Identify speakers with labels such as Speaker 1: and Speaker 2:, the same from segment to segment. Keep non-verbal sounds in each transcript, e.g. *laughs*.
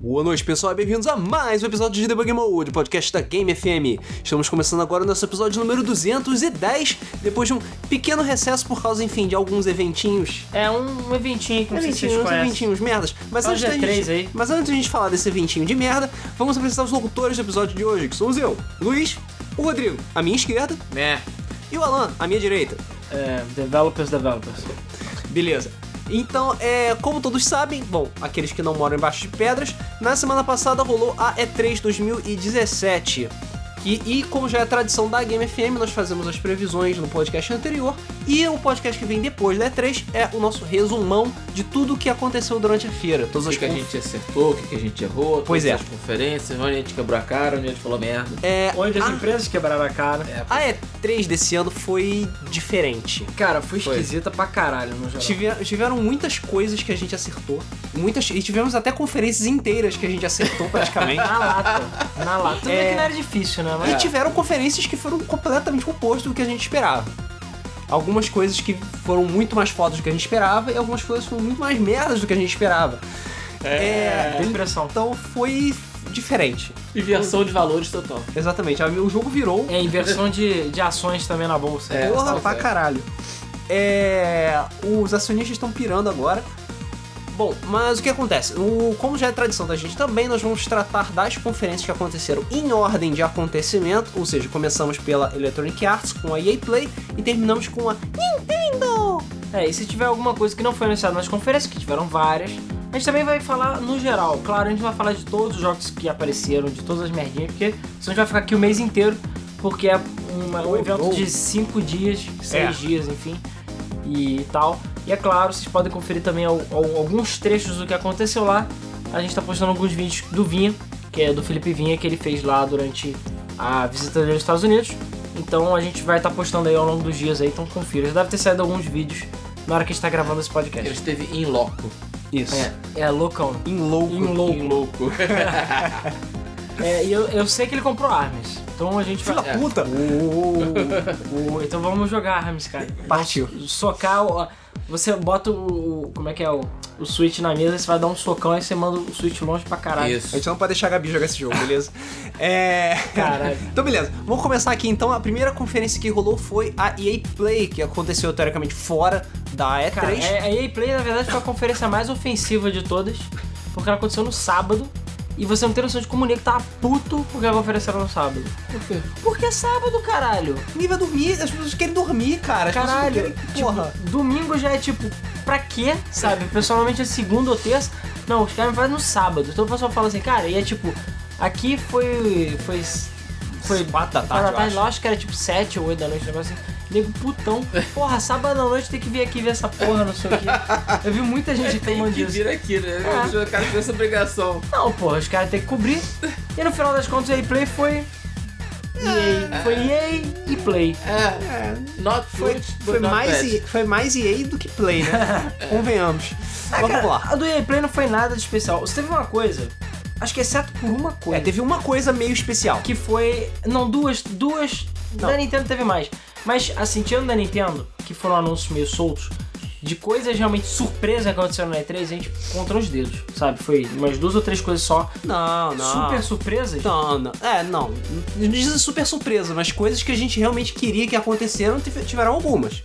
Speaker 1: Boa noite, pessoal, e bem-vindos a mais um episódio de Debug Mode, podcast da Game FM. Estamos começando agora o nosso episódio número 210, depois de um pequeno recesso por causa, enfim, de alguns eventinhos.
Speaker 2: É um eventinho que não sei se vocês
Speaker 1: Eventinhos, uns
Speaker 2: conhecem.
Speaker 1: eventinhos, merdas. Mas
Speaker 2: Olha
Speaker 1: antes,
Speaker 2: o
Speaker 1: da
Speaker 2: G3
Speaker 1: gente,
Speaker 2: aí.
Speaker 1: mas antes de a gente falar desse eventinho de merda, vamos apresentar os locutores do episódio de hoje, que somos eu, Luiz, o Rodrigo, a minha esquerda,
Speaker 2: Né?
Speaker 1: e o Alan, a minha direita.
Speaker 2: É, developers, developers.
Speaker 1: Beleza. Então, é, como todos sabem, bom, aqueles que não moram embaixo de pedras, na semana passada rolou a E3 2017. Que, e como já é tradição da Game FM, nós fazemos as previsões no podcast anterior. E o podcast que vem depois da E3 é o nosso resumão de tudo o que aconteceu durante a feira. Todas
Speaker 3: O
Speaker 1: as
Speaker 3: que, que a
Speaker 1: conf-
Speaker 3: gente acertou, o que, que a gente errou, todas
Speaker 1: Pois é.
Speaker 3: as conferências, onde a gente quebrou a cara, onde a gente falou merda.
Speaker 1: é,
Speaker 2: Onde as
Speaker 1: a-
Speaker 2: empresas quebraram a cara.
Speaker 3: é,
Speaker 1: a E3 desse ano foi diferente.
Speaker 4: Cara, foi
Speaker 3: Foi.
Speaker 4: esquisita pra caralho no geral.
Speaker 1: Tiver- tiveram muitas coisas que a gente acertou. Muitas, e tivemos até conferências inteiras que a gente acertou praticamente.
Speaker 2: Na lata. Na lata. Tudo bem
Speaker 1: É.
Speaker 2: Então, que não era difícil, né?
Speaker 1: E
Speaker 2: Mas
Speaker 1: tiveram conferências que foram completamente o oposto do que a gente esperava. Algumas coisas que foram muito mais fodas do que a gente esperava e algumas coisas foram muito mais merdas do que a gente esperava. É,
Speaker 2: é depressão.
Speaker 1: Então foi diferente.
Speaker 3: Inversão de valores total.
Speaker 1: Exatamente. Aí O jogo virou
Speaker 2: É inversão de, de ações também na bolsa.
Speaker 3: É,
Speaker 1: porra
Speaker 3: salve,
Speaker 1: pra
Speaker 3: é.
Speaker 1: caralho. É, os acionistas estão pirando agora. Bom, mas o que acontece? O, como já é tradição da gente também, nós vamos tratar das conferências que aconteceram em ordem de acontecimento, ou seja, começamos pela Electronic Arts com a EA Play e terminamos com a Nintendo!
Speaker 2: É, e se tiver alguma coisa que não foi anunciada nas conferências, que tiveram várias, a gente também vai falar no geral. Claro, a gente vai falar de todos os jogos que apareceram, de todas as merdinhas, porque senão a gente vai ficar aqui o mês inteiro, porque é uma- um
Speaker 1: Oh,
Speaker 2: evento
Speaker 1: oh.
Speaker 2: de 5 dias, 6
Speaker 1: É.
Speaker 2: dias, enfim, e tal. E é claro, vocês podem conferir também al- al- alguns trechos do que aconteceu lá. A gente tá postando alguns vídeos do Vinha, que é do Felipe Vinha, que ele fez lá durante a visita dele aos Estados Unidos. Então a gente vai estar postando aí ao longo dos dias aí, então confira. Já deve ter saído alguns vídeos na hora que a gente tá gravando esse
Speaker 3: Ele
Speaker 2: podcast.
Speaker 3: esteve em loco.
Speaker 1: Isso.
Speaker 2: É, é loucão.
Speaker 1: Em louco.
Speaker 2: Em louco.
Speaker 3: Em louco.
Speaker 2: É, e eu, eu sei que ele comprou armas. Então a gente vai. Uh,
Speaker 1: Filha da puta!
Speaker 2: Uou, então vamos jogar armas, cara.
Speaker 1: Partiu.
Speaker 2: Socar o. ó, Você bota o. o- Como é que é? O, o switch na mesa, você vai dar um socão e você manda o switch longe pra caralho.
Speaker 1: A
Speaker 3: Isso.
Speaker 1: gente não pode deixar a Gabi jogar esse jogo, beleza? É. *laughs*
Speaker 2: Caralho.
Speaker 1: Então, beleza. Vamos começar aqui então. A primeira conferência que rolou foi a EA Play, que aconteceu teoricamente fora da E3.
Speaker 2: Cara, é- a EA Play, na verdade, foi a conferência mais ofensiva de todas, porque ela aconteceu no sábado. E você não tem noção de como o Nico tava puto porque a conferência era no sábado.
Speaker 3: Por quê?
Speaker 2: Porque é sábado, caralho.
Speaker 1: Ninguém vai dormir, as pessoas querem dormir, cara. As pessoas não
Speaker 2: Caralho.
Speaker 1: querem-
Speaker 2: Tipo,
Speaker 1: porra.
Speaker 2: domingo já é tipo, pra quê? Sabe? Pessoalmente é segunda ou terça. Não, os caras fazem no sábado. Então o pessoal fala assim, cara, e é tipo, aqui foi. Foi. Foi
Speaker 1: Tipo, quatro da
Speaker 2: Quatro
Speaker 1: tarde.
Speaker 2: da
Speaker 1: eu
Speaker 2: tarde,
Speaker 1: acho.
Speaker 2: lá, acho que era tipo 7 ou 8 da noite, um negócio assim. Nego putão. Porra, sábado à noite tem que vir aqui ver essa porra, não sei o quê. Eu vi muita gente reclamando
Speaker 3: Tem que
Speaker 2: disso.
Speaker 3: vir aqui, né?
Speaker 2: É.
Speaker 3: O cara tem essa obrigação.
Speaker 2: Não, porra, os caras têm que cobrir. E no final das contas, a Play foi. EA. Foi EA e Play.
Speaker 3: É. Not
Speaker 1: Foi,
Speaker 3: good, but
Speaker 1: foi,
Speaker 3: not
Speaker 1: mais,
Speaker 3: bad.
Speaker 1: E- foi mais EA do que Play, *laughs* né? Convenhamos. Vamos lá.
Speaker 2: É A do EA Play não foi nada de especial. Você teve uma coisa, acho que exceto por uma
Speaker 1: É,
Speaker 2: coisa,
Speaker 1: teve uma coisa meio especial.
Speaker 2: que foi. Não, duas. Duas. Da Nintendo teve mais. Mas, assim, tirando da Nintendo, que foram anúncios meio soltos, de coisas realmente surpresas que aconteceram na E3, a gente conta os dedos, sabe? Foi umas duas ou três coisas só.
Speaker 1: Não, não.
Speaker 2: Super surpresas.
Speaker 1: Não, não. É, não. Não dizem super surpresa, mas coisas que a gente realmente queria que aconteceram tive- tiveram algumas.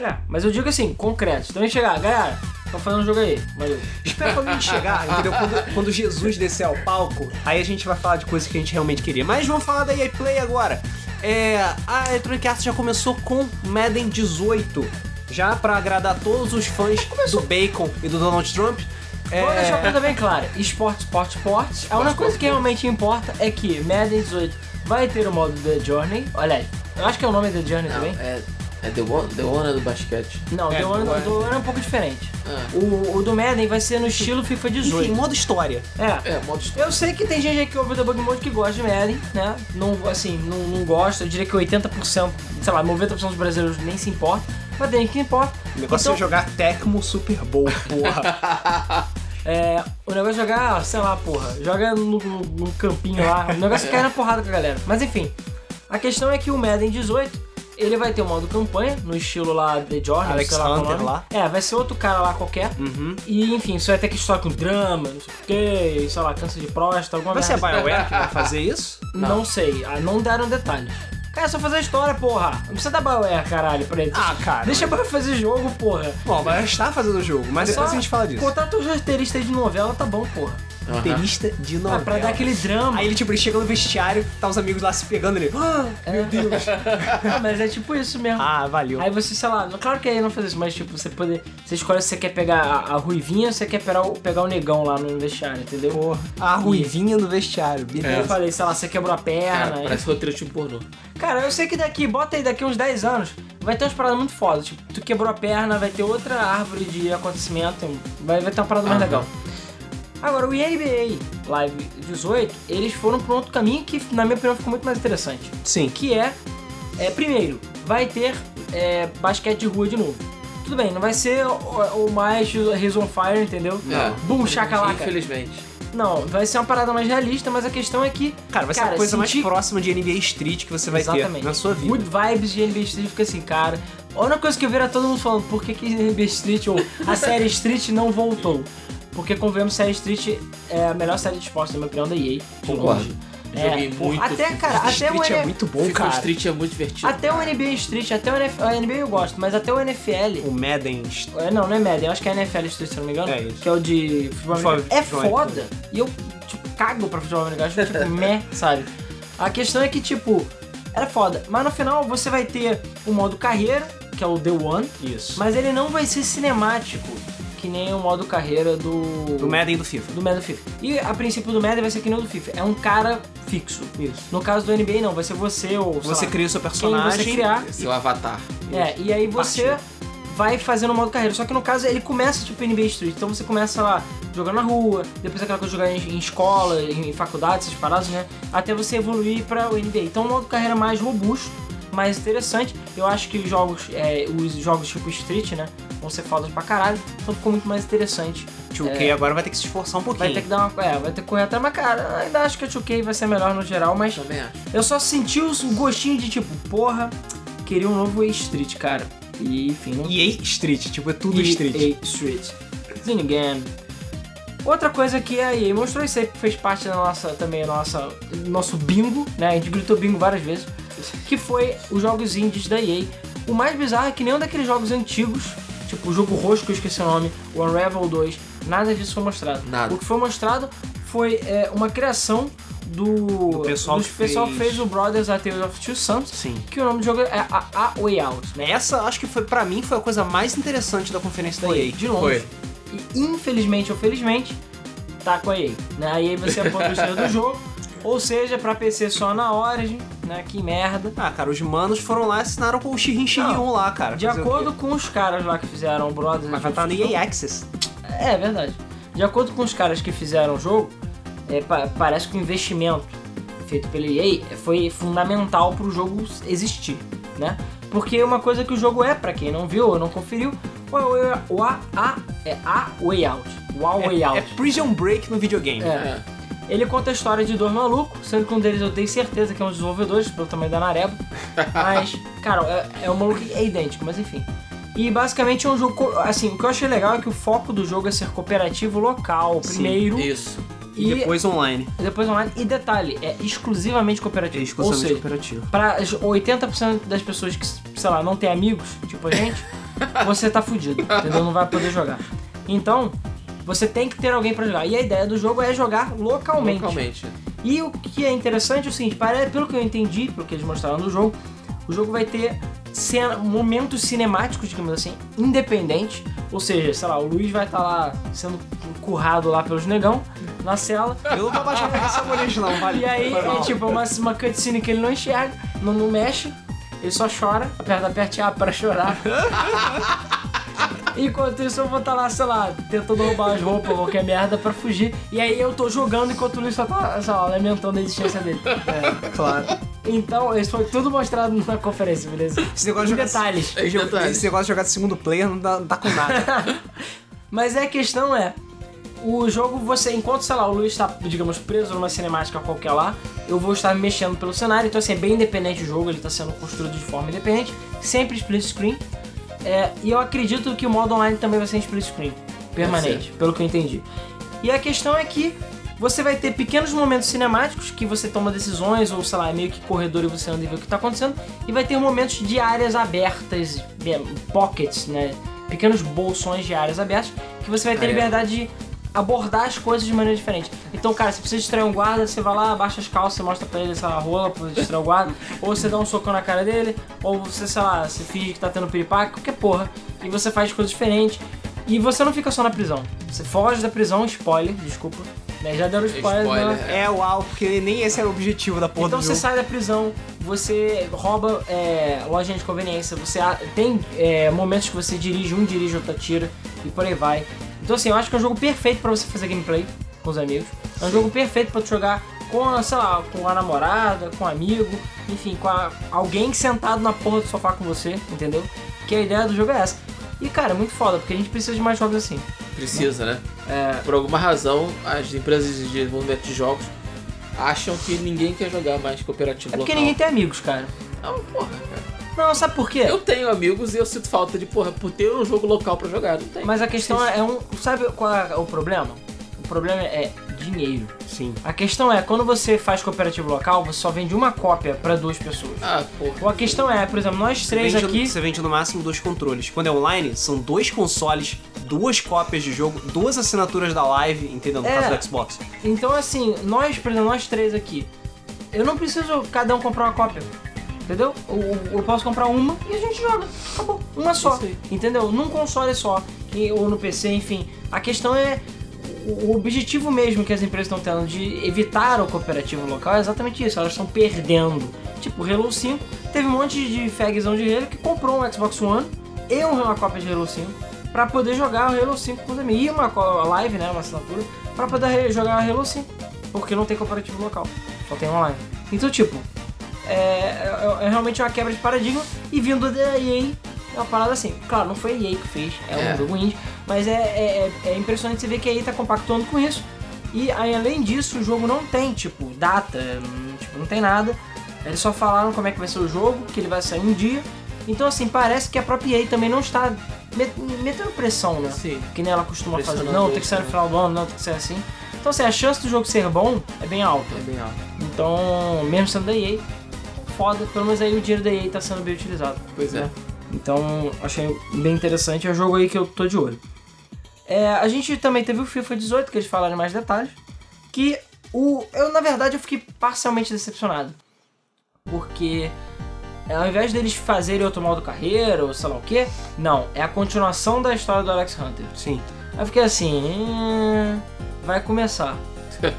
Speaker 2: É, mas eu digo assim, concreto. Então a gente chegar, galera, tô fazendo um jogo aí. Valeu.
Speaker 1: Espera quando a gente chegar, entendeu? Quando, quando Jesus descer ao palco, aí a gente vai falar de coisas que a gente realmente queria. Mas vamos falar da EA Play agora. É, a Electronic Arts já começou com Madden 18. Já pra agradar todos os fãs do Bacon e do Donald Trump. É,
Speaker 2: Vou deixar uma coisa bem clara: esporte, esporte, esporte. A única coisa que realmente importa é que Madden 18 vai ter o modo The Journey. Olha aí, eu acho que é o nome The Journey
Speaker 3: Não,
Speaker 2: também.
Speaker 3: é, é The One, The One é do basquete.
Speaker 2: Não,
Speaker 1: É,
Speaker 2: The One,
Speaker 1: do
Speaker 2: o The One é um pouco diferente.
Speaker 3: Ah,
Speaker 2: O, o do Madden vai ser no estilo FIFA
Speaker 1: enfim,
Speaker 2: 18.
Speaker 1: modo história.
Speaker 2: É.
Speaker 3: é, modo história.
Speaker 2: Eu sei que tem gente aí que ouve o Debug Mode que gosta de Madden, né? Não, assim, não, não gosta. Eu diria que 80%, sei lá, 90% dos brasileiros nem se importa. Mas tem gente que importa.
Speaker 1: O negócio
Speaker 2: Então-
Speaker 1: é jogar Tecmo Super Bowl, porra.
Speaker 2: É, o negócio é jogar, sei lá, porra, joga no, no- no campinho lá. O negócio é cair na porrada com a galera. Mas enfim, a questão é que o Madden 18 Ele vai ter um modo campanha, no estilo lá The Jordan,
Speaker 1: Alex
Speaker 2: sei lá qual é o
Speaker 1: Hunter
Speaker 2: nome.
Speaker 1: lá.
Speaker 2: É, vai ser outro cara lá qualquer.
Speaker 1: *laughs* Uhum.
Speaker 2: E enfim, você vai ter que estourar com drama, não sei o que, sei lá, câncer de próstata, alguma
Speaker 1: Vai ser a
Speaker 2: merda.
Speaker 1: Bioware que vai fazer isso?
Speaker 2: Não. sei, ah, não deram detalhes. Cara, é só fazer a história, porra. Não precisa dar Bioware, caralho, pra ele.
Speaker 1: Ah, cara.
Speaker 2: Deixa a Bioware fazer jogo, porra. É
Speaker 1: Bom, a Bioware está fazendo o jogo, mas depois a gente fala disso.
Speaker 2: Contrata os roteiristas de novela, tá bom, porra.
Speaker 3: Aham.
Speaker 1: Roteirista de
Speaker 2: Ah,
Speaker 1: novela.
Speaker 2: pra dar aquele drama.
Speaker 1: Aí ele, tipo, ele chega no vestiário, tá os amigos lá se pegando, ele... Ah, meu Deus.
Speaker 2: Ah, mas é tipo isso mesmo.
Speaker 1: ah, valeu.
Speaker 2: Aí você, sei lá, não- claro que aí não fazer isso, mas tipo, você poder. Você escolhe se você quer pegar a, a ruivinha ou se você quer pegar o, pegar o negão lá no vestiário, entendeu?
Speaker 1: Porra, a ruivinha no vestiário, beleza.
Speaker 2: Eu falei, sei lá, você quebrou a perna.
Speaker 3: Cara,
Speaker 2: e-
Speaker 3: parece roteiro de um pornô.
Speaker 2: Cara, eu sei que daqui, bota aí daqui uns 10 anos, vai ter umas paradas muito foda. Tipo, tu quebrou a perna, vai ter outra árvore de acontecimento, vai, vai ter uma parada mais
Speaker 3: Aham.
Speaker 2: legal. Agora, o EABA Live 18, eles foram pra um outro caminho que, na minha opinião, ficou muito mais interessante.
Speaker 1: Sim.
Speaker 2: Que é, é primeiro, vai ter é, basquete de rua de novo. Tudo bem, não vai ser o, o mais Rise on Fire, entendeu?
Speaker 1: É.
Speaker 3: Não.
Speaker 2: Boom, chacalaca.
Speaker 3: É. Infelizmente.
Speaker 2: Não, vai ser uma parada mais realista, mas a questão é que
Speaker 1: Cara, vai ser
Speaker 2: Cara,
Speaker 1: a coisa
Speaker 2: senti-
Speaker 1: mais próxima de NBA Street que você vai ter na sua vida.
Speaker 2: Good vibes de NBA Street fica assim, cara. A única coisa que eu vi era todo mundo falando, por que, que NBA Street ou
Speaker 1: *laughs*
Speaker 2: a série Street não voltou? Porque, convenhamos, série Street é a melhor série de esportes, na minha opinião, da EA. de
Speaker 3: Concordo.
Speaker 2: longe.
Speaker 3: Joguei
Speaker 2: pô,
Speaker 3: muito
Speaker 2: É. Até,
Speaker 3: Fifa
Speaker 2: cara, até o,
Speaker 1: Street é
Speaker 2: N-
Speaker 1: muito bom,
Speaker 3: Fifa
Speaker 1: cara.
Speaker 3: Street é muito divertido.
Speaker 2: até o NBA Street, até o NFL, a NBA eu gosto, mas até o NFL...
Speaker 1: O Madden...
Speaker 2: é, Não, não é média, eu acho que é NFL Street, se eu não me engano,
Speaker 1: É isso.
Speaker 2: que é o de futebol
Speaker 1: Futebol-
Speaker 2: americano. É
Speaker 1: futebol
Speaker 2: foda, e eu, tipo, cago pra futebol americano, acho
Speaker 1: *laughs*
Speaker 2: tipo, meh, sabe? A questão é que, tipo, era foda. Mas no final você vai ter o modo carreira, que é o The One,
Speaker 1: Isso.
Speaker 2: mas ele não vai ser cinemático, que nem o modo carreira do.
Speaker 1: Do Madden e do FIFA.
Speaker 2: do Madden FIFA. E a princípio do Madden vai ser que nem o do FIFA. É um cara fixo.
Speaker 1: Isso.
Speaker 2: No caso do NBA, não, vai ser você ou. sei
Speaker 1: Você
Speaker 2: lá,
Speaker 1: cria o seu
Speaker 2: quem
Speaker 1: personagem.
Speaker 2: você criar.
Speaker 3: Seu avatar.
Speaker 2: É, e aí você
Speaker 1: Partiu.
Speaker 2: vai fazendo o modo carreira. Só que no caso ele começa tipo NBA Street. Então você começa lá jogando na rua, depois aquela coisa de jogar em, em escola, em, em faculdade, essas paradas, né? Até você evoluir pra o NBA. Então é um modo carreira mais robusto, mais interessante. Eu acho que os jogos, é, os jogos tipo Street, né? Vão ser fodas pra caralho. Então ficou muito mais interessante.
Speaker 1: 2K agora vai ter que se esforçar um pouquinho.
Speaker 2: Vai ter que dar uma. É, vai ter que correr até uma cara. eu Ainda acho que a 2K vai ser melhor no geral, mas
Speaker 3: Também acho.
Speaker 2: eu só senti o gostinho de tipo, porra, queria um novo Street, cara. E enfim, não
Speaker 1: EA Street, tipo, é tudo
Speaker 2: EA
Speaker 1: Street.
Speaker 2: Street. Zinigame. Outra coisa que a EA mostrou, isso aí fez parte da nossa, também da nossa, do nosso bingo, né? A gente gritou bingo várias vezes. Que foi os jogos indies da EA. O mais bizarro é que nenhum daqueles jogos antigos, tipo o jogo roxo que eu esqueci o nome, o Unravel 2, nada disso foi mostrado.
Speaker 3: Nada.
Speaker 2: O que foi mostrado foi é, uma criação do,
Speaker 1: Do pessoal
Speaker 2: dos
Speaker 1: que
Speaker 2: pessoal
Speaker 1: fez-
Speaker 2: o Brothers A Tale of Two Sons,
Speaker 1: Sim.
Speaker 2: que o nome do jogo é A, a Way Out.
Speaker 1: Essa, acho que foi, pra mim, foi a coisa mais interessante da conferência da
Speaker 2: Foi,
Speaker 1: EA.
Speaker 2: de longe. E infelizmente ou felizmente, tá com a EA. Né? A EA vai ser a
Speaker 1: *laughs*
Speaker 2: produtora do jogo. Ou seja, pra PC só na Origin, né? Que merda.
Speaker 1: Ah, cara, os manos foram lá e assinaram com o Shirin Shirin
Speaker 2: Não,
Speaker 1: 1 lá, cara.
Speaker 2: De
Speaker 1: Fazer o quê?
Speaker 2: acordo com os caras lá que fizeram o Brothers.
Speaker 1: Mas vai estar no EA Access.
Speaker 2: É verdade. De acordo com os caras que fizeram o jogo, é, pa- parece que o investimento feito pela EA foi fundamental pro jogo existir, né? Porque uma coisa que o jogo é, pra quem não viu ou não conferiu, o, o, o a, a, é a Way Out. O A Way Out.
Speaker 1: É Prison Break no videogame.
Speaker 2: É. Ele conta a história de dois malucos, sendo que um deles eu tenho certeza que é um dos desenvolvedores, pelo tamanho
Speaker 1: *laughs*
Speaker 2: da Nareba. Mas, cara, é, é um maluco que é idêntico, mas enfim. E basicamente é um jogo. co- Assim, o que eu achei legal é que o foco do jogo é ser cooperativo local,
Speaker 1: Sim,
Speaker 2: primeiro.
Speaker 3: Isso.
Speaker 1: E
Speaker 2: e
Speaker 1: depois online.
Speaker 2: depois online. E detalhe, é exclusivamente
Speaker 1: É
Speaker 2: cooperativo. Ou
Speaker 1: exclusivamente
Speaker 2: seja,
Speaker 1: cooperativo.
Speaker 2: pra as 80% das pessoas que, sei lá, não tem amigos, tipo
Speaker 1: *laughs*
Speaker 2: a gente, você tá fudido, entendeu? Não vai poder jogar. Então, você tem que ter alguém pra jogar. E a ideia do jogo é jogar localmente.
Speaker 3: Localmente.
Speaker 2: E o que é interessante é o seguinte, pare- pelo que eu entendi, pelo que eles mostraram no jogo, o jogo vai ter cena- momentos cinemáticos, digamos assim, independentes. Ou seja, sei lá, o Luiz vai estar lá sendo currado lá pelos negão na cela.
Speaker 1: Eu não vou baixar pra essa molejo, não, um vale.
Speaker 2: E aí,
Speaker 1: Foi mal.
Speaker 2: é tipo, uma, uma cutscene que ele não enxerga, não, não mexe, ele só chora, aperta, aperte A
Speaker 1: *laughs*
Speaker 2: pra chorar. Enquanto isso, eu vou estar lá, sei lá, tentando roubar as roupas ou qualquer merda pra fugir. E aí eu tô jogando enquanto o Luiz só tá, sei lá, lamentando a existência dele.
Speaker 1: É, claro.
Speaker 2: Então, isso foi tudo mostrado na conferência, beleza?
Speaker 1: *laughs* Esse negócio assim. de
Speaker 2: Em
Speaker 1: jogar-
Speaker 2: detalhes.
Speaker 3: Em detalhes.
Speaker 1: Esse negócio de jogar de segundo player não dá, não dá com nada.
Speaker 2: Mas é, a questão é, o o jogo, você, enquanto, sei lá, o Luiz está, digamos, preso numa cinemática qualquer lá, eu vou estar mexendo pelo cenário, então assim, é bem independente o jogo, ele está sendo construído de forma independente, sempre split screen. É, e eu acredito que o modo online também vai ser em split screen, permanente, pelo que eu entendi. E a questão é que você vai ter pequenos momentos cinemáticos que você toma decisões, ou sei lá, é meio que corredor e você anda e vê o que tá acontecendo, e vai ter momentos de áreas abertas, é, pockets, né? Pequenos bolsões de áreas abertas, que você vai ter
Speaker 3: Ah, é.
Speaker 2: liberdade de abordar as coisas de maneira diferente. Então, cara, se precisa distrair um guarda, você vai lá, abaixa as calças, você mostra pra ele essa rola pra distrair o guarda, ou você dá um socão na cara dele, ou você, sei lá, você finge que tá tendo piripaque, qualquer porra, e você faz coisas diferentes. E você não fica só na prisão. Você foge da prisão, spoiler, desculpa. né, Já deram spoiler.
Speaker 3: Spoiler,
Speaker 2: né?
Speaker 1: É o algo, porque nem esse era o objetivo da porra
Speaker 2: Então
Speaker 1: do
Speaker 2: você
Speaker 1: jogo.
Speaker 2: sai da prisão, você rouba é, lojinha de conveniência, você a- tem é, momentos que você dirige, um dirige, outro atira, e por aí vai. Então assim, eu acho que é um jogo perfeito pra você fazer gameplay com os amigos. É um jogo perfeito pra tu jogar com, a, sei lá, com a namorada, com um amigo, enfim, com a- alguém sentado na porra do sofá com você, entendeu? Que a ideia do jogo é essa. E cara, é muito foda, porque a gente precisa de mais jogos assim.
Speaker 3: Precisa, né? Por alguma razão, as empresas de desenvolvimento de jogos acham que ninguém quer jogar mais cooperativo
Speaker 2: É porque
Speaker 3: local.
Speaker 2: ninguém tem amigos, cara.
Speaker 3: Não, porra, cara.
Speaker 2: Não, sabe por quê?
Speaker 3: Eu tenho amigos e eu sinto falta de, porra, por ter um jogo local pra jogar. Não tem.
Speaker 2: Mas a questão é um. Sabe qual é o problema? O problema é dinheiro.
Speaker 1: Sim.
Speaker 2: A questão é, quando você faz cooperativo local, você só vende uma cópia pra duas pessoas.
Speaker 3: Ah, porra.
Speaker 2: Ou a questão é, por exemplo, nós três
Speaker 1: vende,
Speaker 2: aqui.
Speaker 1: Você vende no máximo dois controles. Quando é online, são dois consoles, duas cópias de jogo, duas assinaturas da live, entendeu? No
Speaker 2: É.
Speaker 1: caso do Xbox.
Speaker 2: Então, assim, nós, por exemplo, nós três aqui, eu não preciso cada um comprar uma cópia. Entendeu? Eu, eu posso comprar uma e a gente joga. Acabou. Uma só.
Speaker 3: Isso aí.
Speaker 2: Entendeu? Num console só. e- ou no PC, enfim. A questão é. O o objetivo mesmo que as empresas estão tendo de evitar o cooperativo local é exatamente isso. Elas estão perdendo. Tipo, o Halo 5. Teve um monte de fagzão de Halo que comprou um Xbox One e um- uma cópia de Halo 5 pra poder jogar o Halo 5 com os amigos. E uma co- live, né? Uma assinatura. Pra poder re- jogar o Halo 5. Porque não tem cooperativo local. Só tem online. Então, tipo, é, é- é realmente uma quebra de paradigma e vindo da EA é uma parada assim. Claro, não foi a EA que fez, é, um
Speaker 3: É.
Speaker 2: jogo indie, mas é, é- é- é impressionante você ver que a EA tá compactuando com isso. E aí, além disso, o jogo não tem, tipo, data, não- tipo, não tem nada. Eles só falaram como é que vai ser o jogo, que ele vai sair um dia. Então, assim, parece que a própria EA também não está met- metendo pressão, né?
Speaker 3: Sim.
Speaker 2: que nem ela costuma fazer.
Speaker 3: Pressionando
Speaker 2: Não, tem
Speaker 3: isso,
Speaker 2: que sair no
Speaker 3: né?
Speaker 2: final do ano, não, tem que ser assim. Então, assim, a chance do jogo ser bom é bem alta.
Speaker 3: É bem alto.
Speaker 2: Então, mesmo sendo da EA, foda, pelo menos aí o dinheiro da EA tá sendo bem utilizado.
Speaker 3: Pois é.
Speaker 2: Então, achei bem interessante, é um jogo aí que eu tô de olho. É, a gente também teve o FIFA 18, que eles falaram em mais detalhes, que o eu na verdade eu fiquei parcialmente decepcionado. Porque é, ao invés deles fazerem outro modo carreira ou sei lá o que, não, é a continuação da história do Alex Hunter.
Speaker 1: Sim.
Speaker 2: Aí eu fiquei assim. "Hum, Vai começar.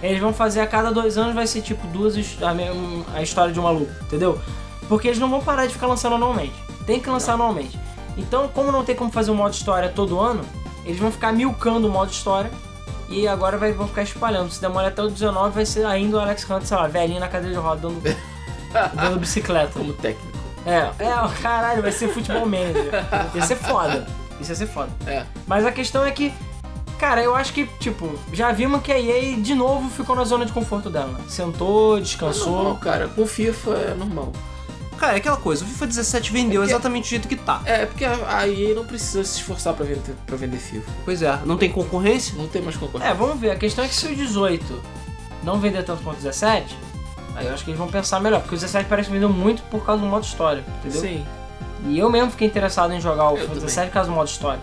Speaker 2: Eles vão fazer a cada dois anos, vai ser tipo duas his- a, me- um- a história de um maluco, entendeu? Porque eles não vão parar de ficar lançando anualmente. Tem que lançar anualmente. Então, como não tem como fazer o modo história todo ano, eles vão ficar milcando o modo história. E agora vai- vão ficar espalhando. Se demora até o 19, vai ser ainda o Alex Hunt, sei lá, velhinho na cadeira de roda dando, dando bicicleta.
Speaker 3: Como técnico.
Speaker 2: É, é, caralho, vai ser futebol manager. Ia ser foda. Isso ia ser foda.
Speaker 3: É.
Speaker 2: Mas a questão é que, cara, eu acho que, tipo, já vimos que a EA de novo ficou na zona de conforto dela. Sentou, descansou.
Speaker 3: É Normal, cara. Com FIFA é normal.
Speaker 1: Cara, é aquela coisa, o FIFA 17 vendeu
Speaker 3: É porque-
Speaker 1: exatamente do jeito que tá.
Speaker 3: É, porque a a EA não precisa se esforçar pra vender, pra vender FIFA.
Speaker 1: Pois é, não tem concorrência?
Speaker 3: Não tem mais concorrência.
Speaker 2: É, vamos ver. A questão é que se o 18 não vender tanto quanto o 17, aí eu acho que eles vão pensar melhor. Porque o 17 parece que vendeu muito por causa do modo história, entendeu?
Speaker 3: Sim.
Speaker 2: E eu mesmo fiquei interessado em jogar o
Speaker 3: Eu
Speaker 2: FIFA
Speaker 3: também.
Speaker 2: 17 por causa do modo história.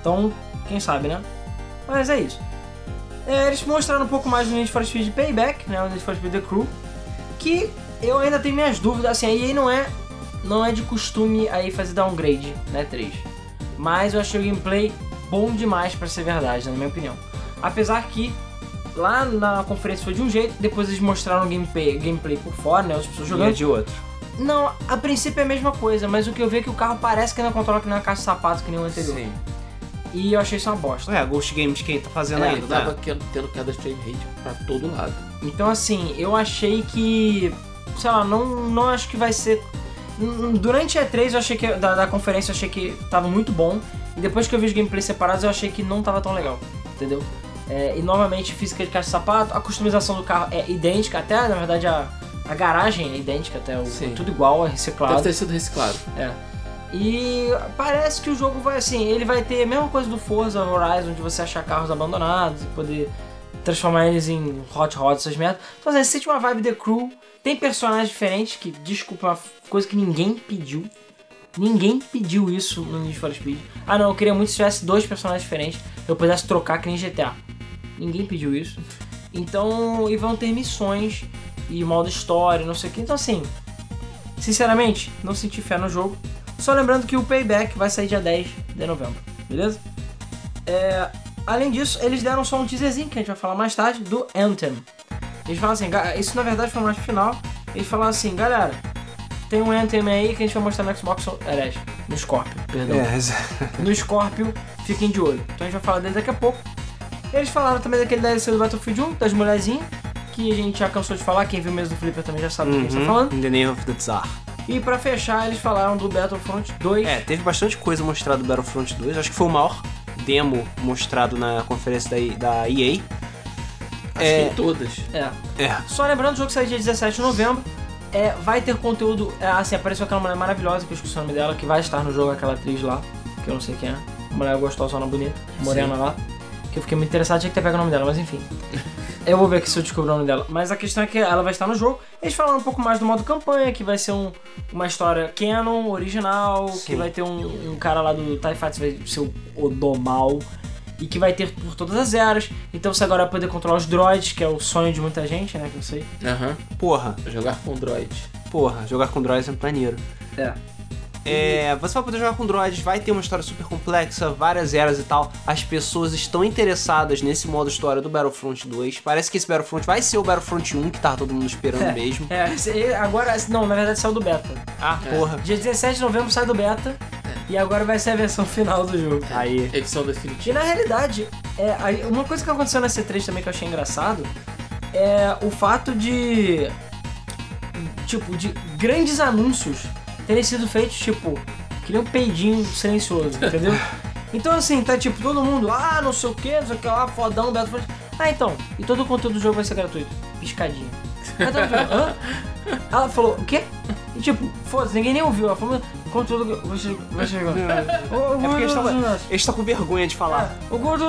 Speaker 2: Então, quem sabe, né? Mas é isso. É, eles mostraram um pouco mais do Need for Speed Payback, né? O Need for Speed The Crew. Que eu ainda tenho minhas dúvidas. Assim, a EA não é, não é de costume aí fazer downgrade, né? 3. Mas eu achei o gameplay bom demais pra ser verdade, né, na minha opinião. Apesar que lá na conferência foi de um jeito, depois eles mostraram o gameplay, gameplay por fora, né? As pessoas jogando.
Speaker 1: E é de outro.
Speaker 2: Não, a princípio é a mesma coisa, mas o que eu vi é que o carro parece que não controla que nem uma caixa de sapato que nem o anterior.
Speaker 3: Sim.
Speaker 2: E eu achei isso uma bosta.
Speaker 1: Ué, Ghost Games quem tá fazendo
Speaker 3: É,
Speaker 1: ainda,
Speaker 3: tava
Speaker 1: né?
Speaker 3: querendo- tendo cada frame rate pra todo lado.
Speaker 2: Então assim, eu achei que. Sei lá, não, não acho que vai ser. Hum, Durante a E3 eu achei que. Da, da conferência eu achei que tava muito bom. E depois que eu vi os gameplays separados, eu achei que não tava tão legal. Entendeu? É, e novamente, física de caixa de sapato, a customização do carro é idêntica, até na verdade a, a garagem é idêntica, até o,
Speaker 3: Sim.
Speaker 2: é tudo igual, é
Speaker 3: Deve
Speaker 2: reciclado.
Speaker 3: ter sido reciclado.
Speaker 2: É. E parece que o jogo vai assim, ele vai ter a mesma coisa do Forza Horizon, de você achar carros abandonados e poder transformar eles em hot rods, essas merdas. Então assim, sente uma vibe The Crew, tem personagens diferentes, que desculpa, é uma coisa que ninguém pediu. Ninguém pediu isso no Need for Speed. Ah não, eu queria muito se tivesse dois personagens diferentes, eu pudesse trocar que nem GTA. Ninguém pediu isso. Então, e vão ter missões e modo história, não sei o que. Então assim, Sinceramente, não senti fé no jogo. Só lembrando que o Payback vai sair dia 10 de novembro, beleza? É, além disso, eles deram só um teaserzinho, que a gente vai falar mais tarde, do Anthem. Eles falam assim, ga- isso na verdade foi mais pro final. Eles falaram assim, galera, tem um Anthem aí que a gente vai mostrar no Xbox, é, aliás, no Scorpio, perdão
Speaker 1: É,
Speaker 2: no Scorpio, fiquem de olho. Então a gente vai falar dele daqui a pouco. Eles falaram também daquele DLC do Battlefield 1, das mulherzinhas, que a gente já cansou de falar, quem viu mesmo do Flipper também já sabe do que a gente tá falando.
Speaker 1: Uhum. The Name of the Tsar.
Speaker 2: E pra fechar, eles falaram do Battlefront 2.
Speaker 1: É, teve bastante coisa mostrada do Battlefront 2. Acho que foi o maior demo mostrado na conferência da, da EA.
Speaker 3: Acho
Speaker 1: É.
Speaker 3: que em todas.
Speaker 2: É.
Speaker 1: É.
Speaker 2: Só lembrando, o jogo sai dia 17 de novembro. É, vai ter conteúdo. é, assim, apareceu aquela mulher maravilhosa, que eu esqueci o nome dela, que vai estar no jogo, aquela atriz lá, que eu não sei quem é. Mulher gostosona, bonita, morena lá. Que eu fiquei muito interessado, tinha que ter pego o nome dela, mas enfim. Eu vou ver aqui se eu descubro o nome dela. Mas a questão é que ela vai estar no jogo. Eles falaram um pouco mais do modo campanha, que vai ser um, uma história canon, original, que
Speaker 1: Sim.
Speaker 2: vai ter um, um cara lá do TIE Fighter, vai ser o Odomal, e que vai ter por todas as eras. Então você agora vai poder controlar os droids, que é o sonho de muita gente, né, que eu sei.
Speaker 3: Aham.
Speaker 1: Porra,
Speaker 3: Jogar com droid.
Speaker 1: porra, jogar com droids é maneiro.
Speaker 2: É.
Speaker 1: É, você vai poder jogar com droids, vai ter uma história super complexa, várias eras e tal. As pessoas estão interessadas nesse modo história do Battlefront 2. Parece que esse Battlefront vai ser o Battlefront 1 que tá todo mundo esperando
Speaker 2: É.
Speaker 1: mesmo.
Speaker 2: É, esse- agora, não, na verdade saiu do beta.
Speaker 1: Ah,
Speaker 3: É.
Speaker 1: porra.
Speaker 2: Dia 17 de novembro sai do beta, e agora vai ser a versão *laughs* final do jogo.
Speaker 1: É. Aí.
Speaker 3: Edição
Speaker 2: E
Speaker 3: definitiva.
Speaker 2: na realidade, é, aí, uma coisa que aconteceu na C3 também que eu achei engraçado é o fato de. Tipo, de grandes anúncios terem sido feitos, tipo, que nem um peidinho silencioso, entendeu? Então assim, tá tipo todo mundo, ah, não sei o que, não sei o que lá, fodão, Battlefront. Ah, então, e todo o conteúdo do jogo vai ser gratuito. Piscadinha. Aí todo mundo, Hã? Ela falou, o quê? E tipo, foda-se, ninguém nem ouviu. Ela falou, conteúdo. Vai chegar. Vai chegar.
Speaker 1: É porque eles tavam- eles estão tá com vergonha de falar.
Speaker 2: O gordo.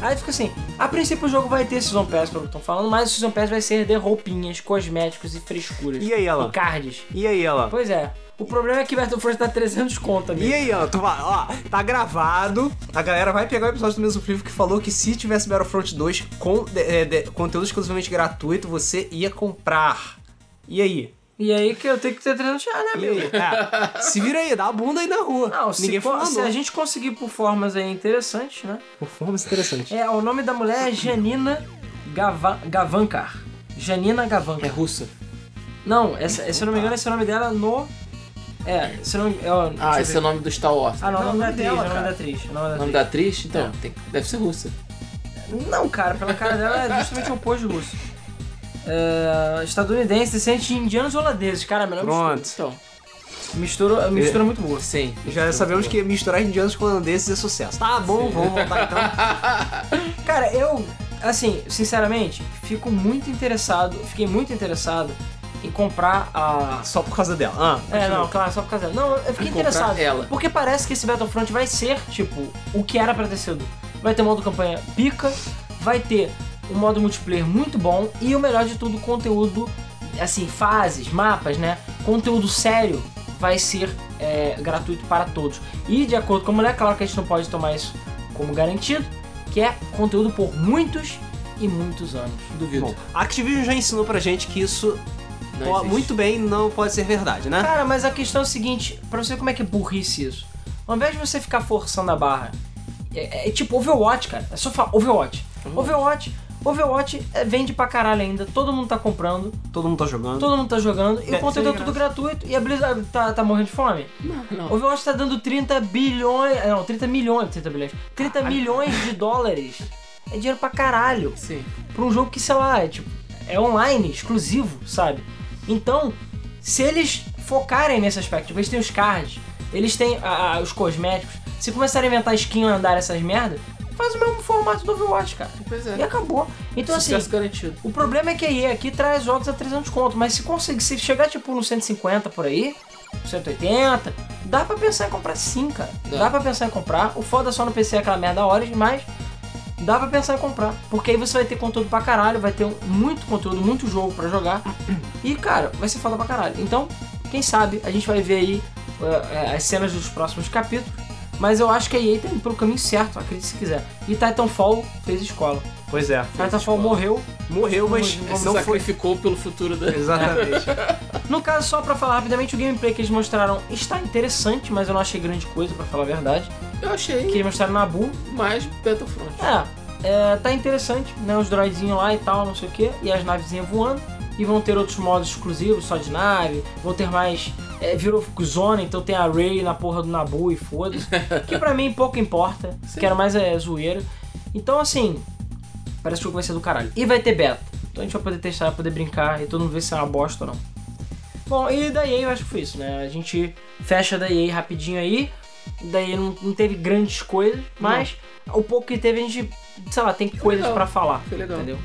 Speaker 2: Aí fica assim: a princípio o jogo vai ter Season Pass, pelo que estão falando, mas o Season Pass vai ser de roupinhas, cosméticos e frescuras.
Speaker 1: E aí, Alan?
Speaker 2: E cards.
Speaker 1: E aí, ela?
Speaker 2: Pois é. O problema é que Battlefront tá 300 conto, amigo.
Speaker 1: E aí, ó, tu vai, ó, tá gravado. A galera vai pegar o episódio do mesmo Flivo que falou que se tivesse Battlefront 2 com de- é, de- conteúdo exclusivamente gratuito, você ia comprar. E aí?
Speaker 2: E aí que eu tenho que ter 300 reais, né,
Speaker 1: E
Speaker 2: amigo?
Speaker 1: aí? É, se vira aí, dá a bunda aí na rua.
Speaker 2: Não, se,
Speaker 1: Ninguém
Speaker 2: co-
Speaker 1: falou.
Speaker 2: se a gente conseguir por formas aí interessantes, né?
Speaker 1: Performance interessante.
Speaker 2: É, o nome da mulher é Janina Gava- Gavankar. Janina
Speaker 3: É
Speaker 2: Gavankar.
Speaker 3: russa.
Speaker 2: Não, essa, se eu não me engano, esse é o nome dela no. É, se eu não. ó, deixa
Speaker 3: Ah,
Speaker 2: eu
Speaker 3: esse
Speaker 2: ver.
Speaker 3: é o nome do Star Wars.
Speaker 2: Ah, não, o nome da atriz,
Speaker 3: dela,
Speaker 2: o nome da
Speaker 3: cara.
Speaker 2: atriz. o nome da
Speaker 3: O nome
Speaker 2: atriz.
Speaker 3: da atriz? Então, tem- deve ser russa.
Speaker 2: Não, cara, pela cara dela é justamente o oposto de russo. É, estadunidense, descendente de indianos e holandeses. Cara, a melhor
Speaker 1: Pronto.
Speaker 3: Então,
Speaker 2: mistura. Mistura, mistura muito boa.
Speaker 3: É. sim.
Speaker 1: Já sabemos que misturar indianos com holandeses é sucesso. Tá bom, vamos voltar então.
Speaker 2: Cara, eu, assim, sinceramente, fico muito interessado, fiquei muito interessado em comprar a...
Speaker 1: Só por causa dela. Ah,
Speaker 2: É, não, claro, só por causa dela. Não, eu fiquei
Speaker 3: Comprar
Speaker 2: interessado.
Speaker 3: ela.
Speaker 2: Porque parece que esse Battlefront vai ser, tipo, o que era pra ter sido. Vai ter modo campanha pica, vai ter um modo multiplayer muito bom e o melhor de tudo, conteúdo, assim, fases, mapas, né? Conteúdo sério vai ser é, gratuito para todos. E de acordo com a mulher, claro que a gente não pode tomar isso como garantido, que é conteúdo por muitos e muitos anos.
Speaker 3: Duvido.
Speaker 1: bom. A Activision já ensinou pra gente que isso
Speaker 3: Não
Speaker 1: po-
Speaker 3: existe.
Speaker 1: muito bem não pode ser verdade, né?
Speaker 2: Cara, mas a questão é o seguinte, pra você como é que é burrice isso? Ao invés de você ficar forçando a barra, é, é tipo Overwatch, cara. É só falar Overwatch. Overwatch, Overwatch é, vende pra caralho ainda, todo mundo tá comprando,
Speaker 1: Todo mundo tá jogando.
Speaker 2: todo mundo tá jogando, e
Speaker 1: É,
Speaker 2: o conteúdo é
Speaker 1: sem
Speaker 2: tudo gratuito, e a Blizzard tá, tá morrendo de fome.
Speaker 3: Não.
Speaker 2: Overwatch tá dando 30 bilhões, é, não, 30 milhões, 30 bilhões, 30 milhões de dólares. É dinheiro pra caralho
Speaker 3: Sim.
Speaker 2: pra um jogo que, sei lá, é, tipo, é online, exclusivo, sabe? Então, se eles focarem nesse aspecto, tipo, eles têm os cards, eles têm ah, ah, os cosméticos, se começarem a inventar skin lendária, essas merdas, faz o mesmo formato do Overwatch, cara.
Speaker 3: Pois
Speaker 2: E
Speaker 3: é.
Speaker 2: acabou. Então, assim,
Speaker 3: Sucesso garantido.
Speaker 2: o problema é que a EA aqui traz jogos a 300 conto, mas se conseguir, se chegar tipo no 150 por aí, 180, dá pra pensar em comprar sim, cara.
Speaker 3: Dá.
Speaker 2: Dá pra pensar em comprar. O foda só no PC é aquela merda Origin, mas dá pra pensar em comprar. Porque aí você vai ter conteúdo pra caralho, vai ter um, muito conteúdo, muito jogo pra jogar. E, cara, vai ser foda pra caralho. Então, quem sabe a gente vai ver aí é, é, as cenas dos próximos capítulos. Mas eu acho que a EA tá indo pelo caminho certo, acredite se quiser. E Titanfall fez escola.
Speaker 1: Pois é.
Speaker 2: Titanfall morreu
Speaker 1: Morreu, mas
Speaker 2: Não,
Speaker 3: Esse
Speaker 1: não foi.
Speaker 3: sacrificou pelo futuro da.
Speaker 1: Exatamente.
Speaker 2: No caso, só pra falar rapidamente, o gameplay que eles mostraram está interessante, mas eu não achei grande coisa, pra falar a verdade.
Speaker 3: Eu
Speaker 2: Que
Speaker 3: achei
Speaker 2: eles mostraram Nabu,
Speaker 3: mais Battlefront.
Speaker 2: é, é, tá interessante, né? Os droidzinhos lá e tal, não sei o que, e as navezinhas voando. E vão ter outros modos exclusivos, só de nave, vão ter mais. É, virou zona, então tem a Ray na porra do Nabu e foda-se. que pra mim pouco importa,
Speaker 3: Sim.
Speaker 2: quero mais é zoeira. Então assim, parece que o jogo vai ser do caralho. E vai ter beta. Então a gente vai poder testar, poder brincar e todo mundo ver se é uma bosta ou não. Bom, e da EA eu acho que foi isso, né? A gente fecha da EA rapidinho aí. Da EA não, não teve grandes coisas, mas o pouco que teve a gente, sei lá, tem coisas
Speaker 3: legal.
Speaker 2: pra falar.
Speaker 3: Foi legal.
Speaker 2: Entendeu?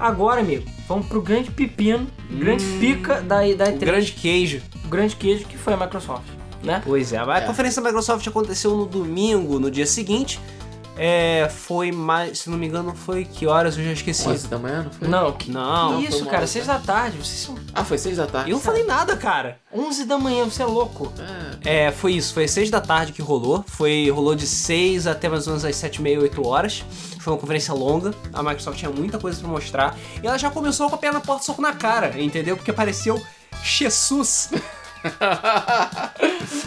Speaker 2: Agora, amigo, vamos pro grande pepino, grande pica da, da
Speaker 1: O
Speaker 2: E3,
Speaker 1: grande queijo.
Speaker 2: o grande queijo que foi a Microsoft, né?
Speaker 1: Pois é, mas a
Speaker 3: É.
Speaker 1: conferência da Microsoft aconteceu no domingo, no dia seguinte. É, foi mais, se não me engano, foi que horas eu já esqueci.
Speaker 3: 11 da manhã, não foi?
Speaker 2: Não, Hum. que
Speaker 1: Não,
Speaker 2: isso,
Speaker 3: foi uma
Speaker 2: cara,
Speaker 3: hora,
Speaker 2: seis
Speaker 3: tá?
Speaker 2: da tarde, vocês são
Speaker 3: Ah, foi 6 da tarde.
Speaker 1: eu não falei nada, cara.
Speaker 2: 11 da manhã, você é louco.
Speaker 3: É,
Speaker 1: É, foi isso, foi às seis da tarde que rolou. Foi rolou de seis até mais ou menos às sete e meia, oito horas. Foi uma conferência longa. A Microsoft tinha muita coisa pra mostrar. E ela já começou com a perna na porta, soco na cara, entendeu? Porque apareceu Jesus,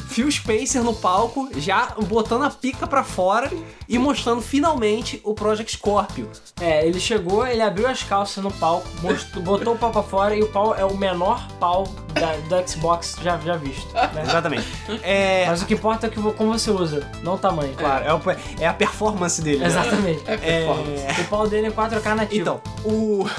Speaker 1: Phil Spencer no palco, já botando a pica pra fora e mostrando finalmente o Project Scorpio.
Speaker 2: É, ele chegou, ele abriu as calças no palco, mostrou- *laughs* botou o pau pra fora e o pau é o menor pau da, do Xbox já, já visto. né?
Speaker 1: Exatamente. É,
Speaker 2: Mas o que importa é que, vo- como você usa, não o tamanho.
Speaker 1: Claro, é, o- é a performance dele. né?
Speaker 2: Exatamente.
Speaker 1: É,
Speaker 2: O pau dele é 4K nativo.
Speaker 1: então, o. *laughs*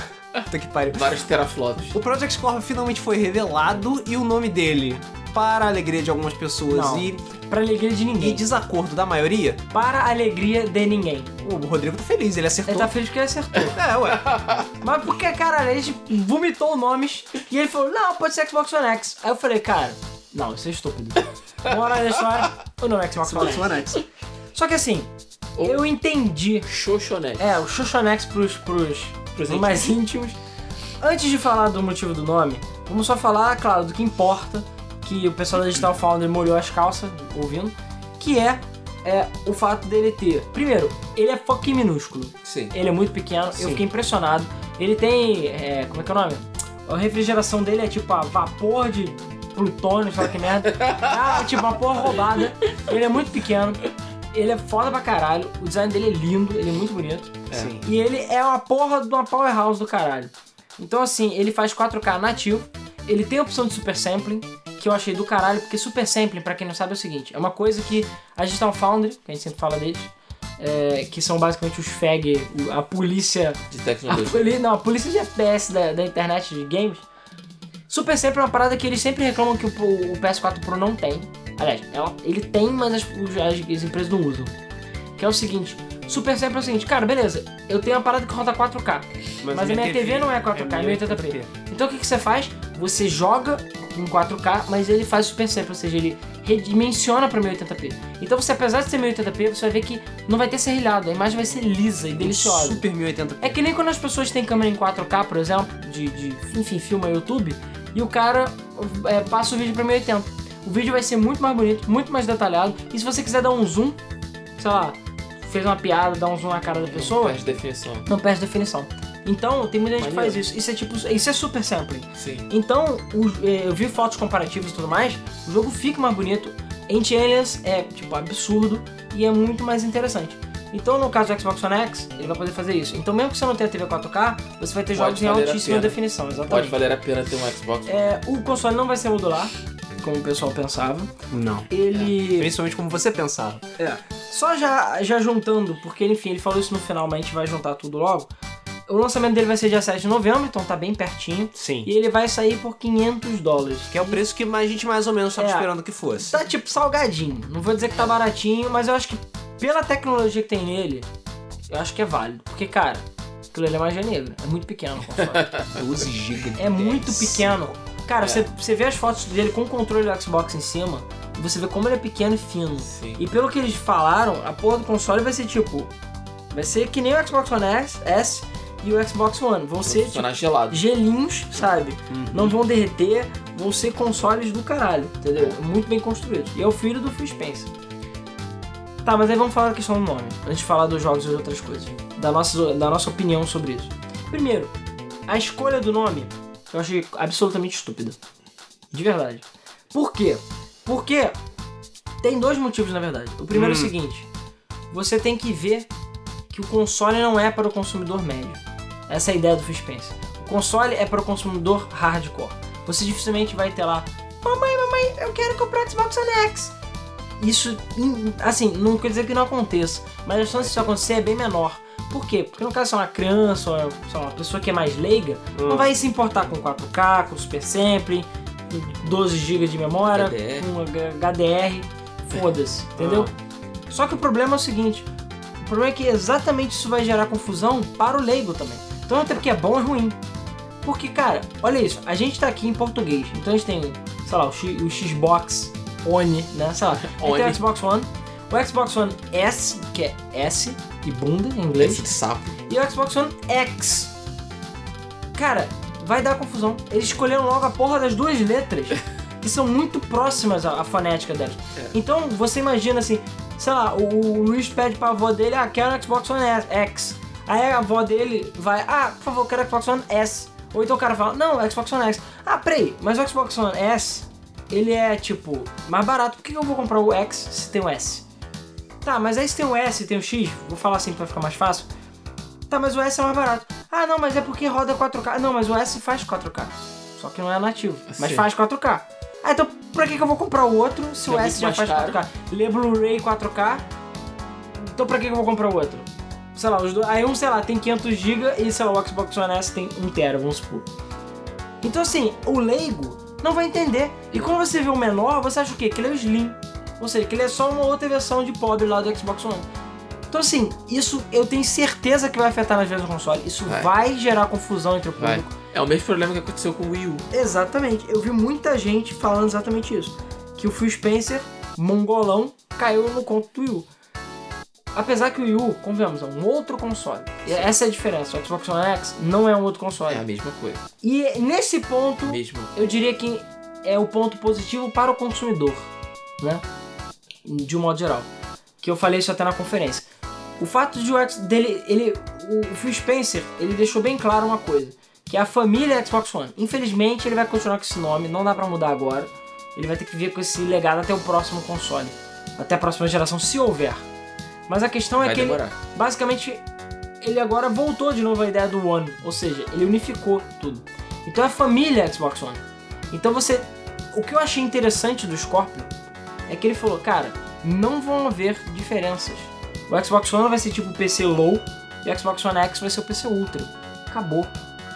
Speaker 1: Puta que pariu.
Speaker 3: *laughs* vários teraflops.
Speaker 1: O Project Scorpio finalmente foi revelado e o nome dele, para a alegria de algumas pessoas
Speaker 2: Não.
Speaker 1: e,
Speaker 2: Pra alegria de
Speaker 1: e
Speaker 2: ninguém.
Speaker 1: desacordo da maioria,
Speaker 2: Para a alegria de ninguém.
Speaker 1: o Rodrigo tá feliz, ele acertou.
Speaker 2: Ele tá feliz porque ele acertou.
Speaker 1: É,
Speaker 2: *laughs*
Speaker 1: ué.
Speaker 2: Mas porque, cara, ele vomitou nomes e ele falou, não, pode ser Xbox One X. Aí eu falei, cara, não, isso é estúpido. Moral da história, o nome é Xbox
Speaker 1: Xbox
Speaker 2: One X.
Speaker 1: One X. é.
Speaker 2: Só que assim,
Speaker 3: Ou-
Speaker 2: eu entendi
Speaker 3: Xoxonete.
Speaker 2: É, o Xoxonex pros, pros, pros
Speaker 3: Pros
Speaker 2: mais íntimos. Antes de falar do motivo do nome, vamos só falar, claro, do que importa, que o pessoal da Digital Foundry molhou as calças, ouvindo, que é, é o fato dele ter... Primeiro, ele é fucking minúsculo.
Speaker 3: Sim.
Speaker 2: Ele é muito pequeno, eu
Speaker 1: Sim.
Speaker 2: fiquei impressionado. Ele tem... é, como é que é o nome? A refrigeração dele é tipo a vapor de plutônio, sei lá que merda. Ah, é tipo vapor roubada. Ele é muito pequeno. Ele é foda pra caralho. O design dele é lindo, ele é muito bonito.
Speaker 1: Sim.
Speaker 2: E ele é uma porra de uma powerhouse do caralho. Então, assim, ele faz 4K nativo. Ele tem a opção de super sampling, que eu achei do caralho, porque super sampling, pra quem não sabe, é o seguinte: é uma coisa que a Digital Foundry, que a gente sempre fala deles, é, que são basicamente os FEG, o- a polícia.
Speaker 3: De
Speaker 2: A
Speaker 3: tecnologia.
Speaker 2: poli, não, a polícia de FPS da, da internet de games. Super sampling é uma parada que eles sempre reclamam que o, o PS4 Pro não tem. Aliás, ela- ele tem, mas as, os- as- as empresas não usam. Que é o seguinte: Super Sampling é o seguinte, cara, beleza, eu tenho uma parada que roda 4K. Mas, a minha TV, não é 4K, é 1080p. Então o que, que você faz? Você joga em 4K, mas ele faz Super Sampling, ou seja, ele redimensiona pra 1080p. Então você, apesar de ser 1080p, você vai ver que não vai ter serrilhado, a imagem vai ser lisa e deliciosa.
Speaker 1: Super 1080p.
Speaker 2: É que nem quando as pessoas têm câmera em 4K, por exemplo, de, de enfim, filma YouTube, e o cara é, passa o vídeo pra 1080. O vídeo vai ser muito mais bonito, muito mais detalhado, e se você quiser dar um zoom, sei lá, fez uma piada, dá um zoom na cara da pessoa,
Speaker 3: Faz definição.
Speaker 2: não perde definição. Então, tem muita gente que
Speaker 3: Maneiro.
Speaker 2: faz isso. Isso é tipo, isso é super sampling.
Speaker 3: Sim.
Speaker 2: Então, o- eh, eu vi fotos comparativas e tudo mais, o jogo fica mais bonito, Anti-Aliens é, tipo, absurdo e é muito mais interessante. Então, no caso do Xbox One X, ele vai poder fazer isso. Então, mesmo que você não tenha TV 4K, você vai ter
Speaker 3: Pode
Speaker 2: jogos em
Speaker 3: valer a
Speaker 2: altíssima
Speaker 3: pena.
Speaker 2: definição,
Speaker 3: Pode
Speaker 2: exatamente.
Speaker 3: valer a pena ter um Xbox.
Speaker 2: É, o console não vai ser modular, como o pessoal pensava.
Speaker 1: Não.
Speaker 3: É,
Speaker 2: Ele...
Speaker 1: Principalmente como você pensava.
Speaker 2: Só já, já juntando, porque enfim, ele falou isso no final, mas a gente vai juntar tudo logo. O lançamento dele vai ser dia 7 de novembro, então tá bem pertinho.
Speaker 1: Sim.
Speaker 2: E ele vai sair por 500 dólares.
Speaker 1: Que é o preço que a gente mais ou menos estava
Speaker 2: É.
Speaker 1: esperando que fosse.
Speaker 2: Tá tipo salgadinho. Não vou dizer que tá baratinho, mas eu acho que pela tecnologia que tem nele, eu acho que é válido. Porque, cara, aquilo ali é magia negra. É muito pequeno o console.
Speaker 1: 12 GB. de
Speaker 2: É muito
Speaker 1: 10.
Speaker 2: pequeno. Cara,
Speaker 3: É.
Speaker 2: você, você vê as fotos dele com o controle do Xbox em cima, e você vê como ele é pequeno e fino.
Speaker 3: Sim.
Speaker 2: E pelo que eles falaram, a porra do console vai ser tipo. Vai ser que nem o Xbox One S, S e o Xbox One. Vão ser tipo,
Speaker 3: Funcionar gelado.
Speaker 2: gelinhos, sabe?
Speaker 1: Uhum.
Speaker 2: Não vão derreter, vão ser consoles do caralho, entendeu? Muito bem construídos. E é o filho do Phil Spencer. Tá, mas aí vamos falar da questão do nome, antes de falar dos jogos e das outras coisas. Da nossa, da nossa opinião sobre isso. Primeiro, a escolha do nome eu achei absolutamente estúpida. De verdade. Por quê? Porque tem dois motivos, na verdade. O primeiro é o
Speaker 1: Hum.
Speaker 2: seguinte: você tem que ver que o console não é para o consumidor médio. Essa é a ideia do Phil Spencer. O console é para o consumidor hardcore. Você dificilmente vai ter lá, mamãe, mamãe, eu quero comprar Xbox One X. Isso, in- assim, não quer dizer que não aconteça, mas a chance disso acontecer é bem menor. Por quê? Porque no caso, se é uma criança ou sei lá, uma pessoa que é mais leiga,
Speaker 1: Hum.
Speaker 2: não vai se importar com 4K, com Super Sempre, com 12 GB de memória,
Speaker 3: HDR.
Speaker 2: com H- HDR, foda-se, entendeu? Só que o problema é o seguinte, o problema é que exatamente isso vai gerar confusão para o leigo também. Então até porque é bom e ruim. Porque, cara, olha isso, a gente tá aqui em português, então a gente tem, sei lá, o, X, o Xbox One, né, sei lá, aí tem
Speaker 3: One.
Speaker 2: o Xbox One, o Xbox One S, que é S e bunda em inglês,
Speaker 3: Esse de sapo.
Speaker 2: e o Xbox One X. Cara, vai dar confusão. Eles escolheram logo a porra das duas letras, que são muito próximas à, à fonética delas.
Speaker 3: É.
Speaker 2: Então, você imagina assim, sei lá, o, o Luiz pede pra avó dele, ah, quero o Xbox One S- X. Aí a avó dele vai, ah, por favor, quero o Xbox One S. Ou então o cara fala, não, Xbox One X. Ah, peraí, mas o Xbox One S, ele é, tipo, mais barato. Por que que eu vou comprar o X se tem o S? Tá, mas aí se tem o S e tem o X, vou falar assim pra ficar mais fácil. Tá, mas o S é mais barato. Ah, não, mas é porque roda 4K. Não, mas o S faz 4K. Só que não é nativo, mas
Speaker 3: Sim.
Speaker 2: faz 4K. Ah, então pra que, que eu vou comprar o outro se
Speaker 3: É
Speaker 2: o
Speaker 3: muito
Speaker 2: S já
Speaker 3: mais
Speaker 2: faz
Speaker 3: caro.
Speaker 2: 4K? Lê Blu-ray 4K. Então pra que, que eu vou comprar o outro? Sei lá, os dois. Aí um, sei lá, tem 500GB e sei lá, o Xbox One S tem 1 tera, vamos supor. Então assim, o leigo não vai entender. E quando você vê o menor, você acha o quê? Que ele é o Slim. Ou seja, que ele é só uma outra versão de pobre lá do Xbox One. Então assim, isso eu tenho certeza que vai afetar nas vendas do console. Isso vai,
Speaker 3: Vai.
Speaker 2: gerar confusão entre o
Speaker 3: Vai.
Speaker 2: público.
Speaker 3: É o mesmo problema que aconteceu com o Wii U.
Speaker 2: Exatamente. Eu vi muita gente falando exatamente isso. Que o Phil Spencer, mongolão, caiu no conto do Wii U. Apesar que o Wii U, convenhamos, é um outro console. E essa é a diferença. O Xbox One X não é um outro console.
Speaker 3: É a mesma coisa.
Speaker 2: E nesse ponto,
Speaker 3: Mesmo.
Speaker 2: eu diria que é o ponto positivo para o consumidor, né? De um modo geral. Que eu falei isso até na conferência. O fato de o X dele, ele, o Phil Spencer, ele deixou bem claro uma coisa, que é a família Xbox One. Infelizmente, ele vai continuar com esse nome, não dá pra mudar agora. Ele vai ter que vir com esse legado até o próximo console, até a próxima geração, se houver. Mas a questão é
Speaker 3: Vai
Speaker 2: que ele,
Speaker 3: demorar.
Speaker 2: basicamente ele agora voltou de novo à ideia do One, ou seja, ele unificou tudo. Então é a família Xbox One. Então você, o que eu achei interessante do Scorpio é que ele falou, cara, não vão haver diferenças. O Xbox One vai ser tipo o PC low e o Xbox One X vai ser o PC ultra. Acabou.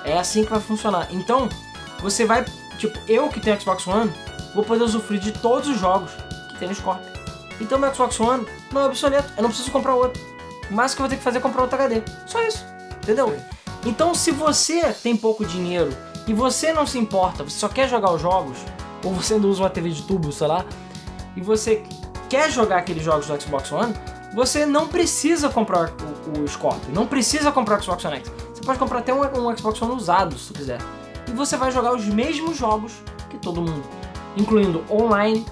Speaker 2: É assim que vai funcionar. Então você vai, tipo, eu que tenho Xbox One vou poder usufruir de todos os jogos que tem no Scorpio. Então meu Xbox One não é obsoleto, eu não preciso comprar outro. Mas o que eu vou ter que fazer é comprar outro HD. Só isso. Entendeu? Então, se você tem pouco dinheiro e você não se importa, você só quer jogar os jogos, ou você ainda usa uma TV de tubo, sei lá, e você quer jogar aqueles jogos do Xbox One, você não precisa comprar o, o Scorpio, não precisa comprar o Xbox One X. Você pode comprar até um, um Xbox One usado, se quiser. E você vai jogar os mesmos jogos que todo mundo, incluindo online,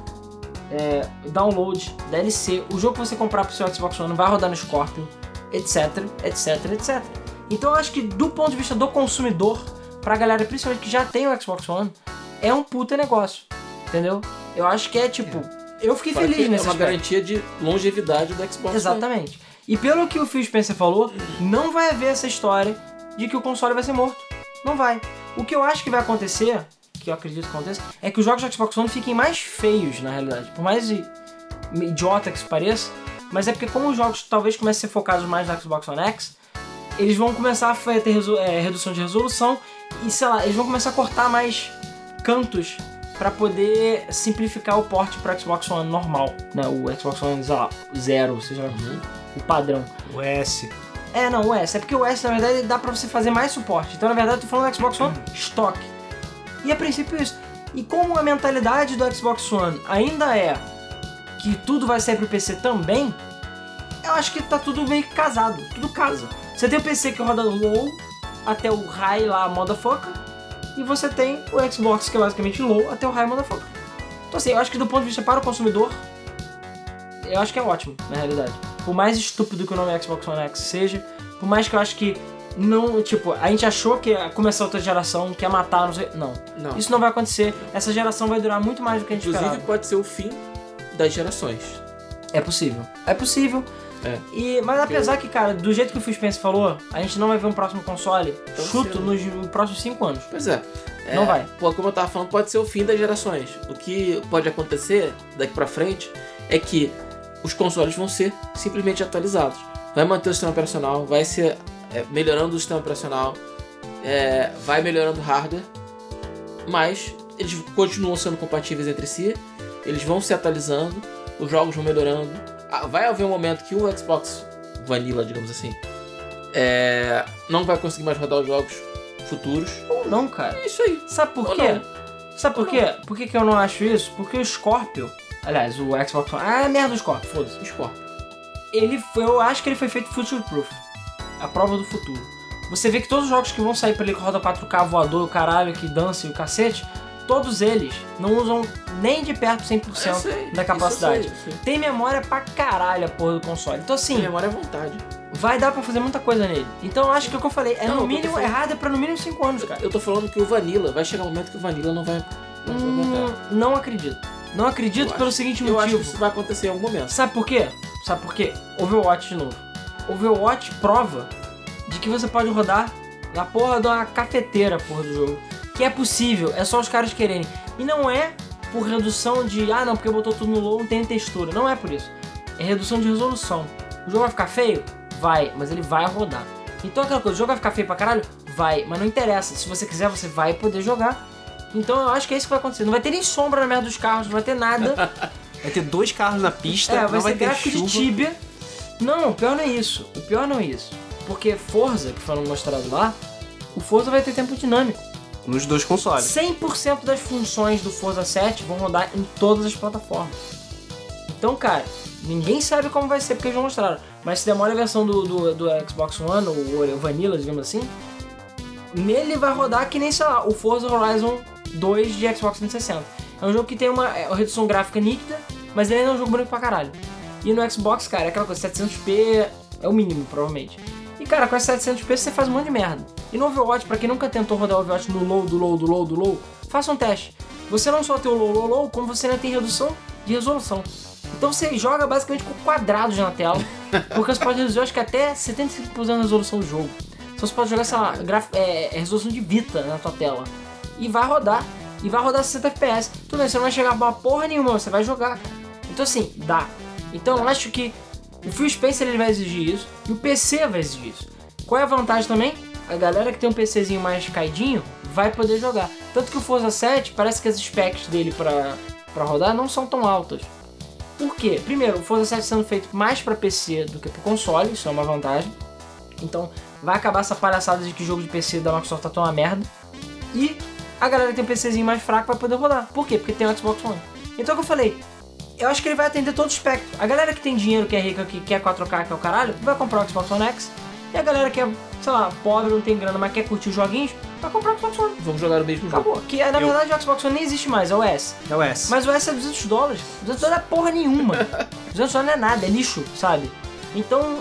Speaker 2: é, download, DLC, o jogo que você comprar pro seu Xbox One vai rodar no Scorpio, etc, etc, etc. Então eu acho que do ponto de vista do consumidor, pra galera principalmente que já tem o Xbox One, é um puta negócio, entendeu? Eu acho que é tipo, eu fiquei
Speaker 3: Fora
Speaker 2: feliz
Speaker 3: que É
Speaker 2: nesse
Speaker 3: uma
Speaker 2: aspecto.
Speaker 3: garantia de longevidade do Xbox. né? One.
Speaker 2: Exatamente. E pelo que o Phil Spencer falou, não vai haver essa história de que o console vai ser morto. Não vai. O que eu acho que vai acontecer, que eu acredito que aconteça, é que os jogos do Xbox One fiquem mais feios, na realidade. Por mais i- idiota que isso pareça, mas é porque como os jogos talvez comecem a ser focados mais no Xbox One X, eles vão começar a fe- ter resu- é, redução de resolução e, sei lá, eles vão começar a cortar mais cantos para poder simplificar o porte para Xbox One
Speaker 3: Uhum.
Speaker 2: normal, né? O Xbox One, sei lá, zero, ou seja, o padrão.
Speaker 1: O S.
Speaker 2: É, não, o S. É porque o S, na verdade, dá pra você fazer mais suporte. Então, na verdade, eu tô falando do Xbox One estoque. E a princípio é isso. E como a mentalidade do Xbox One ainda é que tudo vai sair pro PC também, eu acho que tá tudo meio que casado. Tudo casa. Você tem o PC que roda low até o high lá, motherfucker. E você tem o Xbox que é basicamente low até o high, motherfucker. Então, assim, eu acho que do ponto de vista para o consumidor, eu acho que é ótimo, na realidade. Por mais estúpido que o nome Xbox One X seja, por mais que eu acho que não, tipo, a gente achou que ia começar outra geração, que ia matar, não sei. Não.
Speaker 3: Não.
Speaker 2: Isso é não vai acontecer. Essa geração vai durar muito mais do que a gente
Speaker 3: Inclusive,
Speaker 2: esperava.
Speaker 3: pode ser o fim das gerações.
Speaker 2: É possível. É possível.
Speaker 3: É.
Speaker 2: E, mas apesar que, cara, do jeito que o Phil Spencer falou, a gente não vai ver um próximo console,
Speaker 3: Tão
Speaker 2: chuto,
Speaker 3: cedo.
Speaker 2: nos, próximos 5 anos.
Speaker 3: Pois é. Então, É,
Speaker 2: Não vai.
Speaker 3: Pô, como eu tava falando, pode ser o fim das gerações. O que pode acontecer daqui pra frente é que os consoles vão ser simplesmente atualizados. Vai manter o sistema operacional, vai ser é, melhorando o sistema operacional, é, vai melhorando o hardware, mas eles continuam sendo compatíveis entre si, eles vão se atualizando, os jogos vão melhorando. Ah, Vai haver um momento que o Xbox Vanilla, digamos assim, é, não vai conseguir mais rodar os jogos futuros.
Speaker 2: Ou não, cara.
Speaker 3: É isso aí.
Speaker 2: Sabe por
Speaker 3: Ou
Speaker 2: quê? Sabe por
Speaker 3: Ou
Speaker 2: quê? Por que, que eu não acho isso? Porque o Scorpio, aliás, o Xbox One. Ah, merda, o Scorpio, foda-se.
Speaker 3: Scorpio.
Speaker 2: ele foi- eu acho que ele foi feito future proof. A prova do futuro. Você vê que todos os jogos que vão sair pra ele que roda 4K voador, caralho, que dança e o cacete, todos eles não usam nem de perto
Speaker 3: É
Speaker 2: 100% é da capacidade. Tem memória pra caralho a porra do console. Então
Speaker 3: Sim.
Speaker 2: assim,
Speaker 3: Memória à vontade.
Speaker 2: vai dar pra fazer muita coisa nele. Então eu acho que é o que eu falei, é
Speaker 3: Não,
Speaker 2: no
Speaker 3: eu tô
Speaker 2: mínimo
Speaker 3: falando-
Speaker 2: errado é pra no mínimo 5 anos, cara.
Speaker 3: Eu tô falando que o Vanilla, vai chegar um momento que o Vanilla não vai, não vai aguentar.
Speaker 2: Hum, não acredito. Não acredito
Speaker 3: Eu acho-
Speaker 2: pelo seguinte
Speaker 3: Eu acho
Speaker 2: motivo.
Speaker 3: que isso vai acontecer em algum momento.
Speaker 2: Sabe por quê? Sabe por quê? Overwatch de novo. Overwatch prova de que você pode rodar na porra de uma cafeteira, porra do jogo. Que é possível, é só os caras quererem. E não é por redução de, ah não, porque botou tudo no low, não tem textura. Não é por isso. É redução de resolução. O jogo vai ficar feio? Vai, mas ele vai rodar. Então aquela coisa, o jogo vai ficar feio pra caralho? Vai, mas não interessa. Se você quiser, você vai poder jogar. Então eu acho que é isso que vai acontecer. Não vai ter nem sombra na merda dos carros, não vai ter nada.
Speaker 1: Vai ter dois carros na pista,
Speaker 2: É, vai
Speaker 1: não
Speaker 2: ser
Speaker 1: vai ter
Speaker 2: gráfico de
Speaker 1: chuva.
Speaker 2: tíbia. Não, o pior não é isso. O pior não é isso. Porque Forza, que foram mostrado lá, o Forza vai ter tempo dinâmico.
Speaker 1: Nos dois consoles.
Speaker 2: 100% das funções do Forza 7 vão rodar em todas as plataformas. Então, cara, ninguém sabe como vai ser porque eles não mostraram. Mas se demora a versão do, do, do Xbox One, ou o Vanilla, digamos assim, nele vai rodar que nem, sei lá, o Forza Horizon 2 de Xbox 360. É um jogo que tem uma é, uma redução gráfica nítida, mas ele ainda é um jogo bonito pra caralho. E no Xbox, cara, é aquela coisa, 700p é o mínimo, provavelmente. E, cara, com esse 700p você faz um monte de merda. E no Overwatch, pra quem nunca tentou rodar Overwatch no low, do low, do low, do low, faça um teste. Você não só tem o low, low, low, como você ainda tem redução de resolução. Então você joga basicamente com quadrados na tela, porque você pode reduzir, eu acho que até 75% da resolução do jogo. Então você pode jogar, sei lá, graf- é, é resolução de Vita na tua tela. E vai rodar. E vai rodar 60 FPS. Tudo bem, você não vai chegar pra porra nenhuma, você vai jogar, cara. Então assim, dá. Então eu acho que o Phil Spencer ele vai exigir isso. E o PC vai exigir isso. Qual é a vantagem também? A galera que tem um PCzinho mais caidinho vai poder jogar. Tanto que o Forza 7 parece que as specs dele pra, pra rodar não são tão altas. Por quê? Primeiro, o Forza 7 sendo feito mais pra PC do que pro console, isso é uma vantagem. Então vai acabar essa palhaçada de que jogo de PC da Microsoft tá tão uma merda. E a galera que tem um PCzinho mais fraco vai poder rodar. Por quê? Porque tem o Xbox One. Então é o que eu falei, eu acho que ele vai atender todo o espectro. A galera que tem dinheiro, que é rica, que quer 4K, que é o caralho, vai comprar o Xbox One X. E a galera que é, sei lá, pobre, não tem grana, mas quer curtir os joguinhos, vai comprar o Xbox One.
Speaker 3: Vamos jogar o mesmo jogo.
Speaker 2: Acabou. Que na
Speaker 1: Eu-
Speaker 2: verdade o Xbox One nem existe mais, é o S.
Speaker 1: É o S.
Speaker 2: Mas o S é 200 dólares. 200 dólares é porra
Speaker 3: *laughs*
Speaker 2: nenhuma. 200 dólares não é nada, é lixo, sabe? Então,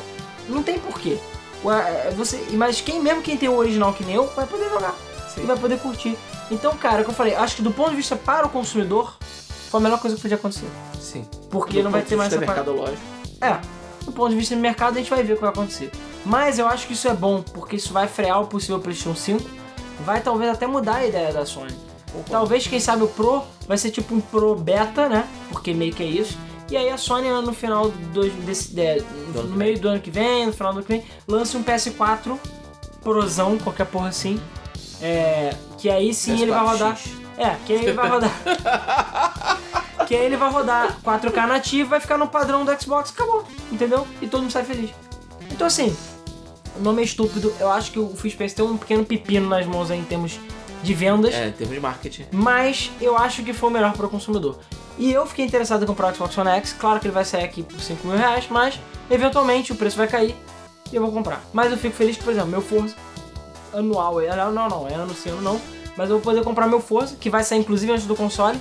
Speaker 2: não tem porquê. Ué, é, Você, mas quem mesmo quem tem o original que nem eu, vai poder jogar. E
Speaker 3: Sim.
Speaker 2: vai poder curtir. Então, cara, é o que eu falei, acho que do ponto de vista para o consumidor, foi a melhor coisa que podia acontecer.
Speaker 3: Sim.
Speaker 2: Porque não vai ter mais essa parada.
Speaker 3: mercado lógico.
Speaker 2: É, do ponto de vista do mercado, a gente vai ver o que vai acontecer. Mas eu acho que isso é bom, porque isso vai frear o possível PlayStation 5. Vai talvez até mudar a ideia da Sony. Talvez, quem sabe, o Pro vai ser tipo um Pro Beta, né? Porque meio que é isso. E aí a Sony né, no final do, desse, é,
Speaker 3: Do ano
Speaker 2: no
Speaker 3: que
Speaker 2: meio do ano que vem, no final do ano que vem, lança um PS4 Prozão, qualquer porra assim. É, que aí sim ele vai
Speaker 3: PS4X.
Speaker 2: rodar. É, que aí ele vai rodar. que aí ele vai rodar 4K nativo, vai ficar no padrão do Xbox, acabou, entendeu? E todo mundo sai feliz. Então assim, o nome é estúpido. Eu acho que o Phil Spencer tem um pequeno pepino nas mãos aí em termos de vendas.
Speaker 3: É, em termos de marketing.
Speaker 2: Mas eu acho que foi o melhor para o consumidor. E eu fiquei interessado em comprar o Xbox One X. Claro que ele vai sair aqui por 5 mil reais, mas eventualmente o preço vai cair e eu vou comprar. Mas eu fico feliz que, por exemplo, meu Forza anual, é- não, não, não, é ano sim, ano não. Mas eu vou poder comprar meu Forza, que vai sair inclusive antes do console,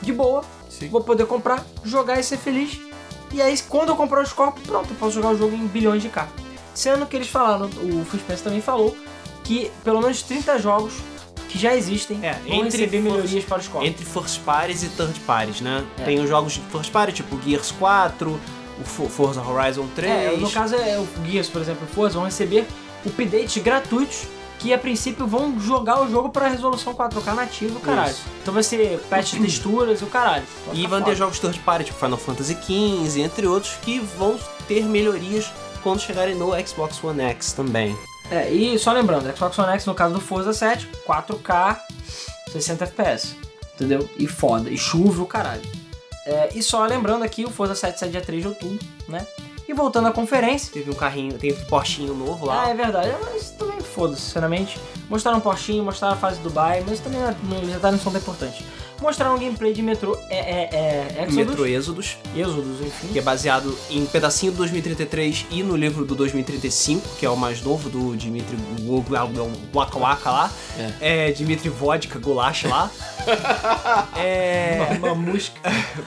Speaker 2: de boa.
Speaker 3: Sim.
Speaker 2: Vou poder comprar, jogar e ser feliz. E aí, quando eu comprar os corpos, pronto, eu posso jogar o jogo em bilhões de cartas. Sendo que eles falaram, o Phil Spencer também falou, que pelo menos 30 jogos que já existem
Speaker 1: É,
Speaker 2: vão
Speaker 1: entre
Speaker 2: receber
Speaker 1: Forza-
Speaker 2: melhorias para os corpos.
Speaker 1: Entre first parties e third parties, né?
Speaker 2: É.
Speaker 1: Tem os jogos de first party, tipo Gears 4, o Fo- Forza Horizon 3.
Speaker 2: É, no caso, é, o Gears, por exemplo, o Forza vão receber updates gratuitos que a princípio vão jogar o jogo pra resolução 4K nativa, caralho.
Speaker 1: Isso.
Speaker 2: Então vai ser patch de texturas e o caralho. Vai
Speaker 1: E
Speaker 2: ficar
Speaker 1: vão ter
Speaker 2: tá foda.
Speaker 1: jogos third party, tipo Final Fantasy XV, entre outros, que vão ter melhorias quando chegarem no Xbox One X também.
Speaker 2: É, e só lembrando, Xbox One X, no caso do Forza 7, 4K, 60 FPS. Entendeu? E foda, e chuva o caralho. É, e só lembrando aqui, o Forza 7 sai dia 3 de outubro, né? E voltando à conferência,
Speaker 1: Teve um carrinho, tem um Porschinho novo
Speaker 2: Ah,
Speaker 1: lá.
Speaker 2: é verdade. Mas também foda-se, sinceramente. Mostraram um Porschinho, mostraram a fase do Dubai, mas também não- não- os detalhes não são tão importantes. Mostraram um gameplay de Metro... É, é, é... Exodus?
Speaker 1: Metro Exodus,
Speaker 2: Exodus, enfim. *laughs*
Speaker 1: que é baseado em um pedacinho do 2033 e no livro do 2035, que é o mais novo do Dimitri Gu- Gu- Gu- Waka Waka lá. É, Dimitri Vodka Gulash lá. é.
Speaker 2: Uma, uma música...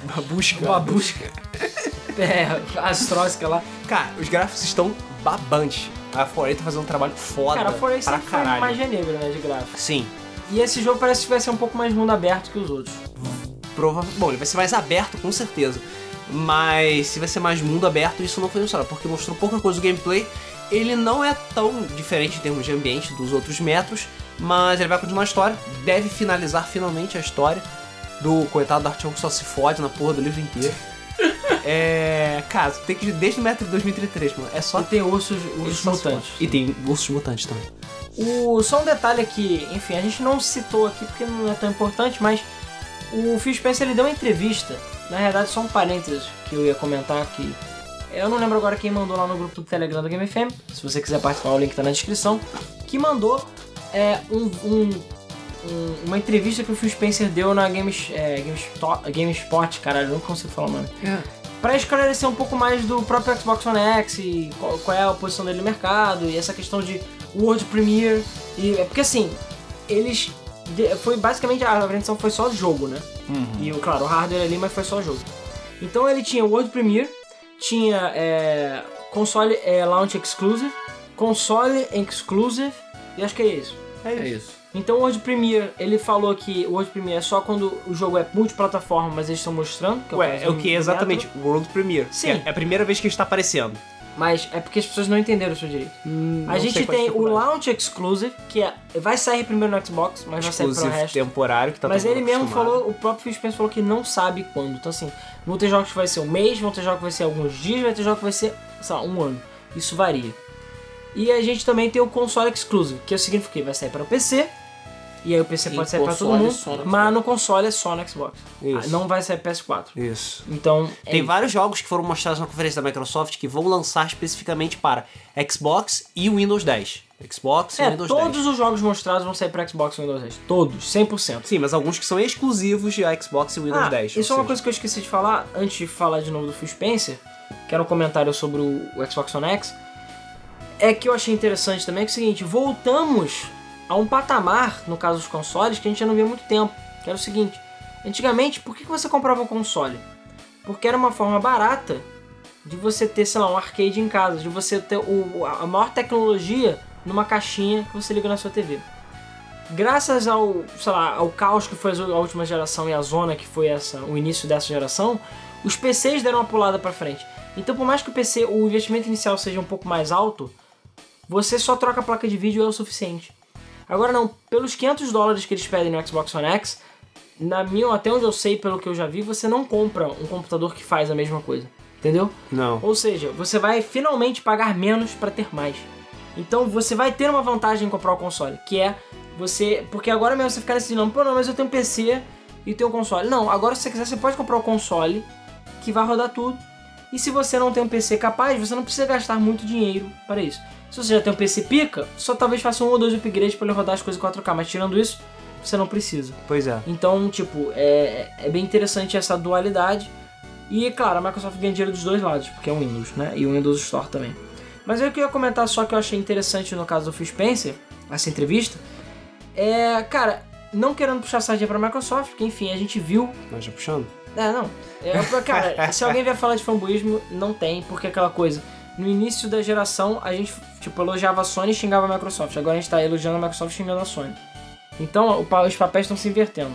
Speaker 1: Babusca.
Speaker 2: uma busca. É, astrósica lá.
Speaker 1: Cara, os gráficos estão babantes. A Foray tá fazendo um trabalho foda.
Speaker 2: Cara, fora isso,
Speaker 1: pra
Speaker 2: sempre foi
Speaker 1: caralho.
Speaker 2: magia negra, né, de gráfico.
Speaker 1: Sim.
Speaker 2: E esse jogo parece que vai ser um pouco mais mundo aberto que os outros.
Speaker 1: Prova... Bom, ele vai ser mais aberto, com certeza. Mas se vai ser mais mundo aberto, isso não foi mostrado, porque mostrou pouca coisa do gameplay. Ele não é tão diferente em termos de ambiente dos outros metros, mas ele vai continuar a história, deve finalizar finalmente a história do coitado do Artyom que só se fode na porra do livro inteiro. é. Cara, tem que ir desde o metro de 2033, mano. É
Speaker 2: Só
Speaker 1: só.
Speaker 2: tem ursos, ursos
Speaker 1: só se fode.
Speaker 2: mutantes.
Speaker 1: E tem ursos mutantes também.
Speaker 2: O, só um detalhe aqui, enfim, a gente não citou aqui porque não é tão importante, mas o Phil Spencer ele deu uma entrevista, na verdade só um parênteses que eu ia comentar aqui. Eu não lembro agora quem mandou lá no grupo do Telegram do Game FM, se você quiser participar, o link tá na descrição, que mandou é, um- um- um- uma entrevista que o Phil Spencer deu na Games, é, GameStop, GameSpot, caralho, eu não consigo falar o nome. Pra esclarecer um pouco mais do próprio Xbox One X e qual, qual é a posição dele no mercado e essa questão de World Premiere e é porque assim eles de- foi basicamente a apresentação foi só jogo, né?
Speaker 1: Uhum.
Speaker 2: E o claro o hardware ali, mas foi só jogo. Então ele tinha World Premiere, tinha é, console é, launch exclusive, console exclusive e acho que é isso.
Speaker 3: É isso.
Speaker 2: Então o World Premiere, ele falou que o World Premiere é só quando o jogo é multiplataforma, mas eles estão mostrando. Que
Speaker 1: Ué, é o que é
Speaker 2: caso do
Speaker 1: exatamente? World Premiere.
Speaker 2: um Sim.
Speaker 1: É- É a primeira vez que ele está aparecendo.
Speaker 2: Mas é porque as pessoas não entenderam o seu direito. a
Speaker 1: não
Speaker 2: gente
Speaker 1: sei qual é a
Speaker 2: tem o
Speaker 1: dificuldade.
Speaker 2: Launch Exclusive, que é, vai sair primeiro no Xbox, mas vai sair
Speaker 1: Exclusive
Speaker 2: pro resto.
Speaker 1: temporário que tá
Speaker 2: mas
Speaker 1: todo
Speaker 2: ele
Speaker 1: mundo
Speaker 2: mesmo
Speaker 1: acostumado.
Speaker 2: falou, o próprio Phil Spencer falou que não sabe quando. Então assim, vão ter jogos que vai ser um mês, vão ter jogos que vai ser alguns dias, vai ter jogos que vai ser, sei lá, um ano. Isso varia. E a gente também tem o console exclusive, que significa que vai sair para o PC. E aí o PC
Speaker 3: E
Speaker 2: pode sair para todo
Speaker 1: é
Speaker 3: console
Speaker 2: mundo,
Speaker 3: só
Speaker 2: mas
Speaker 3: no Xbox.
Speaker 2: no console é só no Xbox.
Speaker 1: Isso.
Speaker 2: Não vai sair PS4.
Speaker 1: Isso.
Speaker 2: Então, é
Speaker 1: Tem
Speaker 2: isso.
Speaker 1: vários jogos que foram mostrados na conferência da Microsoft que vão lançar especificamente para Xbox e Windows 10. Xbox e
Speaker 2: É,
Speaker 1: Windows 10.
Speaker 2: todos os jogos mostrados vão sair para Xbox e Windows 10. Todos, 100%.
Speaker 1: Sim, mas alguns que são exclusivos de Xbox e Windows
Speaker 2: ah,
Speaker 1: 10.
Speaker 2: isso é
Speaker 1: ou seja,
Speaker 2: uma coisa que eu esqueci de falar antes de falar de novo do Phil Spencer, que era um comentário sobre o, o Xbox One X. É que eu achei interessante também que é o seguinte, voltamos a um patamar, no caso dos consoles, que a gente já não via há muito tempo. Que era o seguinte, antigamente, por que que você comprava um console? Porque era uma forma barata de você ter, sei lá, um arcade em casa, de você ter o, a maior tecnologia numa caixinha que você liga na sua TV. Graças ao, sei lá, ao caos que foi a última geração e a zona que foi essa, o início dessa geração, os PCs deram uma pulada pra frente. Então, por mais que o PC, o investimento inicial seja um pouco mais alto, você só troca a placa de vídeo e é o suficiente. Agora não, pelos 500 dólares que eles pedem no Xbox One X, na minha, até onde eu sei, pelo que eu já vi, você não compra um computador que faz a mesma coisa. Entendeu?
Speaker 1: Não.
Speaker 2: Ou seja, você vai finalmente pagar menos para ter mais. Então você vai ter uma vantagem em comprar o console, que é você. Porque agora mesmo você ficar nesse dilema, pô, não, mas eu tenho um PC e tenho um console. Não, agora se você quiser, você pode comprar o console que vai rodar tudo. E se você não tem um PC capaz, você não precisa gastar muito dinheiro para isso. Se você já tem um PC pica, só talvez faça um ou dois upgrades para ele rodar as coisas em 4K, mas tirando isso, você não precisa.
Speaker 1: Pois é.
Speaker 2: Então, tipo, é, é bem interessante essa dualidade. E, claro, a Microsoft ganha dinheiro dos dois lados, porque é o Windows, né? E o Windows Store também. Mas eu queria comentar só que eu achei interessante no caso do Phil Spencer, essa entrevista. É, cara, não querendo puxar sardinha pra Microsoft, porque, enfim, a gente viu
Speaker 1: Nós já puxando?
Speaker 2: é, não. É, cara, se alguém vier falar de fanboísmo, não tem, porque é aquela coisa. No início da geração, a gente, tipo, elogiava a Sony e xingava a Microsoft. Agora a gente tá elogiando a Microsoft e xingando a Sony. Então, o pa- os papéis estão se invertendo.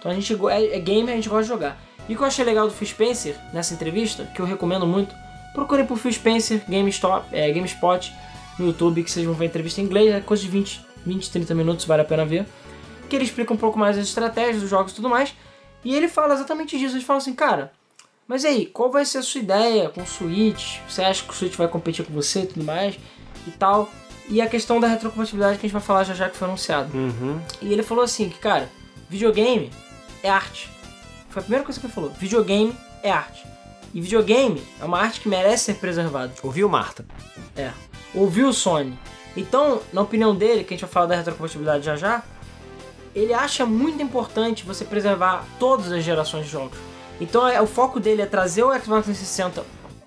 Speaker 2: Então a gente go- é, é game, a gente gosta de jogar. E o que eu achei legal do Phil Spencer nessa entrevista, que eu recomendo muito, procurem por Phil Spencer GameStop, é, GameSpot no YouTube, que vocês vão ver a entrevista em inglês, é coisa de 20, 20, 30 minutos, vale a pena ver. Que ele explica um pouco mais as estratégias dos jogos e tudo mais. E ele fala exatamente disso. Ele fala assim, cara, mas e aí, qual vai ser a sua ideia com o Switch? Você acha que o Switch vai competir com você e tudo mais e tal? E a questão da retrocompatibilidade que a gente vai falar já já que foi anunciado.
Speaker 1: Uhum.
Speaker 2: E ele falou assim, que cara, videogame é arte. Foi a primeira coisa que ele falou. Videogame é arte. E videogame é uma arte que merece ser preservada.
Speaker 1: Ouviu, Marta?
Speaker 2: É. Ouviu o Sony. Então, na opinião dele, que a gente vai falar da retrocompatibilidade já já, ele acha muito importante você preservar todas as gerações de jogos. Então, é, o foco dele é trazer o Xbox 360,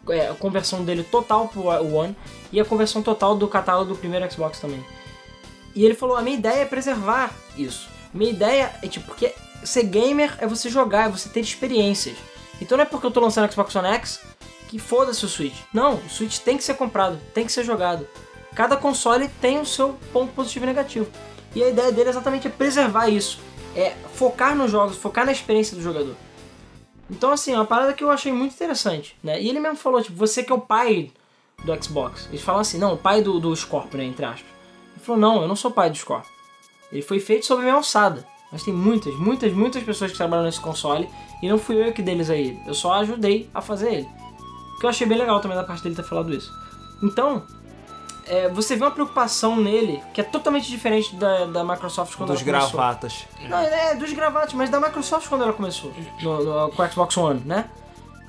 Speaker 2: é, a conversão dele total pro One e a conversão total do catálogo do primeiro Xbox também. E ele falou: a minha ideia é preservar isso. Minha ideia é tipo, porque ser gamer é você jogar, é você ter experiências. Então não é porque eu tô lançando Xbox One X que foda-se o Switch. Não, o Switch tem que ser comprado, tem que ser jogado. Cada console tem o seu ponto positivo e negativo. E a ideia dele exatamente é preservar isso. É focar nos jogos, focar na experiência do jogador. Então, assim, é uma parada que eu achei muito interessante, né? E ele mesmo falou, tipo, você que é o pai do Xbox. Ele falou assim, não, o pai do, do Scorpio, né, entre aspas. Ele falou, não, eu não sou pai do Scorpio. Ele foi feito sob a minha alçada. Mas tem muitas, muitas, muitas pessoas que trabalham nesse console e não fui eu que deles a ele. Eu só ajudei a fazer ele. Que eu achei bem legal também da parte dele ter falado isso. Então, é, você vê uma preocupação nele que é totalmente diferente da, da Microsoft quando
Speaker 1: Dos
Speaker 2: ela começou.
Speaker 1: gravatas.
Speaker 2: Não, é dos gravatas, mas da Microsoft quando ela começou, no, no- com o Xbox One, né?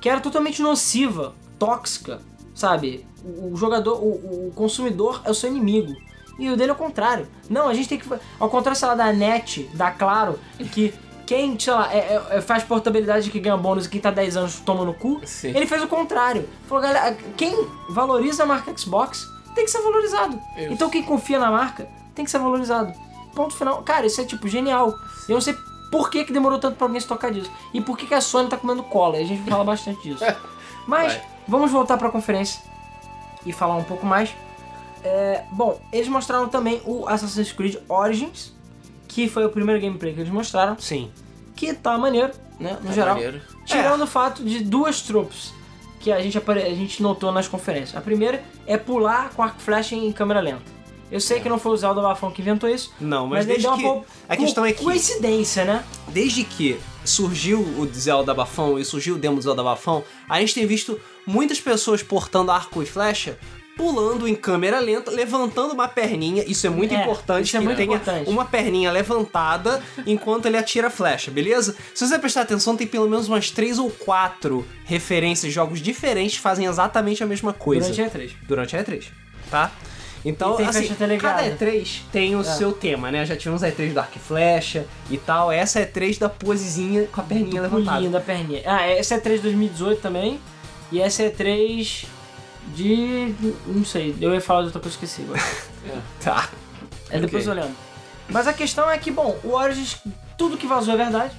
Speaker 2: Que era totalmente nociva, tóxica, sabe? O, o jogador, o, o consumidor é o seu inimigo. E o dele é o contrário. Não, a gente tem que. fa- Ao contrário, sei lá, da NET, da Claro, que quem, sei lá, é- é- é- faz portabilidade que ganha bônus e quem tá 10 anos toma no cu,
Speaker 3: Sim.
Speaker 2: ele fez o contrário. Falou, galera, quem valoriza a marca Xbox tem que ser valorizado.
Speaker 3: Isso.
Speaker 2: Então quem confia na marca tem que ser valorizado. Ponto final. Cara, isso é tipo genial. Eu não sei por que, que demorou tanto pra alguém se tocar disso. E por que, que a Sony tá comendo cola. E a gente fala bastante
Speaker 3: *laughs*
Speaker 2: disso. Mas
Speaker 3: Vai.
Speaker 2: vamos voltar pra conferência e falar um pouco mais. É, bom, eles mostraram também o Assassin's Creed Origins, que foi o primeiro gameplay que eles mostraram,
Speaker 1: Sim.
Speaker 2: que tá maneiro, né? No
Speaker 3: Tá
Speaker 2: geral.
Speaker 3: maneiro.
Speaker 2: Tirando o fato de duas tropes que a gente, apare- a gente notou nas conferências. A primeira é pular com arco e flecha em câmera lenta. Eu sei que não foi o Zelda Bafão que inventou isso,
Speaker 1: É. Não,
Speaker 2: mas,
Speaker 1: mas,
Speaker 2: ele
Speaker 1: desde
Speaker 2: deu uma
Speaker 1: que...
Speaker 2: co-
Speaker 1: A questão é que...
Speaker 2: coincidência, né?
Speaker 1: desde que surgiu o Zelda Bafão e surgiu o demo do Zelda Bafão, a gente tem visto muitas pessoas portando arco e flecha pulando em câmera lenta, levantando uma perninha, isso é muito
Speaker 2: É,
Speaker 1: importante
Speaker 2: isso é
Speaker 1: que
Speaker 2: muito
Speaker 1: tenha
Speaker 2: importante.
Speaker 1: uma perninha levantada enquanto ele atira a flecha, beleza? Se você prestar atenção, tem pelo menos umas três ou quatro referências de jogos diferentes que fazem exatamente a mesma coisa
Speaker 2: Durante a E3.
Speaker 1: durante a E3, tá? Então,
Speaker 2: E tem
Speaker 1: assim,
Speaker 2: flecha teleguiada.
Speaker 1: cada E3 tem o
Speaker 2: É.
Speaker 1: seu tema, né? Já tivemos a E3 do arco e flecha e tal. Essa é a E3 da posezinha com a perninha levantada.
Speaker 2: Pulinho da perninha. Ah, essa é 3 de 2018 também. E essa é 3 de. Não sei, eu ia falar de outra coisa que eu esqueci agora.
Speaker 1: Tá. *laughs*
Speaker 2: É depois eu
Speaker 3: Ok.
Speaker 2: lembro. Mas a questão é que, bom, o Origins, tudo que vazou é verdade.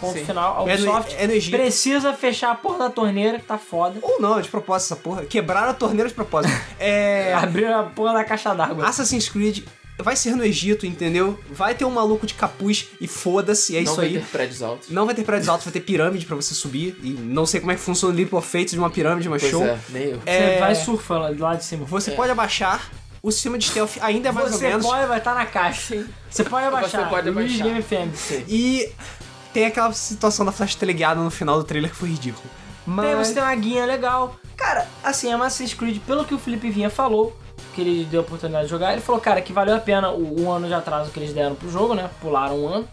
Speaker 2: Ponto
Speaker 3: Sim.
Speaker 2: final. A
Speaker 1: É no,
Speaker 2: Ubisoft
Speaker 1: é no Egito.
Speaker 2: precisa fechar a porra da torneira, que tá foda.
Speaker 1: Ou não, de propósito essa porra. Quebraram a torneira de propósito.
Speaker 2: *laughs*
Speaker 1: É.
Speaker 2: Abriu a porra da caixa d'água.
Speaker 1: Assassin's Creed vai ser no Egito, entendeu? Vai ter um maluco de capuz e foda-se, é
Speaker 3: não
Speaker 1: isso
Speaker 3: vai
Speaker 1: aí.
Speaker 3: ter prédios altos.
Speaker 1: Não vai ter prédios altos, vai ter pirâmide pra você subir. E não sei como é que funciona o leap of faith de uma pirâmide, mas
Speaker 3: Pois
Speaker 1: show.
Speaker 3: é, nem eu.
Speaker 1: É.
Speaker 2: Você vai surfando lá- lá de cima.
Speaker 1: Você pode abaixar. O sistema de stealth ainda é mais ou
Speaker 2: Você
Speaker 1: menos.
Speaker 2: pode, vai estar na caixa. Você pode abaixar.
Speaker 3: pode
Speaker 2: Luiz
Speaker 3: abaixar.
Speaker 2: Game FM.
Speaker 1: E tem aquela situação da flecha teleguiada no final do trailer que foi ridículo.
Speaker 2: Tem,
Speaker 1: Mas.
Speaker 2: É, você tem uma guinha legal. Cara, assim, a Assassin's Creed, pelo que o Felipe Vinha falou, que ele deu a oportunidade de jogar, ele falou, cara, que valeu a pena o um ano de atraso que eles deram pro jogo, né? Pularam um ano.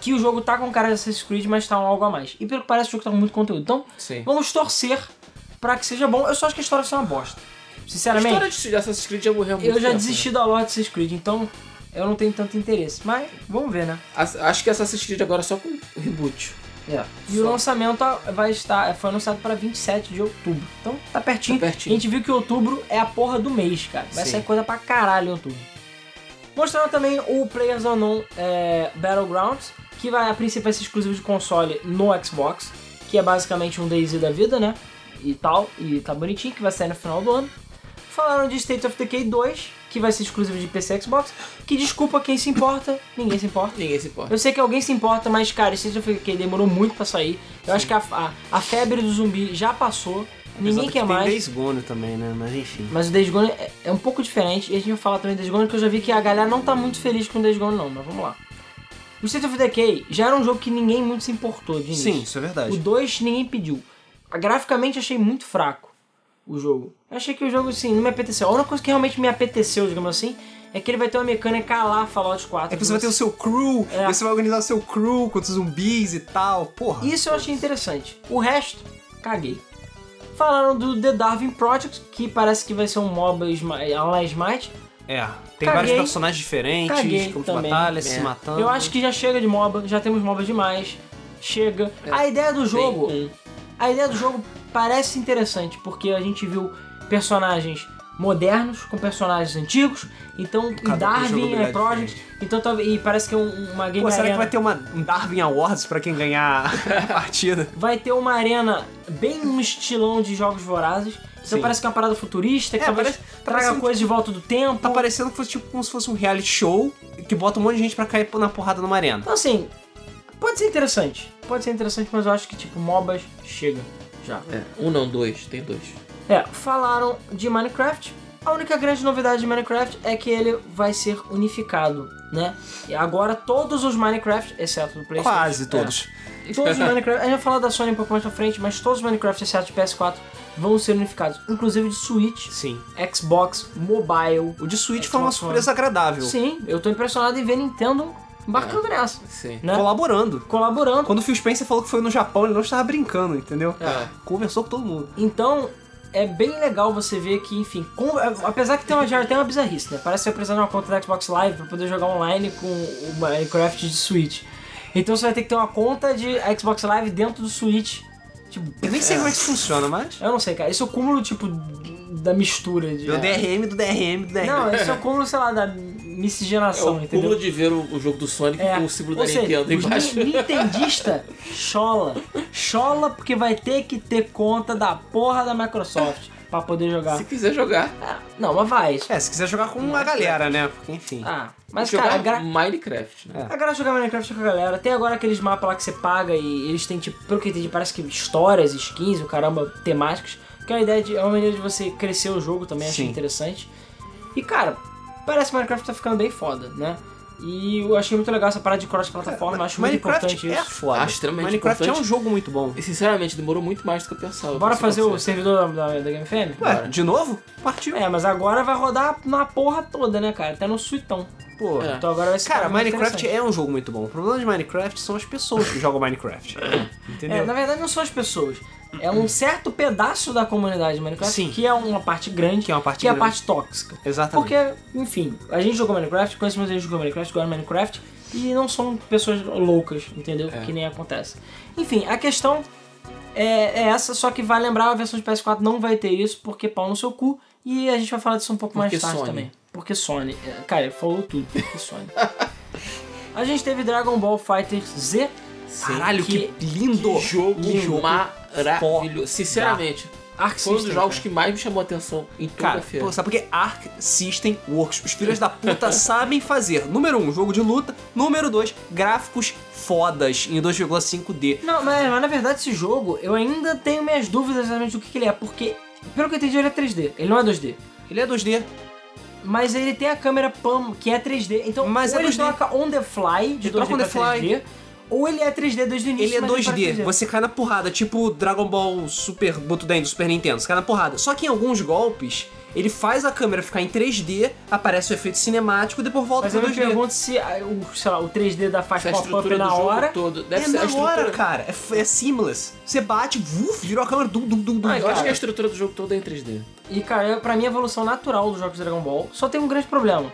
Speaker 2: Que o jogo tá com cara de Assassin's Creed, mas tá um algo a mais. E pelo que parece, o jogo tá com muito conteúdo. Então,
Speaker 3: Sim.
Speaker 2: vamos torcer pra que seja bom. Eu só acho que a história vai ser uma bosta.
Speaker 3: A
Speaker 2: Sinceramente,
Speaker 3: história de Assassin's Creed já morreu há muito
Speaker 2: eu já
Speaker 3: tempo,
Speaker 2: desisti da Lord Assassin's Creed, então eu não tenho tanto interesse. Mas vamos ver, né?
Speaker 3: né? As- Acho que Assassin's Creed agora é só com o reboot. Tá
Speaker 2: É. E o
Speaker 3: Só.
Speaker 2: lançamento vai estar, foi anunciado pra 27 de outubro. Então tá pertinho.
Speaker 3: Tá pertinho.
Speaker 2: A gente viu que outubro é a porra do mês, cara. Vai
Speaker 3: Sim.
Speaker 2: sair coisa pra caralho em outubro. Mostrando também o Players Unknown é, Battlegrounds, que vai, a princípio vai ser exclusivo de console no Xbox, que é basicamente um DayZ da vida, né? E tal, e tá bonitinho, que vai sair no final do ano. Falaram de State of Decay 2, que vai ser exclusivo de PC e Xbox, que desculpa quem se importa, ninguém se importa.
Speaker 3: Ninguém se importa.
Speaker 2: Eu sei que alguém se importa, mas, cara, esse State of Decay demorou muito pra sair. Eu acho que a, a, a febre do zumbi já passou, ninguém
Speaker 1: Apesar
Speaker 2: quer
Speaker 1: que
Speaker 2: mais.
Speaker 1: Tem Days Gone também, né? Mas enfim.
Speaker 2: Mas o Days Gone é, é um pouco diferente. E a gente vai falar também do Days Gone, que eu já vi que a galera não tá muito feliz com o Days Gone, não. Mas vamos lá. O State of Decay já era um jogo que ninguém muito se importou de início.
Speaker 1: Sim, isso é verdade.
Speaker 2: O 2 ninguém pediu. Ah, Graficamente achei muito fraco o jogo. Eu achei que o jogo, assim, não me apeteceu. A única coisa que realmente me apeteceu, digamos assim, é que ele vai ter uma mecânica lá Fallout 4.
Speaker 1: É que você vai ter o seu crew,
Speaker 2: É.
Speaker 1: você vai organizar o seu crew contra os zumbis e tal, porra.
Speaker 2: Isso eu achei interessante. O resto, caguei. Falaram do The Darwin Project, que parece que vai ser um MOBA Smi- Online Smite.
Speaker 1: É, tem
Speaker 2: Caguei.
Speaker 1: vários personagens diferentes,
Speaker 2: Caguei
Speaker 1: campos de
Speaker 2: também.
Speaker 1: batalha, se
Speaker 3: É.
Speaker 1: matando.
Speaker 2: Eu acho que já chega de MOBA, já temos MOBA demais. Chega.
Speaker 1: É.
Speaker 2: A ideia do jogo,
Speaker 3: Tem um-
Speaker 2: a ideia do jogo parece interessante, porque a gente viu personagens modernos com personagens antigos, então e
Speaker 1: Cada um
Speaker 2: Darwin
Speaker 1: jogabilidade
Speaker 2: é Project, então talvez- e parece que é um- uma game
Speaker 1: Pô, será que
Speaker 2: arena.
Speaker 1: vai ter uma, um Darwin Awards pra quem ganhar *laughs* a partida?
Speaker 2: Vai ter uma arena bem um estilão de jogos vorazes. Então
Speaker 1: Sim.
Speaker 2: parece que é uma parada futurista, que
Speaker 1: É,
Speaker 2: talvez
Speaker 1: parece- tá
Speaker 2: traga
Speaker 1: parecendo
Speaker 2: coisa de volta do tempo.
Speaker 1: Tá parecendo que fosse tipo como se fosse um reality show que bota um monte de gente pra cair na porrada numa arena.
Speaker 2: Então assim, pode ser interessante. Pode ser interessante, mas eu acho que tipo, MOBAs chega já.
Speaker 3: É, um não, dois. Tem dois.
Speaker 2: É, falaram de Minecraft. A única grande novidade de Minecraft é que ele vai ser unificado, né? E agora todos os Minecraft, exceto do PlayStation.
Speaker 1: Quase todos.
Speaker 2: é,
Speaker 1: *laughs*
Speaker 3: *laughs*
Speaker 2: todos os Minecraft. A gente vai falar da Sony um pouco mais pra frente, mas todos os Minecraft, exceto de PS4, vão ser unificados. Inclusive de Switch,
Speaker 1: Sim.
Speaker 2: Xbox, Mobile.
Speaker 1: O de Switch
Speaker 2: É,
Speaker 1: foi uma
Speaker 2: Xbox
Speaker 1: surpresa agradável.
Speaker 2: Sim, eu tô impressionado em ver Nintendo
Speaker 1: É.
Speaker 2: embarcando nessa,
Speaker 3: Sim.
Speaker 2: né?
Speaker 1: Colaborando.
Speaker 2: Colaborando.
Speaker 1: Quando o Phil Spencer falou que foi no Japão, ele não estava brincando, entendeu?
Speaker 2: Ah.
Speaker 3: É.
Speaker 1: Conversou com todo mundo.
Speaker 2: Então, é bem legal você ver que, enfim, com- é, apesar que tem uma, já tem uma bizarrice, né? Parece que eu precisando de uma conta da Xbox Live pra poder jogar online com o Minecraft de Switch. Então você vai ter que ter uma conta de Xbox Live dentro do Switch. Tipo,
Speaker 1: Eu nem sei como é que isso funciona, mas.
Speaker 2: eu não sei, cara. Esse é o cúmulo, tipo, da mistura de.
Speaker 1: Deu DRM do DRM do DRM.
Speaker 2: É. Não, esse é o cúmulo, sei lá, da
Speaker 3: É
Speaker 2: miscigenação,
Speaker 3: o cúmulo
Speaker 2: entendeu? É.
Speaker 3: de ver o, o jogo do Sonic com o símbolo
Speaker 2: ou
Speaker 3: da
Speaker 2: seja,
Speaker 3: Nintendo
Speaker 2: os
Speaker 3: embaixo.
Speaker 2: ni- Nintendista chola. Chola porque vai ter que ter conta da porra da Microsoft pra poder jogar.
Speaker 3: *laughs* Se quiser jogar,
Speaker 2: Ah, Não, mas vai.
Speaker 1: É, se quiser jogar com a galera, né? Porque, enfim.
Speaker 2: Ah, mas
Speaker 3: jogar
Speaker 2: cara, a gra...
Speaker 3: Minecraft. Né?
Speaker 1: É.
Speaker 2: a galera jogar Minecraft com a galera. Tem agora aqueles mapas lá que você paga e eles têm, tipo, pelo que eu entendi, parece que histórias, skins, o caramba, temáticos. Que é uma ideia de. É uma maneira de você crescer o jogo também, achei
Speaker 1: Sim.
Speaker 2: interessante. E cara, parece que Minecraft tá ficando bem foda, né? E eu achei muito legal essa parada de cross-plataforma, acho muito importante
Speaker 1: Minecraft é
Speaker 2: isso. Ah,
Speaker 1: foda.
Speaker 3: Acho extremamente
Speaker 1: Minecraft é um
Speaker 3: importante.
Speaker 1: jogo muito bom.
Speaker 3: E sinceramente, demorou muito mais do que eu pensava.
Speaker 2: Bora
Speaker 3: Esse
Speaker 2: fazer o
Speaker 3: processo.
Speaker 2: servidor da, da, da Game FM?
Speaker 1: Ué, de novo? Partiu.
Speaker 2: É, mas agora vai rodar na porra toda, né, cara? Até no suitão.
Speaker 1: Pô.
Speaker 3: É.
Speaker 2: Então agora vai ser
Speaker 1: Cara,
Speaker 2: muito
Speaker 1: Minecraft é
Speaker 2: interessante.
Speaker 1: um jogo muito bom. O problema de Minecraft são as pessoas que jogam Minecraft.
Speaker 2: É,
Speaker 1: Entendeu?
Speaker 2: na verdade não são as pessoas. É um certo pedaço da comunidade de Minecraft
Speaker 1: Sim.
Speaker 2: que é uma parte grande,
Speaker 1: Que é uma parte
Speaker 2: que é a
Speaker 1: grande.
Speaker 2: parte tóxica.
Speaker 1: Exatamente.
Speaker 2: Porque, enfim, a gente jogou Minecraft, conhecemos a gente jogou Minecraft, gosta de Minecraft, e não são pessoas loucas, entendeu?
Speaker 3: É.
Speaker 2: Que nem acontece. Enfim, a questão é, é essa, só que vai lembrar, a versão de PS4 não vai ter isso, porque pau no seu cu, e a gente vai falar disso um pouco
Speaker 3: Porque
Speaker 2: mais tarde
Speaker 3: Sony.
Speaker 2: também. Porque Sony. é, Cara, falou tudo, porque
Speaker 1: *laughs*
Speaker 2: Sony. a gente teve Dragon Ball Fighter Z.
Speaker 1: Caralho, que, lindo!
Speaker 3: Que jogo,
Speaker 1: Que jogo
Speaker 3: maravilhoso. Sinceramente,
Speaker 2: Arc
Speaker 3: foi um dos
Speaker 2: System,
Speaker 3: jogos
Speaker 2: cara.
Speaker 3: que mais me chamou a atenção em toda
Speaker 1: Cara,
Speaker 3: a feira.
Speaker 1: pô, sabe por quê? Arc System Works. Os filhos da
Speaker 3: *laughs*
Speaker 1: puta sabem fazer. Número 1, um, jogo de luta. Número 2, gráficos fodas em 2,5D.
Speaker 2: Não, mas, mas na verdade esse jogo, eu ainda tenho minhas dúvidas exatamente do que, que ele é, porque, pelo que eu entendi, ele é 3D, ele não é 2D.
Speaker 1: Ele é 2D.
Speaker 2: Mas ele tem a câmera PAM, que é 3D, então
Speaker 1: Mas
Speaker 2: ou
Speaker 1: é
Speaker 2: ele
Speaker 1: 2D.
Speaker 2: troca on the fly, de
Speaker 1: Ele troca
Speaker 2: 2D
Speaker 1: on
Speaker 2: pra
Speaker 1: the fly.
Speaker 2: 3D, ou ele é 3D desde o
Speaker 1: Ele
Speaker 2: início,
Speaker 1: é
Speaker 2: mas parece
Speaker 1: 2D,
Speaker 2: 3D.
Speaker 1: você cai na porrada, tipo Dragon Ball Super Butuden do Super Nintendo, você cai na porrada. Só que em alguns golpes, Ele faz a câmera ficar em 3D, aparece o efeito cinemático, depois volta
Speaker 2: Mas
Speaker 1: pro
Speaker 2: eu me
Speaker 1: 2D.
Speaker 2: pergunto se, ah, o, sei lá, o 3D da faz
Speaker 3: Essa é
Speaker 2: pop-up
Speaker 3: estrutura do
Speaker 2: é na
Speaker 3: jogo
Speaker 2: hora.
Speaker 3: todo. Deve
Speaker 1: É
Speaker 3: ser a
Speaker 1: na
Speaker 3: estrutura.
Speaker 1: hora, cara. É, f- é seamless. Você bate, vuf, virou a câmera, dum, dum, dum, dum.
Speaker 2: Ah,
Speaker 3: Eu
Speaker 2: cara.
Speaker 3: acho que a estrutura do jogo todo é em 3D.
Speaker 2: E, cara, é, pra mim a evolução natural dos jogos de Dragon Ball só tem um grande problema.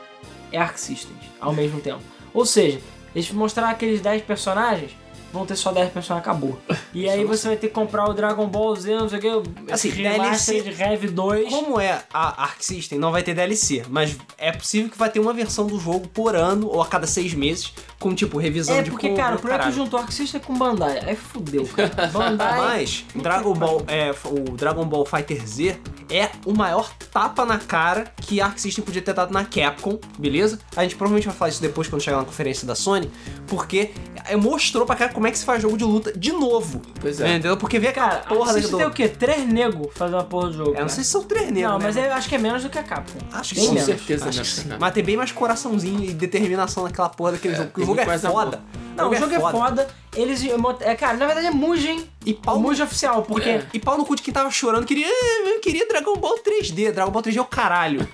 Speaker 2: É Arc Systems, ao mesmo tempo. Ou seja, eles mostraram aqueles 10 personagens, vão ter só 10
Speaker 1: *laughs*
Speaker 2: personagens, acabou. E aí você vai ter que comprar o Dragon Ball Z, não sei o que, o
Speaker 1: Assim,
Speaker 2: Remastered Heavy 2.
Speaker 1: Como é a Arc System, não vai ter DLC, mas é possível que vai ter uma versão do jogo por ano ou a cada seis meses, com tipo revisão
Speaker 2: É
Speaker 1: de
Speaker 2: porque,
Speaker 1: cor,
Speaker 2: cara, o problema é que
Speaker 1: caralho.
Speaker 2: juntou Arc System com Bandai. Aí fudeu,
Speaker 1: *laughs*
Speaker 2: cara. Bandai.
Speaker 1: Mas Dragon Ball, é, o Dragon Ball Fighter Z é o maior tapa na cara que a Arc System podia ter dado na Capcom, beleza? A gente provavelmente vai falar isso depois quando chegar na conferência da Sony, porque é, mostrou pra cara como é que se faz jogo de luta de novo.
Speaker 3: Pois é.
Speaker 1: Entendeu? Porque vê aquela
Speaker 2: Cara,
Speaker 1: porra
Speaker 2: Arc
Speaker 1: da
Speaker 2: System tem o quê? Três nego fazendo uma porra do jogo.
Speaker 1: Eu não
Speaker 2: cara.
Speaker 1: sei se são três negros,
Speaker 2: Não,
Speaker 1: né?
Speaker 2: mas eu acho que é menos do que a Capcom.
Speaker 1: Acho que
Speaker 2: Bem
Speaker 1: sim.
Speaker 3: Com
Speaker 2: menos.
Speaker 3: certeza,
Speaker 1: Acho
Speaker 3: né?
Speaker 1: que sim. Mas tem bem mais coraçãozinho e determinação naquela porra daquele jogo. Porque o jogo
Speaker 3: tem muito
Speaker 1: é
Speaker 3: mais amor.
Speaker 1: foda.
Speaker 2: Não, o jogo é foda. Eles. É, cara, na verdade é Mugen.
Speaker 1: E pau, no,
Speaker 2: Mugen oficial, porque.
Speaker 3: É.
Speaker 1: e pau no cu de quem tava chorando queria, "Ah, eu queria Dragon Ball 3D. Dragon Ball 3D é o caralho.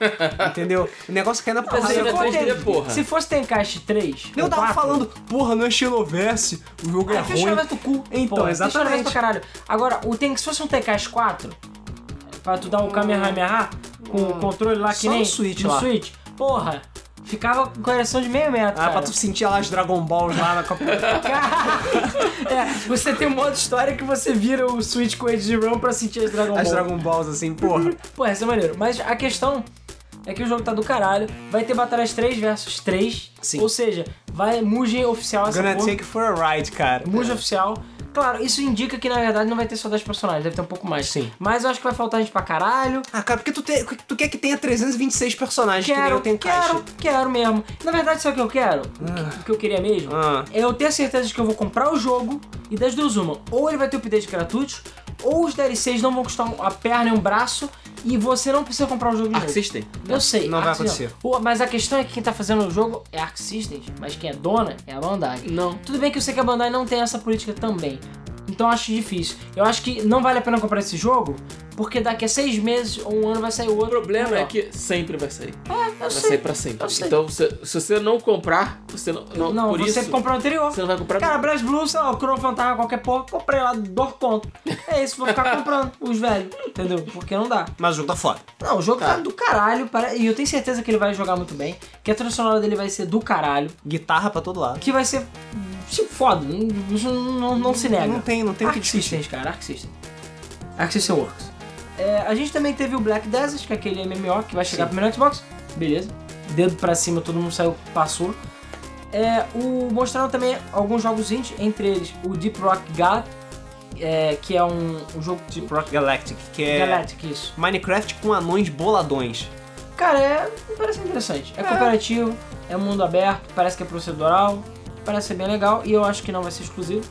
Speaker 1: entendeu? O negócio cai na
Speaker 2: Mas
Speaker 1: porrada.
Speaker 2: se,
Speaker 3: ele é
Speaker 1: Eu-
Speaker 2: for
Speaker 3: 3D,
Speaker 2: Ten-
Speaker 3: porra.
Speaker 2: se fosse Tenkaichi 3.
Speaker 1: Eu
Speaker 2: ou
Speaker 1: tava
Speaker 2: 4,
Speaker 1: falando, porra, não é Xenoverse, o jogo é,
Speaker 2: É,
Speaker 1: ruim.
Speaker 2: fechou o cu.
Speaker 1: Então,
Speaker 2: Pô,
Speaker 1: exatamente.
Speaker 2: fechou o pra caralho. Agora, o Ten- se fosse um Tenkaichi 4, pra tu dar o Kamehameha com o controle lá que
Speaker 1: Só no
Speaker 2: nem.
Speaker 1: Switch
Speaker 2: no
Speaker 1: lá.
Speaker 2: Switch, porra. Ficava com coração de meio metro.
Speaker 1: Ah,
Speaker 2: cara.
Speaker 1: pra tu sentir lá as Dragon Balls lá na Copa.
Speaker 2: Cara, *laughs* é, você tem um modo história que você vira o Switch com o Edge Run pra sentir as Dragon
Speaker 1: as
Speaker 2: Ball.
Speaker 1: Dragon Balls assim, porra.
Speaker 2: Pô, essa é maneiro. Mas a questão é que o jogo tá do caralho. Vai ter batalhas 3 versus 3.
Speaker 1: Sim.
Speaker 2: Ou seja, vai Mugen oficial essa
Speaker 1: Gonna
Speaker 2: porra.
Speaker 1: take for a ride, cara.
Speaker 2: Mugen oficial. Claro, isso indica que na verdade não vai ter só 10 personagens, deve ter um pouco mais.
Speaker 1: Sim.
Speaker 2: Mas eu acho que vai faltar gente pra caralho.
Speaker 1: Ah, cara, porque tu, tem, tu quer que tenha 326 personagens que nem
Speaker 2: Quero,
Speaker 1: eu tenho
Speaker 2: quero,
Speaker 1: caixa.
Speaker 2: quero mesmo. Na verdade, sabe o que eu quero? O que- O que eu queria mesmo?
Speaker 1: Ah.
Speaker 2: É eu ter certeza de que eu vou comprar o jogo e das duas uma. Ou ele vai ter update gratuito, ou os DLCs não vão custar a perna e um braço e você não precisa comprar o jogo de
Speaker 3: Arc
Speaker 2: novo.
Speaker 3: System.
Speaker 2: Eu sei.
Speaker 1: Não vai
Speaker 2: Arc System.
Speaker 1: acontecer.
Speaker 2: O- Mas a questão é que quem tá fazendo o jogo é a Arc Systems, mas quem é dona é a Bandai.
Speaker 3: Não.
Speaker 2: Tudo bem que eu sei que a Bandai não tem essa política também. Então eu acho difícil. Eu acho que não vale a pena comprar esse jogo, porque daqui a seis meses ou um ano vai sair outro.
Speaker 3: O problema é que sempre vai sair.
Speaker 2: Eu
Speaker 3: vai
Speaker 2: sei.
Speaker 3: sair pra sempre.
Speaker 2: eu sei.
Speaker 3: Então, se, se você não comprar, você não. Não,
Speaker 2: Não,
Speaker 3: por
Speaker 2: você
Speaker 3: isso,
Speaker 2: comprou o anterior.
Speaker 3: você não vai comprar
Speaker 2: Cara, Brass Blue, sei lá, o Crow Fantasma, qualquer porra, comprei lá, dou conto. É isso, vou
Speaker 3: *laughs*
Speaker 2: ficar comprando os velhos, entendeu? Porque não dá.
Speaker 1: Mas o jogo tá foda.
Speaker 2: Não, o jogo tá
Speaker 3: Tá.
Speaker 2: do caralho, para- e eu tenho certeza que ele vai jogar muito bem, que a trilha sonora dele vai ser do caralho,
Speaker 1: Guitarra pra todo lado.
Speaker 2: que vai ser tipo, foda, não- isso não, não, não se nega.
Speaker 1: Não tem, não tem o que
Speaker 2: Arc
Speaker 1: discutir.
Speaker 2: Systems, cara, Arc System. Arc System Works. É, a gente também teve o Black Desert, que é aquele MMO que vai chegar primeiro no Xbox. Beleza. Dedo pra cima, todo mundo saiu, passou. É, o, mostraram também alguns jogos indie, entre eles o Deep Rock God, é, que é um, um jogo
Speaker 1: Deep Rock Galactic, que é
Speaker 2: Galactic, isso.
Speaker 1: Minecraft com anões boladões.
Speaker 2: Cara, é, parece interessante. É, cooperativo, é mundo aberto, parece que é procedural, parece ser bem legal e eu acho que não vai ser exclusivo.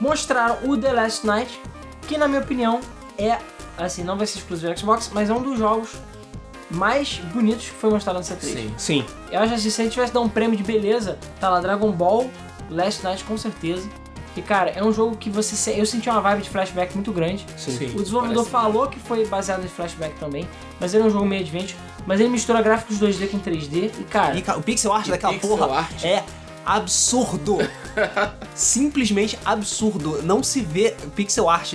Speaker 2: Mostraram o The Last Night, que na minha opinião é, assim, não vai ser exclusivo do Xbox, mas é um dos jogos mais bonitos que foi mostrado nessa
Speaker 3: nada.
Speaker 2: três.
Speaker 3: Sim.
Speaker 1: Sim.
Speaker 2: Eu acho assim, se a gente tivesse dar um prêmio de beleza, tá lá Dragon Ball, Last Night com certeza. Que cara, é um jogo que você. se- Eu senti uma vibe de flashback muito grande.
Speaker 1: Sim.
Speaker 3: Sim.
Speaker 2: O desenvolvedor
Speaker 3: parece.
Speaker 2: falou que foi baseado em flashback também, mas ele é um jogo meio adventure, mas ele mistura gráficos 2D com 3D É. e cara,
Speaker 1: E cara, o pixel art
Speaker 3: E
Speaker 1: daquela
Speaker 3: pixel
Speaker 1: porra
Speaker 3: art.
Speaker 1: é absurdo. Simplesmente absurdo. Não se vê pixel art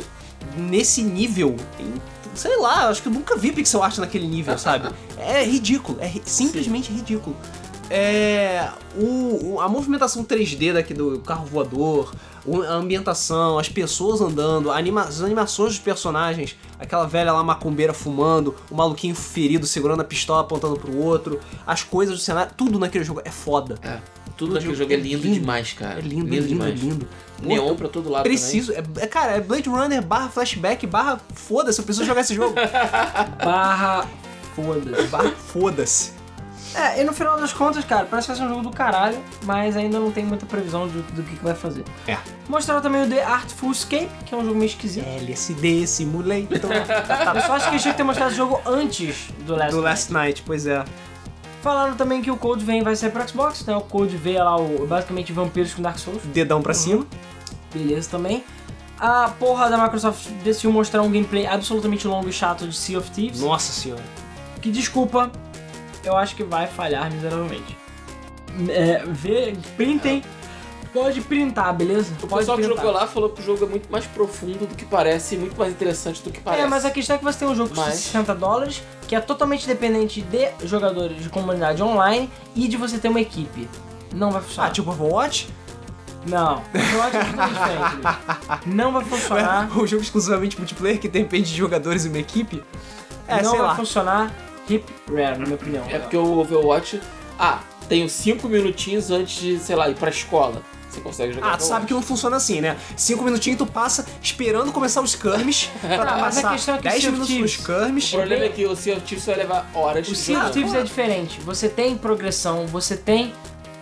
Speaker 1: nesse nível. em- sei lá, acho que eu nunca vi pixel art naquele nível, sabe? É ridículo. É ri- simplesmente ridículo. É. O, o- a movimentação 3D daqui do carro voador, o- a ambientação, as pessoas andando, a anima- as animações dos personagens, aquela velha lá macumbeira fumando, o maluquinho ferido segurando a pistola apontando pro outro, as coisas do cenário, tudo naquele jogo é foda.
Speaker 3: É. Tudo naquele jogo é lindo, demais, cara.
Speaker 1: É lindo, lindo, lindo.
Speaker 3: demais.
Speaker 1: lindo. Pô,
Speaker 3: Neon pra todo lado. né?
Speaker 1: Preciso, é, é, cara, é Blade Runner barra flashback barra foda-se, eu preciso jogar esse
Speaker 2: *laughs*
Speaker 1: jogo.
Speaker 2: barra foda-se.
Speaker 1: barra foda-se.
Speaker 2: É, e no final das contas, cara, parece que vai ser um jogo do caralho, mas ainda não tem muita previsão do, do que, que vai fazer.
Speaker 1: É.
Speaker 2: Mostraram também o The Artful Escape, que é um jogo meio
Speaker 1: *laughs*
Speaker 2: esquisito.
Speaker 1: LSD
Speaker 2: *laughs*
Speaker 1: Simulator.
Speaker 2: Eu só acho que eles tinham que ter mostrado o jogo antes do Last
Speaker 1: do
Speaker 2: Night.
Speaker 1: Last Night, pois é.
Speaker 2: Falaram também que o Code Vein vai sair pra Xbox, né? O Code Vein é lá, o, basicamente vampiros com Dark Souls.
Speaker 1: Dedão pra cima.
Speaker 2: Beleza também. A porra da Microsoft decidiu mostrar um gameplay absolutamente longo e chato de Sea of Thieves.
Speaker 1: Nossa senhora.
Speaker 2: Que desculpa, eu acho que vai falhar miseravelmente. É, vê, printem. Pode printar, beleza?
Speaker 3: O
Speaker 2: Pode
Speaker 3: pessoal que
Speaker 2: printar.
Speaker 3: jogou lá falou que o jogo é muito mais profundo do que parece e muito mais interessante do que parece.
Speaker 2: É, mas a questão é que você tem um jogo que custa
Speaker 3: Mas-
Speaker 2: 60 dólares, que é totalmente dependente de jogadores de comunidade online e de você ter uma equipe. Não vai funcionar.
Speaker 1: Ah, tipo Overwatch?
Speaker 2: Não. Eu acho que tudo
Speaker 3: *laughs*
Speaker 2: diferente. Não vai
Speaker 1: *laughs*
Speaker 2: funcionar.
Speaker 1: O é? Um jogo exclusivamente multiplayer que depende de jogadores e uma equipe? É,
Speaker 2: não
Speaker 1: sei
Speaker 2: vai
Speaker 1: lá.
Speaker 2: funcionar. Hip Rare, na minha opinião.
Speaker 3: É porque o Overwatch. Ah, tenho cinco minutinhos antes de, sei lá, ir pra escola. Você consegue jogar.
Speaker 1: Ah, tu sabe que não funciona assim, né? Cinco minutinhos tu passa esperando começar os skirmish pra
Speaker 2: *laughs* Ah, mas a
Speaker 1: passar
Speaker 2: questão é que
Speaker 1: dez
Speaker 2: Sea of
Speaker 1: minutos
Speaker 2: Thieves-
Speaker 1: nos skirmish.
Speaker 3: O problema é que o Sea of Thieves vai levar horas
Speaker 2: O
Speaker 3: de
Speaker 2: Sea of
Speaker 3: jogo.
Speaker 2: Thieves é diferente. Você tem progressão, você tem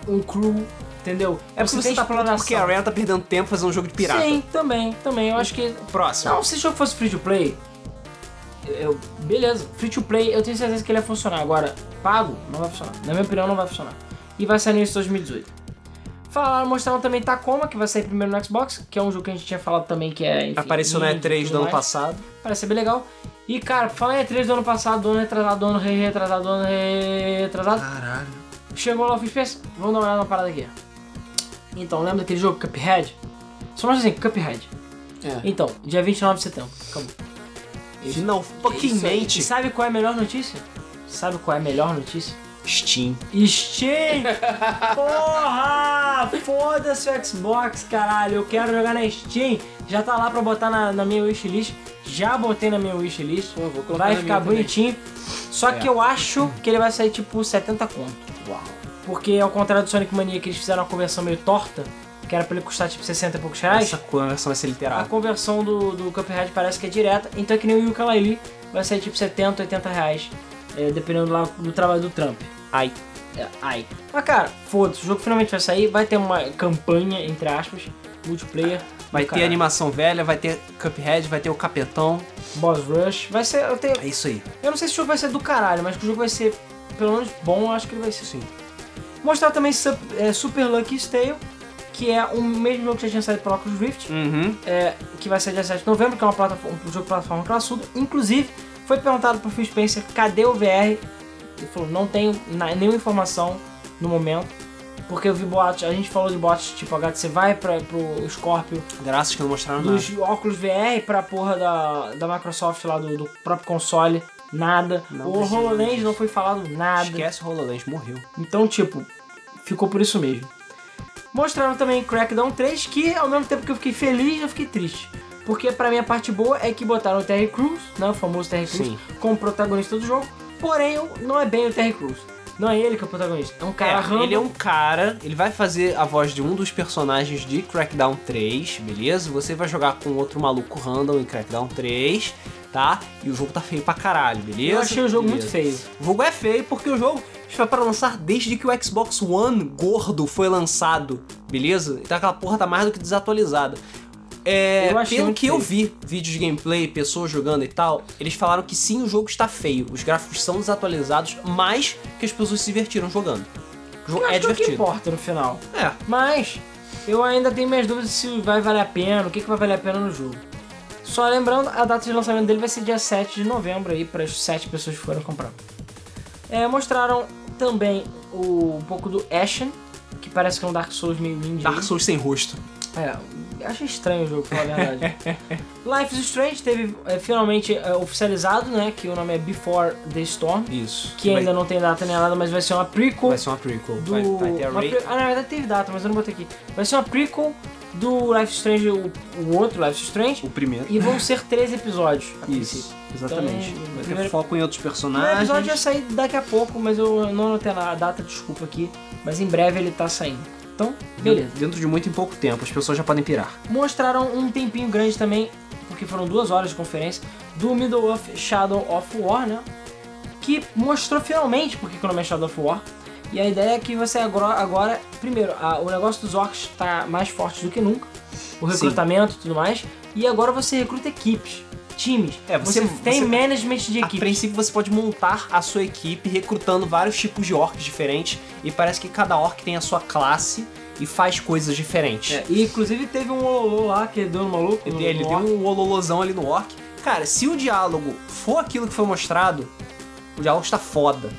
Speaker 2: um crew, entendeu?
Speaker 1: É porque você
Speaker 2: tem
Speaker 1: tá falando
Speaker 2: exploração.
Speaker 1: porque a Rare tá perdendo tempo fazendo um jogo de pirata.
Speaker 2: Sim, também, também. Eu acho que
Speaker 1: Próximo.
Speaker 2: Não, se o jogo fosse free to play, eu- beleza, free to play, eu tenho certeza que ele ia funcionar. Agora, pago, não vai funcionar. Na minha opinião, não vai funcionar. E vai sair no início de 2018. Falaram, mostraram também Tacoma, que vai sair primeiro no Xbox, que é um jogo que a gente tinha falado também que é. Enfim,
Speaker 1: Apareceu na
Speaker 2: indie e
Speaker 1: E3
Speaker 2: tudo
Speaker 1: do ano
Speaker 2: mais.
Speaker 1: passado.
Speaker 2: Parece ser bem legal. E cara, falando em E3 do ano passado, do ano retrasado, do ano re- retrasado, do ano re- retrasado.
Speaker 1: Caralho.
Speaker 2: Chegou lá o Space, vamos dar uma olhada na parada aqui. Então, lembra daquele jogo Cuphead? Só mostra assim, Cuphead.
Speaker 3: É.
Speaker 2: Então, dia 29 de setembro. Acabou.
Speaker 1: Não, fucking
Speaker 3: Isso aí.
Speaker 2: E
Speaker 1: mente.
Speaker 2: sabe qual é a melhor notícia? Sabe qual é a melhor notícia?
Speaker 1: Steam.
Speaker 2: Steam! Porra! Foda-se o Xbox, caralho! Eu quero jogar na Steam! Já tá lá pra botar na, na minha wishlist. Já botei na minha wishlist.
Speaker 3: Pô, eu vou colocar
Speaker 2: Vai
Speaker 3: na
Speaker 2: ficar
Speaker 3: minha também.
Speaker 2: bonitinho. Só
Speaker 1: É.
Speaker 2: que eu acho que ele vai sair tipo 70 conto.
Speaker 3: Uau.
Speaker 2: Porque ao contrário do Sonic Mania que eles fizeram uma conversão meio torta, que era pra ele custar tipo 60 e poucos reais,
Speaker 1: Essa conversão vai ser
Speaker 2: a
Speaker 1: literal.
Speaker 2: conversão do, do Cuphead parece que é direta, então é que nem o Yooka-Laylee, vai sair tipo 70, 80 reais, é, dependendo lá do trabalho do Trump.
Speaker 1: Ai.
Speaker 2: É, ai. Mas cara, foda-se, o jogo finalmente vai sair, vai ter uma campanha, entre aspas, multiplayer.
Speaker 1: Vai
Speaker 2: do
Speaker 1: ter
Speaker 2: caralho.
Speaker 1: animação velha, vai ter Cuphead, vai ter o Capetão.
Speaker 2: Boss Rush, vai ser... Eu, tenho-
Speaker 1: É isso aí.
Speaker 2: eu não sei se o jogo vai ser do caralho, mas que o jogo vai ser, pelo menos, bom, eu acho que ele vai ser sim. Mostrar também Sup- é, Super Lucky's Tale, que é o mesmo jogo que já tinha saído para Oculus Rift,
Speaker 1: Uhum.
Speaker 2: é, que vai ser dia 7 de novembro, que é uma plataforma, um jogo de plataforma classudo. Inclusive, foi perguntado pro Phil Spencer cadê o VR. Ele falou, não tenho na- nenhuma informação no momento. Porque eu vi boatos, a gente falou de boatos tipo HTC vai pra, pro Scorpio
Speaker 1: Graças que não mostraram nada.
Speaker 2: dos óculos VR pra porra da, da Microsoft lá do, do próprio console, nada.
Speaker 1: Não
Speaker 2: o
Speaker 1: precisa.
Speaker 2: HoloLens não foi falado nada.
Speaker 1: Esquece o HoloLens, morreu.
Speaker 2: Então, tipo, ficou por isso mesmo. Mostraram também Crackdown 3, que ao mesmo tempo que eu fiquei feliz, eu fiquei triste. Porque pra mim a parte boa é que botaram o Terry Crews, né, o famoso Terry Crews,
Speaker 1: Sim.
Speaker 2: como protagonista do jogo. Porém, não é bem o Terry Crews. Não é ele que é o protagonista. É um cara
Speaker 1: É,
Speaker 2: random.
Speaker 1: ele é um cara, ele vai fazer a voz de um dos personagens de Crackdown 3, beleza? Você vai jogar com outro maluco random em Crackdown 3, tá? E o jogo tá feio pra caralho, beleza?
Speaker 2: Eu achei o jogo muito
Speaker 1: Beleza.
Speaker 2: feio.
Speaker 1: O jogo é feio porque o jogo foi pra lançar desde que o Xbox One gordo foi lançado, beleza? Então aquela porra tá mais do que desatualizada. É,
Speaker 2: Eu achei
Speaker 1: pelo
Speaker 2: muito
Speaker 1: que eu
Speaker 2: feio.
Speaker 1: vi vídeos de gameplay, pessoas jogando e tal, eles falaram que sim, o jogo está feio. Os gráficos são desatualizados, mas que as pessoas se divertiram jogando. O jogo
Speaker 2: Eu
Speaker 1: é
Speaker 2: acho que é o que
Speaker 1: divertido.
Speaker 2: importa no final.
Speaker 1: É,
Speaker 2: Mas eu ainda tenho minhas dúvidas se vai valer a pena, o que, que vai valer a pena no jogo. Só lembrando, a data de lançamento dele vai ser dia 7 de novembro aí para as 7 pessoas que foram comprar. É, mostraram também o, um pouco do Ashen, que parece que é um Dark Souls meio indie.
Speaker 1: Dark Souls sem rosto.
Speaker 2: É, achei estranho o jogo, pra falar a
Speaker 1: *laughs*
Speaker 2: verdade. Life is Strange teve é, finalmente é, oficializado, né, que o nome é Before the Storm,
Speaker 1: Isso.
Speaker 2: que
Speaker 1: vai,
Speaker 2: ainda não tem data nem nada, mas vai ser uma prequel
Speaker 1: vai ser uma prequel.
Speaker 2: do.
Speaker 1: Vai, vai ter a
Speaker 2: uma
Speaker 1: Ray.
Speaker 2: pre- Ah, na verdade teve data, mas eu não botei aqui. Vai ser uma prequel do Life is Strange, o, o outro Life is Strange,
Speaker 1: O primeiro.
Speaker 2: e vão ser três episódios. a princípio.
Speaker 1: Isso, exatamente.
Speaker 2: Então,
Speaker 1: vai ter
Speaker 2: primeiro-
Speaker 1: foco em outros
Speaker 2: O primeiro
Speaker 1: personagens.
Speaker 2: episódio ia sair daqui a pouco, mas eu não anotei a data, desculpa aqui. Mas em breve ele tá saindo. Então, beleza.
Speaker 1: Dentro de muito em pouco tempo, as pessoas já podem pirar.
Speaker 2: Mostraram um tempinho grande também, porque foram duas horas de conferência, do Middle Earth Shadow of War, né? Que mostrou finalmente porque que o nome é Shadow of War. E a ideia é que você agora, agora primeiro, a- o negócio dos orcs tá mais forte do que nunca, o
Speaker 1: Sim.
Speaker 2: recrutamento e tudo mais, e agora você recruta equipes, times.
Speaker 1: É, você-
Speaker 2: tem
Speaker 1: você-
Speaker 2: management de
Speaker 1: A
Speaker 2: equipes.
Speaker 1: princípio você pode montar a sua equipe recrutando vários tipos de orcs diferentes e parece que cada orc tem a sua classe e faz coisas diferentes.
Speaker 2: É, e inclusive teve um ololô lá que deu no maluco. um
Speaker 1: Ele, ele
Speaker 2: no-
Speaker 1: um
Speaker 2: no
Speaker 1: deu um ololosão ali no orc. Cara, se o diálogo for aquilo que foi mostrado, O diálogo está foda.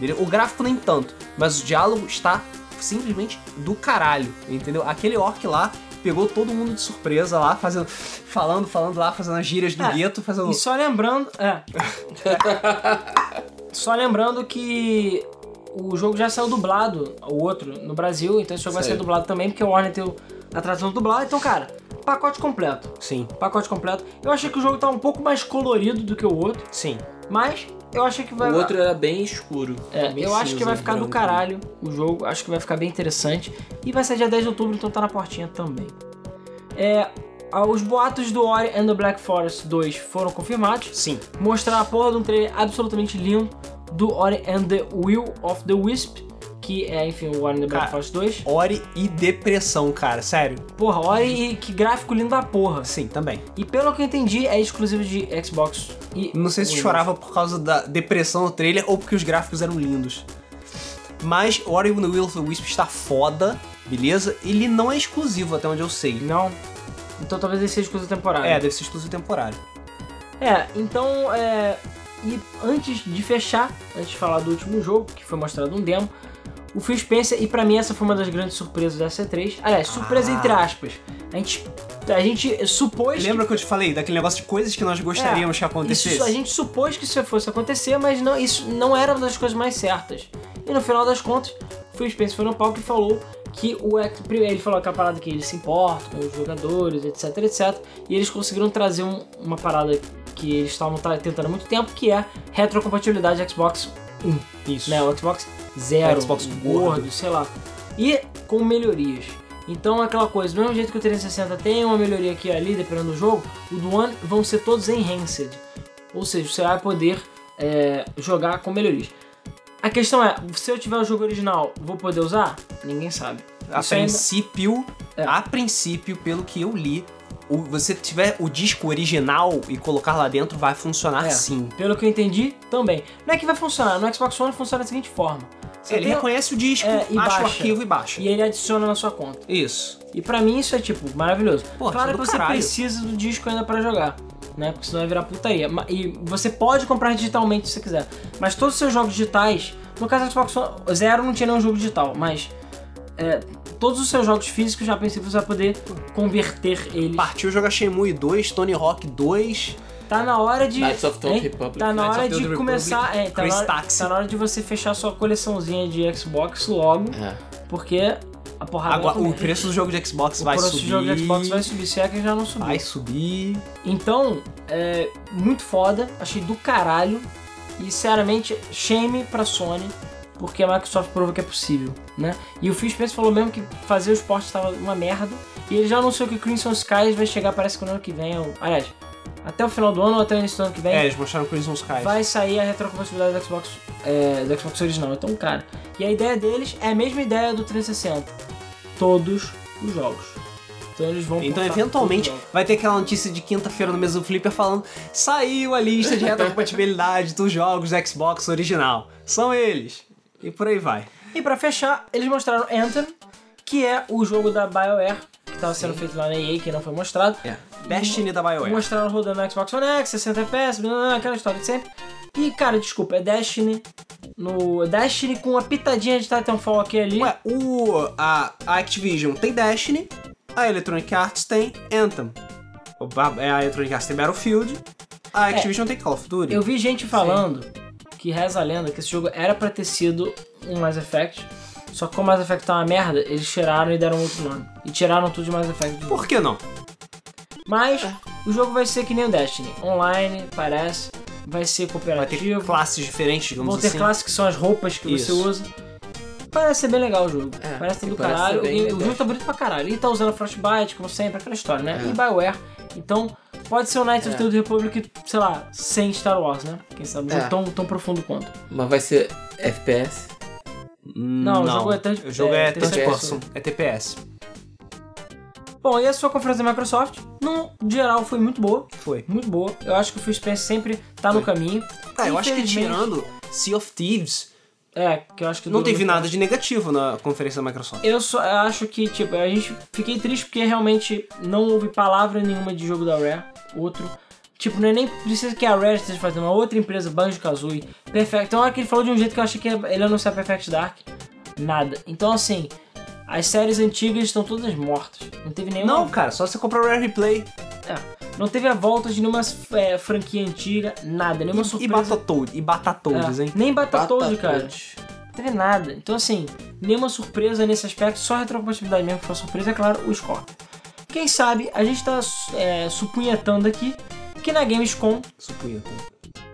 Speaker 1: Beleza? O gráfico nem tanto, mas o diálogo está simplesmente do caralho, entendeu? Aquele orc lá pegou todo mundo de surpresa lá, fazendo, falando, falando lá, fazendo as gírias do
Speaker 2: É,
Speaker 1: gueto, fazendo...
Speaker 2: E só lembrando.
Speaker 3: *laughs*
Speaker 2: É. só lembrando que o jogo já saiu dublado, o outro, no Brasil, então esse jogo vai
Speaker 1: Saiu.
Speaker 2: ser dublado também, porque o Warner tem o- a tradução dublada. Então, cara, pacote completo.
Speaker 1: Sim,
Speaker 2: Pacote completo. Eu achei que o jogo tá um pouco mais colorido do que o outro,
Speaker 1: sim.
Speaker 2: mas eu achei que vai.
Speaker 3: O outro né, era bem escuro.
Speaker 2: É,
Speaker 1: bem
Speaker 2: eu acho que
Speaker 1: cinza,
Speaker 2: vai ficar do
Speaker 1: branco.
Speaker 2: caralho o jogo, acho que vai ficar bem interessante. E vai ser dia 10 de outubro, então tá na portinha também. É, ah, os boatos do Ori and the Black Forest 2 foram confirmados.
Speaker 1: Sim.
Speaker 2: mostrar a porra de um trailer absolutamente lindo do Ori and the Will of the Wisp, que é, enfim, o Ori and the Black
Speaker 1: Cara.
Speaker 2: Forest 2.
Speaker 1: Ori e depressão, cara, sério.
Speaker 2: Porra, Ori, e que gráfico lindo da porra.
Speaker 1: Sim, também.
Speaker 2: E pelo que eu entendi, é exclusivo de Xbox e
Speaker 1: Não sei se
Speaker 2: Windows.
Speaker 1: chorava por causa da depressão no trailer ou porque os gráficos eram lindos. Mas Ori and the Will of the Wisp está foda, beleza? Ele não é exclusivo, até onde eu sei.
Speaker 2: Não? Então talvez ele seja exclusivo temporário.
Speaker 1: É, deve ser exclusivo temporário.
Speaker 2: É, então, é... E antes de fechar, antes de falar do último jogo, que foi mostrado um demo, o Phil Spencer, e pra mim essa foi uma das grandes surpresas da C3. Aliás, surpresa
Speaker 1: Ah.
Speaker 2: entre aspas. A gente, a gente supôs que É,
Speaker 1: Lembra que eu te falei daquele negócio de coisas que nós gostaríamos que acontecesse?
Speaker 2: Isso, a gente supôs que isso fosse acontecer, mas não, isso não era uma das coisas mais certas. E no final das contas, o Phil Spencer foi no palco e falou que o ex- primeiro ele falou que a parada que ele se importa com os jogadores, etc, etc, e eles conseguiram trazer um- uma parada que eles estavam tra- tentando há muito tempo, que é retrocompatibilidade Xbox,
Speaker 1: Isso.
Speaker 2: né, o Xbox Zero,
Speaker 1: Xbox gordo.
Speaker 2: sei lá. E com melhorias. Então é aquela coisa, do mesmo jeito que o 360 tem uma melhoria aqui e ali, dependendo do jogo, o do One vão ser todos enhanced. Ou seja, você vai poder é, jogar com melhorias. A questão é, se eu tiver o jogo original, vou poder usar? Ninguém sabe.
Speaker 1: A
Speaker 2: Isso ainda-
Speaker 1: princípio,
Speaker 2: É.
Speaker 1: a princípio, pelo que eu li, o, você tiver o disco original e colocar lá dentro, vai funcionar
Speaker 2: É.
Speaker 1: sim.
Speaker 2: Pelo que eu entendi, também. Não é que vai funcionar, no Xbox One funciona da seguinte forma. Você
Speaker 1: Ele
Speaker 2: tem-
Speaker 1: reconhece o disco,
Speaker 2: É, e
Speaker 1: acha o
Speaker 2: baixa.
Speaker 1: arquivo e baixa.
Speaker 2: e ele adiciona na sua conta.
Speaker 1: Isso.
Speaker 2: E pra mim isso é tipo maravilhoso.
Speaker 1: Pô,
Speaker 2: claro
Speaker 1: isso é
Speaker 2: que
Speaker 1: do
Speaker 2: você
Speaker 1: caralho.
Speaker 2: precisa do disco ainda pra jogar, né? Porque senão vai virar putaria. Ma- E você pode comprar digitalmente se você quiser. Mas todos os seus jogos digitais, no caso do Xbox One Zero não tinha nenhum jogo digital, mas é, todos os seus jogos físicos já a princípio você vai poder converter eles.
Speaker 1: Partiu jogar Shenmue 2, Tony Hawk 2.
Speaker 2: Tá na hora de
Speaker 3: Knights of the Old
Speaker 2: hein?
Speaker 3: Republic.
Speaker 2: Tá na
Speaker 1: Knights
Speaker 2: hora
Speaker 1: of the
Speaker 2: de
Speaker 1: Old
Speaker 2: começar, é, tá, na
Speaker 1: Crazy
Speaker 2: hora,
Speaker 1: Taxi.
Speaker 2: tá na hora de você fechar sua coleçãozinha de Xbox logo,
Speaker 3: É.
Speaker 2: porque a porrada
Speaker 1: Agora,
Speaker 2: vai
Speaker 1: o
Speaker 2: comer.
Speaker 1: preço do jogo de Xbox vai
Speaker 2: Ah, o preço
Speaker 1: subir.
Speaker 2: do jogo de Xbox vai subir, se é que já não subiu.
Speaker 1: Vai subir.
Speaker 2: Então, é muito foda, achei do caralho. E sinceramente, shame pra Sony, porque a Microsoft prova que é possível, né? E o Phil Spencer falou mesmo que fazer os portes tava uma merda. E ele já anunciou que Crimson Skies vai chegar, parece que no ano que vem. Ou, aliás, até o final do ano ou até o início do ano que vem.
Speaker 1: É, eles mostraram Crimson Skies.
Speaker 2: Vai sair a retrocompatibilidade do Xbox, é, do Xbox original, então cara. E a ideia deles é a mesma ideia do 360. Todos os jogos. Então eles vão
Speaker 1: Então,
Speaker 2: portar
Speaker 1: eventualmente,
Speaker 2: todos os jogos.
Speaker 1: vai ter aquela notícia de quinta-feira no mesmo Flipper falando: saiu a lista de retrocompatibilidade dos jogos Xbox original. São eles. E por aí vai.
Speaker 2: E pra fechar, eles mostraram Anthem, que é o jogo da BioWare, que tava sendo feito lá na EA, que não foi mostrado.
Speaker 1: É. Destiny da BioWare.
Speaker 2: Mostraram rodando no Xbox One X, 60 FPS, blá, blá, blá, aquela história de sempre. E cara, desculpa, é Destiny. No Destiny com uma pitadinha de Titanfall aqui e ali.
Speaker 1: Ué, é? o, a, a Activision tem Destiny, a Electronic Arts tem Anthem. O ba- é, A Electronic Arts tem Battlefield, a Activision tem Call of Duty.
Speaker 2: É. Eu vi gente falando que reza a lenda que esse jogo era pra ter sido um Mass Effect. Só que como Mass Effect tá uma merda, eles tiraram e deram outro nome. E tiraram tudo de Mass Effect. do jogo.
Speaker 1: Por que não?
Speaker 2: Mas
Speaker 3: Tá.
Speaker 2: o jogo vai ser que nem o Destiny. Online, parece. Vai ser
Speaker 1: Vai ter
Speaker 2: cooperativo.
Speaker 1: classes diferentes, digamos
Speaker 2: Vão ter
Speaker 1: assim.
Speaker 2: classes que são as roupas que
Speaker 1: Isso.
Speaker 2: você usa. Parece ser bem legal o jogo.
Speaker 3: É,
Speaker 2: parece ser do
Speaker 3: parece ser
Speaker 2: caralho.
Speaker 3: bem
Speaker 2: E o
Speaker 3: legal.
Speaker 2: jogo tá bonito pra caralho. E tá usando Frostbite, como sempre, aquela história, né?
Speaker 3: É.
Speaker 2: E Bioware. Então, pode ser o Knights of
Speaker 3: É.
Speaker 2: the Old Republic, sei lá, sem Star Wars, né? Quem sabe, um
Speaker 3: É.
Speaker 2: jogo tão, tão profundo quanto.
Speaker 3: Mas vai ser FPS.
Speaker 1: Hum, Não,
Speaker 2: o jogo é third-
Speaker 1: O jogo
Speaker 2: é
Speaker 1: é third
Speaker 3: terceira
Speaker 1: person, é TPS.
Speaker 2: Bom, e essa foi a conferência da Microsoft. No geral, foi muito boa.
Speaker 1: Foi.
Speaker 2: Muito boa. Eu acho que o Phil Spencer sempre tá no caminho.
Speaker 1: É, eu acho que
Speaker 2: Infelizmente-
Speaker 1: tirando Sea of Thieves,
Speaker 2: É, que eu acho que...
Speaker 1: não
Speaker 2: durou
Speaker 1: teve
Speaker 2: muito
Speaker 1: nada de negativo na conferência da Microsoft.
Speaker 2: Eu só eu acho que, tipo, a gente fiquei triste porque realmente não houve palavra nenhuma de jogo da Rare, outro. Tipo, não é nem precisa que a Rare esteja fazendo, uma outra empresa, Banjo Kazooie, Perfect. Então, hora que ele falou de um jeito que eu achei que ia- ele ia anunciar Perfect Dark, nada. Então, assim, as séries antigas estão todas mortas. Não teve nenhuma.
Speaker 1: Não, cara, só você comprar o Rare Replay
Speaker 2: É, não teve a volta de nenhuma é, franquia antiga, nada, nenhuma
Speaker 1: e, e
Speaker 2: surpresa.
Speaker 1: Batatoad, e Batatoads,
Speaker 2: É,
Speaker 1: hein?
Speaker 2: Nem Batatoad,
Speaker 3: Batatoad.
Speaker 2: cara. Não teve nada. Então, assim, nenhuma surpresa nesse aspecto, só a retrocompatibilidade mesmo que foi surpresa, é claro, o Scorpion. Quem sabe, a gente tá é, supunhetando aqui que na Gamescom
Speaker 1: Supunha.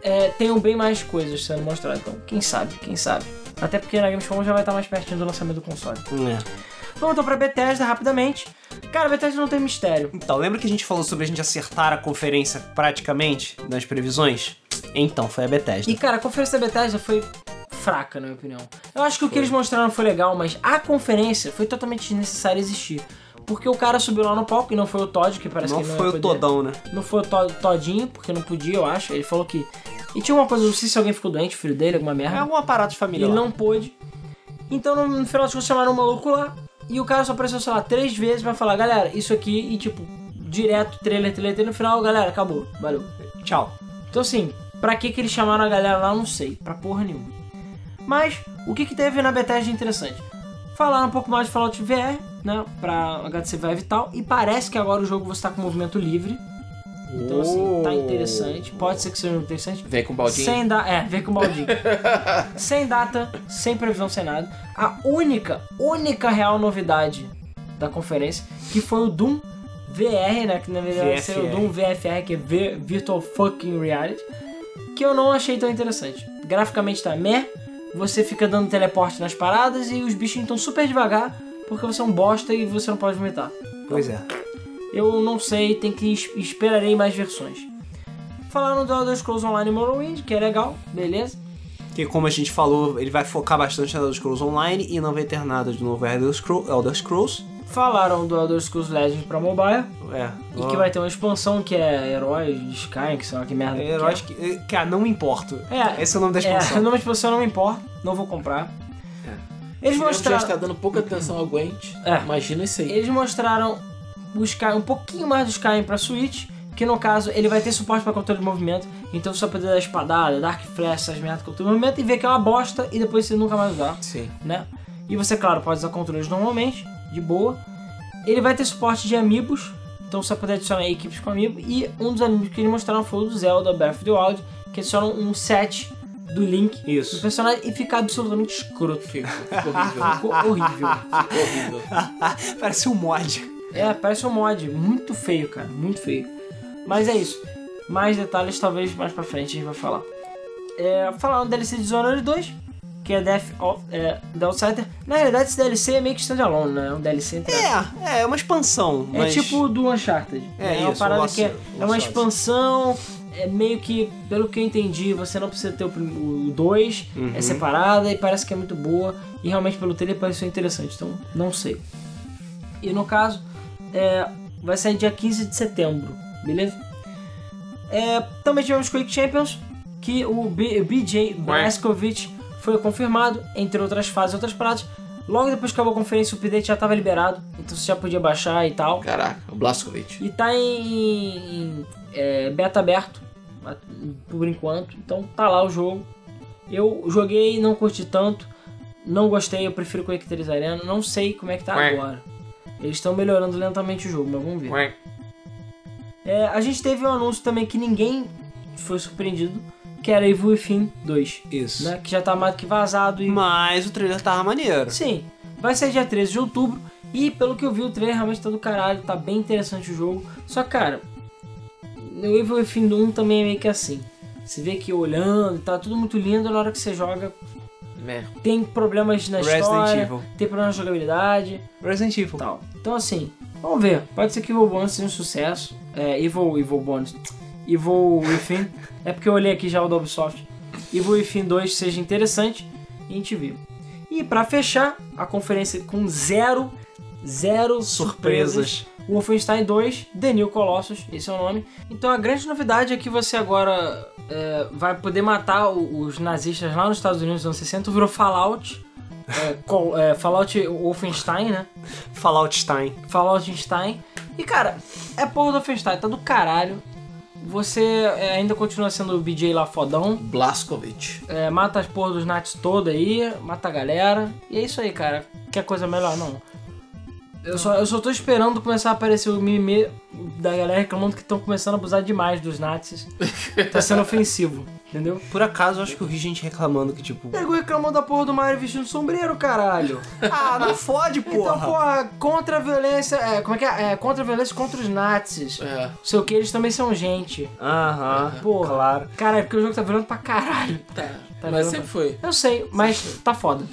Speaker 2: é, tenham bem mais coisas sendo mostradas. Então, quem sabe, quem sabe. Até porque na Gamescom já vai estar mais pertinho do lançamento do console.
Speaker 1: É.
Speaker 2: Vamos então pra Bethesda rapidamente. Cara, Bethesda não tem mistério.
Speaker 1: Então, lembra que a gente falou sobre a gente acertar a conferência praticamente nas previsões? Então, foi a Bethesda.
Speaker 2: E cara, a conferência da Bethesda foi fraca, na minha opinião. Eu acho que o que eles mostraram foi legal, mas a conferência foi totalmente desnecessária existir. Porque o cara subiu lá no palco e não foi o Todd, que parece
Speaker 1: não
Speaker 2: que ele não
Speaker 1: foi
Speaker 2: ia
Speaker 1: o
Speaker 2: poder.
Speaker 1: Todão, né?
Speaker 2: Não foi o Todd, Todinho, porque não podia, eu acho. Ele falou que. E tinha uma coisa, não sei se alguém ficou doente, o filho dele, alguma
Speaker 1: É
Speaker 2: merda.
Speaker 1: algum aparato de família.
Speaker 2: Ele
Speaker 1: lá.
Speaker 2: não pôde. Então no- no final das contas chamaram o maluco lá. E o cara só apareceu, sei lá, três vezes pra falar, galera, isso aqui, e tipo, direto, trailer, trailer, trailer, no final, galera, acabou. Valeu.
Speaker 1: Tchau.
Speaker 2: Então assim, pra que que eles chamaram a galera lá, eu não sei, pra porra nenhuma. Mas, o que que teve na Bethesda interessante? Falaram um pouco mais de Fallout VR, né, pra HTC Vive e tal, e parece que agora o jogo você tá com movimento livre, então assim,
Speaker 3: Oh.
Speaker 2: tá interessante, pode ser que seja interessante.
Speaker 3: Vem com baldinho.
Speaker 2: Sem da... É, vem com
Speaker 3: *laughs*
Speaker 2: baldinho. sem data, sem previsão, sem nada. A única, única real novidade da conferência, que foi o Doom VR, né? Que na verdade
Speaker 1: VFR.
Speaker 2: seria o Doom VFR, que é V- Virtual Fucking Reality. Que eu não achei tão interessante. Graficamente tá meh, você fica dando teleporte nas paradas e os bichos estão super devagar, porque você é um bosta e você não pode vomitar.
Speaker 1: Pois é.
Speaker 2: Eu não sei, tem que es- esperarei mais versões. Falaram do Elder Scrolls Online Morrowind, que é legal, beleza.
Speaker 1: Que como a gente falou, ele vai focar bastante na Elder Scrolls Online e não vai ter nada de novo É Elder Scrolls. Elder Scrolls.
Speaker 2: Falaram do Elder Scrolls Legends pra mobile
Speaker 1: É.
Speaker 2: e que vai ter uma expansão que é Herói de Sky, que sei lá que merda. que
Speaker 1: É, eu acho que. é, Cara, não importo.
Speaker 2: É.
Speaker 1: Esse é o nome da
Speaker 2: é. É, o
Speaker 1: expansão.
Speaker 2: nome da expansão *laughs* não me importa, não vou comprar.
Speaker 1: É.
Speaker 2: Eles
Speaker 1: um
Speaker 3: O Guilherme já
Speaker 2: mostraram,
Speaker 3: está dando pouca atenção ao Gwent.
Speaker 2: É.
Speaker 3: Imagina isso aí.
Speaker 2: eles mostraram o Sky, um pouquinho mais do Sky pra Switch, que no caso ele vai ter suporte pra controle de movimento, então você vai poder dar espadada, Dark Flash, essas merdas, controle de movimento e ver que é uma bosta e depois você nunca mais usar.
Speaker 1: Sim.
Speaker 2: né? E você, claro, pode usar controles normalmente, de boa. Ele vai ter suporte de amiibos, então você vai poder adicionar equipes com amiibo. E um dos amigos que eles mostraram foi o do Zelda Breath of the Wild, que adicionam um set do Link do
Speaker 1: Isso. *laughs*
Speaker 2: personagem e fica absolutamente escroto.
Speaker 3: Ficou ficou horrível.
Speaker 2: *laughs* Ficou horrível.
Speaker 3: Ficou horrível.
Speaker 1: Parece um mod.
Speaker 2: É, parece um mod. Muito feio, cara. Muito feio. Mas é isso. Mais detalhes, talvez mais pra frente a gente vai falar. É, falando do DLC de Dishonored 2, que é Death of é, the Outsider. Na realidade, esse DLC é meio que standalone, né? É um DLC entre
Speaker 1: É, é uma expansão.
Speaker 2: É
Speaker 1: mas-
Speaker 2: tipo o do Uncharted.
Speaker 1: É
Speaker 2: né? uma
Speaker 1: isso,
Speaker 2: parada
Speaker 1: Lost-
Speaker 2: que é, é uma
Speaker 1: Lost Odyssey.
Speaker 2: expansão. É meio que, pelo que eu entendi, você não precisa ter o 2,
Speaker 1: Uhum.
Speaker 2: é separada e parece que é muito boa. E realmente pelo trailer pareceu interessante, então não sei. E no caso, é, vai sair dia 15 de setembro, beleza? É, também tivemos Quick Champions, que o B- BJ Blaskovic foi confirmado, entre outras fases e outras pratas. Logo depois que acabou a conferência, o update já estava liberado, então você já podia baixar e tal.
Speaker 3: Caraca, o Blaskovic.
Speaker 2: E tá em, em, é, beta aberto, a- por enquanto. Então tá lá o jogo. Eu joguei, não curti tanto. Não gostei, eu prefiro Quake 3 Arena. Não sei como é que tá
Speaker 3: Ué.
Speaker 2: agora. Eles estão melhorando lentamente o jogo, mas vamos ver. É, a gente teve um anúncio também que ninguém foi surpreendido, que era Evil Within 2,
Speaker 1: Isso.
Speaker 2: né? Que já tá mais do que vazado e...
Speaker 1: Mas o trailer tava maneiro.
Speaker 2: Sim, vai ser dia 13 de outubro. E pelo que eu vi, o trailer realmente tá do caralho, tá bem interessante o jogo. Só que, cara, o Evil Within 1 também é meio que assim. Você vê que olhando, tá tudo muito lindo, na hora que você joga,
Speaker 3: Meh.
Speaker 2: tem problemas na
Speaker 1: Resident
Speaker 2: história,
Speaker 1: Evil.
Speaker 2: tem problema na jogabilidade
Speaker 1: Resident Evil.
Speaker 2: tal. Então assim, vamos ver. Pode ser que Evil Bonus seja um sucesso. É, Evil, Evil Bonus. Evil Within. é porque eu olhei aqui já o da Ubisoft. Evil Within 2 seja interessante e a gente vê. E pra fechar a conferência com zero, zero surpresas.
Speaker 1: Surpresas.
Speaker 2: O Wolfenstein 2, The New Colossus, esse é o nome. Então a grande novidade é que você agora é, vai poder matar o- os nazistas lá nos Estados Unidos nos anos 60, virou Fallout. é, Col- é, Fallout Wolfenstein, né?
Speaker 1: Fallout Stein.
Speaker 2: Fallout Stein. E cara, é porra do Wolfenstein, tá do caralho. Você é, ainda continua sendo o BJ lá fodão.
Speaker 3: Blaskovic.
Speaker 2: É, mata as porras dos Nats toda aí, mata a galera. E é isso aí, cara. Quer coisa melhor, não. Eu só, eu só tô esperando começar a aparecer o mimimi da galera reclamando que estão começando a abusar demais dos Nazis. tá sendo ofensivo, entendeu?
Speaker 1: Por acaso, eu acho que eu vi gente reclamando que, tipo...
Speaker 2: *laughs* Nego reclamando da porra do Mario vestindo sombreiro, caralho.
Speaker 1: Ah, não fode,
Speaker 2: Então, porra, contra a violência. É, como é que é? é? Contra a violência contra os nazis.
Speaker 3: É.
Speaker 2: Não sei o que, eles também são gente.
Speaker 1: Aham,
Speaker 2: Porra.
Speaker 1: claro.
Speaker 2: Cara, é porque o jogo tá virando pra caralho.
Speaker 3: Tá.
Speaker 2: Tá
Speaker 3: Mas
Speaker 2: vendo?
Speaker 3: sempre foi.
Speaker 2: Eu sei, mas tá foda.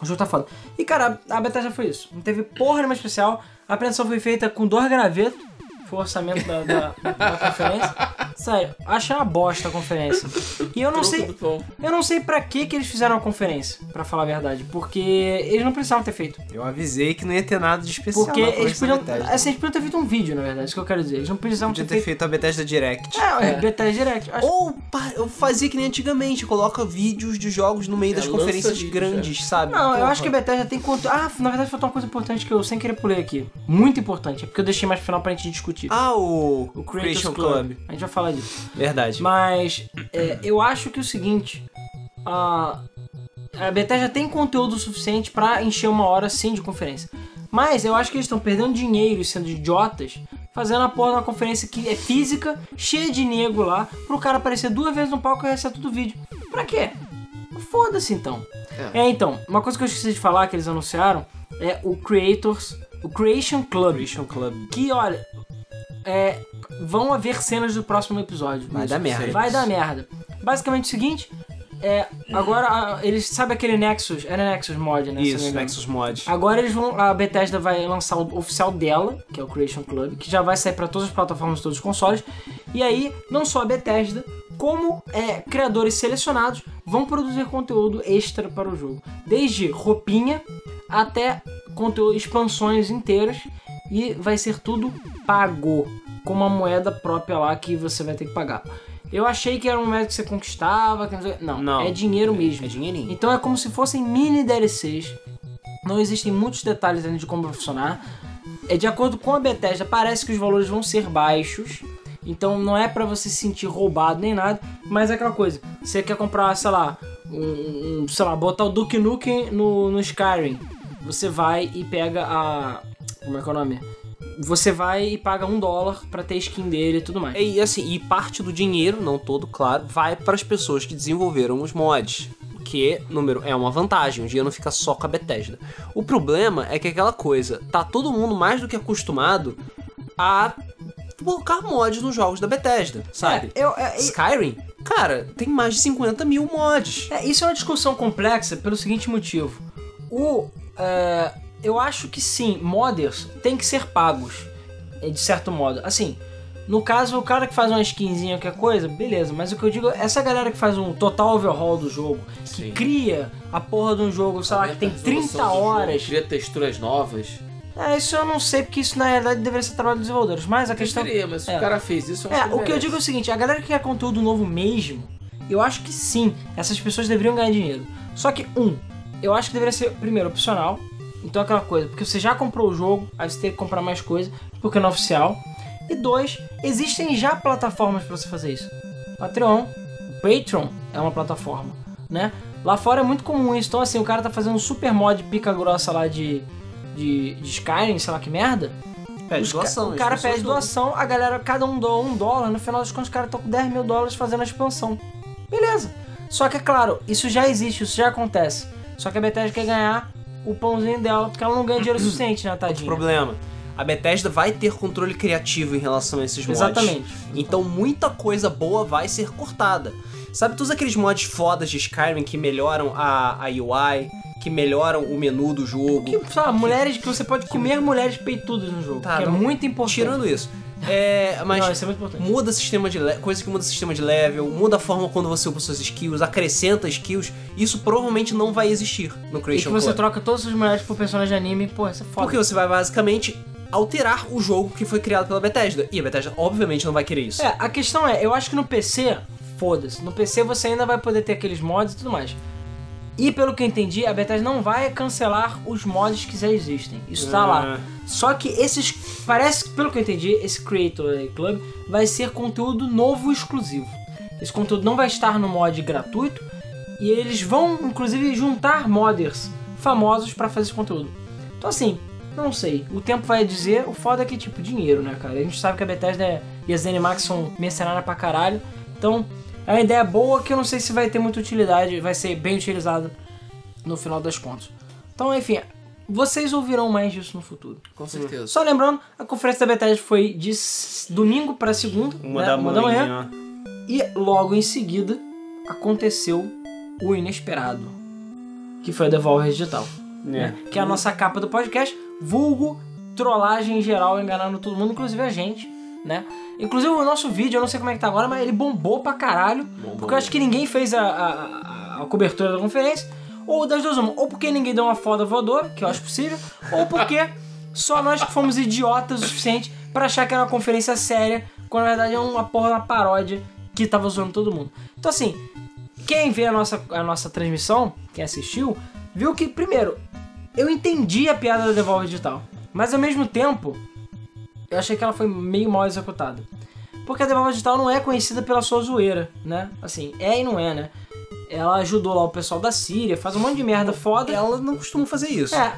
Speaker 2: O jogo tá foda. E cara, a Bethesda foi isso. Não teve porra nenhuma especial. A apresentação foi feita com dois gravetos. Foi o orçamento da, da- da conferência. Sério, achei uma bosta a conferência. E eu não
Speaker 3: Troco
Speaker 2: sei.
Speaker 3: do pão.
Speaker 2: Eu não sei pra que que eles fizeram a conferência, pra falar a verdade. Porque eles não precisavam ter feito.
Speaker 1: Eu avisei que não ia ter nada de especial
Speaker 2: Porque
Speaker 1: na
Speaker 2: eles
Speaker 1: conversa
Speaker 2: podiam.
Speaker 1: é da Bethesda.
Speaker 2: Assim, eles podiam ter feito um vídeo, na verdade, isso que eu quero dizer. Eles não precisavam
Speaker 1: Podia
Speaker 2: ter
Speaker 1: ter
Speaker 2: feito.
Speaker 1: feito a Bethesda Direct.
Speaker 2: É,
Speaker 3: É.
Speaker 2: o Bethesda Direct. Acho-
Speaker 1: Ou pa- eu fazia que nem antigamente, coloca vídeos de jogos no meio
Speaker 3: É,
Speaker 1: das
Speaker 3: lança
Speaker 1: conferências
Speaker 3: vídeos,
Speaker 1: grandes, sabe?
Speaker 2: Não, eu
Speaker 1: Porra.
Speaker 2: acho que a Bethesda tem conta. Ah, na verdade faltou uma coisa importante que eu sem querer pulei aqui. Muito importante, é porque eu deixei mais pro final pra gente discutir.
Speaker 1: Ah, o, Creation
Speaker 2: o Creation
Speaker 1: Club.
Speaker 2: Club. A gente vai falar disso.
Speaker 1: Verdade.
Speaker 2: Mas é, eu acho que o seguinte. A, a Bethesda tem conteúdo suficiente pra encher uma hora sim de conferência. Mas eu acho que eles estão perdendo dinheiro e sendo idiotas fazendo a porra de uma conferência que é física, cheia de nego lá, pro cara aparecer duas vezes no palco e reset tudo o vídeo. Pra quê? Foda-se então. É. então, uma coisa que eu esqueci de falar que eles anunciaram é o Creators, o Creation Club.
Speaker 1: Creation Club.
Speaker 2: Que, olha, é, vão haver cenas do próximo episódio.
Speaker 1: Vai dar merda.
Speaker 2: Vai dar merda. Basicamente o seguinte, é, agora a- eles... Sabe aquele Nexus? Era Nexus Mod, né? se não me
Speaker 1: Isso,
Speaker 2: engano?
Speaker 1: Nexus Mod.
Speaker 2: Agora eles vão... A Bethesda vai lançar o oficial dela, que é o Creation Club, que já vai sair pra todas as plataformas, todos os consoles. E aí, não só a Bethesda, como é, criadores selecionados vão produzir conteúdo extra para o jogo. Desde roupinha até conteúdo, expansões inteiras e vai ser tudo pago com uma moeda própria lá que você vai ter que pagar. Eu achei que era uma moeda que você conquistava, que não, sei- não,
Speaker 1: Não.
Speaker 2: é dinheiro mesmo.
Speaker 1: É dinheirinho.
Speaker 2: Então é como se fossem mini DLCs. Não existem muitos detalhes ainda de como vai funcionar. É de acordo com a Bethesda, parece que os valores vão ser baixos. Então não é pra você se sentir roubado nem nada, mas é aquela coisa. Você quer comprar, sei lá, um, um- sei lá, botar o Duke Nukem no, no Skyrim. Você vai e pega a como é que é o nome? Você vai e paga um dólar pra ter skin dele e tudo mais.
Speaker 1: E assim, e parte do dinheiro, não todo, claro, vai para as pessoas que desenvolveram os mods. Que, número, é uma vantagem, o dinheiro não fica só com a Bethesda. O problema é que aquela coisa, tá todo mundo mais do que acostumado a colocar mods nos jogos da Bethesda, sabe?
Speaker 2: É, eu, é, e-
Speaker 1: Skyrim, cara, tem mais de 50 mil mods.
Speaker 2: É, isso é uma discussão complexa pelo seguinte motivo. O, é, eu acho que sim, modders têm que ser pagos, é, de certo modo. Assim, no caso, o cara que faz uma skinzinha, qualquer coisa, beleza. Mas o que eu digo, é essa galera que faz um total overhaul do jogo, que
Speaker 3: Sim. Né,
Speaker 2: cria a porra de um jogo, sei lá, que tem
Speaker 3: Aumenta a resolução
Speaker 2: 30
Speaker 3: do jogo,
Speaker 2: horas.
Speaker 3: Cria texturas novas.
Speaker 2: É, isso eu não sei, porque isso na realidade deveria ser trabalho dos desenvolvedores. Mas a questão...
Speaker 3: Queria, mas se
Speaker 2: É.
Speaker 3: o cara fez isso, acho
Speaker 2: É,
Speaker 3: ele
Speaker 2: o que eu
Speaker 3: merece.
Speaker 2: digo é o seguinte, a galera que quer conteúdo novo mesmo, eu acho que sim, essas pessoas deveriam ganhar dinheiro. Só que, um, eu acho que deveria ser, primeiro, opcional. Então é aquela coisa, porque você já comprou o jogo, aí você tem que comprar mais coisa, porque não é oficial. E dois, existem já plataformas pra você fazer isso. Patreon, o Patreon é uma plataforma, né? Lá fora é muito comum isso, então assim, o cara tá fazendo um super mod pica grossa lá de, de, de Skyrim, sei lá que merda.
Speaker 1: Pede
Speaker 2: Os ca- O cara pede doação, a galera, cada um doa um dólar, no final das contas, os caras estão com 10 mil dólares fazendo a expansão. Beleza. Só que é claro, isso já existe, isso já acontece. Só que a Bethesda quer ganhar o pãozinho dela, porque ela não ganha dinheiro suficiente, né,
Speaker 1: Outro
Speaker 2: tadinha?
Speaker 1: problema. A Bethesda vai ter controle criativo em relação a esses mods.
Speaker 2: Exatamente.
Speaker 1: Então muita coisa boa vai ser cortada. Sabe todos aqueles mods fodas de Skyrim que melhoram a, a UI, que melhoram o menu do jogo?
Speaker 2: Que, sei lá, mulheres que você pode comer mulheres peitudas no jogo,
Speaker 1: Tá,
Speaker 2: que é
Speaker 1: não-
Speaker 2: muito importante.
Speaker 1: Tirando isso. É,
Speaker 2: Não,
Speaker 1: mas
Speaker 2: isso é muito importante.
Speaker 1: muda sistema de le- coisa que muda sistema de level, muda a forma quando você usa suas skills, acrescenta skills, isso provavelmente não vai existir no
Speaker 2: E que
Speaker 1: Creation
Speaker 2: você
Speaker 1: Club.
Speaker 2: troca todas as mulheres por personagens de anime, pô, isso é foda.
Speaker 1: Porque você vai basicamente alterar o jogo que foi criado pela Bethesda. E a Bethesda obviamente não vai querer isso.
Speaker 2: É, a questão é, eu acho que no PC, foda-se, no PC você ainda vai poder ter aqueles mods e tudo mais. E pelo que eu entendi, a Bethesda não vai cancelar os mods que já existem. Isso tá lá. Só que esses. Parece que, pelo que eu entendi, esse Creator Club vai ser conteúdo novo e exclusivo. Esse conteúdo não vai estar no mod gratuito. E eles vão, inclusive, juntar modders famosos pra fazer esse conteúdo. Então, assim, não sei. O tempo vai dizer. O foda é que, tipo, dinheiro, né, cara? A gente sabe que a Bethesda é- e a ZeniMax são mercenárias pra caralho. Então, é uma ideia boa que eu não sei se vai ter muita utilidade. Vai ser bem utilizada no final das contas. Então, enfim, vocês ouvirão mais disso no futuro.
Speaker 3: Com certeza.
Speaker 2: é Só lembrando, a conferência da Bethesda foi de s- domingo pra segunda,
Speaker 1: Uma,
Speaker 2: né?
Speaker 1: da,
Speaker 2: Uma da manhã,
Speaker 1: manhã.
Speaker 2: e logo em seguida aconteceu o inesperado, que foi a Devolver Digital,
Speaker 1: né?
Speaker 2: que é a nossa capa do podcast, vulgo trollagem em geral, enganando todo mundo, inclusive a gente, né? Inclusive o nosso vídeo, eu não sei como é que tá agora, mas ele bombou pra caralho.
Speaker 3: Bom,
Speaker 2: Porque eu acho que ninguém fez a, a- a- a cobertura da conferência. Ou das duas, uma. Ou porque ninguém deu uma foda voadora, que eu acho possível. Ou porque só nós que fomos idiotas o suficiente pra achar que era uma conferência séria, quando na verdade é uma porra da paródia que tava zoando todo mundo. Então assim, quem vê a nossa, a nossa transmissão, quem assistiu, viu que, primeiro, eu entendi a piada da Devolve Digital. Mas ao mesmo tempo, eu achei que ela foi meio mal executada. Porque a Devolver Digital não é conhecida pela sua zoeira, né? Assim, é e não é, né? Ela ajudou lá o pessoal da Síria, faz um monte de merda foda.
Speaker 1: É. Ela não costuma fazer isso.
Speaker 2: É.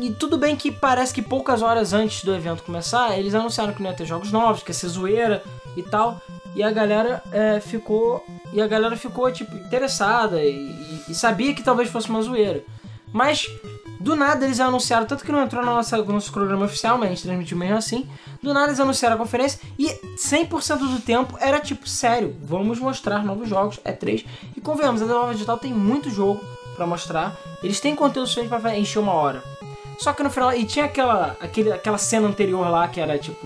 Speaker 2: E tudo bem que parece que poucas horas antes do evento começar, eles anunciaram que não ia ter jogos novos, que ia ser zoeira e tal. E a galera é, ficou. E a galera ficou, tipo, interessada e, e- e sabia que talvez fosse uma zoeira. Mas, do nada, eles anunciaram, tanto que não entrou no nosso, no nosso programa oficial, mas a gente transmitiu mesmo assim. Do nada eles anunciaram a conferência e 100% do tempo era tipo, sério, vamos mostrar novos jogos, é 3. E convenhamos, a Devolver Digital tem muito jogo pra mostrar. Eles têm conteúdo suficiente pra encher uma hora. Só que no final, e tinha aquela, aquele, aquela cena anterior lá que era tipo,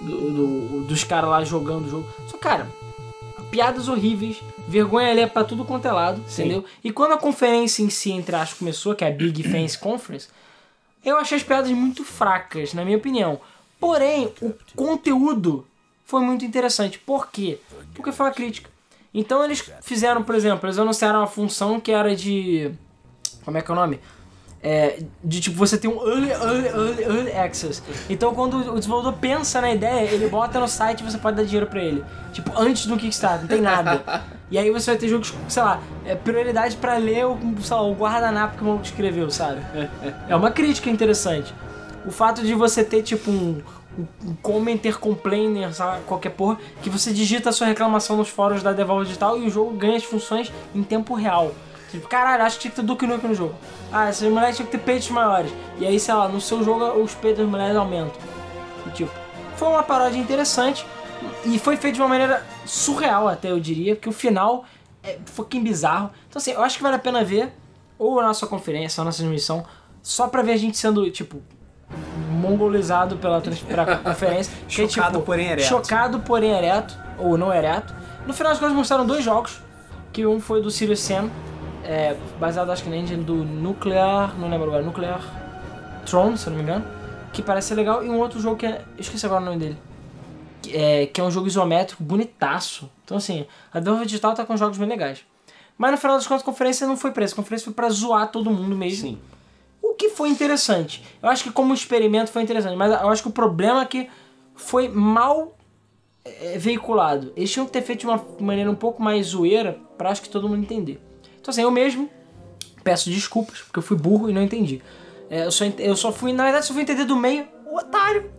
Speaker 2: do- do- dos caras lá jogando o jogo. Só cara, piadas horríveis, vergonha ali é pra tudo quanto é lado,
Speaker 1: Sim.
Speaker 2: entendeu? E quando a conferência em si, entre aspas, começou, que é a Big Fans Conference, eu achei as piadas muito fracas, na minha opinião. Porém, o conteúdo foi muito interessante. Por quê? Porque foi uma crítica. Então eles fizeram, por exemplo, eles anunciaram uma função que era de. Como é que é o nome? É, de tipo, você tem um early, early, early, early access. Então quando o desenvolvedor pensa na ideia, ele bota no site e você pode dar dinheiro pra ele. Tipo, antes do Kickstarter, não tem nada. E aí você vai ter jogos, sei lá, é, prioridade pra ler o, sei lá, o guardanapo que o maluco escreveu, sabe? É uma crítica interessante. O fato de você ter, tipo, um, um commenter, complainer, sabe, qualquer porra, que você digita a sua reclamação nos fóruns da Devolver Digital e o jogo ganha as funções em tempo real. Tipo, caralho, acho que tinha que ter Duke Nukem no jogo. Ah, essas mulheres tinham que ter peitos maiores. E aí, sei lá, no seu jogo os peitos das mulheres aumentam. E, tipo, foi uma paródia interessante e foi feito de uma maneira surreal até, eu diria, porque o final é fucking bizarro. Então, assim, eu acho que vale a pena ver ou a nossa conferência, ou a nossa transmissão, só pra ver a gente sendo, tipo, mongolizado pela, trans- pela
Speaker 1: *laughs*
Speaker 2: conferência. que é,
Speaker 1: Chocado,
Speaker 2: tipo,
Speaker 1: porém, ereto.
Speaker 2: Chocado, porém ereto, ou não ereto. No final das contas, mostraram dois jogos, que um foi do Sirius Sam, é, baseado, acho que na engine do Nuclear, não lembro agora, Nuclear Throne, se eu não me engano, que parece ser legal, e um outro jogo que é, eu esqueci agora o nome dele que é, que é um jogo isométrico bonitaço. Então, assim, a Devolver Digital tá com jogos bem legais. Mas no final das contas, a conferência não foi pra isso. A conferência foi pra zoar todo mundo mesmo.
Speaker 1: Sim.
Speaker 2: O que foi interessante. Eu acho que como experimento foi interessante, mas eu acho que o problema é que foi mal é, veiculado. Eles tinham que ter feito de uma maneira um pouco mais zoeira pra acho que todo mundo entender. Então, assim, eu mesmo peço desculpas, porque eu fui burro e não entendi. É, eu, só, ent- eu só fui, na verdade, só fui entender do meio, o otário.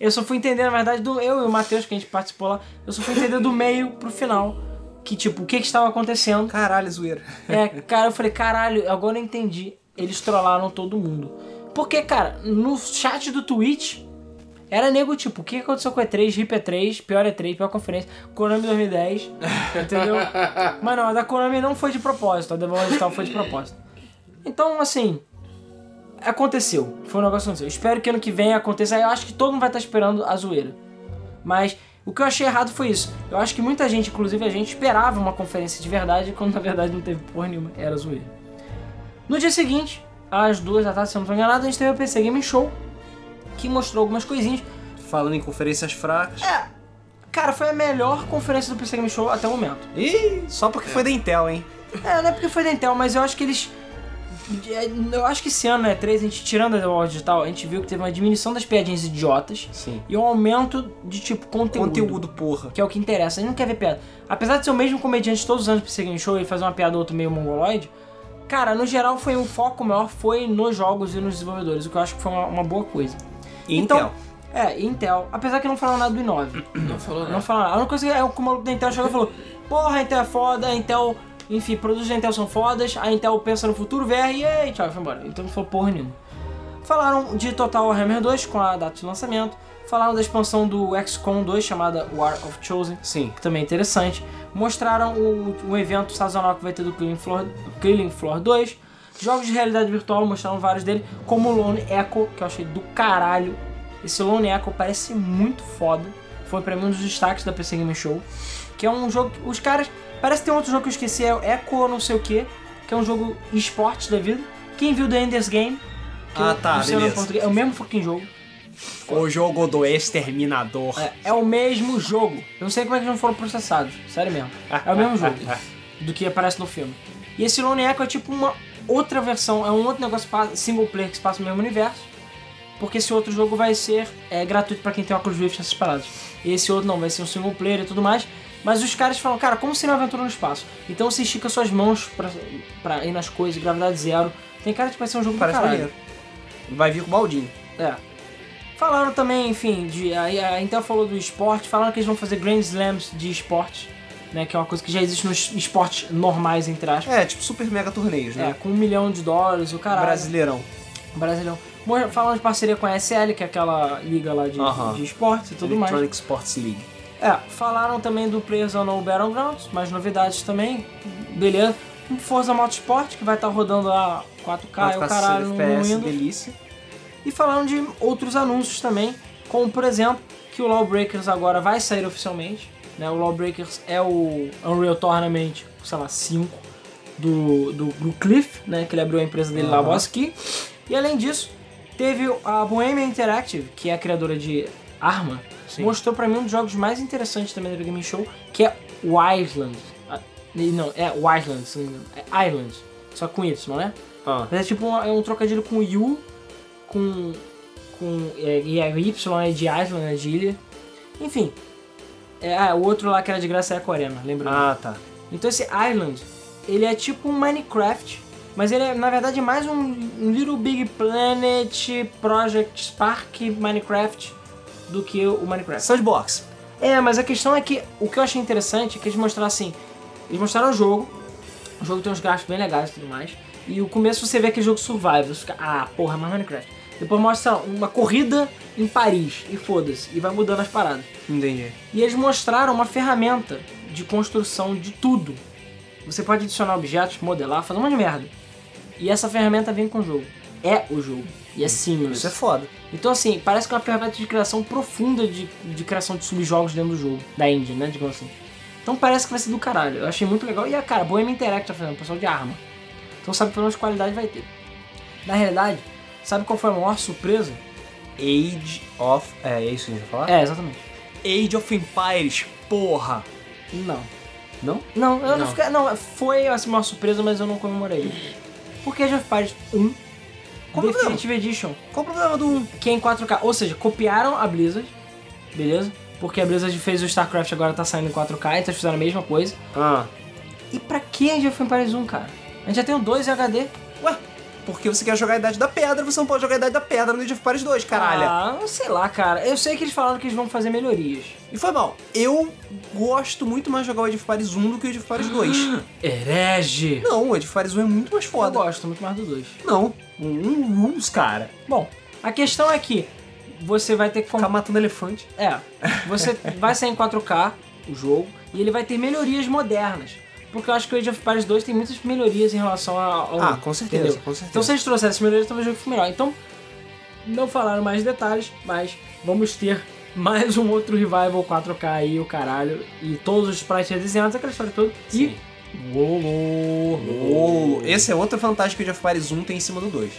Speaker 2: eu só fui entender, na verdade, do eu e o Matheus, que a gente participou lá, eu só fui entender do meio pro final. Que, tipo, o que que estava acontecendo.
Speaker 1: Caralho, zoeira.
Speaker 2: É, cara, eu falei, caralho, agora eu entendi. Eles trollaram todo mundo. Porque, cara, no chat do Twitch, era nego, tipo, o que aconteceu com o E3, RIP E3, pior E3, pior conferência, Konami 2010, entendeu? Mas não, a da Konami não foi de propósito, a Devolver Digital foi de propósito. Então, assim, aconteceu. Foi um negócio que aconteceu. Eu espero que ano que vem aconteça. Eu acho que todo mundo vai estar esperando a zoeira. Mas o que eu achei errado foi isso. Eu acho que muita gente, inclusive a gente, esperava uma conferência de verdade, quando na verdade não teve porra nenhuma. Era zoeira. No dia seguinte, às duas da tarde, se eu não tô enganado, a gente teve o PC Game Show, que mostrou algumas coisinhas.
Speaker 1: Falando em conferências fracas.
Speaker 2: É. Cara, foi a melhor conferência do PC Game Show até o momento.
Speaker 1: Ih, só porque foi da Intel, hein?
Speaker 2: É, não é porque foi da Intel, mas eu acho que eles. é, Eu acho que esse ano, né, 3, a gente tirando a World Digital, a gente viu que teve uma diminuição das piadinhas idiotas
Speaker 1: Sim.
Speaker 2: e um aumento de tipo conteúdo.
Speaker 1: Conteúdo, porra.
Speaker 2: Que é o que interessa. A gente não quer ver piada. Apesar de ser o mesmo comediante todos os anos pra seguir em show e fazer uma piada ou outro meio mongoloide, cara, no geral foi um foco maior foi nos jogos e nos desenvolvedores, o que eu acho que foi uma, uma boa coisa.
Speaker 1: Então,
Speaker 2: Então, É, e Intel, apesar que não falaram nada do i9.
Speaker 3: Não falou
Speaker 2: Não
Speaker 3: nada.
Speaker 2: falaram nada. A única coisa que é o que o maluco da Intel chegou e falou: Porra, a Intel é foda, a Intel. Enfim, produtos da Intel são fodas, a Intel pensa no futuro, VR, e aí, tchau, foi embora. Então não falou porra nenhuma. Falaram de Total Warhammer 2 com a data de lançamento. Falaram da expansão do XCOM 2 chamada War of Chosen
Speaker 1: sim.
Speaker 2: que também é interessante. Mostraram o, o evento sazonal que vai ter do Killing Floor, Killing Floor 2. Jogos de realidade virtual, mostraram vários dele, como o Lone Echo, que eu achei do caralho. Esse Lone Echo parece muito foda. Foi pra mim um dos destaques da PC Game Show. Que é um jogo. que Os caras. Parece que tem outro jogo que eu esqueci, é o Echo não sei o que. Que é um jogo esporte da vida. Quem viu The Ender's Game? que
Speaker 1: Ah,
Speaker 2: eu-
Speaker 1: tá,
Speaker 2: não sei o nome
Speaker 1: beleza.
Speaker 2: em português, É o mesmo fucking jogo.
Speaker 1: O jogo do Exterminador.
Speaker 2: É, é o mesmo jogo. Eu não sei como é que eles não foram processados, sério mesmo. É o mesmo jogo do que aparece no filme. E esse Lone Echo é tipo uma outra versão, é um outro negócio pa- single player que se passa no mesmo universo. Porque esse outro jogo vai ser é, gratuito pra quem tem óculos Rift essas paradas. E esse outro não, vai ser um single player e tudo mais. Mas os caras falam, cara, como se não aventura no espaço? Então você estica suas mãos pra, pra ir nas coisas, gravidade zero. Tem cara de que vai ser um jogo do
Speaker 1: Parece
Speaker 2: caralho.
Speaker 1: maneiro. Vai vir com o baldinho.
Speaker 2: É. Falaram também, enfim, de, a, a Intel falou do esporte, falaram que eles vão fazer Grand Slams de esporte, né? Que é uma coisa que já existe nos esportes normais, entre aspas.
Speaker 1: É, tipo super mega torneios,
Speaker 2: É,
Speaker 1: né?
Speaker 2: com um milhão de dólares, o caralho.
Speaker 1: Brasileirão.
Speaker 2: Brasileirão. Mo- Falaram de parceria com a SL, que é aquela liga lá de,
Speaker 1: Aham.
Speaker 2: de esportes e tudo mais.
Speaker 1: Electronic Sports League.
Speaker 2: É, falaram também do Players Unknown Battlegrounds, mais novidades também, beleza. Forza Motorsport, que vai estar rodando lá 4K, e o
Speaker 1: 4K,
Speaker 2: caralho, no
Speaker 1: 60 FPS,
Speaker 2: Windows.
Speaker 1: delícia.
Speaker 2: E falaram de outros anúncios também, como por exemplo, que o Lawbreakers agora vai sair oficialmente. Né? O Lawbreakers é o Unreal Tournament, sei lá, 5 do, do, do Cliff, né? Que ele abriu a empresa dele lá,
Speaker 1: Aham.
Speaker 2: Boski. E além disso, teve a Bohemia Interactive, que é a criadora de Arma,
Speaker 1: Sim.
Speaker 2: mostrou pra mim um dos jogos mais interessantes também da Game Show, que é o Island. Ah, Não, é o Island, se não me engano. É Island, só com Y, né?
Speaker 1: Ah,
Speaker 2: Mas é tipo um, é um trocadilho com U, com. com. É, e é Y é de Island, né? De ilha. Enfim. É, ah, o outro lá que era de graça era Corena, lembra?
Speaker 1: ah, tá.
Speaker 2: Então esse Island, ele é tipo um Minecraft, mas ele é na verdade mais um, um Little Big Planet Project Spark Minecraft do que o Minecraft.
Speaker 1: Sandbox.
Speaker 2: É, mas a questão é que o que eu achei interessante é que eles mostraram assim: eles mostraram o jogo, o jogo tem uns gráficos bem legais e tudo mais, e o começo você vê aquele jogo survival, você fica, ah, porra, mas Minecraft. Depois mostra uma corrida em Paris, e foda-se, e vai mudando as paradas.
Speaker 1: Entendi.
Speaker 2: E eles mostraram uma ferramenta de construção de tudo. Você pode adicionar objetos, modelar, fazer um monte de merda. E essa ferramenta vem com o jogo. É o jogo. E é simples.
Speaker 1: Isso é foda.
Speaker 2: Então, assim, parece que é uma ferramenta de criação profunda de, de criação de subjogos dentro do jogo, da engine, né? Digamos assim. Então parece que vai ser do caralho. Eu achei muito legal. E a cara, Bohemia Interactive tá fazendo, pessoal de arma. Então sabe pelo menos qualidade vai ter. Na realidade, sabe qual foi a maior surpresa?
Speaker 1: Age of... É, é isso que a gente vai falar?
Speaker 2: É, exatamente.
Speaker 1: Age of Empires, porra.
Speaker 2: Não.
Speaker 1: Não?
Speaker 2: Não, eu não,
Speaker 3: Não.
Speaker 2: fica- não, foi assim, uma surpresa, mas eu não comemorei. Porque Age of Empires 1
Speaker 1: Como não?
Speaker 2: Definitive Edition,
Speaker 1: Qual o problema do 1?
Speaker 2: que é em 4K. Ou seja, copiaram a Blizzard, beleza? Porque a Blizzard fez o StarCraft agora tá saindo em 4K, então eles fizeram a mesma coisa.
Speaker 1: Ah.
Speaker 2: E pra que Age of Empires 1, cara? A gente já tem o 2 em HD.
Speaker 1: Ué, porque você quer jogar a Idade da Pedra, você não pode jogar a Idade da Pedra no Age of Empires 2, caralho.
Speaker 2: Ah, não sei lá, cara. Eu sei que eles falaram que eles vão fazer melhorias.
Speaker 1: E foi mal. Eu gosto muito mais de jogar o Age of Empires 1 do que o Age of Empires 2.
Speaker 2: Herege!
Speaker 1: não, o Age of Empires 1 é muito mais
Speaker 2: Eu
Speaker 1: foda.
Speaker 2: gosto muito mais do 2.
Speaker 1: Não. Um rules, cara.
Speaker 2: Bom, a questão é que você vai ter que comprar.
Speaker 1: Ficar matando elefante.
Speaker 2: É, você vai sair em 4K o jogo e ele vai ter melhorias modernas. Porque eu acho que o Age of Empires 2 tem muitas melhorias em relação ao. ao-
Speaker 1: Ah, com certeza,
Speaker 2: entendeu?
Speaker 1: com certeza.
Speaker 2: Então se eles trouxessem essas melhorias, talvez o jogo fique melhor. Então, não falaram mais detalhes, mas vamos ter mais um outro revival 4K aí, o caralho. E todos os sprites redesenhados, aquela história toda.
Speaker 3: Sim.
Speaker 2: E. Uou!
Speaker 1: um Uou, esse é outra vantagem que o Age of Empires 1 tem em cima do 2.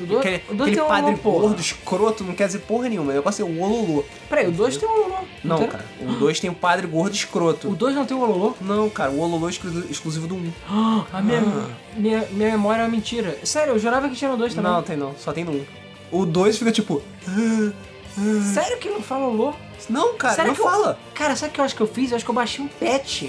Speaker 2: O dois-
Speaker 1: aquele
Speaker 2: o dois
Speaker 1: aquele
Speaker 2: tem um
Speaker 1: padre
Speaker 2: olô, porra.
Speaker 1: gordo, escroto, não quer dizer porra nenhuma. O negócio é o ololô.
Speaker 2: Peraí, o 2 tem um ololô.
Speaker 1: Não,
Speaker 2: tem?
Speaker 1: cara. O 2 tem o padre gordo escroto.
Speaker 2: O 2 não tem um ololô?
Speaker 1: Não, cara. Então- O ololô é exclu- exclusivo do 1.
Speaker 2: Ah, A minha, minha, minha memória é uma mentira. Sério, eu jurava que tinha no 2 também.
Speaker 1: Não, tem não. Só tem no 1. O 2 fica tipo...
Speaker 2: Sério que não fala ololô?
Speaker 1: Não, cara.
Speaker 2: Sério
Speaker 1: não
Speaker 2: que eu-
Speaker 1: fala.
Speaker 2: Cara, sabe o que eu acho que eu fiz? Eu acho que eu baixei um patch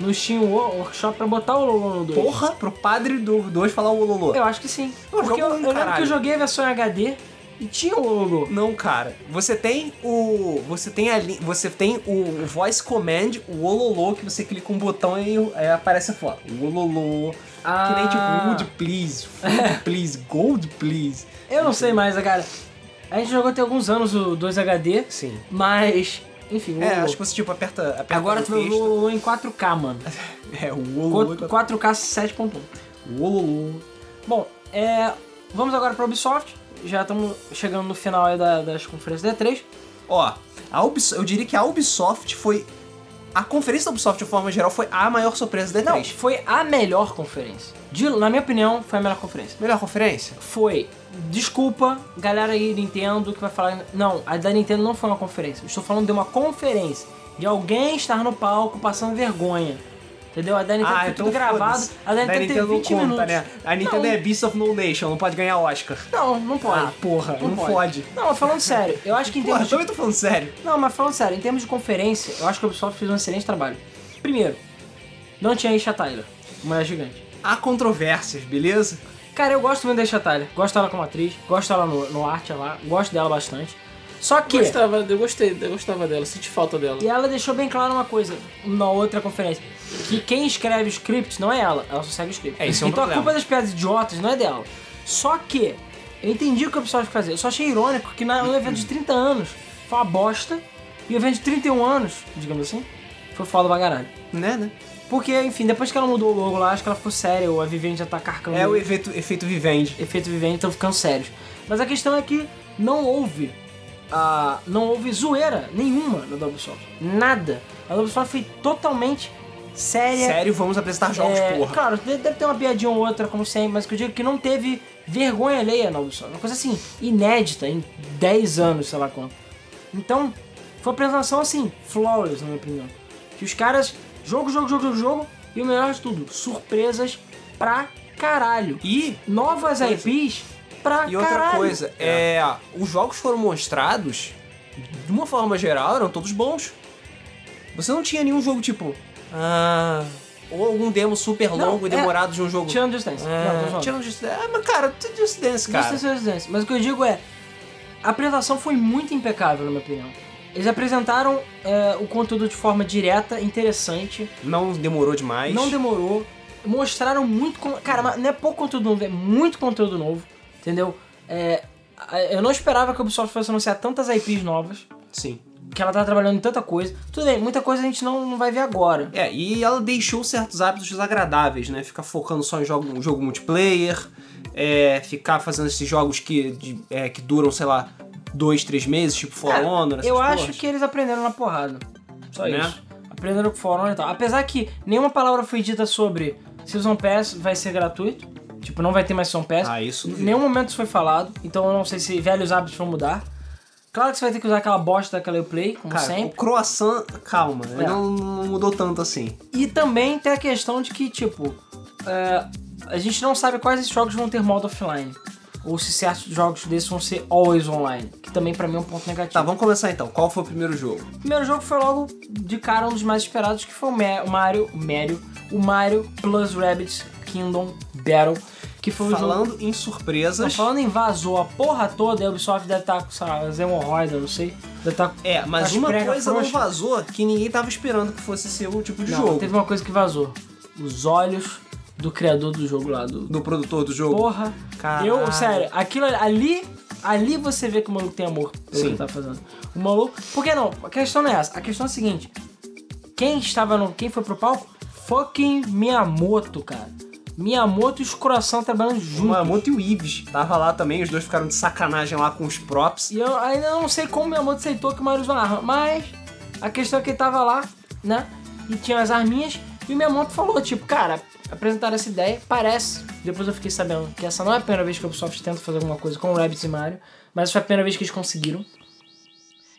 Speaker 2: no Steam Wo- Workshop pra botar o ololô no 2.
Speaker 1: Porra pro padre do 2 falar o ololô.
Speaker 2: Eu acho que sim.
Speaker 1: Não, joga
Speaker 2: Porque eu,
Speaker 1: um,
Speaker 2: eu lembro que
Speaker 1: caralho.
Speaker 2: eu joguei a versão em HD e tinha o ololô.
Speaker 1: Não, cara. Você tem o. Você tem a li- Você tem o voice command, o ololô, que você clica um botão e aí aparece a foto. O ololô. Que nem tipo, wood please, *laughs* food please, gold please.
Speaker 2: Eu não sei mais, cara. A gente jogou tem alguns anos o 2 HD,
Speaker 1: Sim.
Speaker 2: mas. Enfim, o
Speaker 1: É,
Speaker 2: ololô.
Speaker 1: acho que você tipo aperta. aperta
Speaker 2: Agora
Speaker 1: no
Speaker 2: tu vê o
Speaker 1: texto.
Speaker 2: ololô em 4K, mano.
Speaker 1: É, o ololô. é
Speaker 2: Quatro- 4K 7.1.
Speaker 1: O ololô.
Speaker 2: Bom, é, vamos agora para Ubisoft. Já estamos chegando no final aí da- das conferências da E3.
Speaker 1: Ó, a Ubis- eu diria que a Ubisoft foi. A conferência da Ubisoft, de forma geral, foi a maior surpresa da
Speaker 2: Não,
Speaker 1: E3.
Speaker 2: foi a melhor conferência. De- na minha opinião, foi a melhor conferência.
Speaker 1: Melhor conferência?
Speaker 2: Foi, desculpa, galera aí Nintendo que vai falar. Não, a da Nintendo não foi uma conferência. Estou falando de uma conferência. De alguém estar no palco passando vergonha. Entendeu? A da Nintendo foi tudo gravado.
Speaker 1: Ah, então foda-se.
Speaker 2: A da Nintendo,
Speaker 1: Nintendo
Speaker 2: tem
Speaker 1: não
Speaker 2: 20
Speaker 1: conta,
Speaker 2: minutos.
Speaker 1: né? A Nintendo
Speaker 2: Não. então,
Speaker 1: é Beast of No Nation, não pode ganhar Oscar.
Speaker 2: Não, não pode.
Speaker 1: Ah, porra, não pode.
Speaker 2: Não, falando sério, eu acho que em
Speaker 1: Porra,
Speaker 2: termos
Speaker 1: eu
Speaker 2: de
Speaker 1: também tô falando sério.
Speaker 2: Não, mas falando sério, em termos de conferência, eu acho que a Ubisoft fez um excelente trabalho. Primeiro, não tinha a Isha Tyler, mulher gigante.
Speaker 1: Há controvérsias, beleza?
Speaker 2: Cara, eu gosto muito da Isha Tyler. Gosto dela como atriz, gosto dela no, no arte lá, gosto dela bastante. Só que.
Speaker 3: Gostava, eu gostei, eu gostava dela, senti falta dela.
Speaker 2: E ela deixou bem claro uma coisa na outra conferência: que quem escreve o script não é ela, ela só segue o script.
Speaker 1: É, isso é um
Speaker 2: então
Speaker 1: problema.
Speaker 2: a culpa das piadas idiotas não é dela. Só que, eu entendi o que o pessoal tinha que fazer. Eu só achei irônico que na, no evento de 30 anos foi uma bosta, e o evento de 31 anos, digamos assim, foi foda pra caralho.
Speaker 1: Né, né?
Speaker 2: Porque, enfim, depois que ela mudou o logo lá, acho que ela ficou séria, ou a Vivian já tá carcando
Speaker 1: É o efeito, efeito Vivendi.
Speaker 2: efeito Vivian, então ficando sérios. Mas a questão é que não houve ah, não houve zoeira nenhuma na da Ubisoft. Nada. A da Ubisoft foi totalmente séria.
Speaker 1: Sério, vamos apresentar *laughs* jogos,
Speaker 2: É,
Speaker 1: porra.
Speaker 2: Claro, de- deve ter uma piadinha ou outra, como sempre, mas que eu digo é que não teve vergonha alheia na Ubisoft. Uma coisa assim, inédita em 10 anos, sei lá quanto. Então, foi uma apresentação assim, flawless, na minha opinião. Que os caras, jogo, jogo, jogo, jogo, jogo, e o melhor de tudo, surpresas pra caralho.
Speaker 1: E,
Speaker 2: Novas IPs pra Ah, caralho.
Speaker 1: e outra coisa, é. os jogos foram mostrados, de uma forma geral, eram todos bons. Você não tinha nenhum jogo tipo. Ah. Ou algum demo super
Speaker 2: Não,
Speaker 1: longo e
Speaker 2: é-
Speaker 1: demorado de um jogo.
Speaker 2: Tirando Just Dance. Não, tô
Speaker 1: Ah,
Speaker 2: zoando.
Speaker 1: tirando Just Dance. Ah, mas cara, tudo Just Dance, cara.
Speaker 2: Distance versus Dance. Mas o que eu digo é, a apresentação foi muito impecável, na minha opinião. Eles apresentaram é, o conteúdo de forma direta, interessante,
Speaker 1: Não demorou demais.
Speaker 2: é- não demorou, mostraram muito... con- Cara, mas não é pouco conteúdo novo, é muito conteúdo novo, entendeu? É, a- eu não esperava que a Ubisoft fosse anunciar tantas IPs novas,
Speaker 1: Sim.
Speaker 2: que ela tá trabalhando em tanta coisa. Tudo bem, muita coisa a gente não, não vai ver agora.
Speaker 1: É, e ela deixou certos hábitos desagradáveis, né? Ficar focando só em jogo, um jogo multiplayer, é, ficar fazendo esses jogos que, de- é, que duram, sei lá, dois, três meses, tipo For
Speaker 2: Cara,
Speaker 1: Honor, essas
Speaker 2: Eu acho
Speaker 1: porras.
Speaker 2: que eles aprenderam na porrada. Só
Speaker 1: Né?
Speaker 2: isso. Aprenderam com o fórum e tal. Apesar que nenhuma palavra foi dita sobre Season Pass vai ser gratuito. Tipo, não vai ter mais Season Pass.
Speaker 1: Ah, isso duvido.
Speaker 2: Nenhum momento isso foi falado. Então eu não sei se velhos hábitos vão mudar. Claro que você vai ter que usar aquela bosta daquela Play, como
Speaker 1: Cara, o
Speaker 2: sempre.
Speaker 1: croissant, calma,
Speaker 2: É.
Speaker 1: não, não mudou tanto assim.
Speaker 2: E também tem a questão de que, tipo, é, a gente não sabe quais esses jogos vão ter modo offline. Ou se certos jogos desses vão ser always online. Que também pra mim é um ponto negativo.
Speaker 1: Tá, vamos começar então. Qual foi o primeiro jogo?
Speaker 2: O primeiro jogo foi logo de cara um dos mais esperados, que foi o Ma- o Mario, o Mario, o Mario Plus Rabbids Kingdom Battle, que foi o jogo...
Speaker 1: Falando em
Speaker 2: Não,
Speaker 1: surpresas.
Speaker 2: falando em vazou a porra toda, a Ubisoft deve estar com, sei lá, as hemorroidas, não sei. Deve estar com...
Speaker 1: É, mas
Speaker 2: as
Speaker 1: uma
Speaker 2: prega
Speaker 1: coisa não
Speaker 2: frouxa.
Speaker 1: vazou que ninguém tava esperando que fosse ser o tipo de
Speaker 2: Não,
Speaker 1: jogo.
Speaker 2: teve uma coisa que vazou. Os olhos do criador do jogo lá, do...
Speaker 1: Do produtor do jogo.
Speaker 2: Porra.
Speaker 1: Caralho.
Speaker 2: Eu, sério, aquilo ali- ali... Ali você vê que o maluco tem amor pelo que
Speaker 1: Sim.
Speaker 2: ele tá fazendo. O maluco... Por que não? A questão não é essa. A questão é a seguinte. Quem estava no... Quem foi pro palco? Fucking Miyamoto, cara. Miyamoto e os coração trabalhando
Speaker 1: O
Speaker 2: juntos.
Speaker 1: Mamoto e o Ives tava lá também, os dois ficaram de sacanagem lá com os props.
Speaker 2: E eu ainda não sei como meu amor aceitou que o Mario usou arma, mas a questão é que ele tava lá, né? E tinha as arminhas. E o Miyamoto falou, tipo, cara, apresentaram essa ideia, parece. Depois eu fiquei sabendo que essa não é a primeira vez que a Ubisoft tenta fazer alguma coisa com o Rabbids e Mario, mas foi a primeira vez que eles conseguiram.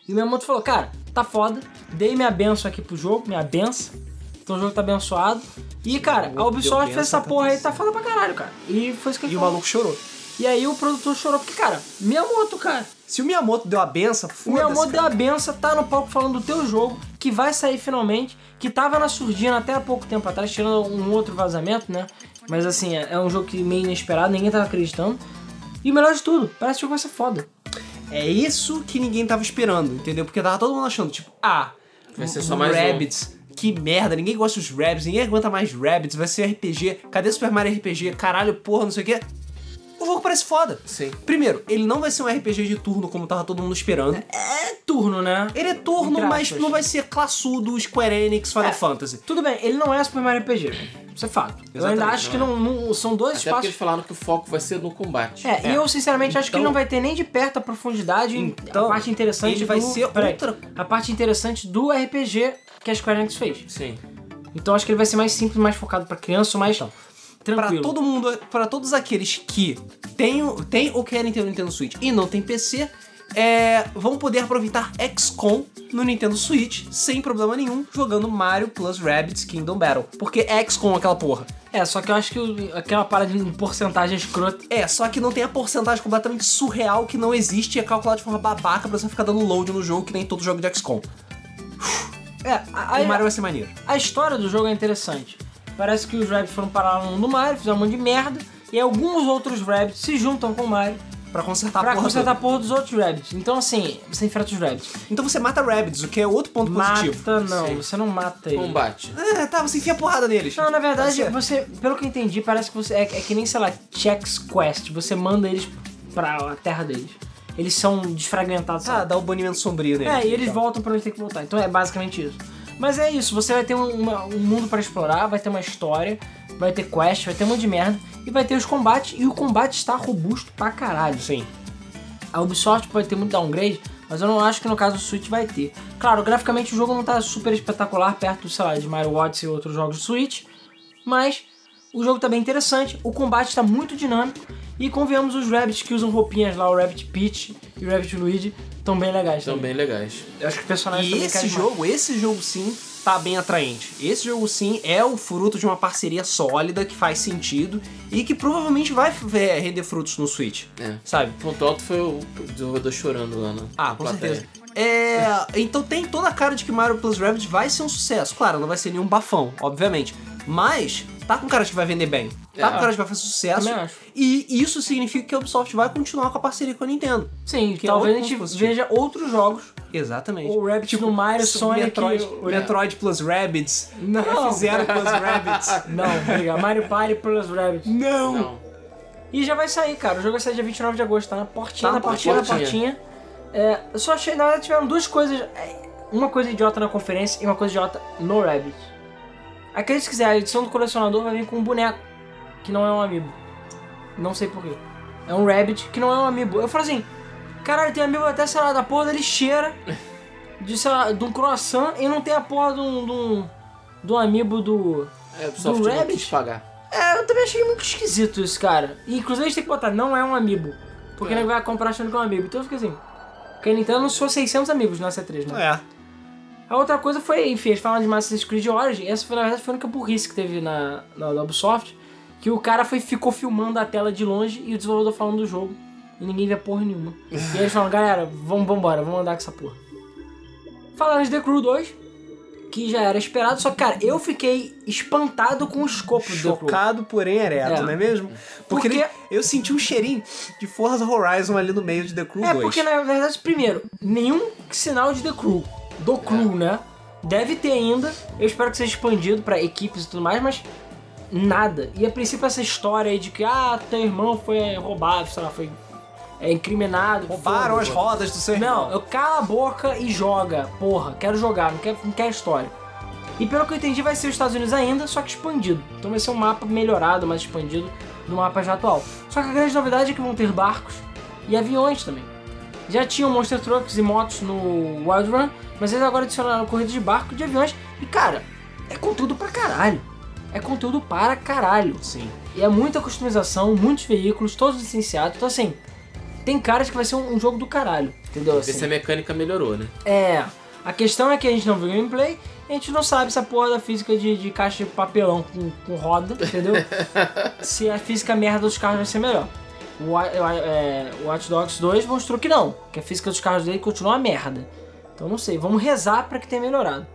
Speaker 2: E o Miyamoto falou, cara, tá foda, dei minha benção aqui pro jogo, minha benção. Então o jogo tá abençoado. E, cara, a
Speaker 1: Deu
Speaker 2: Ubisoft
Speaker 1: benção,
Speaker 2: fez essa
Speaker 1: tá
Speaker 2: porra aí,
Speaker 1: benção.
Speaker 2: tá foda pra caralho, cara. E foi isso que ele
Speaker 1: E o
Speaker 2: falou.
Speaker 1: maluco chorou.
Speaker 2: E aí o produtor chorou, porque, cara, Miyamoto, cara.
Speaker 1: Se o Miyamoto deu a benção,
Speaker 2: O Miyamoto
Speaker 1: foda-se.
Speaker 2: deu
Speaker 1: cara.
Speaker 2: a benção, tá no palco falando do teu jogo, que vai sair finalmente, que tava na surdina até há pouco tempo atrás, tirando um outro vazamento, né? Mas assim, é é um jogo que meio inesperado, ninguém tava acreditando. E o melhor de tudo, parece que o jogo vai ser foda.
Speaker 1: É isso que ninguém tava esperando, entendeu? Porque tava todo mundo achando, tipo, ah,
Speaker 3: Vai ser
Speaker 1: um-
Speaker 3: só mais um.
Speaker 1: Rabbids. Que merda, ninguém gosta dos Rabbids, ninguém aguenta mais Rabbids, vai ser RPG. Cadê Super Mario RPG? Caralho, porra, não sei o quê. O jogo parece foda.
Speaker 3: Sim.
Speaker 1: Primeiro, ele não vai ser um RPG de turno como tava todo mundo esperando.
Speaker 2: É turno, né?
Speaker 1: Ele é turno,
Speaker 2: Entre
Speaker 1: mas
Speaker 2: aspas.
Speaker 1: não vai ser classudo, Square Enix, Final
Speaker 2: É.
Speaker 1: Fantasy.
Speaker 2: Tudo bem, ele não é Super Mario RPG. Isso é fato. Eu ainda
Speaker 1: Exatamente,
Speaker 2: acho que
Speaker 1: não é.
Speaker 2: não, não- são dois
Speaker 3: Até porque
Speaker 2: espaços.
Speaker 3: eles falaram que o foco vai ser no combate.
Speaker 2: É, e eu sinceramente acho que
Speaker 1: Então-
Speaker 2: ele não vai ter nem de perto a profundidade,
Speaker 1: Então,
Speaker 2: a parte interessante
Speaker 1: ele vai
Speaker 2: do...
Speaker 1: ser
Speaker 2: Peraí,
Speaker 1: outra-
Speaker 2: A parte interessante do RPG que a Square Enix fez.
Speaker 3: Sim.
Speaker 2: Então acho que ele vai ser mais simples, mais focado pra criança, mais
Speaker 1: Pra
Speaker 2: tranquilo.
Speaker 1: todo mundo, pra todos aqueles que têm, o- têm ou querem ter o Nintendo Switch e não tem PC, é, vão poder aproveitar XCOM no Nintendo Switch sem problema nenhum, jogando Mario plus Rabbids Kingdom Battle. Porque é XCOM aquela porra.
Speaker 2: É, só que eu acho que o- aquela parada de um porcentagem escrota.
Speaker 1: É, só que não tem a porcentagem completamente surreal que não existe e é calculada de forma babaca pra você ficar dando load no jogo que nem todo jogo de XCOM.
Speaker 2: É, a, a-
Speaker 1: o Mario vai ser maneiro.
Speaker 2: a história do jogo é interessante. Parece que os rabbits foram parar no mundo do Mario, fizeram um monte de merda, e alguns outros rabbits se juntam com o Mario
Speaker 1: Pra consertar a
Speaker 2: pra
Speaker 1: porra
Speaker 2: consertar a Tá porra dos outros rabbits. Então assim, você enfrenta os rabbits.
Speaker 1: toda. Então você mata Rabbids, o que é outro ponto positivo.
Speaker 2: Mata não,
Speaker 3: Sim.
Speaker 2: você não mata ele.
Speaker 3: Combate.
Speaker 1: É, tá, você enfia porrada neles. Tá
Speaker 2: Não, na verdade,
Speaker 1: Pode ser?
Speaker 2: você, pelo que eu entendi, parece que você é, é que nem, sei lá, Chex Quest, você manda eles pra terra deles. Eles são desfragmentados, sabe?
Speaker 1: Ah, dá o banimento sombrio tá nele.
Speaker 2: É, e eles voltam pra onde tem que voltar. Então é basicamente isso. Mas é isso, você vai ter um, uma- um mundo pra explorar, vai ter uma história, vai ter quest, vai ter um monte de merda, e vai ter os combates, e o combate está robusto pra caralho.
Speaker 1: Sim.
Speaker 2: A Ubisoft pode ter muito downgrade, mas eu não acho que no caso do Switch vai ter. Claro, graficamente o jogo não tá super espetacular perto, sei lá, de Mario Odyssey e outros jogos do Switch, mas o jogo tá bem interessante, o combate tá muito dinâmico, e convenhamos os Rabbits que usam roupinhas lá, o Rabbit Peach e o Rabbit Luigi, estão bem legais
Speaker 3: São
Speaker 2: também.
Speaker 3: bem legais.
Speaker 2: Eu acho que o personagem
Speaker 1: E esse jogo, esse jogo sim, tá bem atraente. Esse jogo sim é o fruto de uma parceria sólida que faz sentido e que provavelmente vai é, render frutos no Switch.
Speaker 3: É.
Speaker 1: Sabe?
Speaker 3: O ponto alto foi o desenvolvedor chorando lá na
Speaker 1: Ah,
Speaker 3: na
Speaker 1: com
Speaker 3: plateia.
Speaker 1: certeza. É, então tem toda a cara de que Mario Plus Rabbit vai ser um sucesso. Claro, não vai ser nenhum bafão, obviamente. Mas tá com cara de que vai vender bem. Tá
Speaker 3: É.
Speaker 1: com cara de que vai fazer sucesso.
Speaker 2: Também acho.
Speaker 1: E isso significa que a Ubisoft vai continuar com a parceria com a Nintendo.
Speaker 2: Sim,
Speaker 1: Que é
Speaker 2: talvez a
Speaker 1: outro
Speaker 2: gente
Speaker 1: positivo.
Speaker 2: veja outros jogos.
Speaker 1: Exatamente. Tipo,
Speaker 2: O Rabbit no Mario,
Speaker 1: Isso,
Speaker 2: Sonic...
Speaker 1: Metroid, o Metroid plus Rabbids.
Speaker 2: Não.
Speaker 1: F0 plus Rabbids.
Speaker 2: Não, briga. Mario Party Plus Rabbit.
Speaker 1: Não.
Speaker 3: Não.
Speaker 2: E já vai sair, cara. O jogo vai sair dia 29 de agosto, tá na portinha,
Speaker 1: Tá
Speaker 2: na
Speaker 1: na
Speaker 2: portinha, na
Speaker 3: portinha.
Speaker 2: portinha. É, eu só achei, na verdade, tiveram duas coisas. é, Uma coisa idiota na conferência e uma coisa idiota no Rabbit. Aqueles que quiser, a edição do colecionador vai vir com um boneco, que não é um amiibo. Não sei porquê. É um Rabbit que não é um amiibo. Eu falo assim, caralho, tem amiibo até, sei lá, da porra da lixeira, de, sei lá, de um croissant, e não tem a porra de um, de um, de um amiibo do...
Speaker 3: É, o Ubisoft
Speaker 2: Do
Speaker 3: não
Speaker 2: Rabbit?
Speaker 3: quis pagar.
Speaker 2: É, eu também achei muito esquisito isso, cara. E, inclusive eles têm que botar, não é um amiibo. Porque
Speaker 3: É.
Speaker 2: ele vai comprar achando que é um amiibo. Então fica assim. Porque a Nintendo lançou 600 amigos na C3, né?
Speaker 1: É.
Speaker 2: A outra coisa foi, enfim, eles falaram de Assassin's Creed Origin. Essa foi, na verdade, foi a única burrice que teve na, na, da Ubisoft. Que o cara foi, ficou filmando a tela de longe e o desenvolvedor falando do jogo. E ninguém vê porra nenhuma. e aí eles falaram, galera, vamos vambora, vamos andar com essa porra. Falaram de The Crew 2, que já era esperado. Só que, cara, eu fiquei espantado com o escopo do The Crew.
Speaker 1: Chocado, porém ereto,
Speaker 2: É.
Speaker 1: não é mesmo? Porque,
Speaker 2: Porque-
Speaker 1: ele- eu senti um cheirinho de Forza Horizon ali no meio de The Crew
Speaker 2: É,
Speaker 1: 2.
Speaker 2: porque na verdade, primeiro, nenhum sinal de The Crew,
Speaker 1: É.
Speaker 2: do Crew, né? Deve ter ainda. Eu espero que seja expandido pra equipes e tudo mais, mas nada. E a princípio essa história aí de que, ah, teu irmão foi roubado, sei lá, foi é, incriminado.
Speaker 1: Roubaram
Speaker 2: foda-se.
Speaker 1: as rodas do seu
Speaker 2: Não,
Speaker 1: irmão.
Speaker 2: eu cala a boca e joga. Porra, quero jogar, não quero, não quero história. E pelo que eu entendi, vai ser os Estados Unidos ainda, só que expandido. Então vai ser um mapa melhorado, mais expandido do mapa já atual. Só que a grande novidade é que vão ter barcos e aviões também. Já tinham Monster Trucks e motos no Wild Run, mas eles agora adicionaram corrida de barco e de aviões. E cara, é conteúdo pra caralho. É conteúdo para caralho.
Speaker 1: Sim.
Speaker 2: E é muita customização, muitos veículos, todos licenciados. Então, assim, tem caras que vai ser um, um jogo do caralho, entendeu?
Speaker 3: Ver se
Speaker 2: Assim,
Speaker 3: a mecânica melhorou, né?
Speaker 2: é. A questão é que a gente não viu gameplay, a gente não sabe se a porra da física de, de caixa de papelão com, com roda, entendeu? se a física merda dos carros vai ser melhor. O, Wa- é, o Watch Dogs 2 mostrou que não, que a física dos carros dele continua uma merda. Então não sei, vamos rezar pra que tenha melhorado.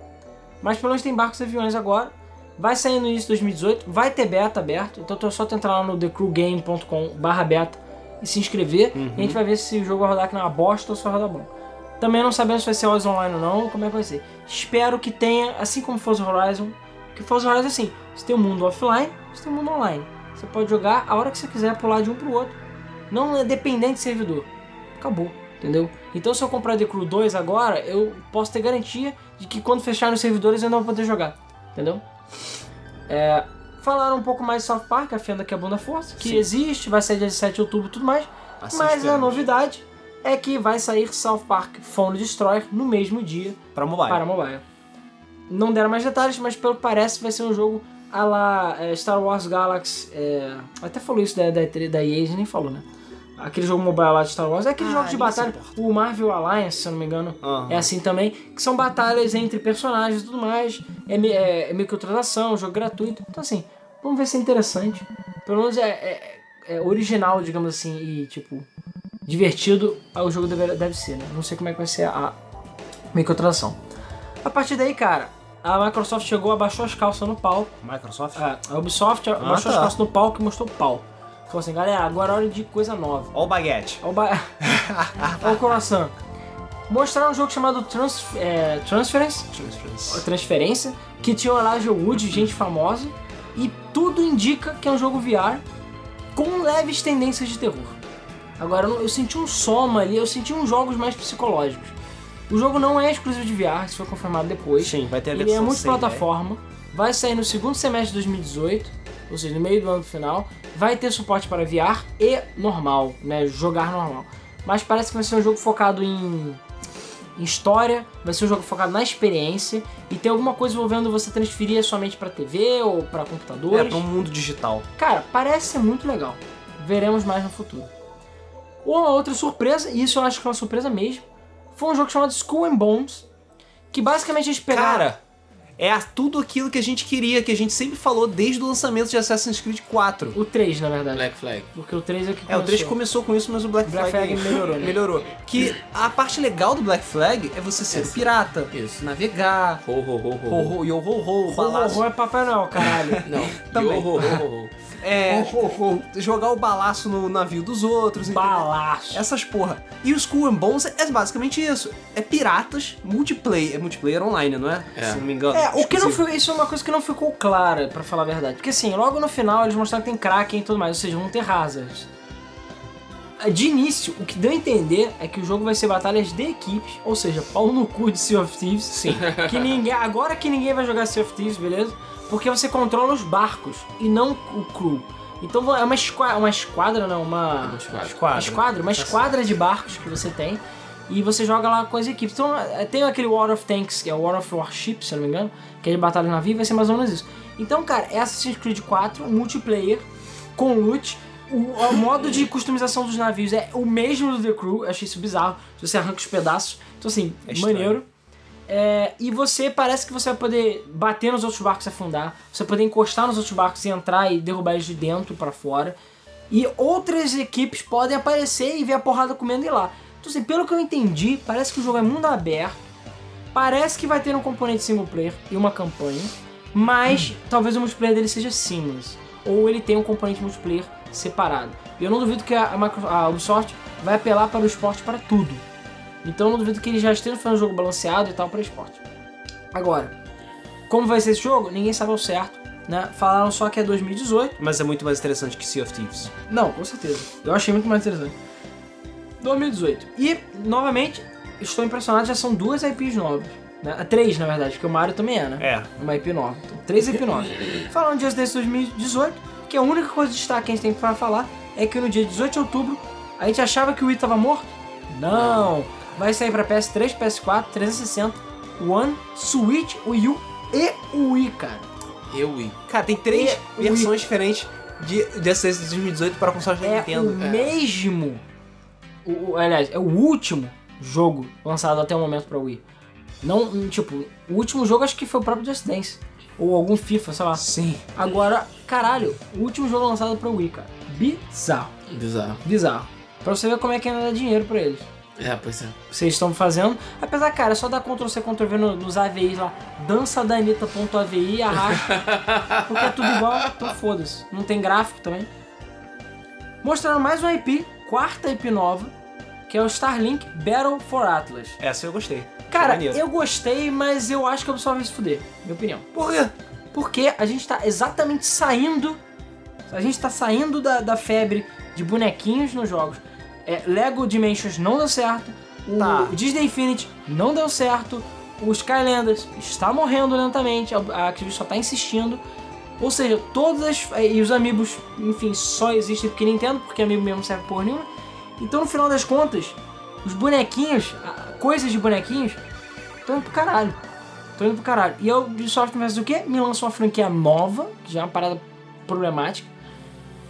Speaker 2: Mas pelo menos tem barcos e aviões agora. Vai sair no início de 2018, vai ter beta aberto, então é só tu entrar lá no thecrewgame.com barra beta e se inscrever. E a gente vai ver se o jogo vai rodar aqui na bosta ou se vai rodar bom. Também não sabemos se vai ser Horizon Online ou não, como é que vai ser. Espero que tenha, assim como Forza Horizon, que Forza Horizon é assim, você tem o mundo offline, você tem o mundo online. Você pode jogar a hora que você quiser, pular de um pro outro. Não é dependente de servidor. Acabou, entendeu? Então se eu comprar The Crew 2 agora, eu posso ter garantia de que quando fechar os servidores eu não vou poder jogar, entendeu? É, falaram um pouco mais de South Park, a fenda que é a bunda força, que
Speaker 1: Sim.
Speaker 2: existe, vai sair dia 7 de outubro e tudo mais.
Speaker 1: Assim
Speaker 2: Mas a
Speaker 1: esperamos.
Speaker 2: novidade é que vai sair South Park Phone Destroyer no mesmo dia
Speaker 1: Pra mobile.
Speaker 2: para mobile. Não deram mais detalhes, mas pelo que parece vai ser um jogo a la é, Star Wars Galaxy. é, até falou isso da, da, E3 da EA, a gente nem falou, né? Aquele jogo mobile lá de Star Wars. É aquele
Speaker 1: Ah,
Speaker 2: jogo de
Speaker 1: ninguém se
Speaker 2: batalha, o Marvel Alliance, se eu não me engano.
Speaker 1: Aham.
Speaker 2: É assim também, que são batalhas entre personagens e tudo mais. É, mi- é, é microtransação, jogo gratuito. Então, assim, vamos ver se é interessante. Pelo menos é, é- é original, digamos assim, e tipo, divertido ah, o jogo deve, deve ser, né? Não sei como é que vai ser a microtransação. A partir daí, cara, a Microsoft chegou, abaixou as calças no palco.
Speaker 1: Microsoft?
Speaker 2: Ah, A Ubisoft
Speaker 1: tá.
Speaker 2: abaixou as calças no palco e mostrou o pau. Falou assim, galera, agora é hora de coisa nova.
Speaker 1: Ó o baguete.
Speaker 2: Olha o, É um ba... *laughs* Olha o coração. Mostraram um jogo chamado Trans... é, Transference, ou Transferência, que tinha o Elijah Wood, gente famosa, e tudo indica que é um jogo VR com leves tendências de terror. Agora, eu não- eu senti um soma ali, eu senti uns jogos mais psicológicos. O jogo não é exclusivo de VR, isso foi confirmado depois.
Speaker 1: Sim, vai ter a
Speaker 2: Ele é
Speaker 1: versão
Speaker 2: muito
Speaker 1: sem, né?
Speaker 2: plataforma, vai sair no segundo semestre de 2018, ou seja, no meio do ano final. Vai ter suporte para VR e normal, né? Jogar normal. Mas parece que vai ser um jogo focado em, em história, vai ser um jogo focado na experiência e tem alguma coisa envolvendo você transferir a sua mente para TV ou para
Speaker 1: É,
Speaker 2: computadores.
Speaker 1: pra um mundo digital.
Speaker 2: Cara, parece ser muito legal. Veremos mais no futuro. Uma outra surpresa, e isso eu acho que é uma surpresa mesmo, foi um jogo chamado School and Bones, que basicamente eles pegaram...
Speaker 1: Cara, é a- tudo aquilo que a gente queria, que a gente sempre falou desde o lançamento de Assassin's Creed 4.
Speaker 2: O 3, na verdade.
Speaker 3: Black Flag.
Speaker 2: Porque o 3 é que
Speaker 1: É, o 3 começou
Speaker 2: começou.
Speaker 1: com isso, mas o Black,
Speaker 2: Black Flag melhorou, né?
Speaker 1: melhorou. Que a parte legal do Black Flag é você ser
Speaker 3: Essa.
Speaker 1: pirata,
Speaker 3: Isso.
Speaker 1: navegar,
Speaker 3: Ho, ho, ho, ho. ho.
Speaker 1: ho, ho, yo, ho, ho, balaço,
Speaker 2: Horror é Papai Noel, caralho.
Speaker 3: *laughs* Não.
Speaker 1: Também.
Speaker 3: Yo, ho, ho, ho, ho.
Speaker 1: é,
Speaker 2: Ho, ho, ho.
Speaker 1: jogar o balaço no navio dos outros, entendeu?
Speaker 2: Balaço.
Speaker 1: Essas porra. E o School and Bones é basicamente isso. É piratas, multiplayer. É multiplayer online, não é?
Speaker 3: É.
Speaker 1: Se não me engano.
Speaker 2: É, o que não
Speaker 1: Exclusivo.
Speaker 2: foi, isso é uma coisa que não ficou clara, pra falar a verdade. Porque assim, logo no final eles mostraram que tem Kraken e tudo mais, ou seja, vão ter razas. De início, o que deu a entender é que o jogo vai ser batalhas de equipes, ou seja, pau no cu de Sea of Thieves. Sim. Que ninguém, agora que ninguém vai jogar Sea of Thieves, beleza? Porque você controla os barcos e não o crew. Então é uma, esqua, uma esquadra, não, uma...
Speaker 3: Uma esquadra.
Speaker 2: Uma esquadra,
Speaker 1: Tá
Speaker 2: uma esquadra de barcos que você tem. E você joga lá com as equipes. Então eh, tem aquele War of Tanks, que é o War of Warships, se eu não me engano, que é de batalha de navio, vai ser mais ou menos isso. Então, cara, é Assassin's Creed 4, multiplayer, com loot. O, o modo de customização dos navios é o mesmo do The Crew, eu achei isso bizarro. Você arranca os pedaços. Então, assim,
Speaker 1: É estranho.
Speaker 2: maneiro. É, e você parece que você vai poder bater nos outros barcos e afundar, você vai poder encostar nos outros barcos e entrar e derrubar eles de dentro pra fora. E outras equipes podem aparecer e ver a porrada comendo e ir lá. Então, assim, pelo que eu entendi, parece que o jogo é mundo aberto, parece que vai ter um componente single player e uma campanha, mas talvez o multiplayer dele seja seamless, ou ele tenha um componente multiplayer separado. E eu não duvido que a, a Micro- a Ubisoft vai apelar para o esporte para tudo. Então eu não duvido que eles já estejam fazendo um jogo balanceado e tal para esporte. Agora, como vai ser esse jogo? Ninguém sabe ao certo, né? Falaram só que é 2018.
Speaker 1: Mas é muito mais interessante que Sea of Thieves.
Speaker 2: Não, com certeza. Eu achei muito mais interessante. 2018. E, novamente, estou impressionado, já são duas IPs novas. Né? Três, na verdade, porque o Mario também é, né?
Speaker 1: É.
Speaker 2: Uma IP nova. Então, três IP novas. Falando de Just Dance 2018, que a única coisa de destaque que a gente tem pra falar é que no dia 18 de outubro, a gente achava que o Wii tava morto. Não! Vai sair pra PS3, PS4, 360, One, Switch, Wii U e o Wii, cara.
Speaker 3: Eu e.
Speaker 1: Cara, tem três
Speaker 2: É, o
Speaker 1: versões diferentes de, de Assassin's Creed 2018 para consoles da
Speaker 2: É
Speaker 1: Nintendo.
Speaker 2: o mesmo. O, o- aliás, é o último jogo lançado até o momento pra Wii. Não, tipo, o último jogo acho que foi o próprio Just Dance. Ou algum FIFA, sei lá.
Speaker 1: Sim.
Speaker 2: Agora, caralho, o último jogo lançado pra Wii, cara. Bizarro.
Speaker 3: Bizarro.
Speaker 2: Bizarro. Pra você ver como é que ainda dá dinheiro pra eles.
Speaker 3: É, pois é.
Speaker 2: Vocês estão fazendo. Apesar, cara, é só dar Ctrl C, Ctrl V no- nos AVIs lá. Dança da Anitta.avi, *laughs* arrasta. porque é tudo igual, então foda-se. Não tem gráfico também. Mostrando mais um IP, quarta IP nova, que é o Starlink Battle for Atlas.
Speaker 1: Essa eu gostei.
Speaker 2: Cara,
Speaker 1: Maneiro.
Speaker 2: eu gostei, mas eu acho que a Ubisoft vai se fuder, minha opinião.
Speaker 1: Por quê?
Speaker 2: Porque a gente tá exatamente saindo. A gente tá saindo da, da febre de bonequinhos nos jogos. É, Lego Dimensions não deu certo. O
Speaker 1: Tá.
Speaker 2: Disney Infinity não deu certo. O Skylanders está morrendo lentamente. A, a Activision só tá insistindo. Ou seja, todas as. é, E os amigos, enfim, só existem porque Nintendo, porque amigo mesmo não serve porra nenhuma. Então no final das contas, os bonequinhos, a- coisas de bonequinhos, estão indo pro caralho. Tô indo pro caralho. E a Ubisoft me faz o quê? Me lançou uma franquia nova, que já é uma parada problemática.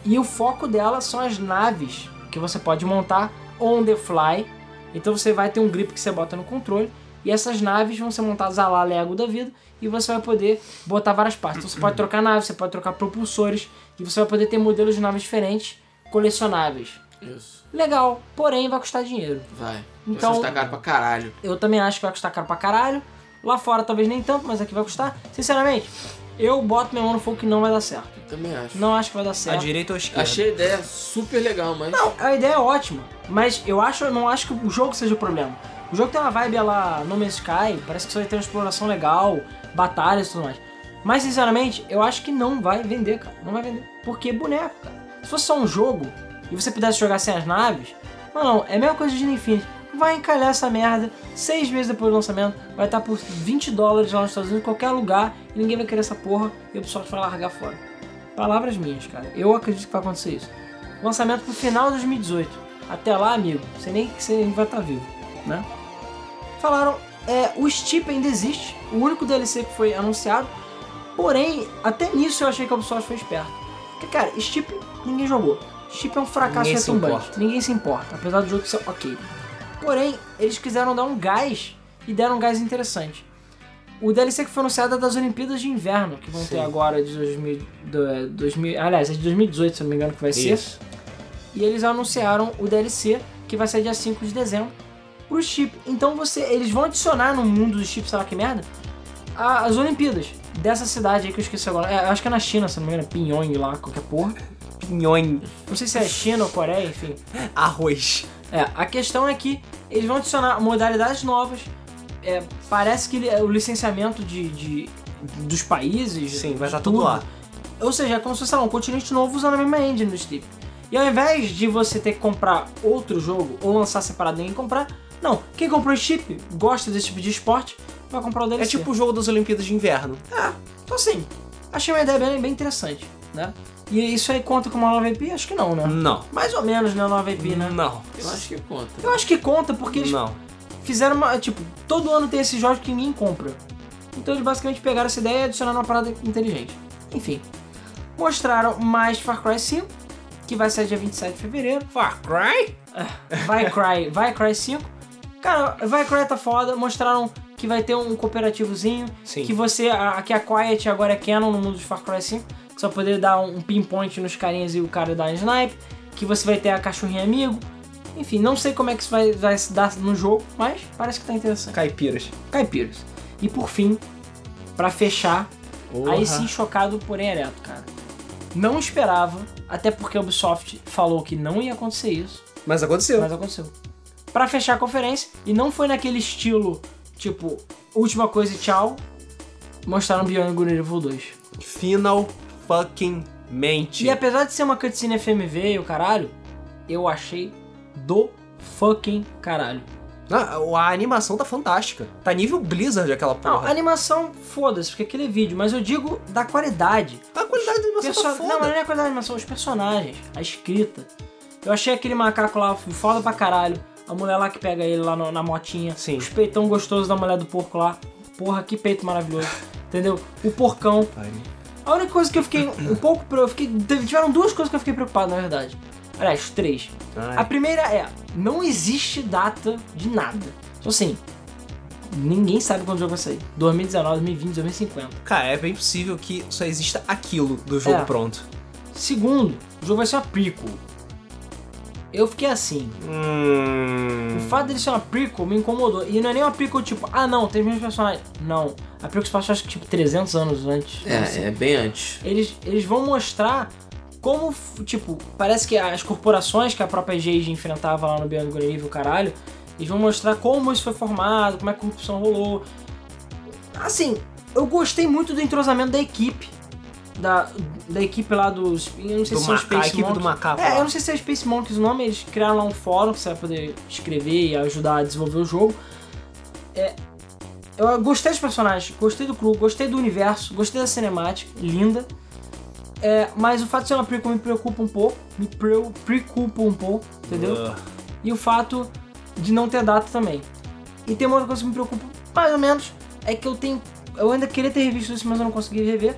Speaker 2: E o foco dela são as naves que você pode montar on the fly. Então você vai ter um grip que você bota no controle. E essas naves vão ser montadas a lá Lego da vida. E você vai poder botar várias partes. Então você pode trocar naves, você pode trocar propulsores. E você vai poder ter modelos de naves diferentes, colecionáveis.
Speaker 3: Isso.
Speaker 2: Legal, porém vai custar dinheiro.
Speaker 3: Vai.
Speaker 2: Então-
Speaker 3: Então... Vai caro pra caralho.
Speaker 2: Eu também acho que vai custar caro pra caralho. Lá fora talvez nem tanto, mas aqui vai custar. Sinceramente, eu boto minha mão no fogo que não vai dar certo.
Speaker 3: Eu também acho.
Speaker 2: Não acho que vai dar
Speaker 1: A
Speaker 2: certo.
Speaker 1: direita ou a esquerda?
Speaker 3: Achei a ideia super legal, mas.
Speaker 2: Não, a ideia é ótima, mas eu acho, eu não acho que o jogo seja o problema. O jogo tem uma vibe lá No Man's Sky, parece que você vai ter uma exploração legal, batalhas e tudo mais. Mas sinceramente, eu acho que não vai vender, cara. Não vai vender. Porque é boneco, cara. Se fosse só um jogo e você pudesse jogar sem as naves, não, não, é a mesma coisa de Infinity. Vai encalhar essa merda, seis meses depois do lançamento, vai estar por 20 dólares lá nos Estados Unidos, em qualquer lugar, e ninguém vai querer essa porra, e o Ubisoft vai largar fora. Palavras minhas, cara. Eu acredito que vai acontecer isso. Lançamento pro final de 2018. Até lá, amigo, você nem que você vai estar vivo, né? Falaram, é, o Steep ainda existe, o único DLC que foi anunciado. Porém, até nisso eu achei que a Ubisoft foi esperta. Porque, cara, Steep ninguém jogou. Steep é um fracasso
Speaker 1: Ninguém se
Speaker 2: retumbante.
Speaker 1: importa.
Speaker 2: Ninguém se importa, apesar do jogo ser ok. Porém, eles quiseram dar um gás e deram um gás interessante. O DLC que foi anunciado é das Olimpíadas de Inverno, que vão ter
Speaker 1: Sim.
Speaker 2: agora de 2000, do- 2000. Aliás, é de 2018, se eu não me engano, que vai ser.
Speaker 1: Isso.
Speaker 2: E eles anunciaram o DLC, que vai ser dia 5 de dezembro, pro chip. Então você, eles vão adicionar no mundo do chip, sei lá que merda, a- as Olimpíadas. Dessa cidade aí que eu esqueci agora. É, acho que é na China, se não me engano, é Pinhong lá, qualquer porra.
Speaker 1: Pinhon.
Speaker 2: Não sei se é China ou Coreia, enfim.
Speaker 1: Arroz.
Speaker 2: É, a questão é que eles vão adicionar modalidades novas. É, parece que li- o licenciamento de, de- dos países.
Speaker 1: Sim, vai
Speaker 2: de
Speaker 1: estar tudo lá.
Speaker 2: Ou seja, é como se fosse sei lá, um continente novo usando a mesma engine do Steep. E ao invés de você ter que comprar outro jogo ou lançar separado e ninguém comprar, não. Quem comprou o Steep, gosta desse tipo de esporte, vai comprar o
Speaker 1: É
Speaker 2: DLC.
Speaker 1: tipo o jogo das Olimpíadas de Inverno.
Speaker 2: Então assim, achei uma ideia bem, bem interessante, né? E isso aí conta com uma nova IP? Acho que não, né?
Speaker 1: Não.
Speaker 2: Mais ou menos, né? Nova IP, né?
Speaker 1: Não.
Speaker 3: Eu acho que conta.
Speaker 2: Eu acho que conta porque eles
Speaker 1: Não.
Speaker 2: fizeram uma. Tipo, todo ano tem esses jogos que ninguém compra. Então eles basicamente pegaram essa ideia e adicionaram uma parada inteligente. Enfim. Mostraram mais Far Cry 5, que vai ser dia 27 de fevereiro.
Speaker 1: Far Cry?
Speaker 2: Vai Cry, vai Cry 5. Cara, vai Cry tá foda. Mostraram que vai ter um cooperativozinho.
Speaker 1: Sim.
Speaker 2: Que você. A, que a Quiet agora é Canon no mundo de Far Cry 5. Que só poder dar um pinpoint nos carinhas e o cara dar um snipe. Que você vai ter a cachorrinha amigo. Enfim, não sei como é que isso vai, vai se dar no jogo, mas parece que tá interessante
Speaker 1: Caipiras.
Speaker 2: caipiras. E por fim, pra fechar, aí sim chocado, porém ereto, cara. Não esperava, até porque a Ubisoft falou que não ia acontecer isso,
Speaker 1: Mas aconteceu.
Speaker 2: mas aconteceu. Pra fechar a conferência, e não foi naquele estilo, tipo, última coisa e tchau, mostraram Beyond Good and Evil 2.
Speaker 1: Final fucking mente.
Speaker 2: E apesar de ser uma cutscene FMV e o caralho, eu achei do fucking caralho.
Speaker 1: Não, a animação tá fantástica. Tá nível Blizzard aquela
Speaker 2: Não,
Speaker 1: porra.
Speaker 2: a animação, foda-se, porque aquele é vídeo, mas eu digo da qualidade.
Speaker 1: a qualidade da animação
Speaker 2: Perso-
Speaker 1: tá foda.
Speaker 2: Não, mas não é a qualidade da animação, os personagens, a escrita. Eu achei aquele macaco lá foda pra caralho. A mulher lá que pega ele lá no- na motinha.
Speaker 1: Sim.
Speaker 2: Os peitão gostoso da mulher do porco lá. Porra, que peito maravilhoso. entendeu? O porcão.
Speaker 1: Pariu.
Speaker 2: A única coisa que eu fiquei um pouco. pre- Eu fiquei, teve- tiveram duas coisas que eu fiquei preocupado, na verdade. Aliás, três.
Speaker 1: Ai.
Speaker 2: A primeira é: não existe data de nada. Então, assim, ninguém sabe quando o jogo vai sair. 2019, 2020, 2050.
Speaker 1: Cara, é bem possível que só exista aquilo do jogo
Speaker 2: É.
Speaker 1: pronto.
Speaker 2: Segundo, o jogo vai ser uma prequel. Eu fiquei assim.
Speaker 1: Hum.
Speaker 2: O fato dele ser uma prequel me incomodou. E não é nem uma prequel tipo, ah não, tem os mesmos personagens. Não. A prequel se passa acho que tipo 300 anos antes. não sei.
Speaker 3: É, é bem antes.
Speaker 2: Eles, eles vão mostrar como, f- tipo, parece que as corporações que a própria Jade enfrentava lá no Beyond Green Evil, caralho, eles vão mostrar como isso foi formado, como é a corrupção rolou. Assim, eu gostei muito do entrosamento da equipe. Da, da equipe lá dos. Eu não sei
Speaker 1: Do
Speaker 2: se são os
Speaker 1: macaco, a
Speaker 2: Space
Speaker 1: equipe do
Speaker 2: Monkeys.
Speaker 1: macaco.
Speaker 2: É,
Speaker 1: lá.
Speaker 2: eu não sei se é Space Monkeys o nome, eles criaram lá um fórum que você vai poder escrever e ajudar a desenvolver o jogo. É, eu gostei dos personagens, gostei do crew, gostei do universo, gostei da cinemática, linda. É, mas o fato de ser uma prequel me preocupa um pouco, me pre- preocupa um pouco, entendeu?
Speaker 1: Ugh.
Speaker 2: E o fato de não ter data também. E tem uma outra coisa que me preocupa, mais ou menos, é que eu tenho. Eu ainda queria ter revisto isso, mas eu não consegui rever.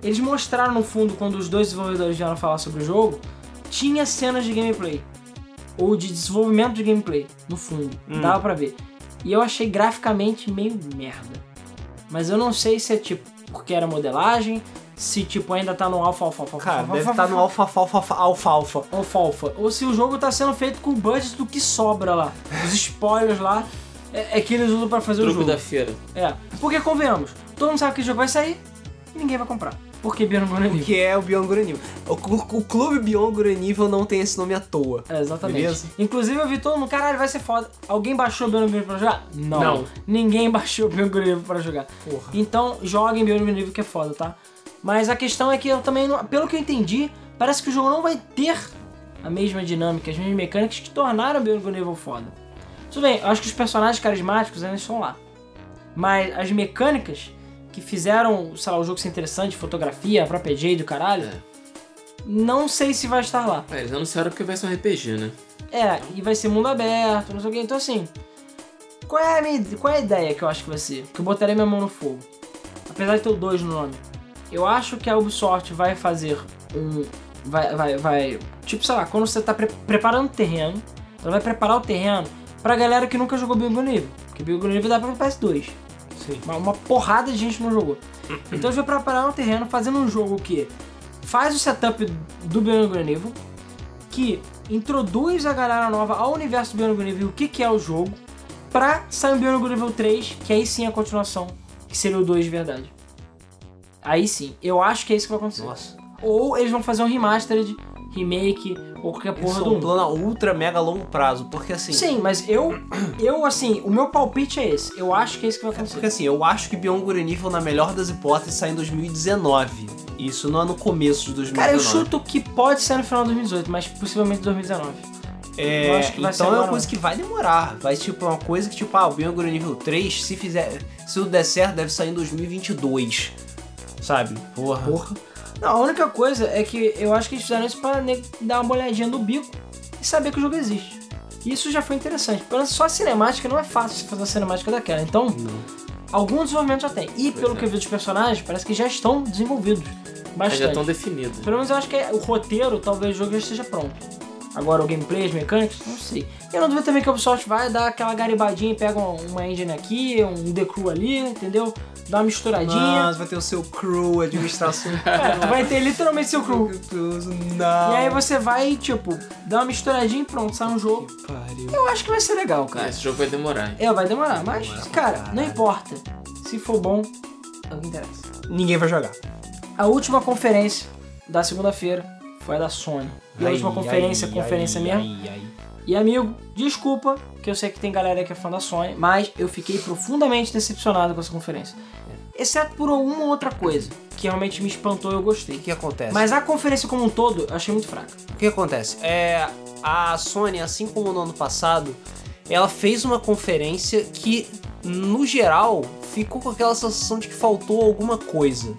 Speaker 2: Eles mostraram no fundo, quando os dois desenvolvedores vieram falar sobre o jogo, tinha cenas de gameplay. Ou de desenvolvimento de gameplay, no fundo.
Speaker 1: Hum.
Speaker 2: Dava pra ver. E eu achei graficamente meio merda. Mas eu não sei se é tipo, porque era modelagem, se tipo ainda tá no alfa, alfa, alfa,
Speaker 1: Cara,
Speaker 2: alfa,
Speaker 1: deve
Speaker 2: alfa,
Speaker 1: estar no
Speaker 2: alfa,
Speaker 1: alfa, alfa, alfa, alfa, alfa.
Speaker 2: alfalfa. Ou se o jogo tá sendo feito com o budget do que sobra lá. Os spoilers lá é, é que eles usam pra fazer o
Speaker 3: Truco
Speaker 2: jogo.
Speaker 3: da feira.
Speaker 2: É. Porque convenhamos, todo mundo sabe que o jogo vai sair e ninguém vai comprar. Porque Beyond Good and Evil.
Speaker 1: Que é o Beyond Good and Evil. O, clu- o clube Beyond Good and Evil não tem esse nome à toa.
Speaker 2: É, exatamente.
Speaker 1: Beleza.
Speaker 2: Inclusive eu vi todo mundo, caralho, vai ser foda. Alguém baixou Beyond Good and Evil pra jogar? Não.
Speaker 3: Não.
Speaker 2: Ninguém *laughs* baixou Beyond Good and Evil pra jogar.
Speaker 1: Porra.
Speaker 2: Então joguem Beyond Good and Evil que é foda, tá? Mas a questão é que eu também, não- pelo que eu entendi, parece que o jogo não vai ter a mesma dinâmica, as mesmas mecânicas que tornaram Beyond Good and Evil foda. Tudo bem, eu acho que os personagens carismáticos ainda estão lá. Mas as mecânicas que fizeram, sei lá, o jogo ser interessante, fotografia, a própria Jade do caralho,
Speaker 3: É.
Speaker 2: não sei se vai estar lá.
Speaker 3: Ah, eles anunciaram porque vai ser um RPG, né?
Speaker 2: É, e vai ser mundo aberto, não sei o que. Então, assim, qual é, a minha, qual é a ideia que eu acho que vai ser? Que eu botarei minha mão no fogo. Apesar de ter o 2 no nome. Eu acho que a Ubisoft vai fazer um. Vai, vai, vai. Tipo, sei lá, quando você tá pre- preparando o terreno, ela vai preparar o terreno pra galera que nunca jogou Bingo Nível. Porque Bingo Nível dá pra PS2.
Speaker 1: Sim.
Speaker 2: Uma, uma porrada de gente
Speaker 1: *clears throat*
Speaker 2: não jogou. Então eles vão preparar um terreno fazendo um jogo que faz o setup do Beyond Good and Evil, que introduz a galera nova ao universo do Beyond Good and Evil, o que, que é o jogo, pra sair o Beyond Good and Evil 3, que aí sim é a continuação, que seria o 2 de verdade. Aí sim, eu acho que é isso que vai acontecer.
Speaker 1: Nossa.
Speaker 2: Ou eles vão fazer um remastered, remake, ou qualquer
Speaker 1: Isso é
Speaker 2: porra do
Speaker 1: um
Speaker 2: mundo.
Speaker 1: plano a ultra, mega longo prazo. Porque assim.
Speaker 2: Sim, mas eu, eu assim, o meu palpite é esse. Eu acho que é isso que vai
Speaker 1: Porque
Speaker 2: acontecer.
Speaker 1: assim, eu acho que Beyond Good and Evil, na melhor das hipóteses, sai em 2019. Isso não é no começo de 2019.
Speaker 2: Cara, eu chuto que pode ser no final de 2018, mas possivelmente 2019.
Speaker 1: É,
Speaker 2: Eu acho que vai ser
Speaker 1: então é uma
Speaker 2: agora,
Speaker 1: coisa que vai demorar. Vai tipo é uma coisa que tipo, ah, o Beyond Good and Evil 3, se fizer, se tudo der certo, deve sair em 2022. Sabe?
Speaker 3: Ah.
Speaker 1: Porra.
Speaker 2: Porra. Não, a única coisa é que eu acho que eles fizeram isso pra nego dar uma olhadinha no bico e saber que o jogo existe. Isso já foi interessante. Pelo menos só a cinemática não é fácil você fazer uma cinemática daquela. Então,
Speaker 1: Não.
Speaker 2: algum desenvolvimento já tem. E pelo
Speaker 3: é.
Speaker 2: que eu vi dos personagens, parece que já estão desenvolvidos.
Speaker 3: Mas já
Speaker 2: Bastante.
Speaker 3: estão definidos.
Speaker 2: Pelo menos eu acho que é- o roteiro, talvez o jogo já esteja pronto. Agora o gameplay, as mecânicas, não sei. E eu não duvido também que a Ubisoft vai dar aquela garibadinha e pega um- uma engine aqui, um The Crew ali, entendeu? Dá uma misturadinha.
Speaker 1: Mas vai ter o seu crew, administração.
Speaker 2: *laughs* É, tu vai ter literalmente seu crew.
Speaker 1: Não.
Speaker 2: E aí você vai, tipo, dá uma misturadinha e pronto, sai um jogo.
Speaker 1: Que pariu.
Speaker 2: Eu acho que vai ser legal,
Speaker 3: Ah,
Speaker 2: cara.
Speaker 3: esse jogo vai demorar.
Speaker 2: É, vai demorar, mas,
Speaker 1: Demora pra
Speaker 2: cara,
Speaker 1: caralho.
Speaker 2: não importa. Se for bom, é o que interessa.
Speaker 1: Ninguém vai jogar.
Speaker 2: A última conferência da segunda-feira foi a da Sony. E a
Speaker 1: Ai,
Speaker 2: última conferência,
Speaker 1: ai,
Speaker 2: conferência
Speaker 1: ai,
Speaker 2: mesmo.
Speaker 1: ai, ai.
Speaker 2: E amigo, desculpa, que eu sei que tem galera que é fã da Sony, mas eu fiquei profundamente decepcionado com essa conferência. Exceto por uma outra coisa, que realmente me espantou e eu
Speaker 1: O que,
Speaker 2: gostei.
Speaker 1: que acontece?
Speaker 2: Mas a conferência como um todo, eu achei muito fraca.
Speaker 1: O que acontece? É, a Sony, assim como no ano passado, ela fez uma conferência que, no geral, ficou com aquela sensação de que faltou alguma coisa.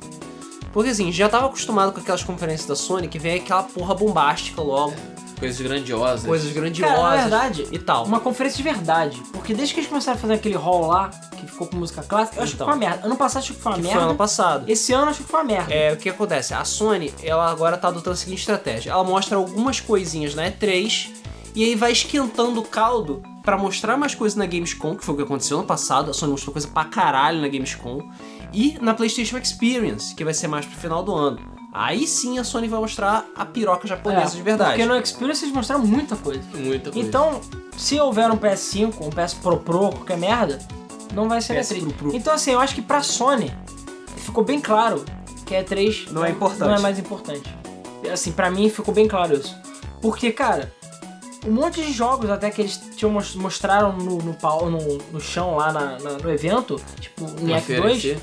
Speaker 1: Porque assim, já tava acostumado com aquelas conferências da Sony que vem aquela porra bombástica logo,
Speaker 3: Coisas grandiosas.
Speaker 1: coisas
Speaker 2: É, Cara,
Speaker 1: grandiosas
Speaker 2: na verdade,
Speaker 1: e tal.
Speaker 2: uma conferência de verdade. Porque desde que eles começaram a fazer aquele hall lá, que que ficou com música clássica. Eu acho
Speaker 1: Então.
Speaker 2: que foi uma merda. Ano passado acho que foi uma
Speaker 1: Que foi
Speaker 2: merda.
Speaker 1: ano passado.
Speaker 2: Esse ano acho que foi uma merda.
Speaker 1: É, o que acontece? A Sony, ela agora tá adotando a seguinte estratégia. Ela mostra algumas coisinhas na E3 e aí vai esquentando o caldo pra mostrar mais coisas na Gamescom, que foi o que aconteceu ano passado. A Sony mostrou coisa pra caralho na Gamescom. E na PlayStation Experience, que vai ser mais pro final do ano. Aí sim a Sony vai mostrar a piroca japonesa
Speaker 2: É,
Speaker 1: de verdade.
Speaker 2: Porque no Experience eles mostraram muita coisa.
Speaker 3: Muita coisa.
Speaker 2: Então, se houver um PS5, um PS Pro Pro, qualquer merda, não vai ser
Speaker 1: PS
Speaker 2: na
Speaker 1: Pro Pro.
Speaker 2: E3. Então, assim, eu acho que pra Sony ficou bem claro que a E3
Speaker 1: Não é importante.
Speaker 2: Não é mais importante. Assim, pra mim ficou bem claro isso. Porque, cara, um monte de jogos até que eles tinham mos- mostraram no, no, pau- no- no chão lá na- na- no evento, tipo, em
Speaker 3: Na feira em
Speaker 2: F2,
Speaker 3: si.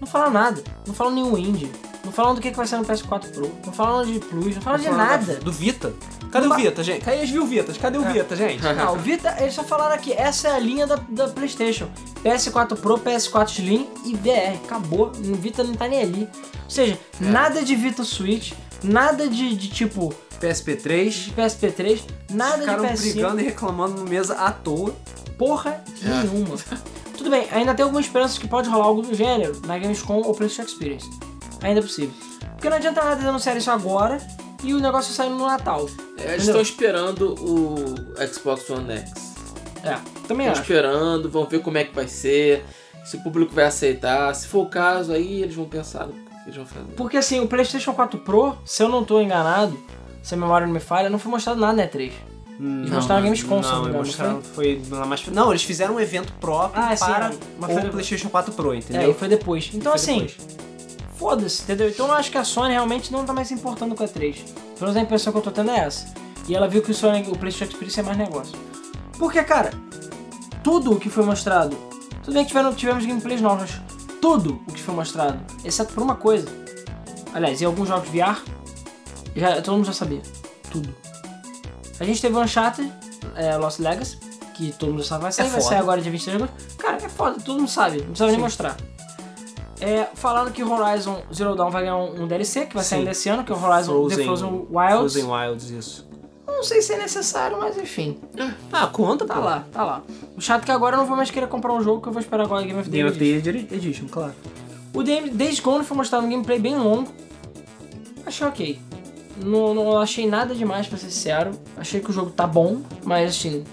Speaker 2: não falaram nada. Não falaram nenhum indie. Não falaram do que, que vai ser no PS4 Pro. Não falaram de Plus. Não falaram de nada.
Speaker 1: Tá
Speaker 2: É.
Speaker 1: Do Vita. Cadê
Speaker 2: Uma-
Speaker 1: o Vita, gente? Cadê as viu Vitas? Cadê o Vita, gente?
Speaker 2: Não, o Vita, eles só falaram aqui, essa é a linha da, da PlayStation. PS4 Pro, PS4 Slim e VR. Acabou. O Vita não tá nem ali. Ou seja, nada de Vita Switch, nada de, de tipo de
Speaker 1: PSP3.
Speaker 2: PSP3, nada
Speaker 1: Ficaram
Speaker 2: de PS5.
Speaker 1: brigando e reclamando no mesa à toa.
Speaker 2: Porra
Speaker 3: É.
Speaker 2: nenhuma. Tudo bem, ainda tem alguma esperança que pode rolar algo do gênero na Gamescom ou PlayStation Experience. Ainda é possível. Porque não adianta nada eles anunciarem isso agora e o negócio sair no Natal.
Speaker 3: É, Eles
Speaker 2: Entendeu?
Speaker 3: estão esperando o Xbox One X.
Speaker 2: É, também
Speaker 3: Estão
Speaker 2: acho.
Speaker 3: esperando, vão ver como é que vai ser, se o público vai aceitar. Se for o caso, aí eles vão pensar no que eles vão fazer.
Speaker 2: Porque assim, o PlayStation 4 Pro, se eu não tô enganado, se a memória não me falha, não foi mostrado nada na E3. Eles
Speaker 1: Não,
Speaker 2: mostraram a Gamescom, se eu
Speaker 1: Não,
Speaker 2: né, não me
Speaker 1: eles
Speaker 2: engano. não
Speaker 1: mostraram,
Speaker 2: foi?
Speaker 1: foi lá mais. Não, eles fizeram um evento próprio
Speaker 2: Ah, sim,
Speaker 1: para
Speaker 2: uma
Speaker 1: o
Speaker 2: feira-
Speaker 1: PlayStation 4 Pro,
Speaker 2: É, e
Speaker 1: entendeu?
Speaker 2: foi depois.
Speaker 1: foi
Speaker 2: Então assim,
Speaker 1: depois.
Speaker 2: foda-se, entendeu? Então eu acho que a Sony realmente não tá mais se importando com a E3. Pelo menos a impressão que eu tô tendo é essa. E ela viu que o, Sony, o PlayStation Experience é mais negócio. Porque, cara, tudo o que foi mostrado, tudo bem que tiveram, tivemos gameplays novas, tudo o que foi mostrado, exceto por uma coisa. Aliás, em alguns jogos VR, já, todo mundo já sabia. Tudo. A gente teve o Uncharted, é, Lost Legacy, que todo mundo já sabe vai sair, vai
Speaker 1: É foda.
Speaker 2: sair agora dia 23 de agosto. Cara, é foda, todo mundo sabe, não precisa nem
Speaker 1: Sim.
Speaker 2: mostrar. É, falaram que Horizon Zero Dawn vai ganhar um, um DLC, que vai sair
Speaker 1: Sim.
Speaker 2: desse ano, que é o Horizon The Frozen Wilds.
Speaker 1: Frozen Wilds, isso.
Speaker 2: Não sei se é necessário, mas enfim.
Speaker 1: Ah, conta,
Speaker 2: Tá
Speaker 1: pô.
Speaker 2: lá, tá lá. O chato é que agora eu não vou mais querer comprar um jogo que eu vou esperar agora Game of the
Speaker 1: Game of the
Speaker 2: Year.
Speaker 1: Year Edition, claro.
Speaker 2: O DM Days Gone foi mostrado um gameplay bem longo. Achei ok. Não, não achei nada demais, pra ser sincero. Achei que o jogo tá bom, mas assim.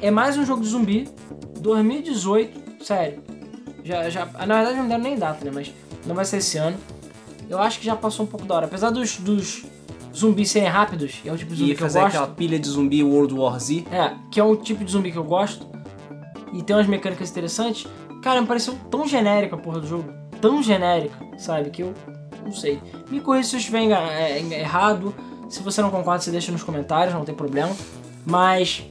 Speaker 2: É mais um jogo de zumbi. 2018, sério. Já, já, na verdade não deram nem data, né? Mas não vai ser esse ano. Eu acho que já passou um pouco da hora. Apesar dos, dos zumbis serem rápidos, e é o tipo de zumbi
Speaker 1: E
Speaker 2: que eu
Speaker 1: fazer
Speaker 2: gosto.
Speaker 1: aquela pilha de zumbi World War Z.
Speaker 2: É, que é um tipo de zumbi que eu gosto e tem umas mecânicas interessantes. Cara, me pareceu tão genérica a porra do jogo. Tão genérica, sabe? Que eu não sei. Me corrija se eu estiver enga- é, enga- errado. Se você não concorda, você deixa nos comentários, não tem problema. Mas,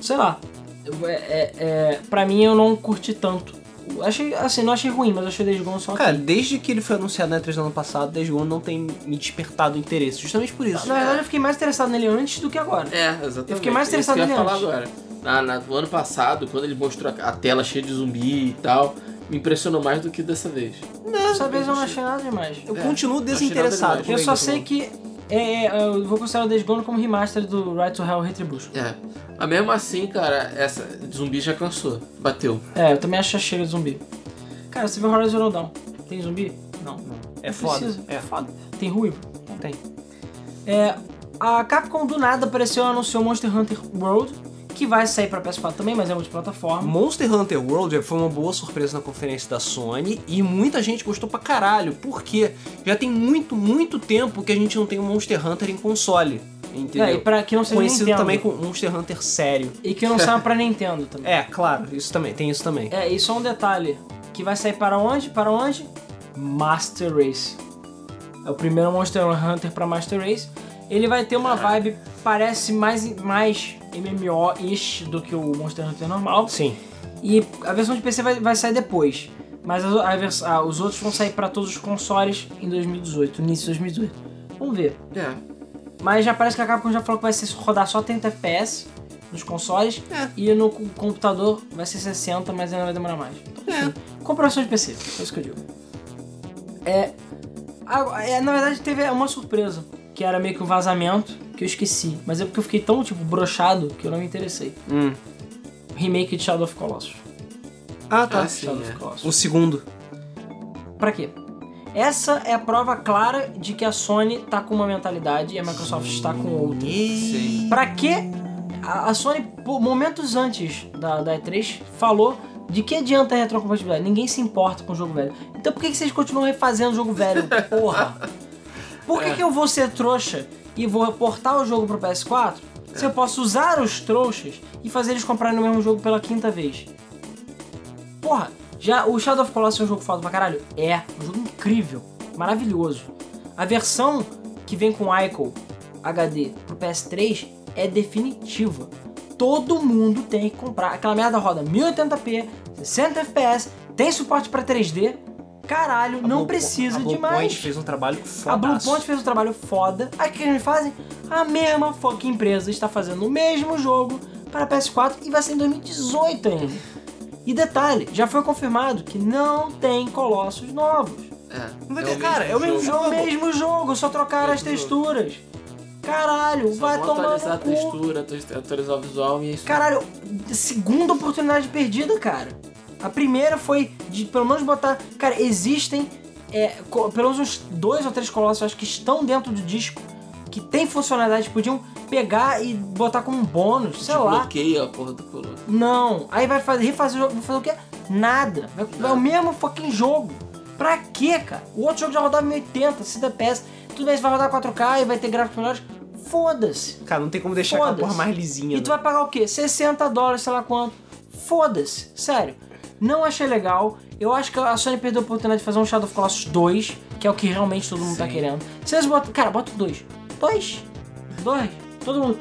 Speaker 2: sei lá. Eu- é- é- é, pra mim, eu não curti tanto. Eu Achei, assim, não achei ruim, mas eu achei Days Gone só
Speaker 1: Cara, desde que ele foi anunciado na E3 do ano passado, desde quando não tem me despertado interesse. Justamente por isso.
Speaker 2: Na verdade, eu fiquei mais interessado nele antes do que agora.
Speaker 3: É, exatamente.
Speaker 2: Eu fiquei mais
Speaker 3: É isso que eu ia falar
Speaker 2: interessado
Speaker 3: agora. Na, na- no ano passado, quando ele mostrou a, a tela cheia de zumbi e tal, me impressionou mais do que dessa vez.
Speaker 2: Dessa vez eu não achei nada demais.
Speaker 1: Eu
Speaker 3: É,
Speaker 1: continuo
Speaker 3: não achei
Speaker 1: desinteressado.
Speaker 3: nada demais.
Speaker 1: com Days
Speaker 2: Eu só
Speaker 1: Gone.
Speaker 2: sei que é, é, eu vou considerar o Days Gone como remaster do Right to Hell Retribution.
Speaker 3: É. Mas mesmo assim, cara, essa zumbi já cansou. Bateu.
Speaker 2: É, eu também acho cheiro de zumbi. Cara, você viu Horizon Zero Dawn? Tem zumbi? Não. Não
Speaker 1: É foda.
Speaker 2: precisa.
Speaker 1: É foda.
Speaker 2: Tem ruivo?
Speaker 1: Não tem.
Speaker 2: É, a Capcom do nada apareceu e anunciou Monster Hunter World, que vai sair pra PS4 também, mas é multiplataforma.
Speaker 1: Monster Hunter World é, foi uma boa surpresa na conferência da Sony e muita gente gostou pra caralho, porque já tem muito, muito tempo que a gente não tem um Monster Hunter em console, entendeu?
Speaker 2: É, e pra que não seja
Speaker 1: Conhecido
Speaker 2: Nintendo.
Speaker 1: também como Monster Hunter sério.
Speaker 2: E que não saia pra Nintendo também.
Speaker 1: É, claro, isso também, tem isso também.
Speaker 2: É, e só um detalhe. Que vai sair para onde? Para onde? Master Race. É o primeiro Monster Hunter para Master Race. Ele vai ter uma vibe, parece mais, mais MMO-ish do que o Monster Hunter normal.
Speaker 1: Sim.
Speaker 2: E a versão de PC vai, vai sair depois. Mas as o- a vers- ah, os outros vão sair para todos os consoles em 2018, início de 2018. Vamos ver.
Speaker 3: É.
Speaker 2: Mas já parece que a Capcom já falou que vai ser rodar só 30 FPS nos consoles
Speaker 1: É.
Speaker 2: e no co- computador vai ser 60, mas ainda vai demorar mais. Então, enfim, comparação de PC, é isso que eu digo. É, a- é, na verdade teve uma surpresa, que era meio que um vazamento que eu esqueci, mas é porque eu fiquei tão tipo brochado que eu não me interessei.
Speaker 1: Hum.
Speaker 2: Remake de Shadow of Colossus.
Speaker 1: Ah, tá.
Speaker 3: Ah, sim,
Speaker 2: Shadow
Speaker 3: é.
Speaker 2: of Colossus.
Speaker 1: O segundo.
Speaker 2: Pra quê? Essa é a prova clara de que a Sony tá com uma mentalidade e a Microsoft está com outra.
Speaker 3: Sim.
Speaker 2: Pra quê? A, a Sony, pô, momentos antes da, da E3, falou de que adianta a retrocompatibilidade. Ninguém se importa com o jogo velho. Então por que, que vocês continuam refazendo o jogo velho, porra? Por que, que eu vou ser trouxa e vou portar o jogo pro PS4 se eu posso usar os trouxas e fazer eles comprarem o mesmo jogo pela quinta vez? Porra, já o Shadow of Colossus é um jogo foda pra caralho? É, um jogo incrível, maravilhoso. A versão que vem com Ico HD pro PS3 é definitiva. Todo mundo tem que comprar. Aquela merda roda 1080p, 60 FPS, tem suporte pra 3D. Caralho,
Speaker 1: A
Speaker 2: não
Speaker 1: Blue-
Speaker 2: precisa
Speaker 1: a
Speaker 2: de
Speaker 1: Blue
Speaker 2: mais.
Speaker 1: Point fez um trabalho foda.
Speaker 2: A Blue Point fez um trabalho foda. Aí o que eles fazem? A mesma fucking empresa está fazendo o mesmo jogo para PS4 e vai ser em 2018 ainda. E detalhe, já foi confirmado que não tem colossos novos.
Speaker 3: É.
Speaker 1: Não vai
Speaker 3: É
Speaker 1: ter-
Speaker 3: o
Speaker 1: cara, é o mesmo
Speaker 2: É
Speaker 1: jogo.
Speaker 2: o mesmo jogo, só trocaram as
Speaker 3: Mesmo
Speaker 2: texturas. Caralho,
Speaker 3: Só
Speaker 2: vai
Speaker 3: vão
Speaker 2: tomar
Speaker 3: atualizar
Speaker 2: no
Speaker 3: a
Speaker 2: cu.
Speaker 3: textura, atu- atualizar o visual e é isso.
Speaker 2: Caralho, segunda oportunidade perdida, cara. A primeira foi de pelo menos botar. Cara, existem é, co- pelo menos uns dois ou três colossos acho que estão dentro do disco que tem funcionalidade, podiam pegar e botar como um bônus, sei lá.
Speaker 3: Desbloqueia a porra do colosso.
Speaker 2: Não. Aí vai fazer, refazer o jogo, vai fazer o quê? Nada. Vai, vai o mesmo fucking jogo. Pra quê, cara? O outro jogo já rodava 1080, 60 PS. Tudo bem, você vai rodar 4K e vai ter gráficos melhores. Foda-se.
Speaker 1: Cara, não tem como deixar aquela
Speaker 2: Foda-se.
Speaker 1: porra mais lisinha.
Speaker 2: E
Speaker 1: né?
Speaker 2: tu vai pagar o quê? 60 dólares, sei lá quanto. Foda-se, sério. Não achei legal. Eu acho que a Sony perdeu a oportunidade de fazer um Shadow of Colossus 2, que é o que realmente todo mundo tá
Speaker 1: Sim.
Speaker 2: querendo. Se eles botam. Cara, bota o 2. 2. 2. Todo mundo.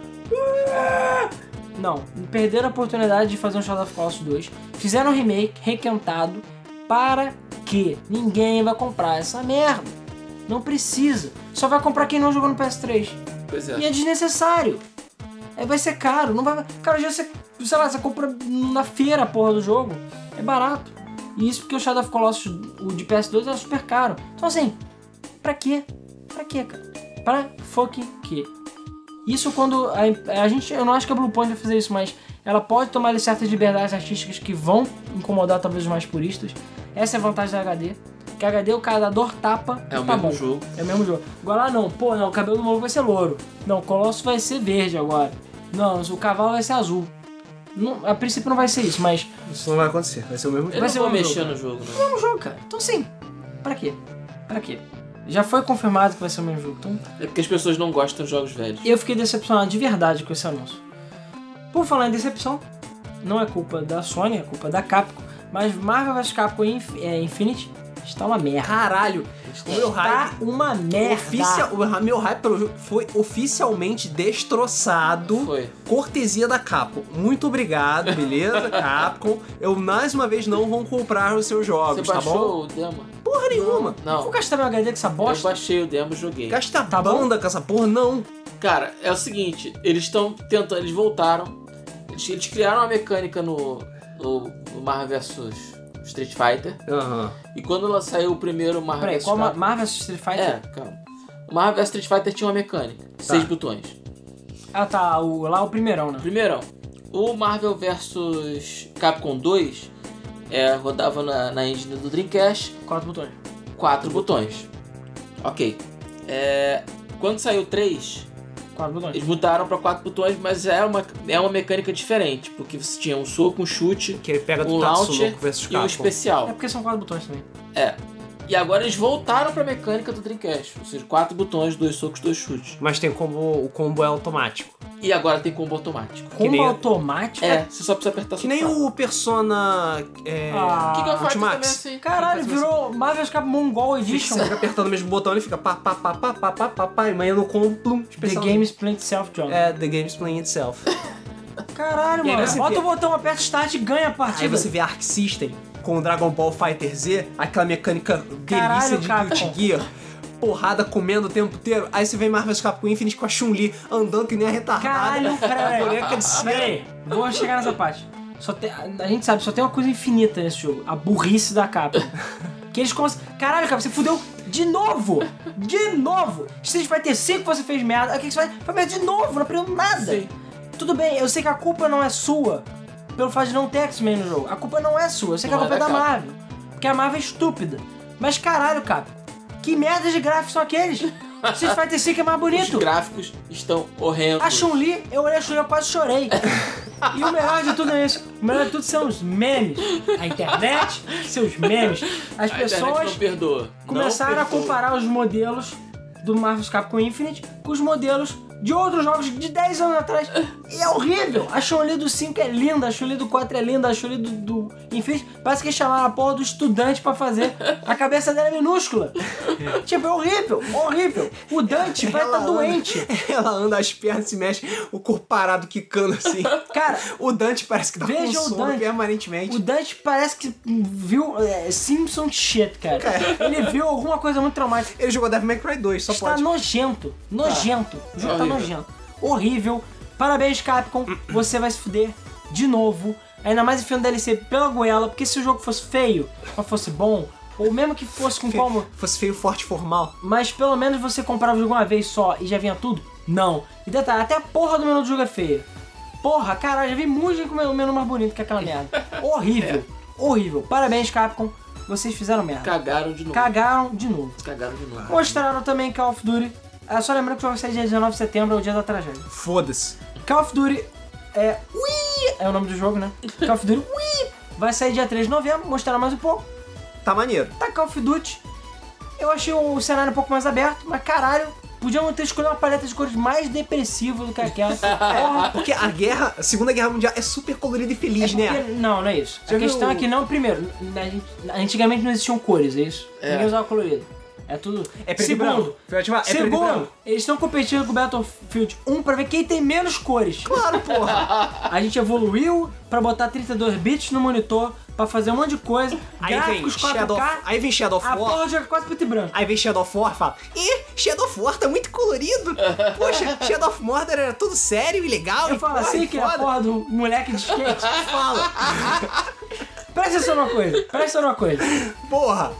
Speaker 2: Ah! Não, perderam a oportunidade de fazer um Shadow of Colossus 2. Fizeram um remake requentado para que ninguém vai comprar essa merda. Não precisa. Só vai comprar quem não jogou no PS3.
Speaker 3: Pois é.
Speaker 2: E é desnecessário. É, vai ser caro. Não vai. Cara, já você. Sei lá, você compra na feira a porra do jogo. É barato. E isso porque o Shadow of Colossus, o de PS2, era super caro. Então assim, pra quê? Pra quê, cara? Pra fucking quê? Isso quando. A, a gente. Eu não acho que a Bluepoint vai fazer isso, mas ela pode tomar ali certas liberdades artísticas que vão incomodar talvez os mais puristas. Essa é a vantagem da HD. Que a HD o cara dá dor tapa
Speaker 3: É
Speaker 2: e
Speaker 3: o
Speaker 2: tá
Speaker 3: mesmo
Speaker 2: bom.
Speaker 3: jogo.
Speaker 2: É o mesmo jogo. Agora lá não, pô, não, o cabelo do maluco vai ser louro. Não, o Colosso vai ser verde agora. Não, o cavalo vai ser azul. Não, a princípio não vai ser isso, mas.
Speaker 1: Isso não vai acontecer. Vai ser o mesmo jogo.
Speaker 3: Eu
Speaker 2: Vai
Speaker 3: não
Speaker 2: ser
Speaker 3: vou
Speaker 2: um
Speaker 3: mexer
Speaker 2: jogo.
Speaker 3: no jogo,
Speaker 2: É o
Speaker 3: né?
Speaker 2: mesmo jogo, cara. Então sim. Pra quê? Pra quê? Já foi confirmado que vai ser o mesmo jogo. Então,
Speaker 3: É porque as pessoas não gostam de jogos velhos.
Speaker 2: eu fiquei decepcionado de verdade com esse anúncio. Por falar em decepção, não é culpa da Sony, é culpa da Capcom, mas Marvel vs Capcom Inf- é, Infinity está uma merda.
Speaker 1: Caralho, o meu
Speaker 2: Está
Speaker 1: hype.
Speaker 2: uma merda.
Speaker 1: Oficial, o meu hype pelo jogo foi oficialmente destroçado.
Speaker 3: Foi.
Speaker 1: Cortesia da Capcom. Muito obrigado,
Speaker 3: *laughs*
Speaker 1: beleza, Capcom. Eu mais uma vez não vou comprar os seus
Speaker 3: Você
Speaker 1: jogos, tá bom?
Speaker 3: baixou o demo?
Speaker 1: Porra nenhuma.
Speaker 2: Eu Vou
Speaker 3: Não.
Speaker 2: gastar meu HD com essa
Speaker 3: Eu
Speaker 2: bosta?
Speaker 3: baixei o demo e joguei.
Speaker 1: Gasta
Speaker 2: Tá bom?
Speaker 1: banda com essa porra, não.
Speaker 3: Cara, é o seguinte, eles estão tentando, eles voltaram, eles, eles criaram uma mecânica no, no, no Marvel vs Street Fighter,
Speaker 1: Aham.
Speaker 3: e quando ela saiu o primeiro Marvel
Speaker 2: Peraí,
Speaker 3: vs
Speaker 2: qual Ma-
Speaker 3: Capcom-
Speaker 2: Marvel vs Street Fighter?
Speaker 3: É, calma. O Marvel vs Street Fighter tinha uma mecânica, seis botões.
Speaker 2: Ah tá, o, lá o primeirão, né?
Speaker 3: Primeirão, o Marvel vs Capcom 2 é, rodava na, na engine do Dreamcast,
Speaker 2: Quatro botões.
Speaker 3: quatro botões. Ok. É, quando saiu o 3,
Speaker 2: Quatro botões.
Speaker 3: Eles mudaram pra quatro botões, mas é uma, é uma mecânica diferente, porque você tinha um soco, um chute
Speaker 1: Que ele pega
Speaker 3: Um
Speaker 1: do
Speaker 3: launcher
Speaker 1: Tatsunoko versus
Speaker 3: e um
Speaker 1: Capcom.
Speaker 2: É
Speaker 3: especial.
Speaker 2: porque são quatro botões também.
Speaker 3: É. E agora eles voltaram pra mecânica do Dreamcast, ou seja, quatro botões, dois socos, dois chutes.
Speaker 1: Mas tem combo, o combo é automático.
Speaker 3: E agora tem combo automático.
Speaker 2: Combo
Speaker 1: nem-
Speaker 2: automático?
Speaker 3: É, você só precisa apertar
Speaker 1: Que nem o Persona. É,
Speaker 2: Ah,
Speaker 3: que que eu faço
Speaker 1: Ultimax.
Speaker 3: também assim?
Speaker 2: é- Caralho, virou Marvel Cap Mongol Edition.
Speaker 1: Fica apertando o mesmo botão, ele fica pá, pá, pá, pá, pá, pá, pá, pá, e amanhã no combo, plum,
Speaker 2: The
Speaker 1: especial.
Speaker 2: Games Plant Self John.
Speaker 1: É, The Game's Playing Itself.
Speaker 2: Caralho,
Speaker 1: E aí
Speaker 2: mano.
Speaker 1: você
Speaker 2: Bota
Speaker 1: vê-
Speaker 2: o botão, aperta Start e ganha a partida.
Speaker 1: Aí você vê Arc System com o Dragon Ball Fighter Z, aquela mecânica delícia
Speaker 2: Caralho,
Speaker 1: de
Speaker 2: Capcom.
Speaker 1: Guilty Gear. Porrada comendo o tempo inteiro. Aí você vem Marvel vs Capcom Infinite com a Chun-Li andando que nem a retardada. *laughs*
Speaker 2: Caralho, peraí.
Speaker 1: Boneca de cera.
Speaker 2: Peraí, vou chegar nessa parte. Só tem- a gente sabe, só tem uma coisa infinita nesse jogo. A burrice da Capcom. Que eles cons... Caralho, cara, você fudeu de novo! De novo! Street Fighter 5 você fez merda. Aí O que que você faz? Faz merda de novo, não aprendeu nada.
Speaker 3: Sim.
Speaker 2: Tudo bem, eu sei que a culpa não é sua. pelo fato de não ter X-Men no jogo. A culpa não é sua, eu sei que a
Speaker 3: Não é
Speaker 2: culpa é da
Speaker 3: da Capcom.
Speaker 2: Marvel. Porque a Marvel é estúpida. Mas caralho, cara, que merda de gráficos são aqueles? Street Fighter 5 é mais
Speaker 3: Os
Speaker 2: bonito. um
Speaker 3: gráficos estão horrendos.
Speaker 2: A Chun-Li, eu olhei a Chun-Li, eu quase chorei. E o melhor de tudo é isso. O melhor de tudo são os memes. A internet, seus memes. As
Speaker 3: A internet
Speaker 2: pessoas
Speaker 3: não perdoa. Não
Speaker 2: começaram a
Speaker 3: perdoa.
Speaker 2: comparar os modelos do Marvel's Capcom Infinite com os modelos de outros jogos de 10 anos atrás. E é horrível! A Chun-Li do 5 é linda, a Chun-Li do 4 é linda, a Chun-Li do, do Infinite parece que chamaram a porra do estudante pra fazer. A cabeça dela é
Speaker 3: *laughs*
Speaker 2: minúscula. tipo, é horrível, horrível. O Dante vai estar
Speaker 1: Ela anda-
Speaker 2: Tipo, tá
Speaker 1: *laughs*
Speaker 2: doente.
Speaker 1: Ela anda, as pernas se mexem, o corpo parado, quicando assim.
Speaker 2: *laughs* Cara,
Speaker 1: O Dante parece que tá com
Speaker 2: Veja o
Speaker 1: sono
Speaker 2: Dante.
Speaker 1: permanentemente.
Speaker 2: O Dante parece que viu é, Simpson shit, cara.
Speaker 1: Cara.
Speaker 2: Ele viu alguma coisa muito traumática.
Speaker 1: Ele jogou Devil May Cry 2, só
Speaker 2: Está
Speaker 1: pode.
Speaker 2: nojento. Nojento. O jogo tá
Speaker 3: Horrível.
Speaker 2: nojento. Horrível. Parabéns, Capcom. Você vai se fuder de novo. Ainda mais enfiando DLC pela goela, porque se o jogo fosse feio, ou fosse bom, ou mesmo que fosse com como
Speaker 1: Fosse feio, forte, formal.
Speaker 2: mas pelo menos você comprava o jogo uma vez só e já vinha tudo? Não. E detalhe, até a porra do menu do jogo é feia. Porra, caralho, já vi muito gente com o menu mais bonito que aquela merda. Horrível. Horrível. Parabéns, Capcom. Vocês fizeram merda.
Speaker 3: Cagaram de novo.
Speaker 2: Cagaram de novo.
Speaker 3: Cagaram de novo.
Speaker 2: Mostraram também Call of Duty. Ah, só lembrando que o jogo sai dia 19 de setembro, é o dia da tragédia.
Speaker 1: Foda-se.
Speaker 2: Call of Duty é. Ui! É o nome do jogo, né? Call of Duty Ui! Vai sair dia 3 de novembro, mostraram mais um pouco.
Speaker 1: Tá maneiro.
Speaker 2: Tá Call of Duty. Eu achei o cenário um pouco mais aberto, mas caralho, podiam ter escolhido uma paleta de cores mais depressiva do
Speaker 1: *laughs*
Speaker 2: que aquela. Porra,
Speaker 1: Porque a guerra, a Segunda Guerra Mundial é super colorida e feliz,
Speaker 2: porque-
Speaker 1: né?
Speaker 2: Não, não é isso.
Speaker 1: Já
Speaker 2: a
Speaker 1: viu
Speaker 2: questão
Speaker 1: o-
Speaker 2: é que não, primeiro, na- na- antigamente não existiam cores, é isso?
Speaker 3: É.
Speaker 2: Ninguém usava colorido. É tudo.
Speaker 1: É preto e
Speaker 2: Segundo,
Speaker 1: branco. Vai ativar? É preto e
Speaker 2: segundo
Speaker 1: branco.
Speaker 2: eles estão competindo com o Battlefield 1 pra ver quem tem menos cores.
Speaker 1: Claro, porra.
Speaker 2: A gente evoluiu pra botar 32 bits no monitor, pra fazer um monte de coisa.
Speaker 1: Aí vem
Speaker 2: gráficos 4K.
Speaker 1: Shadow, of- aí vem Shadow of
Speaker 2: a
Speaker 1: War.
Speaker 2: porra joga quase preto e branco.
Speaker 1: Aí vem Shadow of War e fala: Ih, Shadow of War tá muito colorido. Poxa, Shadow of Mordor era tudo sério e legal.
Speaker 2: Eu
Speaker 1: e
Speaker 2: falo
Speaker 1: porra,
Speaker 2: assim
Speaker 1: e
Speaker 2: que é a
Speaker 1: foda.
Speaker 2: porra do moleque de skate.
Speaker 1: Fala,
Speaker 2: Presta atenção numa coisa, presta atenção numa coisa.
Speaker 1: porra.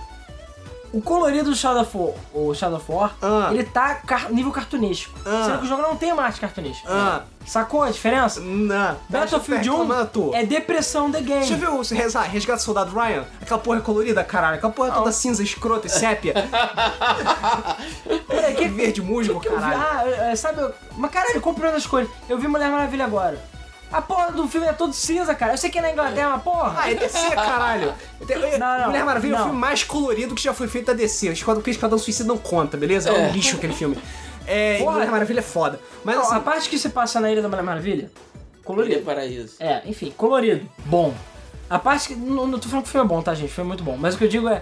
Speaker 2: O colorido do Shadow of War, o Shadow of War
Speaker 1: Ah.
Speaker 2: ele tá car- nível cartunístico.
Speaker 1: Ah.
Speaker 2: Sendo que o jogo não tem uma arte cartunística.
Speaker 1: Ah,
Speaker 2: Sacou a diferença?
Speaker 1: não.
Speaker 2: Battlefield 1 é depressão the game.
Speaker 1: Deixa eu ver o Reza- Resgate do Soldado Ryan. Aquela porra é colorida, caralho. Aquela porra é toda cinza, escrota e sépia.
Speaker 2: Peraí, que,
Speaker 1: um verde musgo,
Speaker 2: que eu vi?
Speaker 1: caralho.
Speaker 2: Ah, é, é, sabe? eu- Mas caralho, comprando as coisas. Eu vi Mulher Maravilha agora. A porra do filme é todo cinza, cara. Eu sei que é na Inglaterra, mas porra.
Speaker 1: Ah, é DC, caralho.
Speaker 2: Não, não,
Speaker 1: Mulher Maravilha é o
Speaker 2: não.
Speaker 1: filme mais colorido que já foi feito da DC. O Esquadrão, porque Esquadrão Suicida um não conta, beleza? É, um
Speaker 3: É.
Speaker 1: lixo aquele filme. É, e
Speaker 2: Porra.
Speaker 1: Mulher Maravilha é foda. Mas
Speaker 2: Não,
Speaker 1: assim,
Speaker 2: a parte que se passa na Ilha da Mulher Maravilha, colorida.
Speaker 3: Colorido paraíso.
Speaker 2: É, enfim, colorido. Bom. A parte que. Não, não tô falando que o filme é bom, tá, gente? Foi muito bom. Mas o que eu digo é.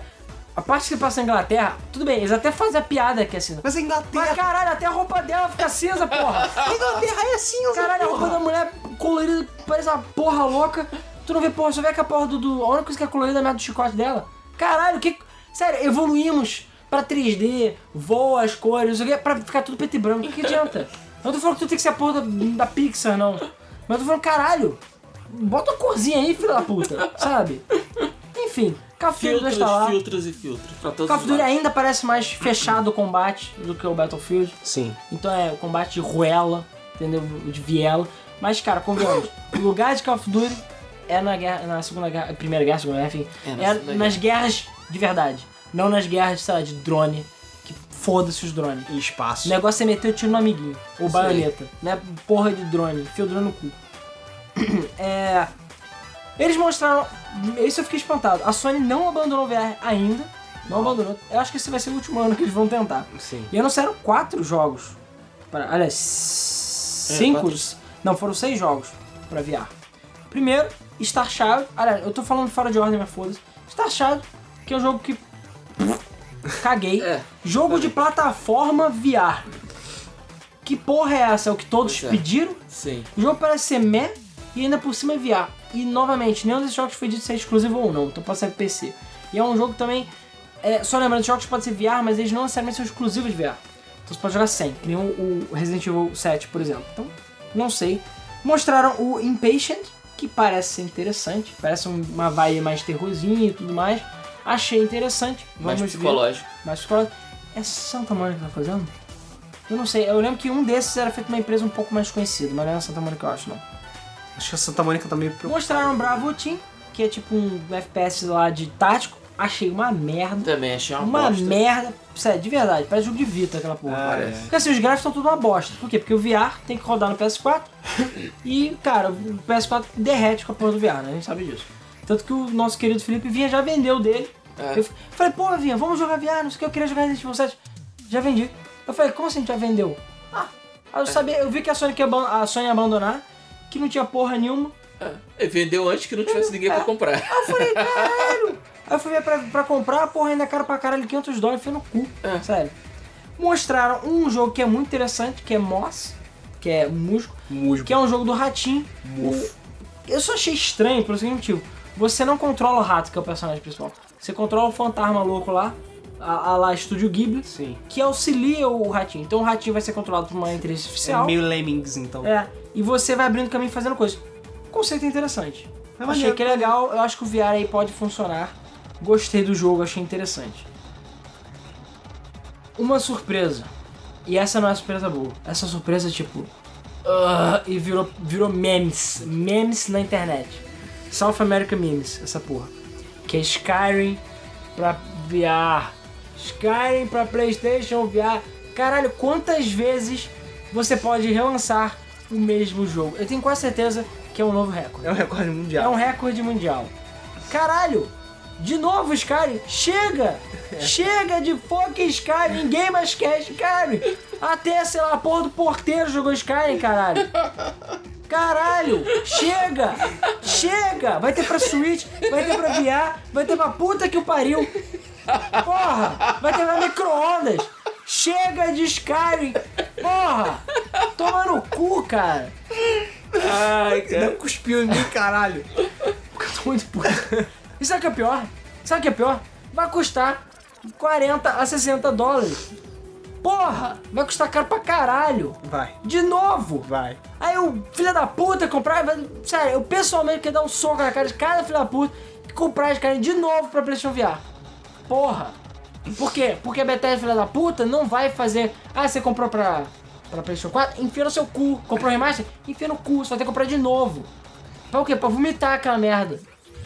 Speaker 2: A parte que passa na Inglaterra, tudo bem, eles até fazem a piada que é cinza.
Speaker 1: mas a
Speaker 2: Mas
Speaker 1: Inglaterra.
Speaker 2: caralho, até a roupa dela fica
Speaker 1: *laughs*
Speaker 2: cinza, porra!
Speaker 1: A Inglaterra é cinza.
Speaker 2: Caralho, a roupa da mulher colorida parece uma porra louca. Tu não vê porra, só vê que a porra do. do a única coisa que é colorida é a merda do chicote dela. Caralho, que. Sério, evoluímos pra 3D, voa as cores, não sei o quê, pra ficar tudo preto e branco. O que adianta? Eu não tô falando que tu tem que ser a porra da, da Pixar, não. Mas eu tô falando, caralho, bota uma corzinha aí, filha da puta, sabe? Enfim, Café do
Speaker 3: Filtros,
Speaker 2: instalar.
Speaker 3: filtros e filtros. Pra todos
Speaker 2: tá Call
Speaker 3: os
Speaker 2: of Duty
Speaker 3: lados.
Speaker 2: ainda parece mais fechado o combate do que o Battlefield.
Speaker 1: Sim.
Speaker 2: Então é o combate de ruela, entendeu? De viela. Mas, cara,
Speaker 3: *coughs*
Speaker 2: convenhamos, o lugar de Call of Duty é na guerra, na segunda guerra, primeira guerra, segunda guerra, enfim.
Speaker 3: É,
Speaker 2: É,
Speaker 3: na Segunda
Speaker 2: nas guerras de verdade. Não nas guerras, sei lá, de drone. Que foda-se os drones.
Speaker 1: E espaço.
Speaker 2: O negócio é meter o tiro no amiguinho. Ou
Speaker 3: Isso
Speaker 2: baioneta. Né? Porra de drone. Fio drone no cu. *coughs* é. Eles mostraram. Isso eu fiquei espantado. A Sony não abandonou o VR ainda. Não abandonou. Eu acho que esse vai ser o último ano que eles vão tentar.
Speaker 1: Sim.
Speaker 2: E anunciaram quatro jogos. Pra, aliás, cinco?
Speaker 3: É, quatro.
Speaker 2: não, foram seis jogos pra VR. Primeiro, Star Child. Aliás, eu tô falando fora de ordem, mas foda-se. Star Child, que é um jogo que. Caguei.
Speaker 3: *laughs* É,
Speaker 2: jogo de plataforma VR. Que porra é essa? É o que todos
Speaker 3: Pois é.
Speaker 2: pediram?
Speaker 3: Sim.
Speaker 2: O jogo parece ser meh e ainda por cima é VR. E novamente, nenhum desses jogos foi dito se é exclusivo ou não, então pode ser PC. E é um jogo também. É, só lembrando, os jogos podem ser VR, mas eles não necessariamente são exclusivos de VR. Então você pode jogar sem, que nem o, o Resident Evil 7, por exemplo. Então, não sei. Mostraram o Impatient, que parece ser interessante, parece um- uma vibe mais terrorzinho e tudo mais. Achei interessante.
Speaker 3: Mais
Speaker 2: Vamos ver.
Speaker 3: psicológico.
Speaker 2: Mas escola. É Santa Mônica que tá fazendo? Eu não sei, eu lembro que um desses era feito por uma empresa um pouco mais conhecida, mas não era Santa Mônica, eu acho, não.
Speaker 1: Acho que a Santa Mônica tá meio preocupada.
Speaker 2: Mostraram um Bravo Team, que é tipo um FPS lá de tático. Achei uma merda.
Speaker 3: Também achei uma,
Speaker 2: Uma
Speaker 3: bosta.
Speaker 2: merda. Sério, de verdade. Parece jogo de Vita aquela porra.
Speaker 1: Ah,
Speaker 3: parece.
Speaker 1: é.
Speaker 2: Porque assim, os gráficos estão tudo uma bosta. Por quê? Porque o VR tem que rodar no PS4 e, cara, o PS4 derrete com a porra do VR, né? A gente sabe disso. Tanto que o nosso querido Felipe Vinha já vendeu o dele.
Speaker 3: É.
Speaker 2: Eu f- falei, pô, Vinha, vamos jogar VR, não sei o que, eu queria jogar Resident Evil 7. Já vendi. Eu falei, como assim já vendeu? Ah,
Speaker 3: É.
Speaker 2: aí eu sabia, eu vi que a Sony, que a Sony ia abandonar, que não tinha porra nenhuma.
Speaker 3: É, e Vendeu antes que não tivesse ninguém pra comprar.
Speaker 2: Aí É.
Speaker 3: *laughs*
Speaker 2: eu falei, caralho! Aí eu fui ver pra, pra comprar, porra, ainda é caro pra caralho, 500 dólares, foi no cu,
Speaker 3: É.
Speaker 2: sério. Mostraram um jogo que é muito interessante, que é Moss, que é Musgo, que é um jogo do ratinho. O- Eu só achei estranho pelo seguinte motivo. Você não controla o rato, que é o personagem principal. Você controla o fantasma louco lá, a, a lá Estúdio Ghibli,
Speaker 1: Sim.
Speaker 2: que auxilia o ratinho. Então o ratinho vai ser controlado por uma inteligência
Speaker 1: É
Speaker 2: artificial.
Speaker 1: meio Lemmings, então.
Speaker 2: um É, e você vai abrindo caminho e fazendo coisas. O conceito é interessante.
Speaker 1: É
Speaker 2: achei
Speaker 1: maneiro.
Speaker 2: que é legal, eu acho que o VR aí pode funcionar. Gostei do jogo, achei interessante. Uma surpresa. E essa não é surpresa boa. Essa surpresa, tipo. ah, e virou, virou memes. Memes na internet. South America Memes, essa porra. Que é Skyrim pra VR. Skyrim pra PlayStation VR. Caralho, quantas vezes você pode relançar o mesmo jogo? Eu tenho quase certeza que é um novo recorde.
Speaker 1: É um recorde
Speaker 2: É
Speaker 1: mundial.
Speaker 2: um recorde mundial. Caralho! De novo, Skyrim, chega! Chega de fucking Skyrim, ninguém mais quer Skyrim! Até, sei lá, a porra do porteiro jogou Skyrim, caralho! Caralho! Chega! Chega! Vai ter pra Switch, vai ter pra VR, vai ter pra puta que o pariu! Porra! Vai ter pra micro-ondas! Chega de Skyrim! Porra! Toma no cu, cara!
Speaker 1: Ai, cara. Não cuspiu um em mim, caralho.
Speaker 2: Porque eu tô muito puto. E sabe o que é pior? Sabe o que é pior? Vai custar 40 a 60 dólares. Porra! Vai custar caro pra caralho.
Speaker 1: Vai,
Speaker 2: De novo!
Speaker 1: vai. *laughs*
Speaker 2: Aí o filho da puta comprar. vai- Sério, eu pessoalmente quero dar um soco na cara de cada filho da puta que comprar esse cara de novo pra PlayStation VR. Porra! Por quê? Porque a Bethesda, filha da puta, não vai fazer. Ah, você comprou pra, pra PlayStation 4? Enfia no seu cu. Comprou um remaster? Enfia no cu. Só tem que comprar de novo. Pra o quê? Pra vomitar aquela merda.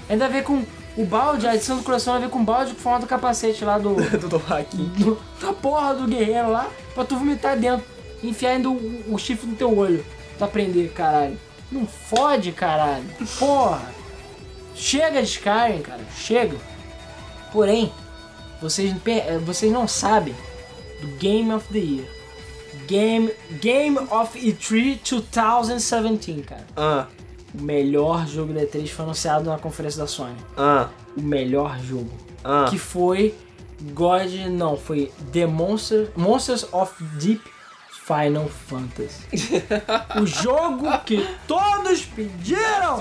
Speaker 2: Ainda a ver com o balde, a edição do coração vai ver com o balde com forma do capacete lá do.
Speaker 1: Do Dovahkiin.
Speaker 2: do- da porra do guerreiro lá pra tu vomitar dentro. Enfiar ainda o, o chifre no teu olho pra prender, caralho. Não fode, caralho. Porra. Chega de Skyrim, cara. Chega. Porém, vocês, pe- eh, vocês não sabem do Game of the Year. Game, Game of E3 2017, cara.
Speaker 1: Ah,
Speaker 2: O melhor jogo da E3 foi anunciado na conferência da Sony.
Speaker 1: ah,
Speaker 2: O melhor jogo
Speaker 1: ah.
Speaker 2: que foi God, não, foi The Monster, Monsters of Deep Final Fantasy. o jogo que todos pediram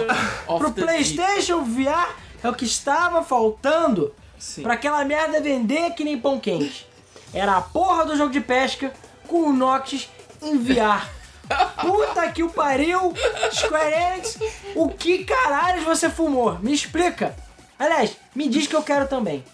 Speaker 3: Off
Speaker 2: pro
Speaker 3: the
Speaker 2: PlayStation VR é o que estava faltando
Speaker 3: Sim.
Speaker 2: pra aquela merda vender que nem pão quente. Era a porra do jogo de pesca com o Noctis em VR. Puta que o pariu, Square Enix, o que caralhos você fumou? Me explica. Aliás, me diz que eu quero também.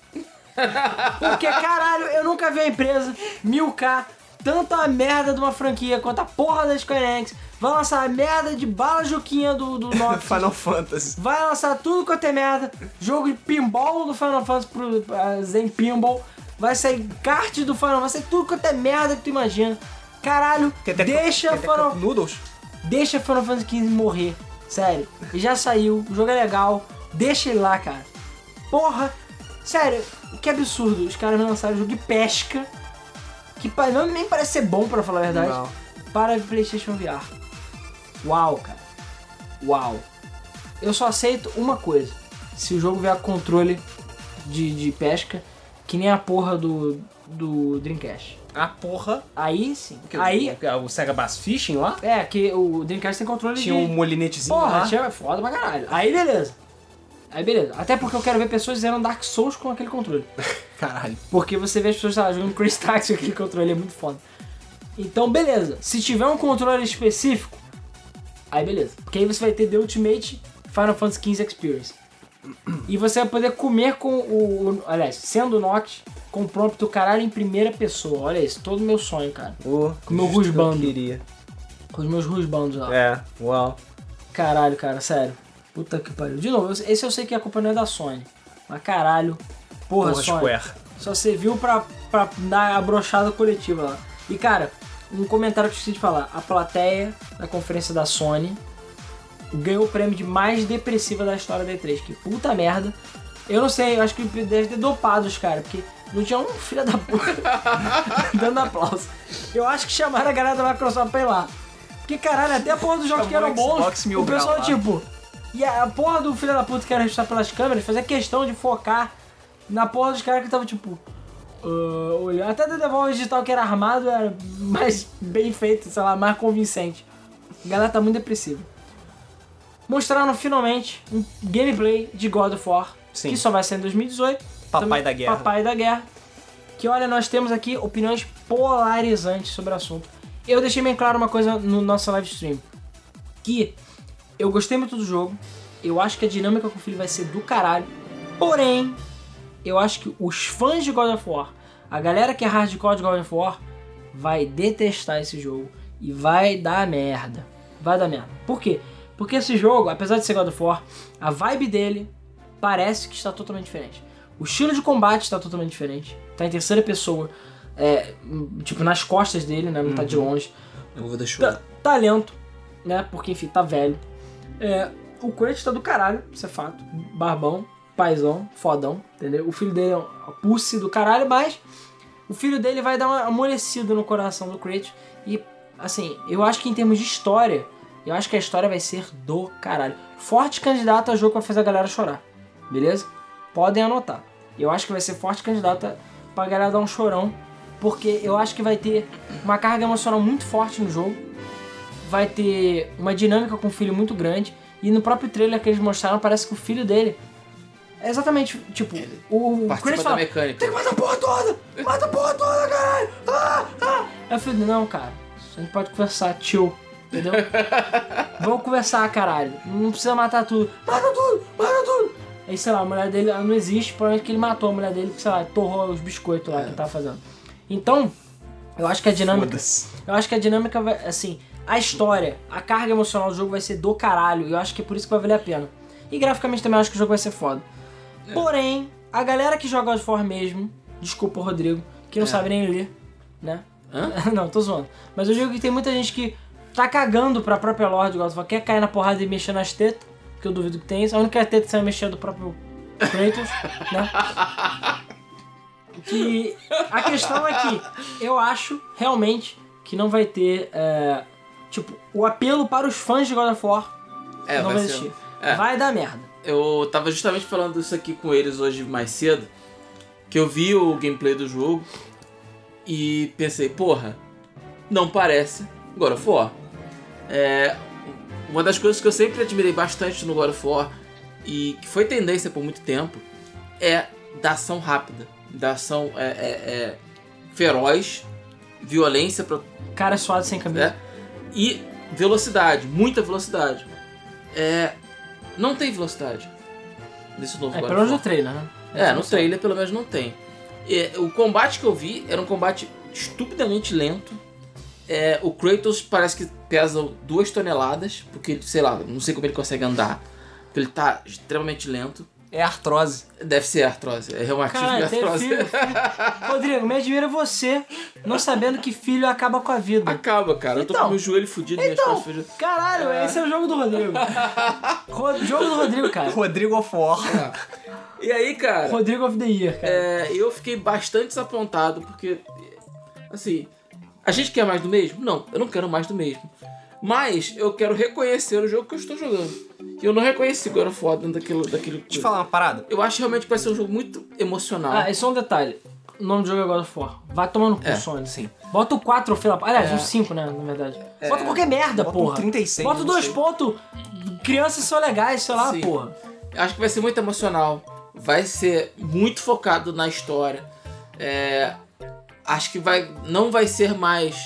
Speaker 2: Porque caralho, eu nunca vi uma empresa milcar tanta merda de uma franquia quanto a porra da Square Enix. Vai lançar a merda de bala juquinha do, do Noctis.
Speaker 1: Final Fantasy.
Speaker 2: Vai lançar tudo quanto é merda. Jogo de pinball do Final Fantasy pro pra Zen Pinball. Vai sair kart do Final Fantasy. Vai sair tudo quanto é merda que tu imagina. Caralho, deixa
Speaker 1: Quer até
Speaker 2: Final,
Speaker 1: Cup Noodles?
Speaker 2: deixa Final Fantasy XV morrer. Sério. E Já saiu, o jogo é legal. Deixa ele lá, cara. Porra. Sério, que absurdo. Os caras lançaram um jogo de pesca. Que pa- não, nem parece ser bom, pra falar a verdade
Speaker 1: Não.
Speaker 2: para PlayStation VR. Uau, cara. Uau. Eu só aceito uma coisa. Se o jogo vier com controle de, de pesca, que nem a porra do, do Dreamcast.
Speaker 1: A Ah, porra.
Speaker 2: Aí sim.
Speaker 1: Que-
Speaker 2: Aí,
Speaker 1: que- é O Sega Bass Fishing lá?
Speaker 2: é, que o Dreamcast tem controle
Speaker 1: Tinha
Speaker 2: de...
Speaker 1: um molinetezinho
Speaker 2: Porra,
Speaker 1: lá.
Speaker 2: tinha foda pra caralho. Aí beleza. Aí beleza. Até porque eu quero ver pessoas zerando Dark Souls com aquele controle.
Speaker 1: Caralho.
Speaker 2: Porque você vê as pessoas sei lá, jogando Chris Taxi aquele controle, é muito foda. Então, beleza. Se tiver um controle específico, aí beleza. Porque aí você vai ter The Ultimate Final Fantasy XV Experience. E você vai poder comer com o. o aliás, sendo o Noct, com o prompt do caralho em primeira pessoa. Olha isso, todo meu sonho, cara.
Speaker 1: Oh,
Speaker 2: meu
Speaker 1: justo que eu
Speaker 2: rusbando.
Speaker 1: queria. Ah.
Speaker 2: Com os meus rusbandos lá.
Speaker 1: É, uau.
Speaker 2: Caralho, cara, sério. Puta que pariu. De novo, esse eu sei que a culpa não é da Sony. Mas caralho. Porra,
Speaker 1: Porra,
Speaker 2: Sony.
Speaker 1: Square.
Speaker 2: Só serviu pra, pra dar a brochada coletiva lá. E cara, um comentário que eu esqueci de falar. A plateia da conferência da Sony ganhou o prêmio de mais depressiva da história da E3. Que puta merda. Eu não sei, eu acho que deve ter dopado os caras, porque não tinha um *laughs* filho da puta dando aplauso. Eu acho que chamaram a galera da Microsoft pra ir lá. Porque caralho, até a porra dos jogos que
Speaker 1: Chamou
Speaker 2: eram
Speaker 1: o
Speaker 2: bons,
Speaker 1: Xbox Mil
Speaker 2: o pessoal
Speaker 1: Grau lá.
Speaker 2: tipo... E a porra do filho da puta que era responsável pelas câmeras fazia questão de focar na porra dos caras que estavam tipo... Uh, olhando. Até The Devolver Digital que era armado era mais bem feito, sei lá, mais convincente. A galera tá muito depressiva. Mostraram finalmente um gameplay de God of War,
Speaker 1: Sim.
Speaker 2: que só vai ser em 2018.
Speaker 1: Papai da guerra.
Speaker 2: Papai da Guerra. Que olha, nós temos aqui opiniões polarizantes sobre o assunto. Eu deixei bem claro uma coisa no nosso live stream. Que eu gostei muito do jogo. Eu acho que a dinâmica com o filho vai ser do caralho. Porém, eu acho que os fãs de God of War, a galera que é hardcore de God of War, vai detestar esse jogo e vai dar merda. Vai dar merda. Por quê? Porque esse jogo, apesar de ser God of War, a vibe dele parece que está totalmente diferente. O estilo de combate está totalmente diferente. Tá em terceira pessoa, é, hum, tipo nas costas dele, né? Não tá de longe.
Speaker 3: Eu vou deixar.
Speaker 2: Tá, tá lento, né? Porque, enfim, tá velho. É, o Kratos tá do caralho, isso é fato. Barbão, paizão, fodão, entendeu? O filho dele é uma pussy do caralho, mas o filho dele vai dar uma amolecida no coração do Kratos. E, assim, eu acho que em termos de história, eu acho que a história vai ser do caralho. Forte candidato a jogo que vai fazer a galera chorar, beleza? Podem anotar. Eu acho que vai ser forte candidata pra galera dar um chorão, porque eu acho que vai ter uma carga emocional muito forte no jogo vai ter uma dinâmica com o filho muito grande. E no próprio trailer que eles mostraram, parece que o filho dele. É exatamente, tipo, o o Chris
Speaker 3: Participa da
Speaker 2: fala,
Speaker 3: mecânica.
Speaker 2: tem que matar a porra toda! Mata a porra toda, caralho! Ah, ah! Aí eu falei, não, cara, a gente pode conversar, tio. Entendeu? Vamos conversar, caralho. Não precisa matar tudo. Mata tudo! Mata tudo! Aí, sei lá, a mulher dele ela não existe, provavelmente que ele matou a mulher dele, porque, sei lá, torrou os biscoitos lá que ele tava fazendo. Então, eu acho que a dinâmica. Eu acho que a dinâmica vai. Assim, a história, a carga emocional do jogo vai ser do caralho. E eu acho que é por isso que vai valer a pena. E graficamente também eu acho que o jogo vai ser foda. Porém, a galera que joga God of War mesmo, desculpa o Rodrigo, que não sabe nem ler, né?
Speaker 3: É. Hã?
Speaker 2: *laughs* não, tô zoando. Mas eu digo que tem muita gente que tá cagando pra própria lore de God of War, quer cair na porrada e mexer nas tetas, que eu duvido que tem isso. A única teta que você vai mexer é do próprio
Speaker 3: *laughs*
Speaker 2: Kratos, né? Que a questão é que eu acho realmente que não vai ter, é, tipo, o apelo para os fãs de God of War
Speaker 3: É,
Speaker 2: não
Speaker 3: vai
Speaker 2: vai
Speaker 3: ser-
Speaker 2: existir.
Speaker 3: é.
Speaker 2: Vai dar merda.
Speaker 3: Eu tava justamente falando isso aqui com eles hoje mais cedo, que eu vi o gameplay do jogo e pensei, porra, não parece God of War. É, uma das coisas que eu sempre admirei bastante no God of War e que foi tendência por muito tempo é da ação rápida, da ação é, é- é, feroz, violência pra
Speaker 2: Cara suado sem camisa.
Speaker 3: né? E velocidade, muita velocidade. É, não tem velocidade nesse novo
Speaker 2: É,
Speaker 3: God
Speaker 2: pelo
Speaker 3: of
Speaker 2: menos no
Speaker 3: War.
Speaker 2: trailer, né?
Speaker 3: É, no trailer pelo menos não tem. E, o combate que eu vi era um combate estupidamente lento. É, o Kratos parece que pesa duas toneladas, porque, ele, sei lá, não sei como ele consegue andar. Porque ele tá extremamente lento.
Speaker 1: É artrose.
Speaker 3: Deve ser artrose, é reumatismo e
Speaker 2: Caralho, tem
Speaker 3: artrose.
Speaker 2: filho, filho. Rodrigo, me admira é você não sabendo que filho acaba com a vida.
Speaker 3: *laughs* Acaba, cara. eu tô
Speaker 2: Então.
Speaker 3: com meu joelho fudido, minhas
Speaker 2: Então,
Speaker 3: costas fudidas.
Speaker 2: caralho, esse é o jogo do Rodrigo. Ro- jogo do Rodrigo, cara.
Speaker 1: Rodrigo of War.
Speaker 3: E aí, cara?
Speaker 2: Rodrigo of the Year, cara.
Speaker 3: É, eu fiquei bastante desapontado, porque. Assim. A gente quer mais do mesmo? Não, eu não quero mais do mesmo. Mas eu quero reconhecer o jogo que eu estou jogando. E eu não reconheci agora foda dentro daquele. daquele
Speaker 1: Deixa eu falar uma parada.
Speaker 3: Eu acho realmente que vai ser um jogo muito emocional.
Speaker 2: Ah, e só um detalhe. O nome do jogo é God of War. Vai tomar no cu,
Speaker 3: É,
Speaker 2: Sony.
Speaker 1: sim.
Speaker 2: Bota o 4, fila. Aliás, um 5, né? Na verdade. Bota qualquer merda,
Speaker 1: Bota um
Speaker 2: porra.
Speaker 1: 36,
Speaker 2: Bota
Speaker 1: não
Speaker 2: dois
Speaker 1: sei.
Speaker 2: pontos. Crianças são legais, sei lá,
Speaker 3: Sim.
Speaker 2: porra.
Speaker 3: Acho que vai ser muito emocional. Vai ser muito focado na história. É, acho que vai, não vai ser mais,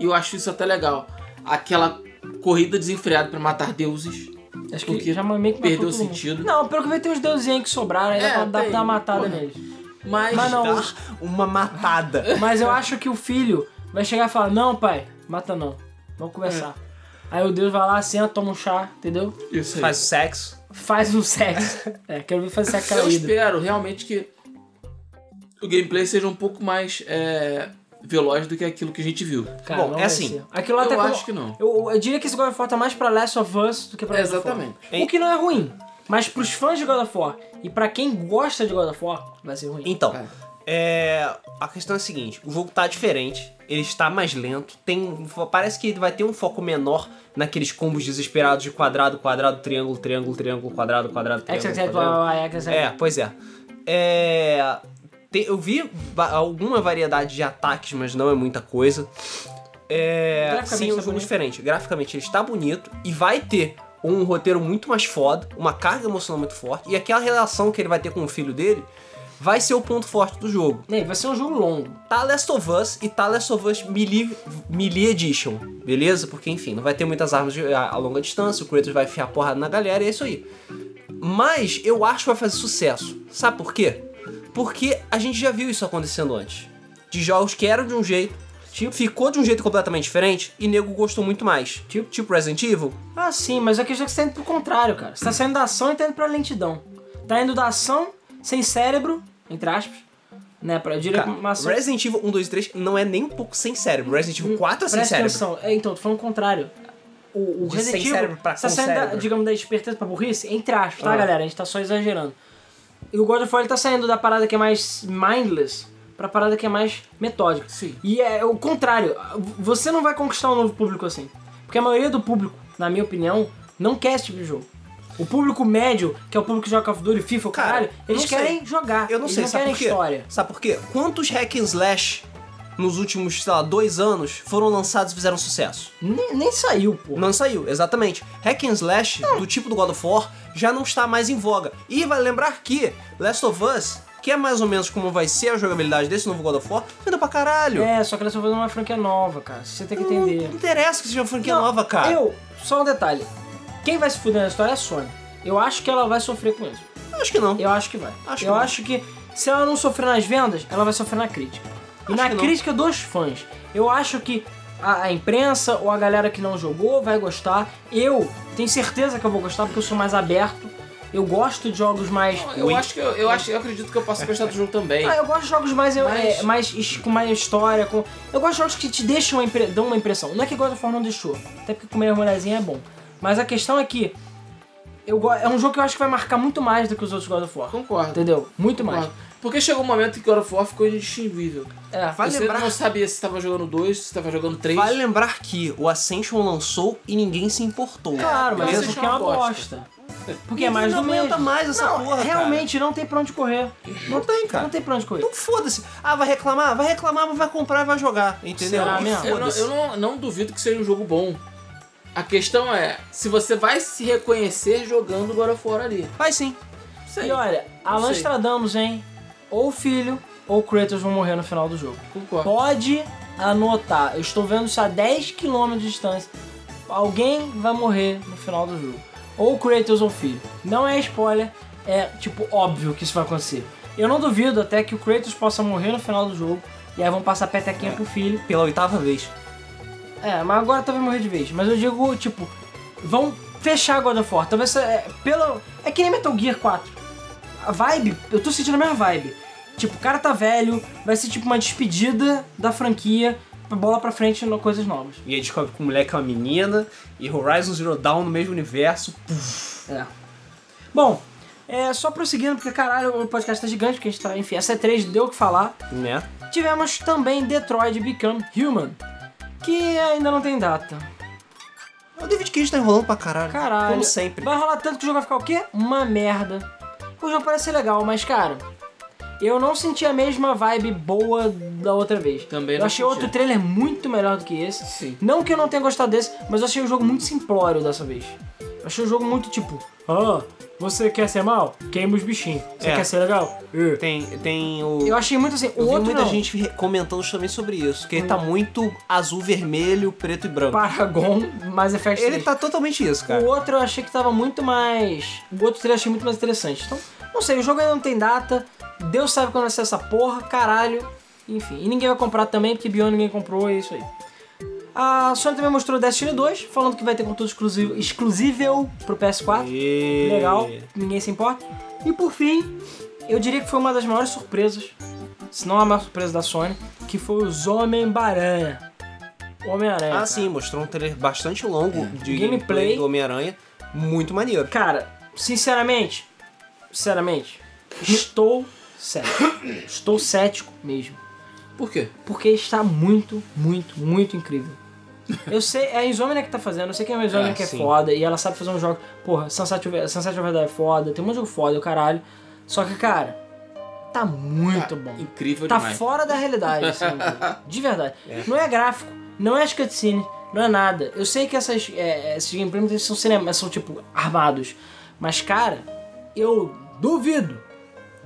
Speaker 3: e eu acho isso até legal, aquela corrida desenfreada pra matar deuses.
Speaker 2: Acho que
Speaker 3: Porque
Speaker 2: já meio que matou
Speaker 3: perdeu o
Speaker 2: todo mundo.
Speaker 3: sentido.
Speaker 2: Não, pelo que vai ter uns deusinhos que sobraram, ainda
Speaker 3: É,
Speaker 2: dá, dá pra
Speaker 3: tem.
Speaker 2: dar uma matada
Speaker 3: Porra.
Speaker 2: neles.
Speaker 3: Mas,
Speaker 2: Mas não,
Speaker 1: Dar uma matada.
Speaker 2: Mas eu acho que o filho vai chegar e falar: Não, pai, mata não. Vamos conversar. Aí o Deus vai lá, senta, toma um chá, entendeu?
Speaker 3: Isso aí.
Speaker 1: Faz sexo.
Speaker 2: Faz um sexo. É, quero ver fazer sexo
Speaker 3: Eu
Speaker 2: caído.
Speaker 3: espero realmente que o gameplay seja um pouco mais é, veloz do que aquilo que a gente viu.
Speaker 2: Cara,
Speaker 1: Bom,
Speaker 2: não
Speaker 1: é
Speaker 2: vai
Speaker 1: assim,
Speaker 2: ser. Aquilo lá
Speaker 3: eu
Speaker 2: tá como-
Speaker 3: acho que não.
Speaker 2: Eu, eu diria que esse God of War tá mais pra Last of Us do que pra God of War.
Speaker 3: Exatamente.
Speaker 2: O que não é ruim. Mas pros fãs de God of War e pra quem gosta de God of War, vai ser ruim.
Speaker 1: Então,
Speaker 3: É.
Speaker 1: é, a questão é a seguinte: o jogo tá diferente, ele está mais lento, tem um fo- parece que ele vai ter um foco menor naqueles combos desesperados de quadrado, quadrado, triângulo, triângulo, triângulo, quadrado, quadrado,
Speaker 2: X, X,
Speaker 1: triângulo.
Speaker 2: X, blá,
Speaker 1: quadrado.
Speaker 2: blá, blá, X, X, X.
Speaker 1: É, pois é. É, tem- eu vi va- alguma variedade de ataques, mas não é muita coisa. É,
Speaker 2: Graficamente
Speaker 1: sim, é um
Speaker 2: tá
Speaker 1: jogo
Speaker 2: bonito.
Speaker 1: diferente. Graficamente ele está bonito e vai ter um roteiro muito mais foda, uma carga emocional muito forte e aquela relação que ele vai ter com o filho dele vai ser o ponto forte do jogo.
Speaker 2: Ney, vai ser um jogo longo.
Speaker 1: Tá Last of Us e tá Last of Us Melee, Melee Edition, beleza? Porque enfim, não vai ter muitas armas de- a, a longa distância, o Kratos vai enfiar porrada na galera e é isso aí. Mas eu acho que vai fazer sucesso. Sabe por quê? Porque a gente já viu isso acontecendo antes. De jogos que eram de um jeito, tipo, ficou de um jeito completamente diferente e nego gostou muito mais. Tipo, tipo Resident Evil.
Speaker 2: Ah, sim, mas a questão é que você tá indo pro contrário, cara. Você tá saindo da ação e tá indo pra lentidão. Tá indo da ação sem cérebro, entre aspas, né? Pra, eu diria
Speaker 1: Cara,
Speaker 2: que uma ação.
Speaker 1: Resident Evil 1, 2 e 3 não é nem um pouco sem cérebro. Resident Evil 4 é sem
Speaker 2: Presta
Speaker 1: cérebro.
Speaker 2: atenção. É, então, tô falando o contrário. O, o
Speaker 1: De
Speaker 2: Resident
Speaker 1: sem
Speaker 2: Evil
Speaker 1: cérebro pra
Speaker 2: tá
Speaker 1: com
Speaker 2: saindo, da-
Speaker 1: cérebro.
Speaker 2: digamos, da esperteza pra burrice, entre aspas, tá,
Speaker 1: Ah.
Speaker 2: galera? A gente tá só exagerando. E o God of War ele tá saindo da parada que é mais mindless pra parada que é mais metódica.
Speaker 3: Sim.
Speaker 2: E é o contrário. Você não vai conquistar um novo público assim. Porque a maioria do público, na minha opinião, não quer esse tipo de jogo. O público médio, que é o público que joga Call of Duty, FIFA, o
Speaker 1: Cara,
Speaker 2: caralho, eles
Speaker 1: não sei.
Speaker 2: querem jogar.
Speaker 1: Eu não
Speaker 2: eles
Speaker 1: sei,
Speaker 2: não
Speaker 1: sabe
Speaker 2: querem
Speaker 1: por quê?
Speaker 2: história.
Speaker 1: Sabe por quê? Quantos hack and slash nos últimos, sei lá, dois anos foram lançados e fizeram sucesso?
Speaker 2: Nem, nem saiu, pô.
Speaker 1: Não saiu, exatamente. Hack and slash do tipo do God of War já não está mais em voga. E vai lembrar que Last of Us, que é mais ou menos como vai ser a jogabilidade desse novo God of War, anda pra caralho.
Speaker 2: É, só que eles estão fazendo uma franquia nova, cara. Você tem que
Speaker 1: Não,
Speaker 2: entender.
Speaker 1: não interessa que seja uma franquia
Speaker 2: Não,
Speaker 1: nova, cara.
Speaker 2: Eu, só um detalhe. Quem vai se fuder na história é a Sony. Eu acho que ela vai sofrer com isso.
Speaker 1: Acho que não.
Speaker 2: Eu acho que vai.
Speaker 1: Acho
Speaker 2: eu
Speaker 1: que não.
Speaker 2: acho que se ela não sofrer nas vendas, ela vai sofrer na crítica. E
Speaker 1: Acho
Speaker 2: na
Speaker 1: que não.
Speaker 2: crítica dos fãs. Eu acho que a, a imprensa ou a galera que não jogou vai gostar. Eu tenho certeza que eu vou gostar porque eu sou mais aberto. Eu gosto de jogos mais.
Speaker 3: Eu acho que eu, eu acho, eu acredito que eu posso gostar do jogo também.
Speaker 2: Ah, eu gosto de jogos mais,
Speaker 3: Mas-
Speaker 2: é, mais is- com mais história. Com... Eu gosto de jogos que te deixam uma impre- dão uma impressão. Não é que God of War não deixou, até porque comer a mulherzinha é bom. Mas a questão é que eu go- é um jogo que eu acho que vai marcar muito mais do que os outros God of War.
Speaker 3: Concordo.
Speaker 2: Entendeu? Muito mais.
Speaker 3: concordo. Porque chegou um momento que God of War ficou indistinguível.
Speaker 2: É,
Speaker 1: Vai
Speaker 3: Você
Speaker 1: lembrar-
Speaker 3: não sabia se estava jogando dois, se estava jogando três.
Speaker 1: Vale lembrar que o Ascension lançou e ninguém se importou.
Speaker 2: claro, mas
Speaker 1: beleza?
Speaker 2: isso aqui é uma
Speaker 3: Bosta.
Speaker 2: bosta. Porque é mais
Speaker 1: não
Speaker 2: do
Speaker 1: aguenta
Speaker 2: mesmo.
Speaker 1: mais essa
Speaker 2: Não,
Speaker 1: porra, cara.
Speaker 2: realmente não tem pra onde correr.
Speaker 1: Não tem, cara.
Speaker 2: Não tem pra onde correr.
Speaker 1: Então foda-se. Ah, vai reclamar? Vai reclamar, mas vai comprar e vai jogar. Entendeu?
Speaker 2: Será
Speaker 1: E
Speaker 2: mesmo?
Speaker 3: Eu, não,
Speaker 1: foda-se.
Speaker 3: eu não, não duvido que seja um jogo bom. A questão é se você vai se reconhecer jogando God of War ali.
Speaker 1: Vai sim.
Speaker 3: Isso aí.
Speaker 2: E olha,
Speaker 3: sei.
Speaker 2: Alan Stradamus, hein? Ou o filho ou o Kratos vão morrer no final do jogo.
Speaker 3: Concordo.
Speaker 2: Pode anotar, eu estou vendo isso a 10 km de distância. Alguém vai morrer no final do jogo. Ou Kratos ou filho. Não é spoiler, é tipo óbvio que isso vai acontecer. Eu não duvido até que o Kratos possa morrer no final do jogo. E aí vão passar petequinha pro filho.
Speaker 1: Pela oitava vez.
Speaker 2: É, mas agora talvez morrer de vez. Mas eu digo, tipo, vão fechar God of War. Talvez é, pela. É que nem Metal Gear 4. A vibe, eu tô sentindo a mesma vibe. Tipo, o cara tá velho, vai ser tipo uma despedida da franquia, bola pra frente no- coisas novas.
Speaker 1: E aí descobre que o moleque é uma menina e Horizon Zero Dawn no mesmo universo. Puf.
Speaker 2: É. Bom, é só prosseguindo, porque caralho, o podcast tá gigante, porque a gente tá, enfim, essa E3 deu o que falar.
Speaker 1: Né?
Speaker 2: Tivemos também Detroit Become Human, que ainda não tem data.
Speaker 1: O David Cage tá enrolando pra caralho.
Speaker 2: Caralho.
Speaker 1: Como sempre.
Speaker 2: Vai rolar tanto que o jogo vai ficar o quê? Uma merda. O jogo parece ser legal, mas cara, eu não senti a mesma vibe boa da outra vez.
Speaker 3: Também
Speaker 2: eu
Speaker 3: não
Speaker 2: achei
Speaker 3: senti.
Speaker 2: outro trailer muito melhor do que esse.
Speaker 3: Sim.
Speaker 2: Não que eu não tenha gostado desse, mas eu achei o jogo muito simplório dessa vez. Eu achei o jogo muito tipo, ah, você quer ser mal? Queima os bichinhos. Você
Speaker 1: É.
Speaker 2: quer ser legal? Uh."
Speaker 1: Tem, tem o.
Speaker 2: Eu achei muito assim, o
Speaker 1: eu vi
Speaker 2: outro
Speaker 1: muita
Speaker 2: não. Hum.
Speaker 1: gente re- comentando também sobre isso. Que ele tá muito azul, vermelho, preto e branco.
Speaker 2: Paragon, Mass Effect
Speaker 1: Ele
Speaker 2: 3.
Speaker 1: tá totalmente isso,
Speaker 2: O
Speaker 1: cara.
Speaker 2: outro eu achei que tava muito mais. O outro trailer eu achei muito mais interessante. Então, não sei, o jogo ainda não tem data. Deus sabe quando vai ser essa porra, caralho. Enfim, e ninguém vai comprar também, porque Beyond ninguém comprou, é isso aí. A Sony também mostrou Destiny 2, falando que vai ter conteúdo exclusivo, exclusivo pro PS4.
Speaker 1: E...
Speaker 2: Legal, ninguém se importa. E por fim, eu diria que foi uma das maiores surpresas, se não a maior surpresa da Sony, que foi os Homem-Baranha. Homem-Aranha.
Speaker 1: Ah,
Speaker 2: cara.
Speaker 1: sim, mostrou um trailer bastante longo de
Speaker 2: É. Gameplay.
Speaker 1: do Homem-Aranha. Muito maneiro.
Speaker 2: Cara, sinceramente, sinceramente, estou cético. Estou cético mesmo.
Speaker 3: Por quê?
Speaker 2: Porque está muito, muito, muito incrível. Eu sei, é a Insomnia que tá fazendo, eu sei que a Insomnia
Speaker 1: É,
Speaker 2: que é
Speaker 1: sim.
Speaker 2: foda, e ela sabe fazer um jogo. Porra, Sunset, Over- Sunset Overdrive é foda, tem um monte de jogo foda, o caralho. Só que, cara, tá muito
Speaker 3: Tá
Speaker 2: bom.
Speaker 3: Incrível
Speaker 2: Tá
Speaker 3: demais.
Speaker 2: fora da realidade, assim, de verdade. Não é gráfico, não é as cutscenes, não é nada. Eu sei que essas, é, esses gameplays eles são, cinema, são, tipo, armados. Mas, cara, eu duvido,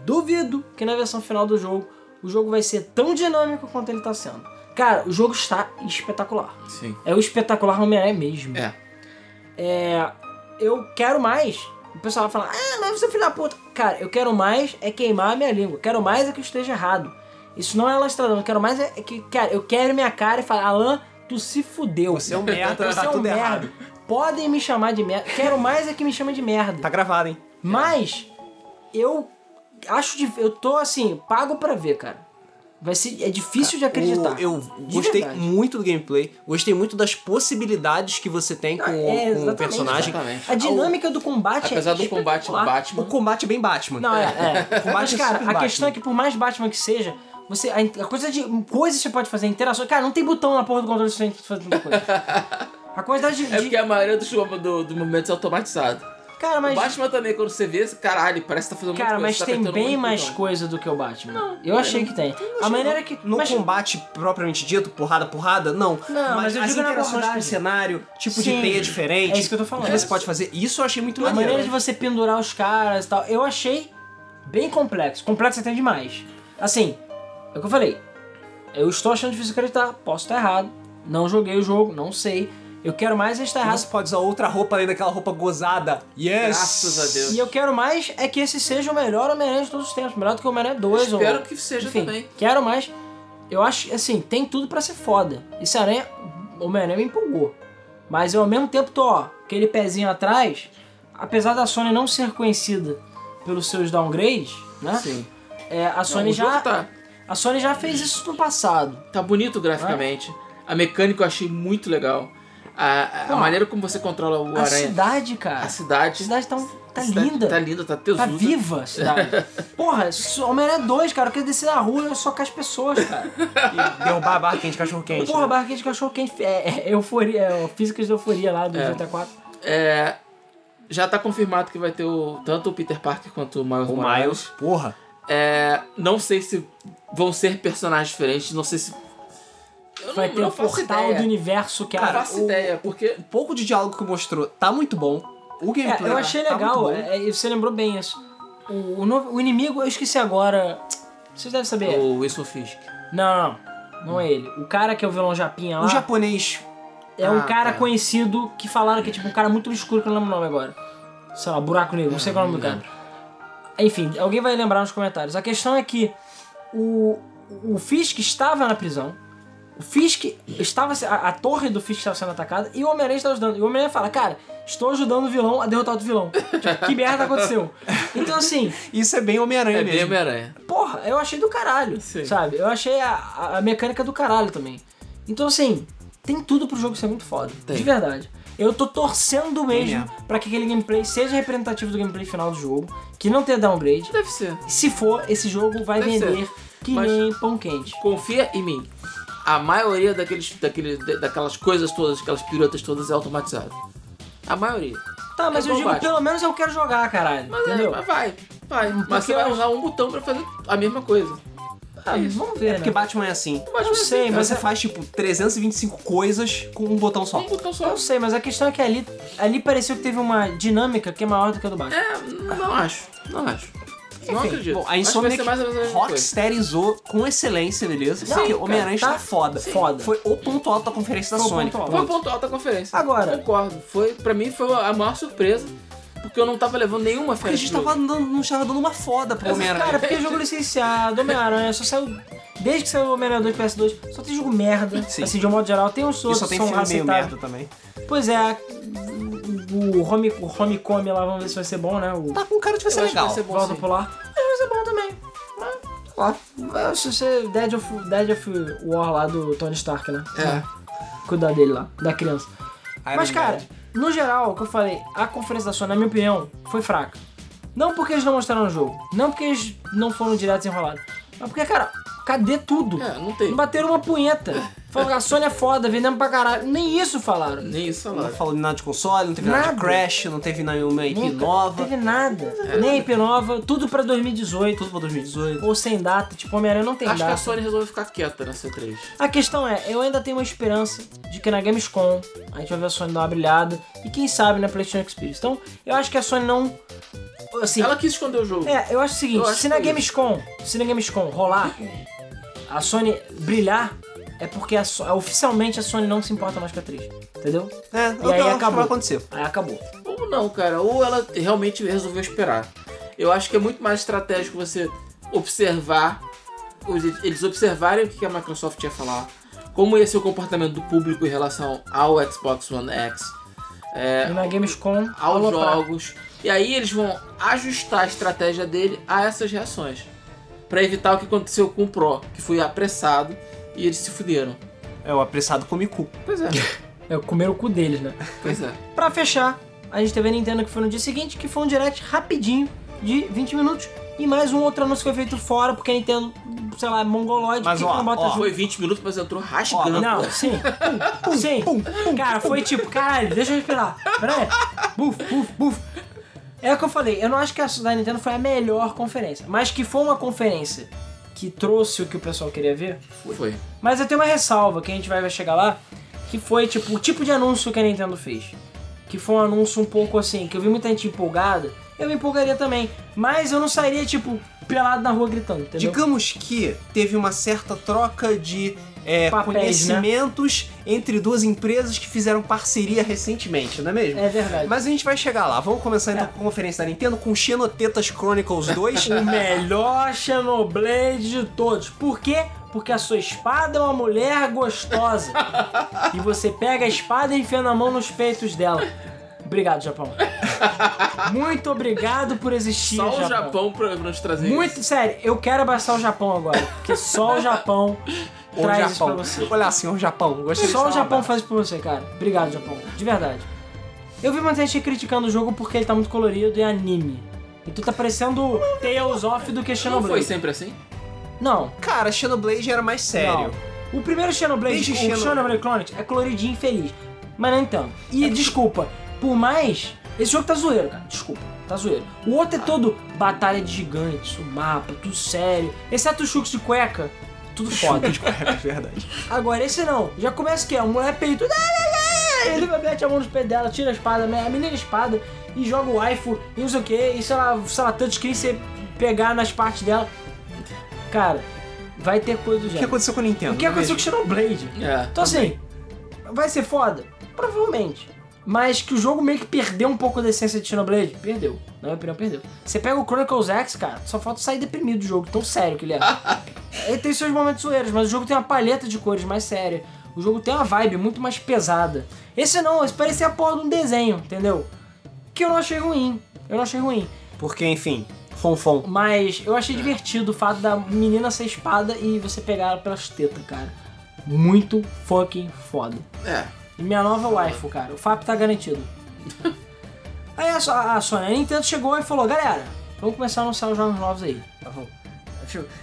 Speaker 2: duvido que na versão final do jogo, o jogo vai ser tão dinâmico quanto ele tá sendo. Cara, o jogo está espetacular.
Speaker 3: Sim.
Speaker 2: É o espetacular Homem-Aranha mesmo.
Speaker 3: É.
Speaker 2: É, eu quero mais. O pessoal vai falar, ah, mas você é filho da puta. Cara, eu quero mais é queimar a minha língua. Quero mais é que eu esteja errado. Isso não é lastradão. Eu quero mais é que, cara, eu quero minha cara e falar, Alan, tu se fudeu.
Speaker 1: Você é um merda,
Speaker 2: Você
Speaker 1: tá
Speaker 2: é um
Speaker 1: tudo
Speaker 2: merda.
Speaker 1: errado.
Speaker 2: Podem me chamar de merda. Quero mais é que me chamem de merda.
Speaker 1: Tá gravado, hein?
Speaker 2: Mas eu acho de, eu tô assim, pago pra ver, cara. Vai ser é difícil de acreditar.
Speaker 1: O- eu
Speaker 2: De
Speaker 1: gostei
Speaker 2: verdade.
Speaker 1: muito do gameplay, gostei muito das possibilidades que você tem com,
Speaker 2: Ah, é,
Speaker 1: com o
Speaker 2: exatamente,
Speaker 1: personagem.
Speaker 3: Exatamente.
Speaker 2: A dinâmica do combate é
Speaker 3: Apesar do combate do
Speaker 2: espetacular.
Speaker 1: O
Speaker 3: Batman.
Speaker 1: combate é bem Batman.
Speaker 2: Não, é, *laughs* é.
Speaker 1: O combate
Speaker 2: Mas,
Speaker 1: é
Speaker 2: cara,
Speaker 1: super
Speaker 2: a
Speaker 1: Batman.
Speaker 2: questão é que por mais Batman que seja, você. A, in- a coisa de. Coisas que você pode fazer, interação. Cara, não tem botão na porra do controle sem fazer muita coisa. A quantidade de.
Speaker 3: É
Speaker 2: de-
Speaker 3: porque a maioria dos do, do momentos é automatizado.
Speaker 2: cara,
Speaker 3: O
Speaker 2: mas.
Speaker 3: Batman também, quando você vê, caralho, parece que tá fazendo
Speaker 2: Cara,
Speaker 3: muita coisa.
Speaker 2: mas
Speaker 3: tá
Speaker 2: tem
Speaker 3: apertando
Speaker 2: bem
Speaker 3: muito
Speaker 2: mais
Speaker 3: botão. é,
Speaker 2: coisa do que o Batman. eu achei que tem. A maneira é que.
Speaker 1: No
Speaker 2: mas,
Speaker 1: combate propriamente dito, porrada, porrada, não.
Speaker 2: Não, mas eu
Speaker 1: as
Speaker 2: digo na
Speaker 1: interações com o
Speaker 2: abordagem.
Speaker 1: cenário, tipo
Speaker 2: Sim.
Speaker 1: de teia diferente.
Speaker 2: É isso que eu tô falando.
Speaker 1: o você pode fazer. Isso eu achei muito
Speaker 2: a
Speaker 1: maneiro.
Speaker 2: maneira de você pendurar os caras e tal, eu achei bem complexo. Complexo até demais. Assim, é o que eu falei. Eu estou achando difícil acreditar, posso estar errado. Não joguei o jogo, não sei. Eu quero mais é estar errado.
Speaker 1: Você pode usar outra roupa além daquela roupa gozada. Yes!
Speaker 3: Graças a Deus.
Speaker 2: E eu quero mais é que esse seja o melhor Homem-Aranha de todos os tempos. Melhor do que o Homem-Aranha 2.
Speaker 3: Espero
Speaker 2: ou...
Speaker 3: que seja
Speaker 2: Enfim,
Speaker 3: também.
Speaker 2: Quero mais. Eu acho, assim, tem tudo pra ser foda. Esse aranha, o Homem-Aranha me empolgou. Mas eu ao mesmo tempo tô, ó, aquele pezinho atrás. Apesar da Sony não ser conhecida pelos seus downgrades, né?
Speaker 3: Sim.
Speaker 2: É, a, Sony
Speaker 3: Não, o
Speaker 2: já,
Speaker 3: jogo tá,
Speaker 2: a Sony já fez isso no passado.
Speaker 3: tá bonito graficamente. A mecânica eu achei muito legal. A, a-
Speaker 2: Pô,
Speaker 3: a maneira como você controla o
Speaker 2: a
Speaker 3: aranha.
Speaker 2: cidade, cara.
Speaker 3: a cidade.
Speaker 2: A cidade tá, um- tá
Speaker 3: a cidade
Speaker 2: linda.
Speaker 3: Tá linda, tá
Speaker 2: Tá
Speaker 3: tesuda.
Speaker 2: viva a
Speaker 3: *laughs*
Speaker 2: cidade. Porra, isso- Homem-Aranha 2, cara. Eu quero descer na rua e socar as pessoas, cara.
Speaker 1: E derrubar a barra quente, cachorro quente.
Speaker 2: Porra,
Speaker 1: né?
Speaker 2: barraquinha de cachorro quente. É, é euforia, é o Físicas de Euforia lá do
Speaker 3: É.
Speaker 2: GTA 4.
Speaker 3: É, já tá confirmado que vai ter o, tanto o Peter Parker quanto o Miles
Speaker 1: O
Speaker 3: Morales.
Speaker 1: Miles. Porra.
Speaker 3: É, não sei se vão ser personagens diferentes, não sei se. Eu
Speaker 2: Vai
Speaker 3: não,
Speaker 2: ter
Speaker 3: não
Speaker 2: o
Speaker 3: faço
Speaker 2: portal
Speaker 3: ideia.
Speaker 2: do universo que é
Speaker 3: Não
Speaker 2: era.
Speaker 3: faço ideia, porque.
Speaker 1: O pouco de diálogo que mostrou tá muito bom. O
Speaker 2: É,
Speaker 1: gameplay.
Speaker 2: eu achei
Speaker 1: tá
Speaker 2: legal,
Speaker 1: muito bom.
Speaker 2: é, e você lembrou bem isso. O, o novo- o inimigo, eu esqueci agora. Vocês devem saber.
Speaker 3: O Wilson Fisk.
Speaker 2: Não, não, não é ele. O cara que é o vilão Japinha lá
Speaker 1: O japonês.
Speaker 2: é um
Speaker 3: Ah,
Speaker 2: cara
Speaker 3: tá.
Speaker 2: conhecido que falaram que é tipo um cara muito obscuro que eu não lembro o nome agora. Sei lá, buraco negro, não sei qual é o nome do cara. Enfim, alguém vai lembrar nos comentários. A questão é que o, o Fisk estava na prisão. O Fisk estava. se- A, a torre do Fisk estava sendo atacada e o Homem-Aranha estava ajudando. E o Homem-Aranha fala, cara, estou ajudando o vilão a derrotar outro vilão. *laughs* Tipo, que merda aconteceu? Então assim,
Speaker 1: Isso é bem Homem-Aranha
Speaker 3: É
Speaker 1: mesmo.
Speaker 3: bem Homem-Aranha.
Speaker 2: porra, eu achei do caralho.
Speaker 3: Sim.
Speaker 2: Sabe? Eu achei a, a- a mecânica do caralho também. Então assim, tem tudo pro jogo ser muito foda.
Speaker 3: Tem.
Speaker 2: De verdade. Eu tô torcendo mesmo
Speaker 1: mesmo.
Speaker 2: pra que aquele gameplay seja representativo do gameplay final do jogo, que não tenha downgrade.
Speaker 3: Deve ser.
Speaker 2: Se for, esse jogo vai
Speaker 3: Deve
Speaker 2: vender que
Speaker 3: Mas-
Speaker 2: nem pão quente.
Speaker 3: Confia em mim. A maioria daqueles, daquele, da- daquelas coisas todas, aquelas piruetas todas é automatizado. A maioria.
Speaker 2: Tá, mas
Speaker 3: É
Speaker 2: eu
Speaker 3: bom,
Speaker 2: digo,
Speaker 3: Batman.
Speaker 2: pelo menos eu quero jogar, caralho.
Speaker 3: Mas, é,
Speaker 2: entendeu?
Speaker 3: mas vai, vai.
Speaker 2: Porque
Speaker 3: Mas você
Speaker 2: eu
Speaker 3: vai
Speaker 2: acho-
Speaker 3: usar um botão pra fazer a mesma coisa.
Speaker 2: Ah, vamos ver,
Speaker 1: É porque
Speaker 2: né?
Speaker 1: Batman é assim.
Speaker 3: Mas
Speaker 2: Eu sei,
Speaker 3: vai ser,
Speaker 2: mas-
Speaker 3: cara.
Speaker 1: Você faz, tipo, 325 coisas com um botão só.
Speaker 3: Um botão só.
Speaker 2: Eu sei, mas a questão é que ali, ali pareceu que teve uma dinâmica que é maior do que a do Batman.
Speaker 3: É, não acho. Não acho. não acredito.
Speaker 1: Bom,
Speaker 3: Acho
Speaker 1: a
Speaker 3: que
Speaker 1: Insomniac
Speaker 3: vai ser mais ou menos a mesma coisa.
Speaker 1: rocksterizou com excelência, beleza?
Speaker 2: Sim,
Speaker 1: Porque
Speaker 2: cara,
Speaker 1: Homem-Aranha
Speaker 2: tá
Speaker 1: está foda.
Speaker 2: sim. Foda.
Speaker 1: Foi o ponto alto da conferência da
Speaker 2: Foi o
Speaker 1: Sony.
Speaker 2: ponto alto.
Speaker 3: Foi o ponto alto da conferência.
Speaker 2: Agora-
Speaker 3: Concordo. Foi, pra mim foi a maior surpresa, porque eu não tava levando nenhuma fé.
Speaker 1: Porque a gente tá
Speaker 3: pro
Speaker 1: tava
Speaker 3: jogo.
Speaker 1: dando, não tava dando uma foda pro
Speaker 2: Cara,
Speaker 1: Homem-Aranha.
Speaker 2: porque é jogo licenciado, Homem-Aranha, só saiu Desde que saiu o Homem-Aranha 2 PS2, só tem jogo merda.
Speaker 1: Sim.
Speaker 2: Assim, de um modo geral, tem uns
Speaker 1: E
Speaker 2: outros
Speaker 1: só
Speaker 2: que
Speaker 1: tem
Speaker 2: são
Speaker 1: filme meio
Speaker 2: aceitáveis.
Speaker 1: merda também.
Speaker 2: Pois é, o home, o Homecoming lá, vamos ver se vai ser bom, né? O
Speaker 1: Tá com cara de vai ser
Speaker 3: Eu acho que
Speaker 1: legal.
Speaker 3: vai ser bom,
Speaker 2: Volta
Speaker 3: sim.
Speaker 2: Polar. Mas vai ser bom também. Mas, sei lá. Mas Se você... Dead of, Dead of War lá do Tony Stark, né?
Speaker 3: É.
Speaker 2: Cuidar dele lá, da criança.
Speaker 1: Iron
Speaker 2: Mas, cara,
Speaker 3: né?
Speaker 1: Man.
Speaker 2: no geral, o que eu falei, a conferência da Sony, na minha opinião, foi fraca. Não porque eles não mostraram o jogo, não porque eles não foram direto enrolados, mas porque, cara, cadê tudo?
Speaker 3: É, não tem.
Speaker 2: Não bateram uma punheta. Falaram que a Sony é foda, vendemos pra caralho. Nem isso falaram.
Speaker 3: Nem isso,
Speaker 1: não
Speaker 3: lá.
Speaker 1: falou nada de console, não teve nada, de
Speaker 2: Nada.
Speaker 1: Crash, não teve nenhuma IP
Speaker 2: Nunca.
Speaker 1: nova,
Speaker 2: Teve nada.
Speaker 3: É.
Speaker 2: Nem IP nova, tudo pra 2018.
Speaker 1: tudo pra 2018.
Speaker 2: ou sem data, tipo, Homem-Aranha não tem
Speaker 3: Acho que
Speaker 2: data.
Speaker 3: a Sony resolveu ficar quieta nessa 3.
Speaker 2: A questão é, eu ainda tenho uma esperança de que na Gamescom a gente vai ver a Sony dar uma brilhada e quem sabe na PlayStation Experience. Então, eu acho que a Sony não. Assim,
Speaker 3: Ela quis esconder o jogo.
Speaker 2: é, eu acho o seguinte:
Speaker 3: Eu acho
Speaker 2: se na
Speaker 3: que foi
Speaker 2: Gamescom, se na Gamescom rolar, a Sony brilhar, é porque a So- oficialmente a Sony não se importa mais com a atriz, entendeu?
Speaker 1: É,
Speaker 2: E aí
Speaker 1: acho que
Speaker 2: acabou.
Speaker 1: vai acontecer.
Speaker 2: Aí acabou.
Speaker 3: Ou não, cara. Ou ela realmente resolveu esperar. Eu acho que é muito mais estratégico você observar, os- eles observarem o que a Microsoft ia falar, como ia ser o comportamento do público em relação ao Xbox One X,
Speaker 2: E na Gamescom,
Speaker 3: aos
Speaker 2: aloprar.
Speaker 3: jogos. E aí eles vão ajustar a estratégia dele a essas reações. Pra evitar o que aconteceu com o Pro, que foi apressado e eles se fuderam.
Speaker 1: É o apressado come cu.
Speaker 3: Pois é,
Speaker 2: É comer o cu deles, né?
Speaker 3: pois é.
Speaker 2: Pra fechar, a gente teve a Nintendo que foi no dia seguinte, que foi um direct rapidinho de 20 minutos. E mais um outro anúncio que foi feito fora, porque a Nintendo, sei lá, é mongoloide,
Speaker 1: Mas
Speaker 2: por que
Speaker 1: ó,
Speaker 2: que não bota
Speaker 1: ó,
Speaker 2: jogo?
Speaker 3: Foi 20 minutos, mas entrou rasgando.
Speaker 2: Não, sim. sim. Cara, foi tipo, caralho, deixa eu respirar. Pera aí. Buf, buf, buf. É o que eu falei, eu não acho que a da Nintendo foi a melhor conferência, mas que foi uma conferência que trouxe o que o pessoal queria ver,
Speaker 3: Foi.
Speaker 2: mas eu tenho uma ressalva que a gente vai vai chegar lá, que foi tipo o tipo de anúncio que a Nintendo fez. Que foi um anúncio um pouco assim, que eu vi muita gente empolgada, eu me empolgaria também. Mas eu não sairia, tipo, pelado na rua gritando, entendeu?
Speaker 1: Digamos que teve uma certa troca de é,
Speaker 2: Papéis, né?
Speaker 1: conhecimentos entre duas empresas que fizeram parceria recentemente, não é mesmo?
Speaker 2: É verdade.
Speaker 1: Mas a gente vai chegar lá. Vamos começar então com a conferência da Nintendo com Xenotetas
Speaker 2: *laughs*
Speaker 1: Chronicles 2.
Speaker 2: O melhor Xenoblade de todos. Por quê? Porque a sua espada é uma mulher gostosa. e você pega a espada e enfia na mão nos peitos dela. Obrigado, Japão. Muito obrigado por existir,
Speaker 3: Só o Japão pra nos trazer
Speaker 2: Muito sério, eu quero abraçar o Japão agora, porque só o
Speaker 3: *laughs*
Speaker 2: Japão
Speaker 1: Ô,
Speaker 2: traz isso pra
Speaker 1: Japão.
Speaker 2: você.
Speaker 1: Olha assim, o Japão. Gostei né?
Speaker 2: Só o
Speaker 1: dessa
Speaker 2: Japão
Speaker 1: obra.
Speaker 2: faz isso pra você, cara. Obrigado, Japão. De verdade. Eu vi muita gente criticando o jogo porque ele tá muito colorido e anime. Então tá parecendo Tales of do que
Speaker 3: Não foi
Speaker 2: Xenoblade.
Speaker 3: sempre assim?
Speaker 2: Não,
Speaker 1: Cara, Xenoblade era mais sério.
Speaker 2: não. O primeiro Xenoblade,
Speaker 1: Desde
Speaker 2: o
Speaker 1: Xeno-
Speaker 2: Xenoblade Chronicles, é coloridinho e feliz. Mas não então.
Speaker 1: É
Speaker 2: E desculpa, por mais. Esse jogo tá zoeiro, cara. Desculpa, tá zoeiro. O outro é
Speaker 1: Ah.
Speaker 2: todo batalha de gigantes, o mapa, tudo sério. Exceto os chutes de cueca, tudo
Speaker 1: *laughs*
Speaker 2: foda.
Speaker 1: É verdade.
Speaker 2: Agora, esse não. Já começa que é, a mulher peito.
Speaker 1: *laughs*
Speaker 2: ah, Ele mete a mão nos pés dela, tira a espada, a menina espada e joga o waifu e não sei o que, e sei lá, sei lá, tantos que você pegar nas partes dela. Cara, vai ter coisa do
Speaker 1: O que
Speaker 2: gênero.
Speaker 1: aconteceu com a Nintendo?
Speaker 2: O que aconteceu com Xenoblade?
Speaker 3: É.
Speaker 2: Então assim, vai ser foda? Provavelmente. Mas que o jogo meio que perdeu um pouco da essência de Xenoblade? Perdeu. Na minha opinião, perdeu. Você pega o Chronicles X, cara, só falta sair deprimido do jogo, tão sério que ele é. ele tem seus momentos zoeiros, mas o jogo tem uma paleta de cores mais séria. O jogo tem uma vibe muito mais pesada. Esse não, esse parecia a porra de um desenho, entendeu? Que eu não achei ruim. Eu não achei ruim.
Speaker 1: Porque, enfim, Fonfon.
Speaker 2: Mas eu achei divertido o fato da menina ser espada e você pegar ela pelas tetas, cara. Muito fucking foda.
Speaker 3: É.
Speaker 2: E minha nova waifu, cara. O FAP tá garantido. aí a, So- a Sony, a Nintendo chegou e falou, galera, vamos começar a anunciar os jogos novos aí.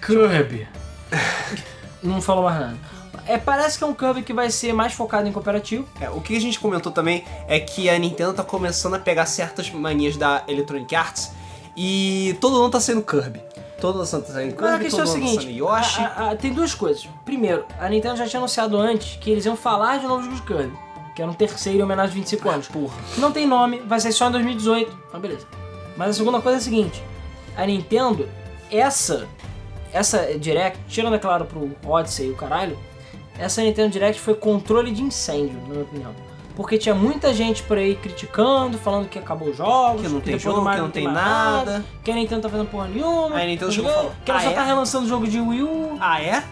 Speaker 2: Kirby. *laughs* Não falou mais nada. É, parece que é um Kirby que vai ser mais focado em cooperativo.
Speaker 1: É, o que a gente comentou também é que a Nintendo tá começando a pegar certas manias da Electronic Arts e todo mundo tá sendo Kirby. Todo mundo tá sendo
Speaker 2: Mas a
Speaker 1: Kirby, todo
Speaker 2: questão é
Speaker 1: mundo
Speaker 2: o
Speaker 1: tá sendo
Speaker 2: seguinte,
Speaker 1: Yoshi.
Speaker 2: a- a- a- tem duas coisas. Primeiro, a Nintendo já tinha anunciado antes que eles iam falar de novos jogos de Kirby, que era um terceiro em homenagem aos 25 anos.
Speaker 1: Porra.
Speaker 2: Não tem nome, vai ser só em 2018. Mas Então, beleza. Mas a segunda coisa é a seguinte: a Nintendo, essa. Essa Direct, tirando é claro pro Odyssey e o caralho, essa Nintendo Direct foi controle de incêndio, na minha opinião. Porque tinha muita gente por aí criticando, falando que acabou os jogos,
Speaker 1: Que não tem
Speaker 2: depois do
Speaker 1: jogo, que
Speaker 2: Mario
Speaker 1: não tem
Speaker 2: mais
Speaker 1: nada.
Speaker 2: que a Nintendo tá fazendo porra nenhuma.
Speaker 1: Aí a Nintendo
Speaker 2: não sei o
Speaker 1: chegou e
Speaker 2: quê,
Speaker 1: falou,
Speaker 2: que ela
Speaker 1: "Ah,
Speaker 2: só
Speaker 1: é?"
Speaker 2: tá relançando o jogo de Wii U.
Speaker 1: Ah, é?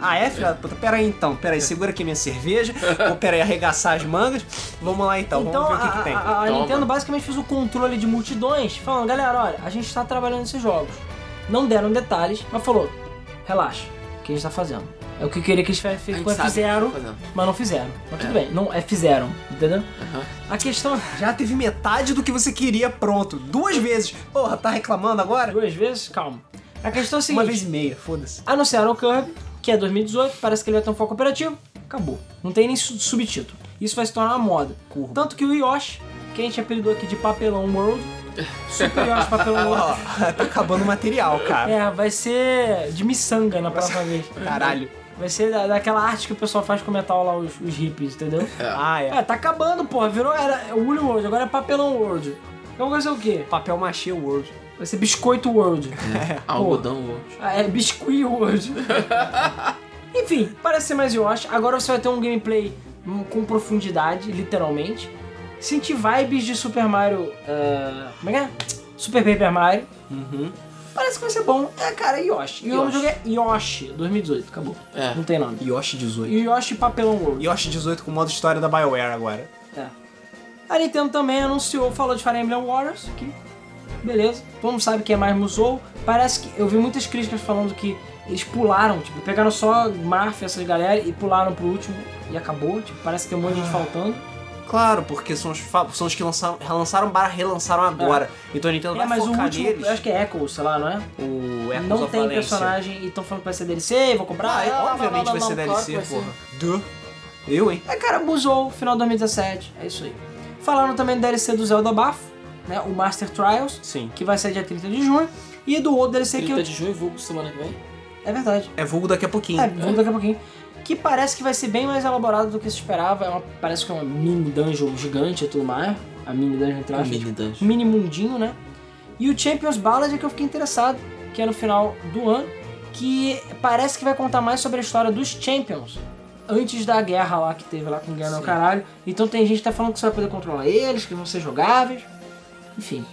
Speaker 1: Ah, é, filha da puta? Pera aí então, pera aí, segura aqui minha
Speaker 2: *laughs*
Speaker 1: cerveja. Vou, pera aí, arregaçar as mangas. Vamos lá então,
Speaker 2: Então
Speaker 1: vamos ver o que,
Speaker 2: a,
Speaker 1: que tem.
Speaker 2: a- a
Speaker 3: Toma.
Speaker 2: Nintendo basicamente fez o controle de multidões, falando, galera, olha, a gente tá trabalhando nesses jogos. Não deram detalhes, mas falou, relaxa, o que a gente tá fazendo. É o que eu queria que eles fe- fe-
Speaker 3: A gente sabe
Speaker 2: fizeram,
Speaker 3: o que tá fazendo.
Speaker 2: mas não fizeram. Mas tudo bem, não é fizeram, entendeu?
Speaker 3: Aham.
Speaker 2: A questão *laughs*
Speaker 1: Já teve metade do que você queria pronto. Duas vezes. Porra, tá reclamando agora?
Speaker 2: duas vezes, calma. A questão é a seguinte,
Speaker 1: Uma vez e meia, foda-se.
Speaker 2: anunciaram o Kirby, que é 2018, parece que ele vai ter um foco operativo, acabou. Não tem nem su- subtítulo. Isso vai se tornar uma moda.
Speaker 1: Curva.
Speaker 2: Tanto que o Yoshi, que a gente apelidou aqui de Papelão
Speaker 1: *laughs*
Speaker 2: World, Super Yoshi Papelão World,
Speaker 1: Ó, *laughs* tá acabando o material, cara.
Speaker 2: É, vai ser de miçanga na próxima vez.
Speaker 1: Caralho.
Speaker 2: Vai ser da- daquela arte que o pessoal faz com metal lá, os, os hippies, entendeu?
Speaker 1: Ah, é.
Speaker 2: É, tá acabando, porra. Virou era é Woolly World, agora é papelão World. Então vai ser o quê?
Speaker 1: Papel machê world.
Speaker 2: Vai ser biscoito World.
Speaker 3: Ah, Algodão, World.
Speaker 2: Ah, é biscuit
Speaker 3: *laughs*
Speaker 2: World. Enfim, parece ser mais Yoshi. Agora você vai ter um gameplay hum, com profundidade, literalmente. Sentir vibes de Super Mario. ah, como é que é? Super Paper Mario.
Speaker 1: Uhum.
Speaker 2: Parece que vai ser bom. É, cara, Yoshi. E o nome do
Speaker 3: Yoshi.
Speaker 2: jogo é Yoshi 2018, acabou.
Speaker 3: É.
Speaker 2: Não tem nome.
Speaker 1: Yoshi 18.
Speaker 2: Yoshi Papelão World.
Speaker 1: Yoshi 18 com modo história da BioWare agora.
Speaker 2: É. A Nintendo também anunciou, falou de Fire Emblem Warriors, que beleza. Todo mundo sabe que é mais Musou. Parece que eu vi muitas críticas falando que eles pularam, tipo, pegaram só Marf, essas galera, e pularam pro último e acabou. Tipo, parece que tem um monte de
Speaker 1: Ah.
Speaker 2: gente faltando.
Speaker 1: Claro, porque são os, fa- são os que lançaram, relançaram barra relançaram agora. Então a Nintendo
Speaker 2: é,
Speaker 1: vai
Speaker 2: mas o
Speaker 1: focar
Speaker 2: último,
Speaker 1: neles.
Speaker 2: eu acho que é Echo, sei lá, não é?
Speaker 1: O Echoes
Speaker 2: não
Speaker 1: of
Speaker 2: tem
Speaker 1: Valencia.
Speaker 2: personagem e estão falando que vai ser DLC, vou comprar.
Speaker 1: Ah,
Speaker 2: É,
Speaker 1: obviamente vai ser DLC,
Speaker 3: claro que vai
Speaker 1: porra. Duh. Eu, hein?
Speaker 2: É, cara, Musou, final de 2017, é isso aí. Falaram também do DLC do Zelda Bafo, né? O Master Trials,
Speaker 1: Sim.
Speaker 2: que vai ser dia 30 de junho. E do outro DLC que
Speaker 3: 30
Speaker 2: eu...
Speaker 3: de junho, vulgo semana que vem.
Speaker 2: É verdade.
Speaker 1: É vulgo daqui a pouquinho.
Speaker 2: É, vamos daqui a pouquinho. Que parece que vai ser bem mais elaborado do que se esperava. É uma- parece que é uma mini dungeon gigante e tudo mais. A mini dungeon entre aspas. Um
Speaker 3: Mini Dungeon.
Speaker 2: Mini mundinho, né? E o Champions Ballad é que eu fiquei interessado, que é no final do ano. Que parece que vai contar mais sobre a história dos Champions. Antes da guerra lá que teve lá com o Guerra ao
Speaker 3: Sim.
Speaker 2: caralho. Então tem gente que tá falando que você vai poder controlar eles, que vão ser jogáveis. Enfim,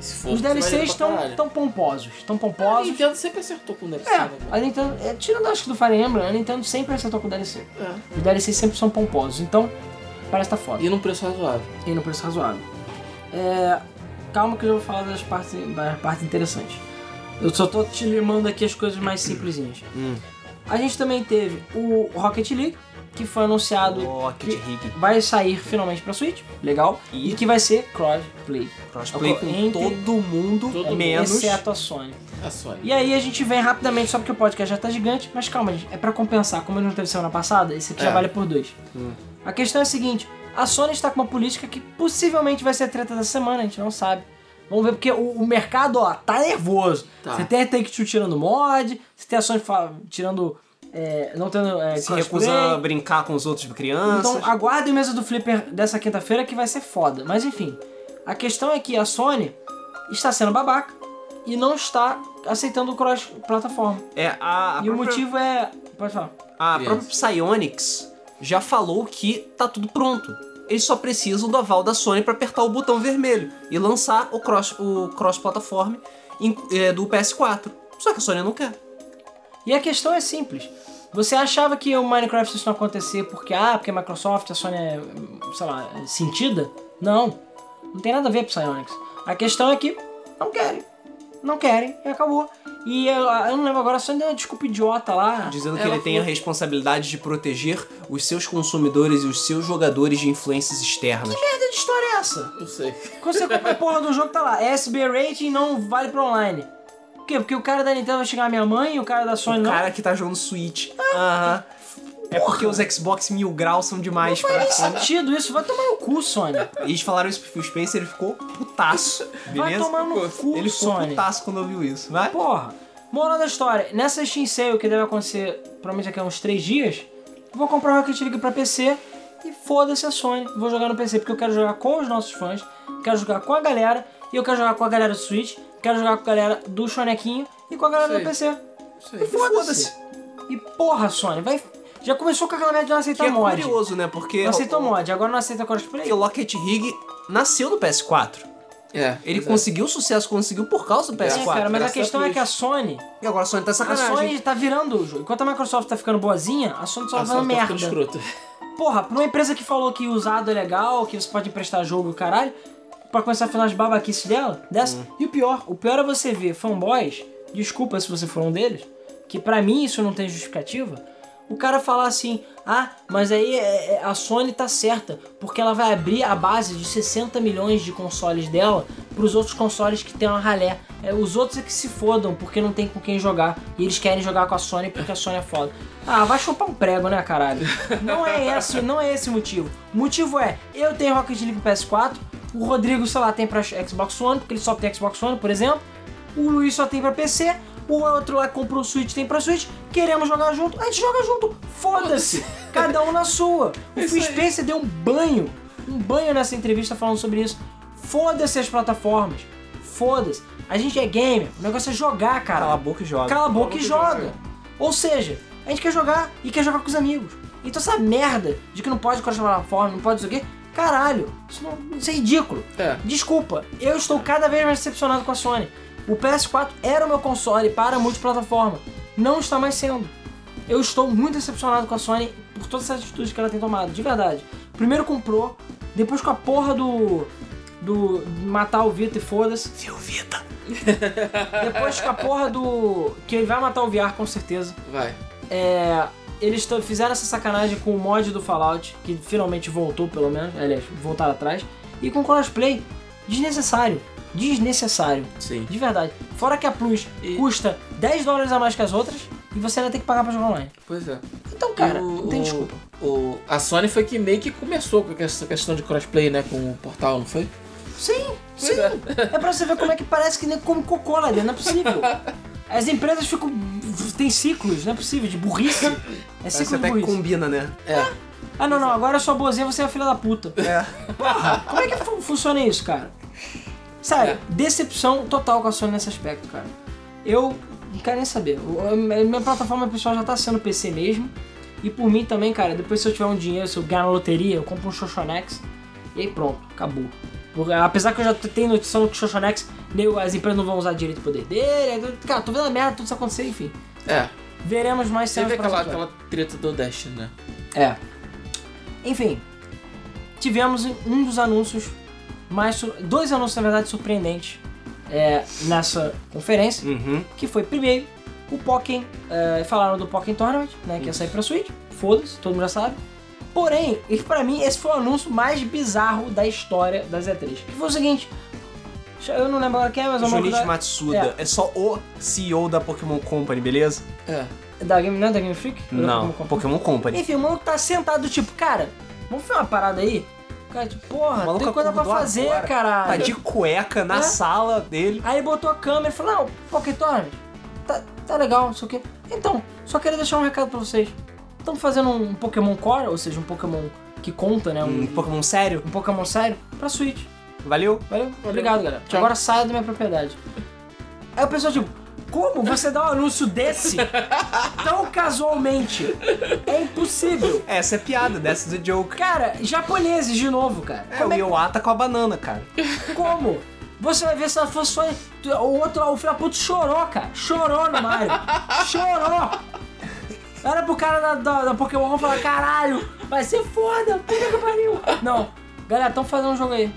Speaker 3: Se for,
Speaker 2: os
Speaker 3: você vai
Speaker 2: DLCs
Speaker 3: levar pra
Speaker 2: estão
Speaker 3: caralho.
Speaker 2: tão pomposos. Tão
Speaker 3: A
Speaker 2: pomposos.
Speaker 3: Nintendo sempre acertou com o DLC. né,
Speaker 2: É,
Speaker 3: cara?
Speaker 2: a Nintendo, é, tirando acho que do Fire Emblem, a Nintendo sempre acertou com o DLC.
Speaker 3: É.
Speaker 2: Os DLCs sempre são pomposos, então parece que tá foda.
Speaker 3: E num preço razoável.
Speaker 2: E no preço razoável. É, calma que eu já vou falar das partes, das partes interessantes. Eu só tô te limando aqui as coisas mais simplesinhas.
Speaker 1: Hum.
Speaker 2: A gente também teve o Rocket League, que foi anunciado.
Speaker 1: Rocket
Speaker 2: que
Speaker 1: League.
Speaker 2: Vai sair finalmente pra Switch, legal. E,
Speaker 1: E
Speaker 2: que vai ser crossplay,
Speaker 1: crossplay com
Speaker 2: Entre-
Speaker 1: todo mundo,
Speaker 3: Todo mundo.
Speaker 1: menos...
Speaker 2: exceto é a Sony.
Speaker 3: A Sony.
Speaker 2: E aí a gente vem rapidamente, só porque o podcast já tá gigante, mas calma, gente, é pra compensar. Como ele não teve semana passada, esse aqui já
Speaker 3: É.
Speaker 2: vale por dois.
Speaker 1: Hum.
Speaker 2: A questão é a seguinte: a Sony está com uma política que possivelmente vai ser a treta da semana, a gente não sabe. Vamos ver, porque o, o mercado, ó, tá nervoso.
Speaker 3: Tá.
Speaker 2: Você tem a Take Two tirando mod, você tem a Sony fa- tirando. é, não tendo. É,
Speaker 1: Se
Speaker 2: crossplay.
Speaker 1: recusando a brincar com os outros crianças.
Speaker 2: Então aguardem o mesa do Flipper dessa quinta-feira que vai ser foda. Mas enfim, a questão é que a Sony está sendo babaca e não está aceitando o cross-plataforma.
Speaker 1: é, a, a
Speaker 2: E
Speaker 1: própria-
Speaker 2: o motivo é. Pode falar.
Speaker 1: A
Speaker 3: Criança.
Speaker 1: própria Psyonix já falou que tá tudo pronto. Eles só precisam do aval da Sony pra apertar o botão vermelho e lançar o cross o cross plataforma eh, do PS4. Só que a Sony não quer.
Speaker 2: E a questão é simples. Você achava que o Minecraft isso não acontecer porque, ah, porque a Microsoft, a Sony é, sei lá, é sentida? Não. Não tem nada a ver com Psyonix. A questão é que não querem. Não querem e acabou. E eu, eu não lembro agora, a Sony deu uma desculpa idiota lá.
Speaker 1: Dizendo que
Speaker 3: Ela
Speaker 1: ele tem a
Speaker 3: falou-
Speaker 1: responsabilidade de proteger os seus consumidores e os seus jogadores de influências externas.
Speaker 2: merda de história é essa?
Speaker 3: Não sei.
Speaker 2: Quando você compra a porra do jogo, tá lá. SB Rating não vale pra online. Por quê? Porque o cara da Nintendo vai chegar a minha mãe e o cara da Sony
Speaker 1: O
Speaker 2: não.
Speaker 1: cara que tá jogando Switch.
Speaker 2: Ah.
Speaker 1: Aham. É porque os Xbox mil graus são demais pra
Speaker 2: Faz sentido isso, vai tomar no cu, Sony.
Speaker 1: Eles falaram isso pro Phil Spencer, ele ficou putaço.
Speaker 2: Vai
Speaker 1: Beleza?
Speaker 2: tomar no cu,
Speaker 1: ele ficou
Speaker 2: Sony.
Speaker 1: putaço quando ouviu isso, vai?
Speaker 2: Porra. Moral da história, nessa Steam Sale que deve acontecer provavelmente daqui a uns 3 dias, eu vou comprar o Rocket League pra PC e foda-se a Sony. Vou jogar no PC porque eu quero jogar com os nossos fãs, quero jogar com a galera, e eu quero jogar com a galera do Switch, quero jogar com a galera do Chonequinho e com a galera do
Speaker 3: Isso
Speaker 2: PC.
Speaker 3: Não
Speaker 2: E
Speaker 3: sei.
Speaker 2: foda-se. e porra, Sony, vai... Já começou com aquela merda de não
Speaker 1: Que
Speaker 2: aceitar
Speaker 1: é
Speaker 2: mod.
Speaker 1: curioso, né? Porque
Speaker 2: Tá Não aceitou
Speaker 1: o-
Speaker 2: mod, agora não aceita crossplay.
Speaker 1: Porque o Rocket League nasceu no PS4.
Speaker 3: É,
Speaker 1: Ele
Speaker 3: pois é.
Speaker 1: conseguiu sucesso, conseguiu por causa do PS4.
Speaker 2: É, cara, mas a
Speaker 3: graças
Speaker 2: questão
Speaker 3: a
Speaker 2: é que a Sony,
Speaker 1: né? E agora a Sony tá
Speaker 2: a
Speaker 1: sacanagem.
Speaker 2: Sony tá virando o jogo. Enquanto a Microsoft tá ficando boazinha, a Sony só
Speaker 3: Ah,
Speaker 2: tá fazendo
Speaker 3: só tá ficando
Speaker 2: merda.
Speaker 3: escroto.
Speaker 2: Porra, pra uma empresa que falou que usado é legal, que você pode emprestar jogo e o caralho, pra começar a falar as babaquices dela, dessa. E o pior, o pior é você ver fanboys, desculpa se você for um deles, que pra mim isso não tem justificativa, o cara falar assim, ah, mas aí é, é, a Sony tá certa, porque ela vai abrir a base de 60 milhões de consoles dela pros outros consoles que tem uma ralé. É, os outros é que se fodam, porque não tem com quem jogar, e eles querem jogar com a Sony porque a Sony é foda. Ah, vai chupar um prego, né, caralho? Não é esse, não é esse o motivo. O motivo é, eu tenho Rocket League PS4, o Rodrigo, sei lá, tem pra Xbox One, porque ele só tem Xbox One, por exemplo, o Luiz só tem pra PC, o outro lá que comprou o Switch tem pra Switch, queremos jogar junto, a gente joga junto, foda-se, *laughs* cada um na sua. O Phil Spencer deu um banho, um banho nessa entrevista falando sobre isso. Foda-se as plataformas, foda-se. A gente é gamer, o negócio é jogar, cara.
Speaker 1: Cala a boca e joga.
Speaker 2: Cala a boca e joga. Ou seja, a gente quer jogar e quer jogar com os amigos. Então essa merda de que não pode cross forma, não pode isso aqui, caralho, isso, não, isso é ridículo.
Speaker 3: É.
Speaker 2: Desculpa, eu estou cada vez mais decepcionado com a Sony. O PS4 era o meu console para multiplataforma, não está mais sendo. Eu estou muito decepcionado com a Sony por todas essas atitudes que ela tem tomado, de verdade. Primeiro comprou, depois com a porra do. do. matar o Vita e foda-se.
Speaker 1: Viu, Vita?
Speaker 2: Depois com a porra do. Que ele vai matar o VR com certeza.
Speaker 3: Vai.
Speaker 2: É. Eles t- fizeram essa sacanagem com o mod do Fallout, que finalmente voltou, pelo menos. Aliás, voltaram atrás. E com o crossplay. Desnecessário. Desnecessário.
Speaker 3: Sim.
Speaker 2: De verdade. Fora que a Plus
Speaker 3: E-
Speaker 2: custa 10 dólares a mais que as outras. E você ainda tem que pagar pra jogar online.
Speaker 3: Pois é.
Speaker 2: Então, cara,
Speaker 3: E o-
Speaker 2: não tem
Speaker 3: o-
Speaker 2: desculpa.
Speaker 3: o- a Sony foi que meio que começou com essa questão de crossplay, né? Com o portal, não foi?
Speaker 2: Sim,
Speaker 3: Pois
Speaker 2: sim. É pra você ver como é que parece que nem come cocô lá dentro. Não é
Speaker 3: *laughs*
Speaker 2: possível. As empresas ficam. Tem ciclos, não é possível, de burrice. É
Speaker 1: Você
Speaker 2: ciclo de
Speaker 1: até que
Speaker 2: burrice.
Speaker 1: combina, né?
Speaker 3: É.
Speaker 2: Ah, não, não, agora eu sou boazinha, você é a filha da puta.
Speaker 1: É.
Speaker 2: Porra, como é que fu- funciona isso, cara? Sério,
Speaker 3: É.
Speaker 2: decepção total com a Sony nesse aspecto, cara. Eu não quero nem saber. O- a minha minha plataforma pessoal já tá sendo PC mesmo. E por mim também, cara, depois se eu tiver um dinheiro, se eu ganhar na loteria, eu compro um Xoxonex. E aí pronto, acabou. Por- Apesar que eu já t- tenho noção que o Xoxonex, nego- as empresas não vão usar direito o poder dele. aí- Cara, tô vendo a merda, tudo isso acontecer, enfim.
Speaker 3: É.
Speaker 2: Veremos mais
Speaker 3: Você
Speaker 2: cenas
Speaker 3: vê
Speaker 2: pra
Speaker 3: aquela,
Speaker 2: frente.
Speaker 3: aquela treta do Destiny, né?
Speaker 2: É. Enfim, tivemos um dos anúncios mais. sur- Dois anúncios, na verdade, surpreendentes é, nessa conferência.
Speaker 1: Uhum.
Speaker 2: Que foi, primeiro, o Pokémon. é, falaram do Pokémon Tournament, né? Que ia sair pra Switch. Foda-se, todo mundo já sabe. Porém, e pra mim, esse foi o anúncio mais bizarro da história das E3. Que foi o seguinte. Eu não lembro agora quem é, mas é uma
Speaker 1: Junichi
Speaker 2: da,
Speaker 1: Matsuda é. só o CEO da Pokémon Company, beleza?
Speaker 3: É.
Speaker 2: da Game, não é da Game Freak? Eu
Speaker 1: Não,
Speaker 2: como-
Speaker 1: Pokémon Company.
Speaker 2: Enfim, o maluco tá sentado, tipo, cara, vamos fazer uma parada aí? O cara, tipo,
Speaker 1: O
Speaker 2: porra,
Speaker 1: maluco
Speaker 2: tem coisa pra
Speaker 1: acordou
Speaker 2: fazer,
Speaker 1: agora. Tá
Speaker 2: caralho.
Speaker 1: de cueca na
Speaker 2: É.
Speaker 1: sala dele.
Speaker 2: Aí ele botou a câmera e falou, não, Pocket Torrent, tá, tá legal, não sei o quê. Então, só queria deixar um recado pra vocês. Estamos fazendo um Pokémon Core, ou seja, um Pokémon que conta, né? Um,
Speaker 1: Um Pokémon sério.
Speaker 2: um Pokémon sério, pra Switch.
Speaker 1: Valeu?
Speaker 2: Valeu? Obrigado, galera.
Speaker 3: Tchau.
Speaker 2: Agora saia da minha propriedade. Aí o pessoal, tipo, como você dá um anúncio
Speaker 1: *laughs*
Speaker 2: desse tão casualmente? É impossível.
Speaker 1: Essa é piada, that's the joke.
Speaker 2: Cara, japoneses de novo, cara.
Speaker 1: É,
Speaker 2: Como,
Speaker 1: o Iwata com a banana, cara.
Speaker 2: é- como? Você vai ver se ela fosse só. O outro, lá, o filho da puta chorou, cara. Chorou no Mario. Chorou. Era pro cara da, da, da Pokémon Go falar: caralho, vai ser foda, puta que pariu. Não, galera, tão fazendo um jogo aí.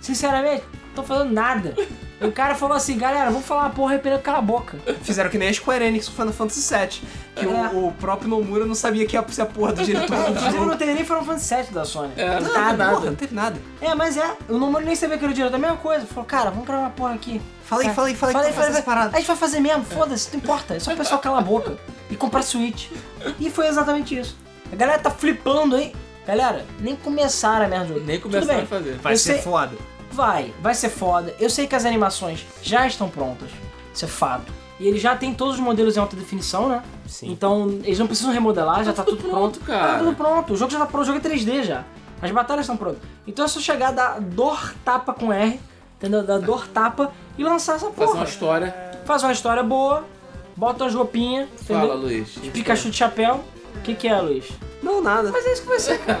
Speaker 2: Sinceramente, tão fazendo nada. E o cara falou assim: galera, vamos falar uma porra aí pra ele calar
Speaker 1: *laughs*
Speaker 2: a boca.
Speaker 1: Fizeram que nem a Square Enix com Final Fantasy VII. Que o, o próprio Nomura não sabia que ia ser a porra do diretor do
Speaker 2: Inclusive,
Speaker 1: jogo.
Speaker 2: É. *laughs* não teve nem Final Fantasy VII da Sony.
Speaker 3: É, não
Speaker 1: tá Nada,
Speaker 3: tem nada.
Speaker 1: porra, não teve nada.
Speaker 2: É, mas é, o Nomura nem sabia que era o diretor, a mesma coisa. Falou, cara, vamos gravar uma porra aqui.
Speaker 1: Fala aí,
Speaker 2: Tá.
Speaker 1: fala aí, fala aí,
Speaker 2: fala aí,
Speaker 1: como fazer
Speaker 2: fala aí.
Speaker 1: essa parada.
Speaker 2: A gente vai fazer mesmo, foda-se, não importa. É só o pessoal calar a boca e comprar Switch. E foi exatamente isso. A galera tá flipando, hein? Galera, nem começaram a merda do jogo.
Speaker 3: Nem
Speaker 2: Tudo
Speaker 3: começaram
Speaker 2: bem.
Speaker 3: a fazer.
Speaker 1: Vai
Speaker 2: Eu
Speaker 1: ser
Speaker 2: sei-
Speaker 1: foda.
Speaker 2: Vai, vai ser foda. Eu sei que as animações já estão prontas, isso é fato. E ele já tem todos os modelos em alta definição, né?
Speaker 1: Sim.
Speaker 2: Então eles não precisam remodelar, já tá tudo pronto.
Speaker 3: cara.
Speaker 2: Tá tudo pronto. O jogo já tá pronto, o jogo é 3D já. As batalhas estão prontas. Então é só chegar, dar dor tapa com R, entendeu? Dar dor tapa e lançar essa
Speaker 3: Fazer uma
Speaker 2: porra.
Speaker 3: história.
Speaker 2: Faz uma história boa, bota umas roupinhas, entendeu?
Speaker 3: Fala, Luiz.
Speaker 2: Pikachu de chapéu. O que, que é, Luiz?
Speaker 1: Não, nada.
Speaker 2: Mas é isso que vai ser, cara.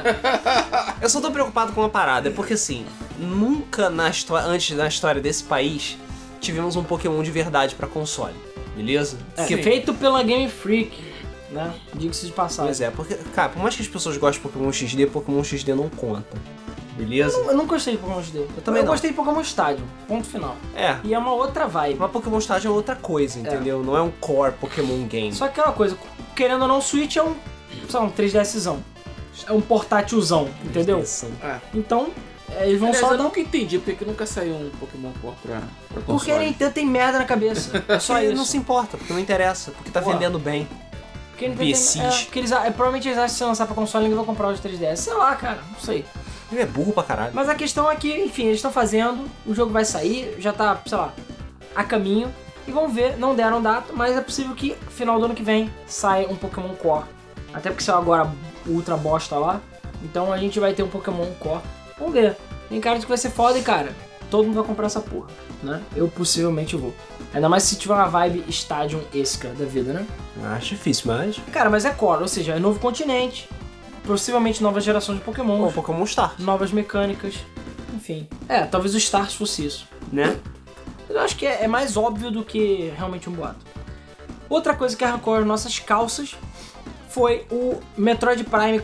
Speaker 1: Eu só tô preocupado com uma parada, é porque assim, nunca na histó- antes na história desse país tivemos um Pokémon de verdade pra console, beleza?
Speaker 2: É.
Speaker 1: Porque-
Speaker 2: Feito pela Game Freak, né? Diga-se de passagem.
Speaker 1: Pois é, porque, cara, por mais que as pessoas gostem de Pokémon XD, Pokémon XD não conta, beleza?
Speaker 2: Eu não gostei de Pokémon XD. Eu
Speaker 1: também
Speaker 2: Eu
Speaker 1: não.
Speaker 2: gostei de Pokémon Stadium. Ponto final.
Speaker 1: É,
Speaker 2: E é uma outra vibe.
Speaker 1: mas Pokémon Stadium é outra coisa, entendeu? Não é um core Pokémon game.
Speaker 2: Só que aquela coisa, querendo ou não, o Switch é um, sei lá, um 3DSzão. É um portátilzão, entendeu? Então, é, eles vão
Speaker 3: Aliás,
Speaker 2: só
Speaker 3: eu
Speaker 2: dar um...
Speaker 3: nunca entendi porque que nunca saiu um Pokémon Core pra, pra console.
Speaker 2: Porque a Nintendo tem merda na
Speaker 3: *laughs*
Speaker 2: cabeça. É só
Speaker 1: Só ele
Speaker 2: isso.
Speaker 1: não se importa, porque não interessa, porque tá
Speaker 2: Pô.
Speaker 1: vendendo bem.
Speaker 2: Porque a Nintendo tem...
Speaker 1: imbecis.
Speaker 2: É, porque eles, é, provavelmente eles acham que se lançar pra console, ninguém vai comprar os 3DS. Sei lá, cara. Não sei.
Speaker 1: Ele é burro pra caralho.
Speaker 2: Mas a questão é que, enfim, eles estão fazendo, o jogo vai sair, já tá, sei lá, a caminho. E vamos ver, não deram data, mas é possível que final do ano que vem saia um Pokémon Core. Até porque saiu agora o Ultra Bosta lá. Então a gente vai ter um Pokémon Core. Vamos ver. Tem cara de que vai ser foda e, cara, todo mundo vai comprar essa porra, né? Eu possivelmente vou. Ainda mais se tiver uma vibe Stadium Esca da vida, né?
Speaker 1: Ah, Acho difícil, mas.
Speaker 2: Cara, mas é Core, ou seja, é novo continente. Possivelmente nova geração de Pokémon
Speaker 1: Bom, Pokémon Star,
Speaker 2: novas mecânicas, enfim. É, talvez o Stars fosse isso.
Speaker 1: né?
Speaker 2: Mas eu acho que é, é mais óbvio do que realmente um boato. Outra coisa que arrancou as nossas calças foi o Metroid Prime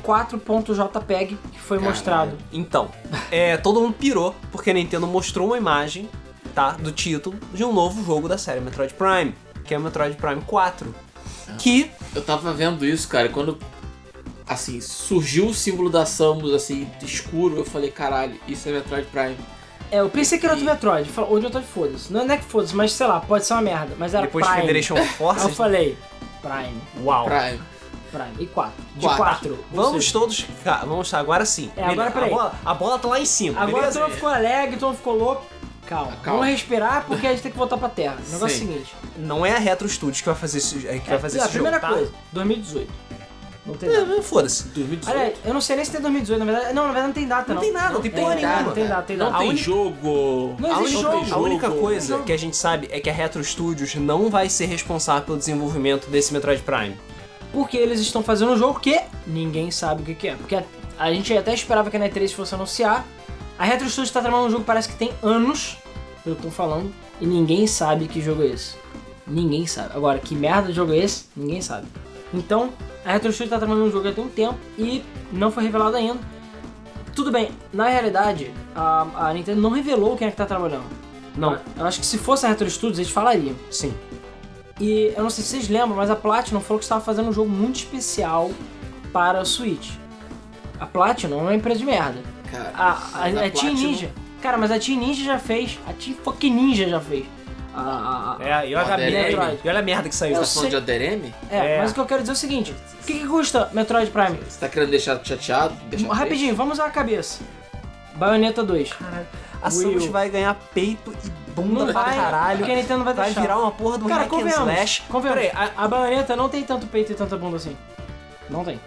Speaker 2: 4.jpg que foi mostrado.
Speaker 1: Então, é, todo mundo pirou porque a Nintendo mostrou uma imagem, tá, do título de um novo jogo da série Metroid Prime, que é o Metroid Prime 4, que
Speaker 3: Eu tava vendo isso, cara, e quando assim, surgiu o símbolo da Samus assim, escuro, eu falei, caralho, isso é Metroid Prime.
Speaker 2: É, eu pensei que era do Metroid, fal- ou de outro foda-se. Não é que foda-se, mas sei lá, pode ser uma merda. Mas era
Speaker 1: depois de
Speaker 2: Prime. *laughs*
Speaker 1: Federation
Speaker 2: Aí eu
Speaker 1: Force,
Speaker 2: falei, Prime,
Speaker 1: uau.
Speaker 3: Prime.
Speaker 2: Prime. E 4. De
Speaker 3: Quatro.
Speaker 2: 4.
Speaker 1: Vamos todos, cara, vamos tá, agora sim.
Speaker 2: É, agora
Speaker 1: Beleza,
Speaker 2: peraí.
Speaker 1: a bola, a bola tá lá em cima,
Speaker 2: Agora
Speaker 1: beleza?
Speaker 2: todo mundo ficou alegre, todo mundo ficou louco. Calma.
Speaker 3: Calma.
Speaker 2: Vamos respirar porque a gente tem que voltar pra terra. O negócio é
Speaker 3: Sim.
Speaker 2: o seguinte.
Speaker 1: Não é a Retro Studios que vai fazer esse, que vai fazer
Speaker 2: é, a
Speaker 1: esse jogo,
Speaker 2: primeira
Speaker 1: tá?
Speaker 2: coisa, 2018. Não tem nada.
Speaker 1: É, foda-se.
Speaker 3: 2018.
Speaker 2: Olha, eu não sei nem se tem 2018, na verdade. Não, na verdade não tem data, não.
Speaker 1: Não tem nada, não tem porra
Speaker 2: data,
Speaker 1: nenhuma.
Speaker 2: Não tem data, tem
Speaker 3: não
Speaker 2: data.
Speaker 3: tem
Speaker 2: A única-
Speaker 3: jogo.
Speaker 2: Não
Speaker 1: A
Speaker 2: existe
Speaker 1: única,
Speaker 2: jogo.
Speaker 1: a única
Speaker 2: Não tem
Speaker 1: coisa
Speaker 2: jogo.
Speaker 1: que a gente sabe é que a Retro Studios não vai ser responsável pelo desenvolvimento desse Metroid Prime.
Speaker 2: Porque eles estão fazendo um jogo que ninguém sabe o que que é. Porque a, a gente até esperava que a E3 fosse anunciar. A Retro Studios tá tramando um jogo que parece que tem anos, pelo que estão falando, e ninguém sabe que jogo é esse. Ninguém sabe. Agora, que merda de jogo é esse? Ninguém sabe. Então, a Retro Studios tá tramando um jogo já tem um tempo e não foi revelado ainda. Tudo bem, na realidade, a, a Nintendo não revelou quem é que tá trabalhando. Então,
Speaker 1: Não.
Speaker 2: Eu acho que se fosse a Retro Studios, eles falariam.
Speaker 1: Sim.
Speaker 2: E eu não sei se vocês lembram, mas a Platinum falou que estava fazendo um jogo muito especial para o Switch. A Platinum é uma empresa de merda.
Speaker 3: Cara,
Speaker 2: A, a,
Speaker 3: mas
Speaker 2: a, Ah, é, Team
Speaker 3: Platinum- É.
Speaker 2: Ninja. Cara, mas a Team Ninja já fez. A Team fucking Ninja já fez. A, a- a-
Speaker 1: É, e olha, a
Speaker 3: Moderno.
Speaker 1: merda, e olha a merda que saiu.
Speaker 2: Eu
Speaker 3: Tá falando de ADRM?
Speaker 2: é,
Speaker 1: é.
Speaker 2: mas o que eu quero dizer é o seguinte: o que, que custa Metroid Prime?
Speaker 3: Você tá querendo deixar chateado? Deixar
Speaker 2: Rapidinho, vamos usar a cabeça. Bayonetta 2.
Speaker 1: A Samus
Speaker 2: Will.
Speaker 1: vai ganhar peito e bunda
Speaker 2: Não
Speaker 1: pra
Speaker 2: vai,
Speaker 1: caralho.
Speaker 2: porque a Nintendo não vai
Speaker 1: Vai
Speaker 2: deixar.
Speaker 1: virar uma porra do
Speaker 2: Cara,
Speaker 1: hack and
Speaker 2: convenhamos.
Speaker 1: slash.
Speaker 2: convenhamos.
Speaker 1: Peraí, a-
Speaker 2: a, a baioneta não tem tanto peito e tanta bunda assim. Não tem.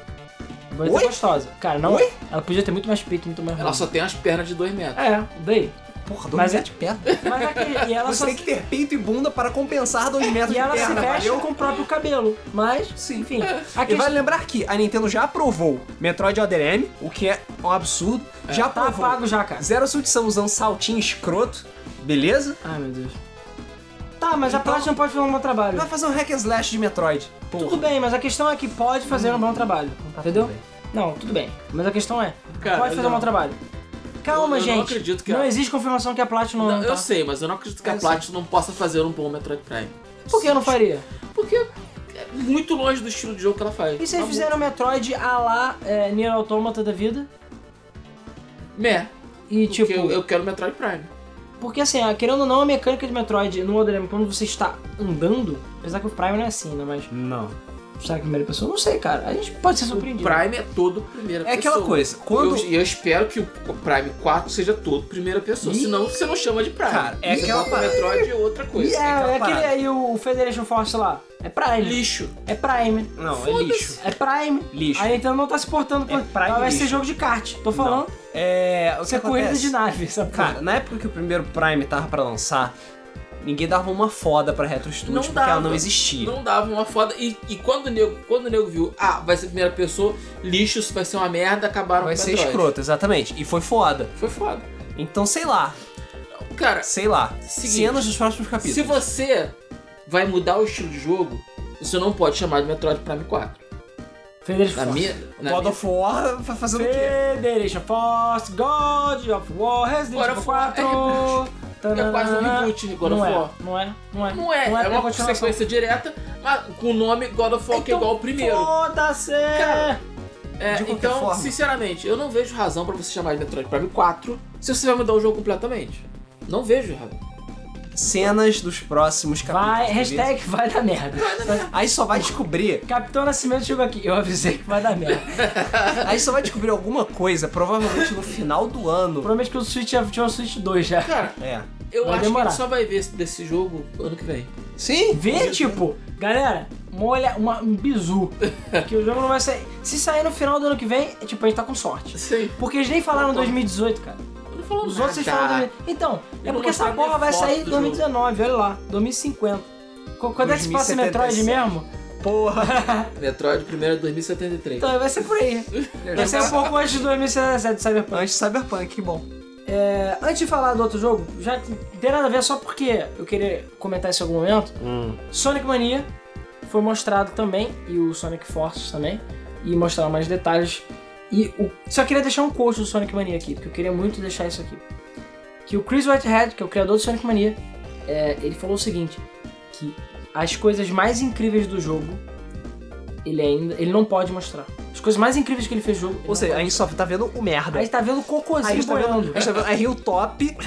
Speaker 2: A baioneta é
Speaker 1: Oi?
Speaker 2: gostosa. Cara, não.
Speaker 1: Oi?
Speaker 2: Ela podia ter muito mais peito, muito mais
Speaker 3: Ela
Speaker 2: bunda.
Speaker 3: só tem as pernas de 2 metros.
Speaker 2: É, daí.
Speaker 1: porra, dois
Speaker 2: Mas é-
Speaker 1: metros de perna.
Speaker 2: Mas é que- e *laughs* ela
Speaker 1: Você
Speaker 2: só.
Speaker 1: tem que ter peito e bunda para compensar dois metros
Speaker 2: E ela
Speaker 1: de
Speaker 2: se
Speaker 1: perna,
Speaker 2: veste
Speaker 1: valeu?
Speaker 2: com o próprio cabelo. Mas, enfim.
Speaker 1: E
Speaker 2: A questão
Speaker 1: vale lembrar que a Nintendo já aprovou Metroid ODM, o que é um absurdo. Já
Speaker 2: tá
Speaker 1: aprovou
Speaker 2: pago já, cara.
Speaker 1: Zero Suit Samus usando saltinho escroto, beleza?
Speaker 2: Ai, meu Deus. Tá, mas a
Speaker 1: Então-
Speaker 2: Platinum pode fazer um bom trabalho.
Speaker 1: Vai fazer um hack and slash de Metroid.
Speaker 2: Tudo bem, mas a questão é que pode fazer um bom trabalho. entendeu?
Speaker 1: tá tudo bem.
Speaker 2: não, tudo bem. Mas a questão é,
Speaker 3: Cara,
Speaker 2: pode fazer
Speaker 3: não.
Speaker 2: um bom trabalho. Calma,
Speaker 3: Eu- eu
Speaker 2: gente.
Speaker 3: não acredito que
Speaker 2: Não
Speaker 3: a-
Speaker 2: existe confirmação que a Platinum
Speaker 3: Não,
Speaker 2: não,
Speaker 3: eu
Speaker 2: tá?
Speaker 3: sei, mas eu não acredito que a
Speaker 1: Eu
Speaker 3: Platinum não possa fazer um bom Metroid Prime.
Speaker 2: Por que eu não faria?
Speaker 1: tipo,
Speaker 3: Porque é muito longe do estilo de jogo que ela faz.
Speaker 2: E se eles
Speaker 3: Tá
Speaker 2: fizeram Metroid a lá é, Nier Automata da vida?
Speaker 3: bom. Meh.
Speaker 2: E
Speaker 3: Porque
Speaker 2: tipo.
Speaker 3: eu, eu quero Metroid Prime.
Speaker 2: Porque assim, ah, querendo ou não, a mecânica de Metroid no Other M, quando você está andando, apesar que o Prime não é assim, né? Mas.
Speaker 1: Não.
Speaker 2: Será que primeira pessoa? Não sei, cara. A gente pode ser
Speaker 3: O
Speaker 2: surpreendido.
Speaker 3: Prime é todo primeira pessoa.
Speaker 1: É aquela coisa, quando-
Speaker 3: Eu, e eu espero que o Prime 4 seja todo primeira pessoa, senão você não chama de Prime.
Speaker 1: Cara, é
Speaker 3: você
Speaker 1: aquela
Speaker 3: bota
Speaker 1: parada.
Speaker 3: Metroid é outra
Speaker 2: E
Speaker 3: coisa.
Speaker 2: é, é
Speaker 1: aquela
Speaker 2: aquele
Speaker 1: parada.
Speaker 2: aí, o Federation Force lá. É Prime.
Speaker 3: Lixo.
Speaker 2: É Prime.
Speaker 1: Não, é
Speaker 3: Foda-se.
Speaker 1: lixo.
Speaker 2: É Prime.
Speaker 1: Lixo.
Speaker 2: A Nintendo não tá se portando com.
Speaker 1: É Prime
Speaker 2: Ela vai ser
Speaker 1: lixo.
Speaker 2: jogo de kart. Tô falando.
Speaker 1: É. O que
Speaker 2: Isso é corrida
Speaker 1: acontece?
Speaker 2: de nave, essa porra.
Speaker 1: Cara, na época que o primeiro Prime tava pra lançar, ninguém dava uma foda pra Retro Studios
Speaker 3: Não
Speaker 1: porque
Speaker 3: dava.
Speaker 1: ela não existia.
Speaker 3: Não dava uma foda. E, e quando, o nego, quando o nego viu, ah, vai ser primeira pessoa, lixo, isso vai ser uma merda, acabaram
Speaker 1: Vai
Speaker 3: com o
Speaker 1: ser
Speaker 3: Metroid.
Speaker 1: escroto, exatamente. E foi foda.
Speaker 3: Foi foda.
Speaker 1: Então, sei lá,
Speaker 3: Cara,
Speaker 1: sei lá.
Speaker 3: Seguinte.
Speaker 1: Cenas dos próximos capítulos.
Speaker 3: se você vai mudar o estilo de jogo, você não pode chamar de Metroid Prime 4.
Speaker 2: Federation
Speaker 3: Na
Speaker 2: Force.
Speaker 3: minha. Na
Speaker 1: God
Speaker 3: minha
Speaker 1: of War vai fazendo o quê?
Speaker 2: Federation Force, God of War, Resident
Speaker 3: God
Speaker 2: Evil
Speaker 3: of War
Speaker 2: 4.
Speaker 3: é quase um
Speaker 2: tananana.
Speaker 3: reboot de God
Speaker 2: não
Speaker 3: of
Speaker 2: é,
Speaker 3: War.
Speaker 2: Não é, não é.
Speaker 3: Não é, é
Speaker 2: porque
Speaker 3: uma
Speaker 2: continuação.
Speaker 3: sequência direta, mas com o nome God of War que é
Speaker 2: Então,
Speaker 3: igual ao primeiro.
Speaker 2: Foda-se!
Speaker 3: Cara, É,
Speaker 1: De qualquer
Speaker 3: então,
Speaker 1: forma.
Speaker 3: sinceramente, eu não vejo razão pra você chamar de Metroid Prime 4 se você vai mudar o jogo completamente. Não vejo razão.
Speaker 1: Cenas dos próximos
Speaker 3: tá
Speaker 1: capítulos.
Speaker 2: Vai,
Speaker 1: beleza?
Speaker 2: hashtag vai dar merda.
Speaker 1: Aí só vai descobrir,
Speaker 2: Capitão Nascimento chegou aqui. Eu avisei que vai dar
Speaker 3: *laughs*
Speaker 2: merda.
Speaker 1: aí só vai descobrir alguma coisa, provavelmente no final do ano.
Speaker 2: Provavelmente que o Switch já tinha um Switch 2 já.
Speaker 3: Cara,
Speaker 1: É.
Speaker 3: eu
Speaker 2: Vai
Speaker 3: acho
Speaker 2: demorar.
Speaker 3: que a gente só vai ver esse- desse jogo ano que vem.
Speaker 1: Sim?
Speaker 2: Vê, tipo, galera, molha uma, um
Speaker 3: *laughs*
Speaker 2: bizu. que o jogo não vai sair. Se sair no final do ano que vem, é, tipo, a gente tá com sorte.
Speaker 3: Sim.
Speaker 2: Porque eles nem
Speaker 3: Tá
Speaker 2: falaram 2018, cara.
Speaker 3: Eu não falo
Speaker 2: Os
Speaker 3: nada.
Speaker 2: outros vocês falam. 2018. Então, é
Speaker 3: não
Speaker 2: porque essa
Speaker 3: mostraram
Speaker 2: porra
Speaker 3: nem
Speaker 2: vai
Speaker 3: foto
Speaker 2: sair em
Speaker 3: do
Speaker 2: 2019, olha lá. 2050. Qu- Quando é que se passa
Speaker 1: 2077?
Speaker 2: Metroid mesmo?
Speaker 1: Porra.
Speaker 3: Metroid primeiro é 2073.
Speaker 2: Então, vai ser por aí. Vai ser um pouco antes de 2077, Cyberpunk.
Speaker 1: Antes de um Cyberpunk, que bom.
Speaker 2: É, antes de falar do outro jogo, já que não tem nada a ver, só porque eu queria comentar isso em algum momento.
Speaker 1: Hum.
Speaker 2: Sonic Mania foi mostrado também, e o Sonic Forces também, e mostraram mais detalhes. E o- só queria deixar um coach do Sonic Mania aqui, porque eu queria muito deixar isso aqui. Que o Chris Whitehead, que é o criador do Sonic Mania, é, ele falou o seguinte: que as coisas mais incríveis do jogo ele ainda ele não pode mostrar. As coisas mais incríveis que ele fez no jogo. ele
Speaker 1: Ou
Speaker 2: não
Speaker 1: seja, a
Speaker 2: pode.
Speaker 1: gente só tá vendo o merda.
Speaker 2: Aí tá vendo o
Speaker 1: Aí a
Speaker 2: cocôzinho
Speaker 1: gente tá vendo,
Speaker 2: boiando.
Speaker 1: a gente tá vendo, aí o
Speaker 2: *laughs*
Speaker 1: top,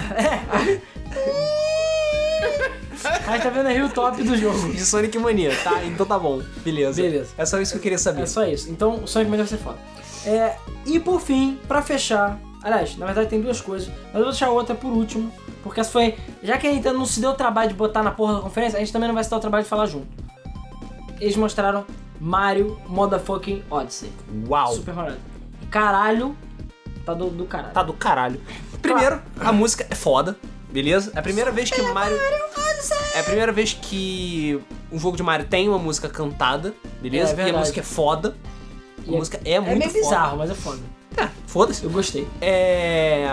Speaker 2: Aí tá vendo aí o top do jogo.
Speaker 1: de Sonic Mania, tá? Então tá bom, beleza.
Speaker 2: Beleza.
Speaker 1: É só isso que eu queria saber.
Speaker 2: É só isso. Então o Sonic Mania vai ser foda. É, e por fim, pra fechar. Aliás, na verdade tem duas coisas, mas eu vou deixar outra por último. Porque essa foi. Já que a Nintendo não se deu o trabalho de botar na porra da conferência, a gente também não vai se dar o trabalho de falar junto. Eles mostraram Mario Motherfucking Odyssey.
Speaker 1: Uau!
Speaker 2: Super Mario. Caralho. Tá do, do caralho.
Speaker 1: Tá do caralho. Primeiro, a música é foda, beleza? É a primeira vez que Mario. É a primeira vez que um jogo de Mario tem uma música cantada,
Speaker 2: É, é
Speaker 1: beleza? e a
Speaker 2: verdade.
Speaker 1: música é foda. A
Speaker 2: E é-
Speaker 1: música é
Speaker 2: é
Speaker 1: muito
Speaker 2: meio
Speaker 1: foda.
Speaker 2: bizarro, mas é foda.
Speaker 1: É, foda-se.
Speaker 2: Eu gostei.
Speaker 1: É.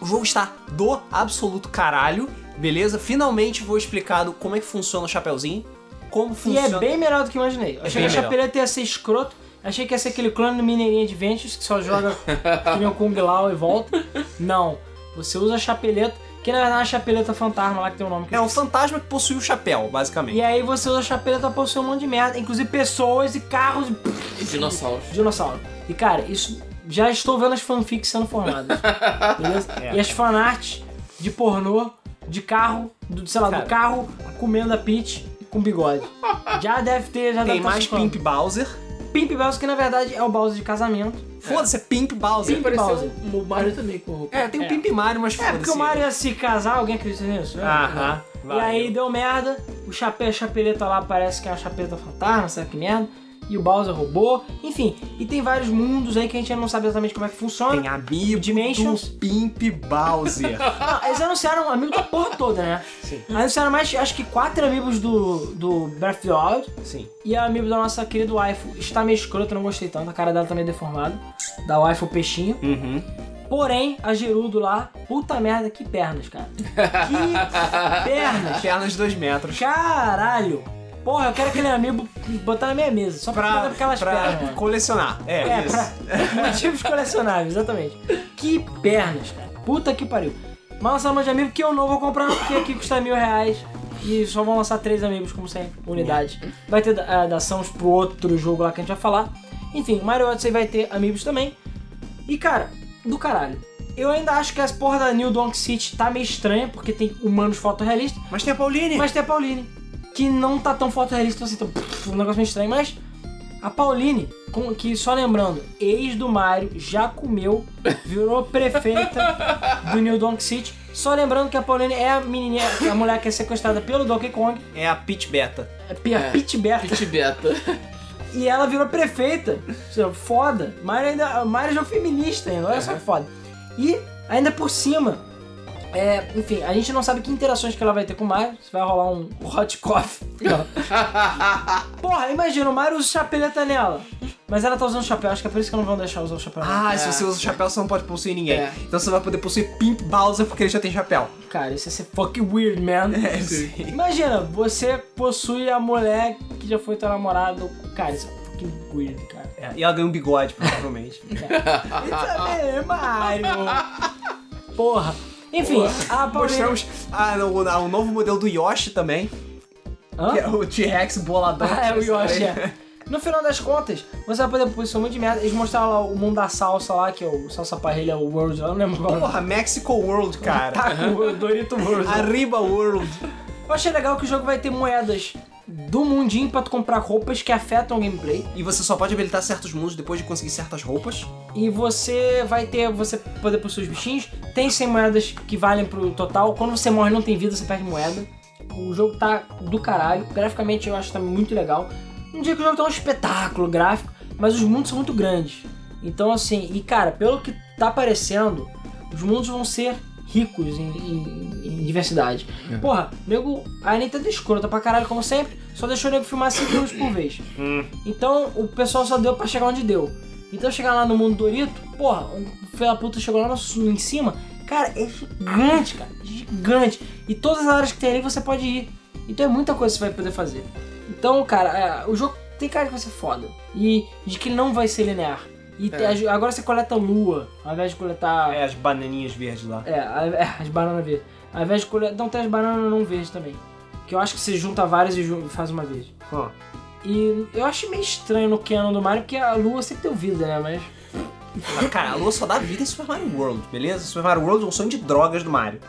Speaker 1: O jogo está do absoluto caralho, beleza? Finalmente vou explicado como é que funciona o Chapeuzinho. Como
Speaker 2: E
Speaker 1: funciona. É
Speaker 2: é bem melhor do que eu imaginei. Eu achei
Speaker 1: bem
Speaker 2: que a
Speaker 1: melhor.
Speaker 2: chapeleta ia ser escroto. Achei que ia ser aquele clone do Mineirinha Adventures que só joga que nem o Kung Lao e volta. Não. Você usa a chapeleta, que na verdade é a chapeleta fantasma lá que tem o nome. Que...
Speaker 1: É um fantasma que possui o chapéu, basicamente.
Speaker 2: E aí você usa a chapeleta pra ser um monte de merda, inclusive pessoas e carros e
Speaker 3: E dinossauros.
Speaker 2: dinossauro. E cara, isso já estou vendo as fanfics sendo
Speaker 1: *laughs*
Speaker 2: formadas. beleza?
Speaker 1: É.
Speaker 2: E as fanarts de pornô, de carro, do, sei lá,
Speaker 1: Cara.
Speaker 2: do carro comendo a Peach com bigode. Já deve ter, já
Speaker 1: Tem
Speaker 2: deve tá
Speaker 1: mais
Speaker 2: circulando.
Speaker 1: Pimp Bowser.
Speaker 2: Pimp Bells, que na verdade é o Bowser de casamento.
Speaker 1: Foda-se, é Pimp Bowser.
Speaker 3: Sim, pareceu
Speaker 2: Bowser.
Speaker 3: o Mario também com roupa.
Speaker 1: É, Ah, tem o
Speaker 2: É.
Speaker 1: Pimp Mario, mas foda-se.
Speaker 2: É porque o Mario ia se casar, alguém acredita nisso? né?
Speaker 1: Aham.
Speaker 2: E aí deu merda, o chapéu, a chapeleta lá parece que é uma chapeleta fantasma, sabe que merda? E o Bowser roubou, enfim. E tem vários mundos aí que a gente ainda não sabe exatamente como é que funciona.
Speaker 1: Tem amigo
Speaker 2: Dimensions.
Speaker 1: do Pimp
Speaker 2: *laughs*
Speaker 1: Bowser.
Speaker 2: Não, Ah, eles anunciaram amigo da porra toda, né?
Speaker 1: Sim.
Speaker 2: Anunciaram mais, acho que quatro amigos do, do Breath of the Wild.
Speaker 1: Sim.
Speaker 2: E a amigo da nossa querida waifu está meio escrota, não gostei tanto. A cara dela tá meio deformada. Da waifu peixinho.
Speaker 1: Uhum.
Speaker 2: Porém, a Gerudo lá, puta merda, que pernas, *laughs* cara. Que pernas.
Speaker 1: Pernas de dois metros.
Speaker 2: Caralho. Porra, eu quero aquele amigo botar na minha mesa, só pra,
Speaker 1: Pra,
Speaker 2: pra aquelas
Speaker 1: pra
Speaker 2: pernas.
Speaker 1: colecionar. É,
Speaker 2: É,
Speaker 1: isso.
Speaker 2: pra *laughs* motivos colecionáveis, exatamente. Que pernas, cara. Puta que pariu. Mas lançaram um monte de amigo que eu não vou comprar, porque aqui custa mil reais. E só vão lançar três amigos, como sempre, unidade.
Speaker 1: É.
Speaker 2: Vai ter adaptações pro outro jogo lá que a gente vai falar. Enfim, Mario Odyssey vai ter amigos também. E cara, do caralho. Eu ainda acho que as porra da New Donk City tá meio estranha, porque tem humanos fotorrealistas.
Speaker 1: Mas tem a Pauline.
Speaker 2: Mas tem a Pauline, que não tá tão fotorrealista assim, então, pff, um negócio meio estranho, mas a Pauline, com- que só lembrando, ex do Mario, já comeu, virou prefeita do New Donk City. Só lembrando que a Pauline é a menininha, a mulher que é sequestrada pelo Donkey Kong,
Speaker 1: É a Peach Beta.
Speaker 2: a P- a
Speaker 3: É.
Speaker 2: Pit Berta,
Speaker 3: Pit Beta.
Speaker 2: e ela virou prefeita. Ou seja, Foda. Mario ainda, Mario já é um feminista ainda, olha só que foda. E ainda por cima, é, enfim, a gente não sabe que interações que ela vai ter com o Mario, se vai rolar um
Speaker 1: *laughs*
Speaker 2: hot coffee. Porra, imagina, o Mario usa chapeleta nela. Mas ela tá usando chapéu, acho que é por isso que não vão deixar usar o chapéu.
Speaker 1: Ah,
Speaker 3: É.
Speaker 1: se você usa o chapéu, você não pode possuir ninguém.
Speaker 3: É.
Speaker 1: Então você vai poder possuir Pimp Bowser porque ele já tem chapéu.
Speaker 2: Cara, isso ia ser fucking weird, man.
Speaker 1: É, sim.
Speaker 2: Imagina, você possui a mulher que já foi tua namorada. Cara, isso é fucking weird, cara.
Speaker 1: E ela ganha um bigode,
Speaker 2: *laughs*
Speaker 1: provavelmente.
Speaker 2: Isso é Mario. Porra. Enfim, a Palmeira...
Speaker 1: Mostramos ah, não, o, ah, o novo modelo do Yoshi também.
Speaker 2: Hã?
Speaker 1: Que é o T-Rex boladão.
Speaker 2: Ah, *laughs* é o Yoshi, é. No final das contas, você vai poder posição muito de merda. Eles mostraram lá o mundo da salsa lá, que é o Salsa Parrilha World, eu não lembro qual. é
Speaker 1: Porra, Mexico World,
Speaker 2: *laughs*
Speaker 1: cara.
Speaker 2: Taco World, Tá Dorito World.
Speaker 1: Arriba World.
Speaker 2: Eu achei legal que o jogo vai ter moedas do mundinho pra tu comprar roupas que afetam o gameplay.
Speaker 1: E você só pode habilitar certos mundos depois de conseguir certas roupas.
Speaker 2: E você vai ter, você poder possuir os bichinhos. Tem 100 moedas que valem pro total. Quando você morre e não tem vida, você perde moeda. O jogo tá do caralho. Graficamente eu acho que tá muito legal. Não diria que o jogo tá um espetáculo gráfico, mas os mundos são muito grandes. Então assim, e cara, pelo que tá parecendo, os mundos vão ser ricos em, em- em diversidade. Porra, nego, a Nintendo é escrota pra caralho, como sempre. Só deixou o nego filmar 5 minutos por vez. Então o pessoal só deu pra chegar onde deu. Então chegar lá no mundo Dorito, porra, um filho da puta chegou lá no sul, em cima, cara, é gigante, cara, gigante. E todas as áreas que tem ali você pode ir. Então é muita coisa que você vai poder fazer. Então, cara, é, o jogo tem cara que vai ser foda. E de que ele não vai ser linear. E tem- a- agora você coleta lua, ao invés de coletar.
Speaker 1: as bananinhas verdes lá.
Speaker 2: É, a- é, as bananas verdes. Ao invés de colher. Não, tem as bananas não verdes também. Que eu acho que você junta várias e ju- faz uma vez.
Speaker 1: Hã.
Speaker 2: E eu acho meio estranho no canon do Mario, porque a lua sempre tem vida, né? Mas.
Speaker 1: Mas, cara, a lua só dá vida em Super Mario World, beleza? Super Mario World é um sonho de drogas do Mario.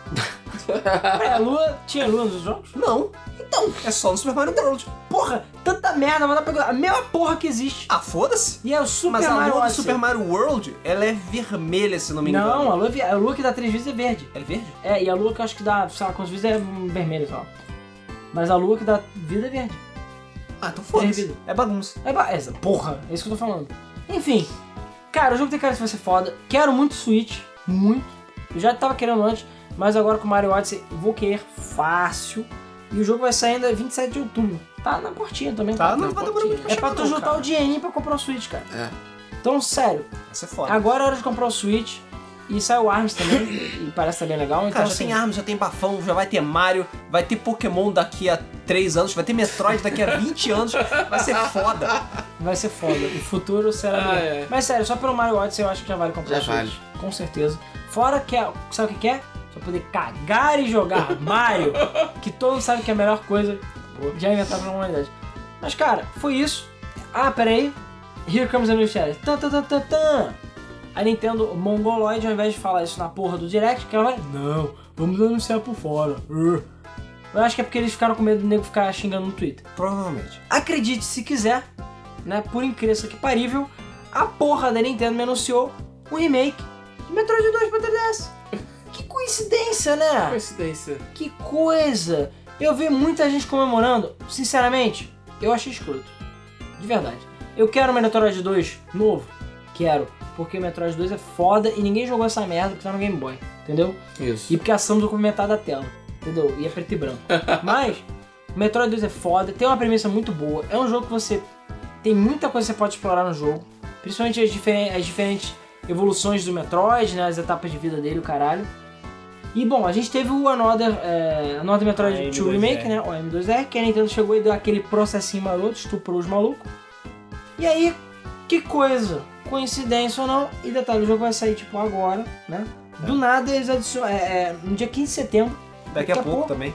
Speaker 2: Ué, é, a lua tinha lua nos jogos?
Speaker 1: Não. Então, é só no Super Mario World.
Speaker 2: Porra, tanta merda, mas dá pra pegar a mesma porra que existe.
Speaker 1: Ah, foda-se.
Speaker 2: E é o Super
Speaker 1: Mas a
Speaker 2: Mario
Speaker 1: lua do
Speaker 2: Odyssey.
Speaker 1: Super Mario World, ela é vermelha, se não me engano.
Speaker 2: Não, a lua, é vi- a lua que dá três vezes é verde.
Speaker 1: Ela é verde?
Speaker 2: É, e a lua que eu acho que dá, sei lá, quantos vezes é hum, vermelho, sei lá. Mas a lua que dá vida é verde.
Speaker 1: Ah, então
Speaker 2: É
Speaker 1: foda-se.
Speaker 2: vida.
Speaker 1: É bagunça.
Speaker 2: É, ba- essa, porra, é isso que eu tô falando. Enfim, cara, o jogo tem cara que vai ser foda. Quero muito Switch, muito. Eu já tava querendo antes, mas agora com o Mario Odyssey eu vou querer fácil. E o jogo vai sair ainda 27 de outubro. Tá na portinha também.
Speaker 1: Tá,
Speaker 2: cara.
Speaker 1: não vai demorar muito
Speaker 2: É
Speaker 1: chegar,
Speaker 2: pra tu
Speaker 1: não,
Speaker 2: juntar
Speaker 1: cara.
Speaker 2: o dinheirinho pra comprar o Switch, cara.
Speaker 3: É.
Speaker 2: Então, sério,
Speaker 1: Vai ser foda.
Speaker 2: agora é hora de comprar o Switch. E sai o Arms também, *coughs* e parece também legal. Então,
Speaker 1: Cara, já
Speaker 2: assim,
Speaker 1: tem armas, já tem bafão, já vai ter Mario, vai ter Pokémon daqui a 3 anos, vai ter Metroid daqui a 20 *laughs* anos, vai ser foda.
Speaker 2: Vai ser foda. O futuro será.
Speaker 3: Ah,
Speaker 2: melhor.
Speaker 3: é.
Speaker 2: Mas sério, só pelo Mario Odyssey eu acho que já vale comprar
Speaker 3: Já
Speaker 2: o Switch. Com certeza. Fora que é. Sabe o que que é? Só poder cagar e
Speaker 3: *laughs*
Speaker 2: jogar Mario, que todo mundo sabe que é a melhor coisa já inventada na humanidade. Mas cara, foi isso. Ah, peraí. Here comes a new challenge. Tan, tan, tan, tan, tan. A Nintendo mongoloide, ao invés de falar isso na porra do Direct, que ela vai. Não, vamos anunciar por fora. Uh. Eu acho que é porque eles ficaram com medo do nego ficar xingando no Twitter.
Speaker 1: Provavelmente.
Speaker 2: Acredite se quiser, né? Por incrível que parível, a porra da Nintendo me anunciou um remake de Metroid 2 pra 3DS. Que coincidência, né?
Speaker 3: Coincidência.
Speaker 2: Que coisa! Eu vi muita gente comemorando. Sinceramente, eu achei escroto. De verdade. Eu quero um Metroid 2 novo. Quero. Porque Metroid 2 é foda e ninguém jogou essa merda que tá no Game Boy. Entendeu?
Speaker 3: Isso.
Speaker 2: E porque a Samus ocupa metade da tela. Entendeu? E é preto e branco. Mas, Metroid 2 é foda, tem uma premissa muito boa. É um jogo que você. Tem muita coisa que você pode explorar no jogo. Principalmente as, diferen- as diferentes evoluções do Metroid, né? As etapas de vida dele, o caralho. E bom, a gente teve o Another, é, Another Metroid
Speaker 1: AM2R.
Speaker 2: 2 Remake, né? O M2R, que a Nintendo chegou e deu aquele processinho maroto, estuprou os malucos. E aí, que coisa! Coincidência ou não? E detalhe, o jogo vai sair tipo agora, né? Do nada eles adicionam. É, é, no dia 15 de setembro,
Speaker 1: Daqui, a, pouco, também.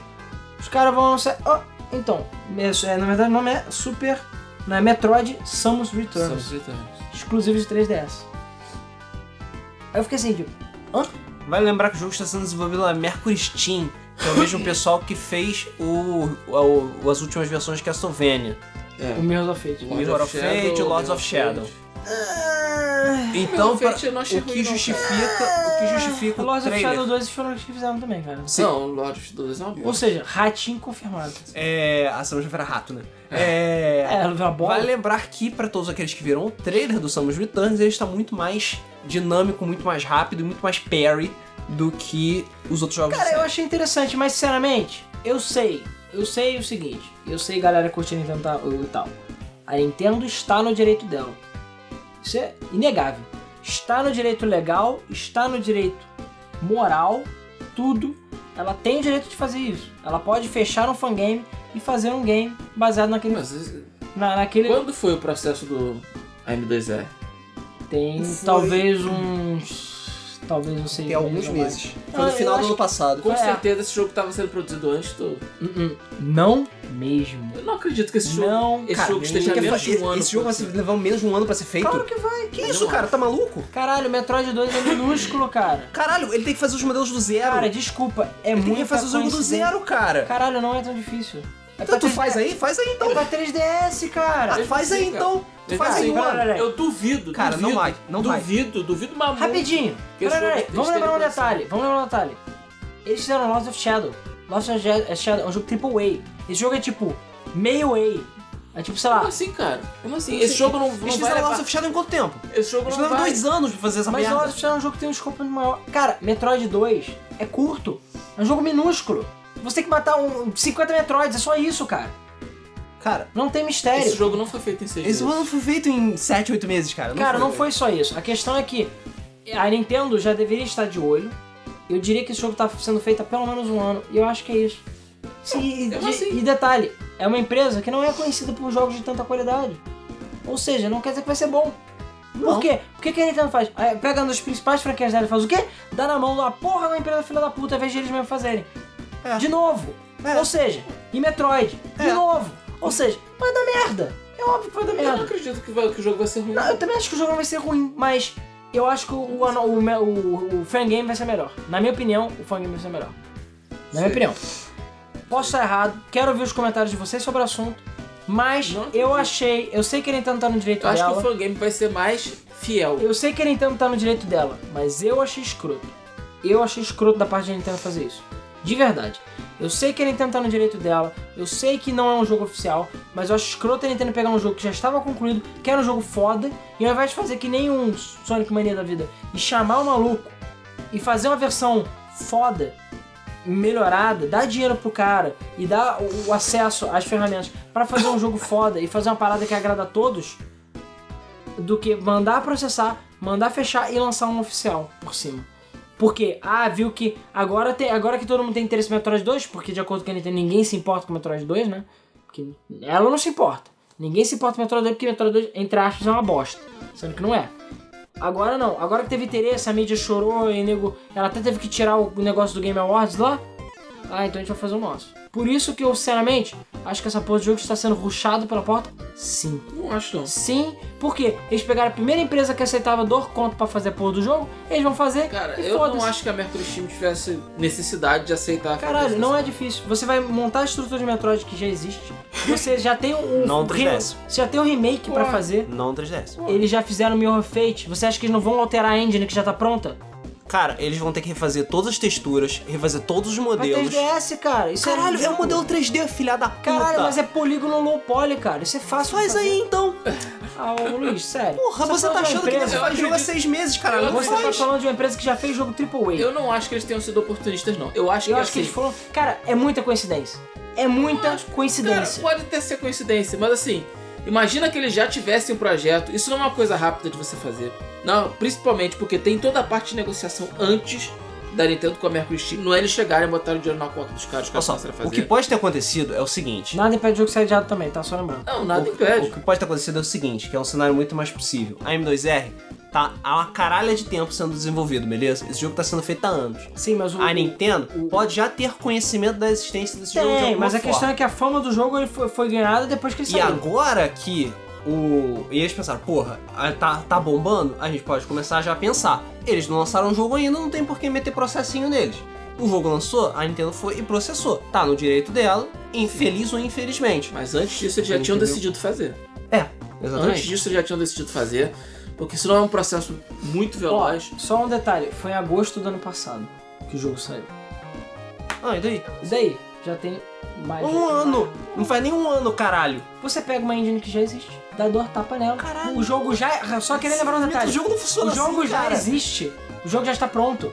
Speaker 2: os caras vão anunciar. ó, então, é, é, na verdade o nome é Super. Não é Metroid Samus Returns.
Speaker 3: Somos britânicos.
Speaker 2: Exclusivo de 3DS. Aí eu fiquei assim, tipo,
Speaker 1: Vale lembrar que o jogo está sendo desenvolvido na Mercury Steam, que é o
Speaker 2: *coughs*
Speaker 1: mesmo pessoal que fez o, o- as últimas versões de Castlevania.
Speaker 3: É.
Speaker 2: o Mirror's of Fate.
Speaker 1: Mirror of Fate, Lords of Shadow.
Speaker 3: Então,
Speaker 2: Ah,
Speaker 1: Então,
Speaker 3: o
Speaker 1: pra-
Speaker 3: Fate eu não achei
Speaker 1: o que
Speaker 3: ruim, não,
Speaker 1: justifica, o que justifica o
Speaker 2: Lords of
Speaker 1: trailer.
Speaker 2: Shadow 2 foram os que fizeram também, cara.
Speaker 1: Sim.
Speaker 3: Não, Lord of the Doors é uma boa.
Speaker 2: Ou seja, ratinho confirmado.
Speaker 1: É, a Samus era rato, né? É.
Speaker 2: É, ela viu a bola.
Speaker 1: Vale lembrar que, pra todos aqueles que viram o trailer do Samus Returns, ele está muito mais dinâmico, muito mais rápido e muito mais parry do que os outros jogos.
Speaker 2: Cara,
Speaker 1: da
Speaker 2: eu
Speaker 1: série.
Speaker 2: achei interessante, mas sinceramente, eu sei. Eu sei o seguinte. Eu sei, galera, que curte a Nintendo tá- e tal. A Nintendo está no direito dela. Isso é inegável. Está no direito legal, está no direito moral, tudo. Ela tem o direito de fazer isso. Ela pode fechar um fangame e fazer um game baseado naquele.
Speaker 3: Mas isso-
Speaker 2: na- naquele
Speaker 3: quando foi o processo do AM2R?
Speaker 2: Tem
Speaker 1: Foi-
Speaker 2: talvez uns. Talvez uns seis
Speaker 1: Tem alguns
Speaker 2: meses ou mais.
Speaker 1: meses. Foi
Speaker 2: Ah,
Speaker 1: no
Speaker 2: eu
Speaker 1: final do
Speaker 2: acho
Speaker 1: ano passado.
Speaker 3: Com
Speaker 2: É.
Speaker 3: certeza esse jogo estava sendo produzido antes do.
Speaker 2: Hum, hum. Não mesmo.
Speaker 3: Eu não acredito que esse jogo.
Speaker 2: Não,
Speaker 3: esse
Speaker 2: cara,
Speaker 3: jogo esteja
Speaker 1: Quer
Speaker 3: menos
Speaker 1: fa-
Speaker 3: de um ano.
Speaker 1: Esse jogo vai se levar menos de um ano pra ser feito?
Speaker 2: Claro que vai.
Speaker 1: Que isso, cara? Tá maluco?
Speaker 2: Caralho, Metroid 2 é minúsculo, cara.
Speaker 1: Caralho, ele tem que fazer os modelos do zero.
Speaker 2: Cara, desculpa. É
Speaker 1: ele tem
Speaker 2: muito
Speaker 1: que fazer o jogo do zero, cara.
Speaker 2: Caralho, não é tão difícil. É
Speaker 1: Então
Speaker 2: pra
Speaker 1: tu
Speaker 2: 3D
Speaker 1: faz aí? Faz aí então.
Speaker 2: É pra 3DS, cara.
Speaker 1: Ah, faz aí
Speaker 3: cara.
Speaker 1: então. Tu
Speaker 3: Ele
Speaker 1: faz
Speaker 3: tá
Speaker 1: aí
Speaker 3: assim,
Speaker 1: um
Speaker 2: cara,
Speaker 1: ano.
Speaker 2: olha,
Speaker 3: Eu duvido,
Speaker 1: Cara, não
Speaker 3: duvido.
Speaker 1: vai, não vai.
Speaker 3: duvido, duvido
Speaker 1: Ah,
Speaker 3: mamão.
Speaker 2: Rapidinho.
Speaker 3: Que esse
Speaker 2: Peraí, peraí,
Speaker 3: jogo
Speaker 2: Vamos
Speaker 3: esteja
Speaker 2: lembrar um
Speaker 3: produzido.
Speaker 2: detalhe. Vamos lembrar um detalhe. Eles fizeram Lost of Shadow. Lost of Je- Shadow é um jogo triple A. Esse jogo é tipo meio A. É tipo, sei lá,
Speaker 3: Como assim, cara? Como assim? Esse jogo não, não
Speaker 1: Eles
Speaker 3: vai
Speaker 1: fizeram
Speaker 3: levar...
Speaker 1: Lost of Shadow em quanto tempo?
Speaker 3: Esse jogo
Speaker 1: Eles
Speaker 3: não
Speaker 1: levaram
Speaker 3: vai...
Speaker 1: dois anos pra fazer essa
Speaker 2: Mas
Speaker 1: merda.
Speaker 2: Lord of the Rings é um jogo que tem um escopo muito maior. Cara, Metroid 2 é curto. É um jogo minúsculo. Você tem que matar um, 50 Metroids, é só isso, cara.
Speaker 1: Cara,
Speaker 2: Não tem mistério.
Speaker 3: Esse jogo não foi feito em seis
Speaker 1: esse
Speaker 3: meses.
Speaker 1: ano foi feito em 7, 8 meses, cara.
Speaker 2: cara, não foi só isso. A questão é que a Nintendo já deveria estar de olho. Eu diria que esse jogo tá sendo feito há pelo menos um ano. E eu acho que é isso. Sim, e,
Speaker 3: É, mas
Speaker 2: de-
Speaker 3: assim-
Speaker 2: e detalhe, é uma empresa que não é conhecida por jogos de tanta qualidade. Ou seja, não quer dizer que vai ser bom. Por
Speaker 1: Não.
Speaker 2: quê? Por que, que a Nintendo faz? Ah, Pega uma das principais franquias dela e faz o quê? Dá na mão da porra da empresa filha da puta, ao invés de eles mesmos fazerem.
Speaker 1: É.
Speaker 2: De novo.
Speaker 1: É.
Speaker 2: Ou seja, e Metroid. De
Speaker 1: É.
Speaker 2: novo. Ou seja, vai dar merda. É óbvio que vai dar
Speaker 3: Eu não
Speaker 2: merda.
Speaker 3: acredito que, vai- que o jogo vai ser ruim.
Speaker 2: Não, eu também acho que o jogo não vai ser ruim, mas eu acho que o, ano- o, me- o, o fangame vai ser melhor. Na minha opinião, o fangame vai ser melhor. Na minha
Speaker 3: Sei.
Speaker 2: opinião. Posso estar errado, quero ouvir os comentários de vocês sobre o assunto, mas
Speaker 3: Não acredito.
Speaker 2: eu achei, eu sei que a Nintendo tá no direito
Speaker 3: Eu acho que o
Speaker 2: dela.
Speaker 3: fangame vai ser mais fiel.
Speaker 2: Eu sei que a Nintendo tá no direito dela, mas eu achei escroto. Eu achei escroto da parte da Nintendo fazer isso. De verdade. Eu sei que a Nintendo tá no direito dela, eu sei que não é um jogo oficial, mas eu acho escroto a Nintendo pegar um jogo que já estava concluído, que era um jogo foda, e ao invés de fazer que nem um Sonic Mania da vida, e chamar o maluco e fazer uma versão foda, melhorada, dar dinheiro pro cara e dar o, o acesso às ferramentas pra fazer um jogo foda e fazer uma parada que agrada a todos, do que mandar processar, mandar fechar e lançar um oficial por cima. Porque, ah, viu que agora, tem, agora que todo mundo tem interesse em Metroid 2, porque de acordo com a Nintendo ninguém se importa com Metroid 2, né? Porque ela não se importa. Ninguém se importa com Metroid 2 porque Metroid 2, entre aspas, é uma bosta. Sendo que não é. Agora não. Agora que teve interesse, a mídia chorou e nego... Ela até teve que tirar o negócio do Game Awards lá. Ah, então a gente vai fazer o nosso. Por isso que eu, sinceramente, acho que essa porra de jogo está sendo ruxado pela porta. Sim.
Speaker 3: Não acho, não.
Speaker 2: Sim, porque eles pegaram a primeira empresa que aceitava dor conto pra fazer a porra do jogo, eles vão fazer
Speaker 3: Cara,
Speaker 2: e
Speaker 3: eu não
Speaker 2: foda-se.
Speaker 3: acho que a Mercury Steam tivesse necessidade de aceitar a
Speaker 2: Caralho,
Speaker 3: franquia
Speaker 2: não é
Speaker 3: dessa.
Speaker 2: difícil. Você vai montar a estrutura de Metroid que já existe. Você já tem um.
Speaker 1: *laughs* Não
Speaker 2: um re-
Speaker 1: 3DS.
Speaker 2: Você já tem um remake pra fazer.
Speaker 1: Não 3DS.
Speaker 2: Eles já fizeram Mirror of Fate. Você acha que eles não vão alterar a engine que já tá pronta?
Speaker 1: Cara, eles vão ter que refazer todas as texturas, refazer todos os
Speaker 2: Pra
Speaker 1: modelos.
Speaker 2: 3DS, cara. Isso
Speaker 1: Caralho, é um
Speaker 2: ridículo.
Speaker 1: modelo 3D, filha da puta.
Speaker 2: é Caralho, mas é polígono low poly, cara. Isso é fácil. de
Speaker 1: Faz
Speaker 2: fazer.
Speaker 1: aí então.
Speaker 2: Ah, ô, Luiz, sério.
Speaker 1: Porra, você
Speaker 2: tá
Speaker 1: tá
Speaker 2: falando
Speaker 1: achando que
Speaker 2: de uma
Speaker 1: você
Speaker 2: empresa-
Speaker 1: faz
Speaker 3: Eu
Speaker 1: jogo há
Speaker 3: acredito-
Speaker 1: seis meses, cara?
Speaker 3: Eu
Speaker 1: Não
Speaker 2: Você tá
Speaker 1: faz.
Speaker 2: falando de uma empresa que já fez jogo AAA.
Speaker 3: Eu não acho que eles tenham sido oportunistas, não. Eu acho
Speaker 2: é Eu
Speaker 3: que
Speaker 2: acho que
Speaker 3: assim,
Speaker 2: eles foram. Cara, é muita coincidência. É muita
Speaker 3: Cara,
Speaker 2: coincidência.
Speaker 3: pode até ser coincidência, mas assim, imagina que eles já tivessem um projeto. Isso não é uma coisa rápida de você fazer. Não, principalmente porque tem toda a parte de negociação antes da Nintendo com a Mercury Steam. Não é eles chegarem e botarem o dinheiro na conta dos caras, os
Speaker 1: Olha
Speaker 3: caras
Speaker 1: só,
Speaker 3: começaram a
Speaker 1: o
Speaker 3: fazer.
Speaker 1: que pode ter acontecido é o seguinte.
Speaker 2: Nada impede o jogo sair de lado também, tá? Só lembrando.
Speaker 3: Não, nada
Speaker 1: o,
Speaker 3: impede.
Speaker 1: o que pode ter acontecido é o seguinte, que é um cenário muito mais possível. A M2R tá há uma caralha de tempo sendo desenvolvido, beleza? Esse jogo tá sendo feito há anos.
Speaker 2: Sim, mas o.
Speaker 1: A Nintendo
Speaker 2: o-
Speaker 1: pode já ter conhecimento da existência desse Ah, jogo de
Speaker 2: Tem,
Speaker 1: alguma
Speaker 2: mas a
Speaker 1: forma.
Speaker 2: questão é que a fama do jogo ele foi, foi ganhada depois que ele
Speaker 1: E
Speaker 2: saiu.
Speaker 1: agora que o. E eles pensaram, porra, a- tá, tá bombando? A gente pode começar já a pensar. Eles não lançaram o jogo ainda, não tem por que meter processinho neles. O jogo lançou, a Nintendo foi e processou. Tá no direito dela, infeliz ou infelizmente.
Speaker 3: Mas antes disso eles já
Speaker 1: Entendeu?
Speaker 3: tinham decidido fazer.
Speaker 1: É,
Speaker 3: Antes
Speaker 1: exatamente.
Speaker 3: disso eles já tinham decidido fazer, porque isso não é um processo muito
Speaker 2: Ó,
Speaker 3: veloz.
Speaker 2: só um detalhe, foi em agosto do ano passado que o jogo saiu.
Speaker 1: Ah, e daí?
Speaker 2: E daí, já tem mais.
Speaker 1: Um ano! Não faz nem um ano, caralho.
Speaker 2: Você pega uma engine que já existe, dá dor tapa nela.
Speaker 1: Caralho.
Speaker 2: O jogo já. Só queria lembrar um detalhe.
Speaker 1: O jogo não funciona
Speaker 2: O jogo
Speaker 1: assim,
Speaker 2: já
Speaker 1: cara.
Speaker 2: existe. O jogo já está pronto.